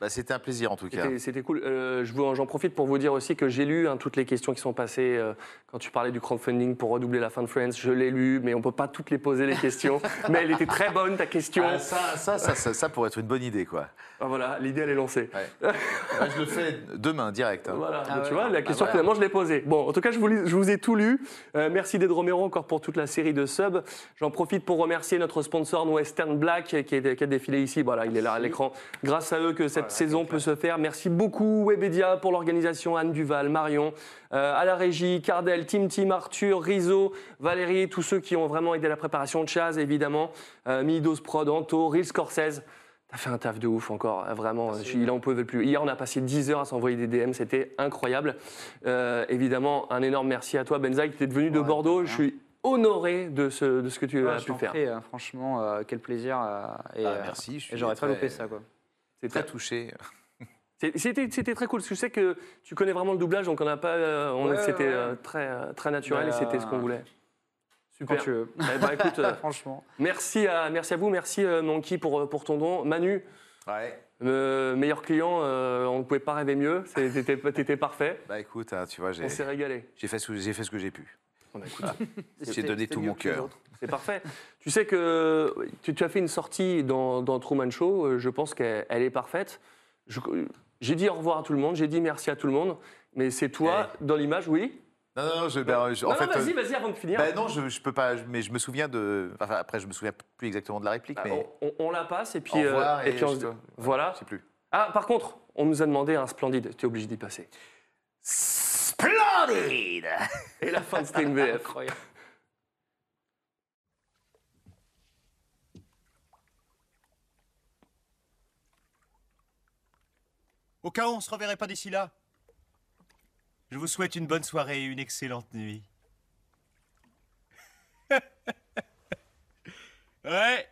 [SPEAKER 6] Bah, c'était un plaisir en tout cas.
[SPEAKER 4] C'était- C'était cool. Euh, je vous- J'en profite pour vous dire aussi que j'ai lu hein, toutes les questions qui sont passées euh, quand tu parlais du crowdfunding pour redoubler la fin de Friends. Je l'ai lu, mais on peut pas toutes les poser
[SPEAKER 5] *laughs*
[SPEAKER 4] les questions. mais elle était très bonne ta question.
[SPEAKER 6] Ah, ça, ça, ça, ça, ça pourrait être une bonne idée, quoi.
[SPEAKER 4] Ah, voilà, l'idée elle est lancée.
[SPEAKER 6] Ouais, je le fais demain direct. hein.
[SPEAKER 4] Voilà,
[SPEAKER 6] Ah
[SPEAKER 4] donc tu
[SPEAKER 6] ouais.
[SPEAKER 4] vois, la
[SPEAKER 6] Bah,
[SPEAKER 4] question
[SPEAKER 6] voilà.
[SPEAKER 4] finalement je l'ai posée. Bon, en tout cas, je vous, lis- je vous ai tout lu. Euh, merci d'être Romero encore pour toute la série de subs. J'en profite pour remercier notre sponsor Western Black qui, est- qui a défilé ici. Voilà, il est là à l'écran. Grâce à eux que cette saison peut se faire. Merci beaucoup Webedia pour l'organisation, Anne Duval, Marion, euh, à la régie, Cardel, Tim Tim, Arthur, Rizzo, Valérie, tous ceux qui ont vraiment aidé à la préparation de Chaz, évidemment. Euh, Midos Prod, Anto, Real Scorsese. T'as fait un taf de ouf encore, euh, vraiment. je- Il en pouvait plus. Hier, on a passé 10 heures à s'envoyer des DM, c'était incroyable. Euh, évidemment, un énorme merci à toi, Benzaï, qui t'es devenu de Bordeaux. Je suis honoré de ce, de ce que tu
[SPEAKER 5] Ouais,
[SPEAKER 4] as
[SPEAKER 5] je
[SPEAKER 4] pu
[SPEAKER 5] t'en
[SPEAKER 4] faire.
[SPEAKER 5] prie, euh, franchement, euh, quel plaisir. euh, et,
[SPEAKER 6] Ah,
[SPEAKER 5] euh,
[SPEAKER 6] merci, je suis
[SPEAKER 5] et j'aurais pas
[SPEAKER 6] très-
[SPEAKER 5] loupé ça. Quoi.
[SPEAKER 4] C'est
[SPEAKER 6] Très touché.
[SPEAKER 4] C'est- C'était c'était très cool, parce que je sais que tu connais vraiment le doublage, donc on n'a pas, euh, on-
[SPEAKER 5] Ouais, ouais,
[SPEAKER 4] c'était
[SPEAKER 5] ouais.
[SPEAKER 4] euh, très, euh, très naturel
[SPEAKER 5] Mais,
[SPEAKER 4] et c'était ce qu'on
[SPEAKER 5] euh,
[SPEAKER 4] voulait.
[SPEAKER 5] Quand
[SPEAKER 4] Super.
[SPEAKER 5] tu veux. Ah,
[SPEAKER 4] Eh ben,
[SPEAKER 5] *laughs*
[SPEAKER 4] écoute, euh,
[SPEAKER 5] franchement.
[SPEAKER 4] merci, à, merci à vous, merci euh, Monkey pour, euh, pour ton don. Manu,
[SPEAKER 6] Ouais.
[SPEAKER 4] euh, meilleur client, euh, on ne pouvait pas rêver mieux,
[SPEAKER 6] *laughs*
[SPEAKER 4] C'est- t'étais t'étais parfait,
[SPEAKER 6] Bah écoute, hein, tu vois, j'ai
[SPEAKER 4] on s'est régalé.
[SPEAKER 6] j'ai fait, ce que- j'ai fait ce que j'ai pu.
[SPEAKER 4] Voilà.
[SPEAKER 6] J'ai donné tout mon cœur.
[SPEAKER 4] C'est parfait. Tu sais que tu, tu as fait une sortie dans, dans Truman Show, euh, je pense qu'elle elle est parfaite. Je- J'ai dit au revoir à tout le monde, j'ai dit merci à tout le monde, mais c'est toi, dans l'image, oui
[SPEAKER 6] Non, non, non, je, Eh. ben, je- en
[SPEAKER 4] Non, non,
[SPEAKER 6] fait,
[SPEAKER 4] vas-y,
[SPEAKER 6] euh,
[SPEAKER 4] vas-y, avant de finir.
[SPEAKER 6] Ben non, je, je peux pas, mais je me souviens de. Enfin, après, je me souviens plus exactement de la réplique, mais.
[SPEAKER 4] Ah, on, on la passe et puis,
[SPEAKER 6] Au revoir et
[SPEAKER 4] puis on
[SPEAKER 6] je
[SPEAKER 4] se dit-
[SPEAKER 6] peux-
[SPEAKER 4] voilà.
[SPEAKER 6] Je sais plus.
[SPEAKER 4] Ah, par contre, on nous a demandé un splendide. Tu es obligé d'y passer.
[SPEAKER 6] Splendide
[SPEAKER 4] Et la fin de Stream VF.
[SPEAKER 11] Au cas où on se reverrait pas d'ici là. Je vous souhaite une bonne soirée et une excellente nuit. ouais,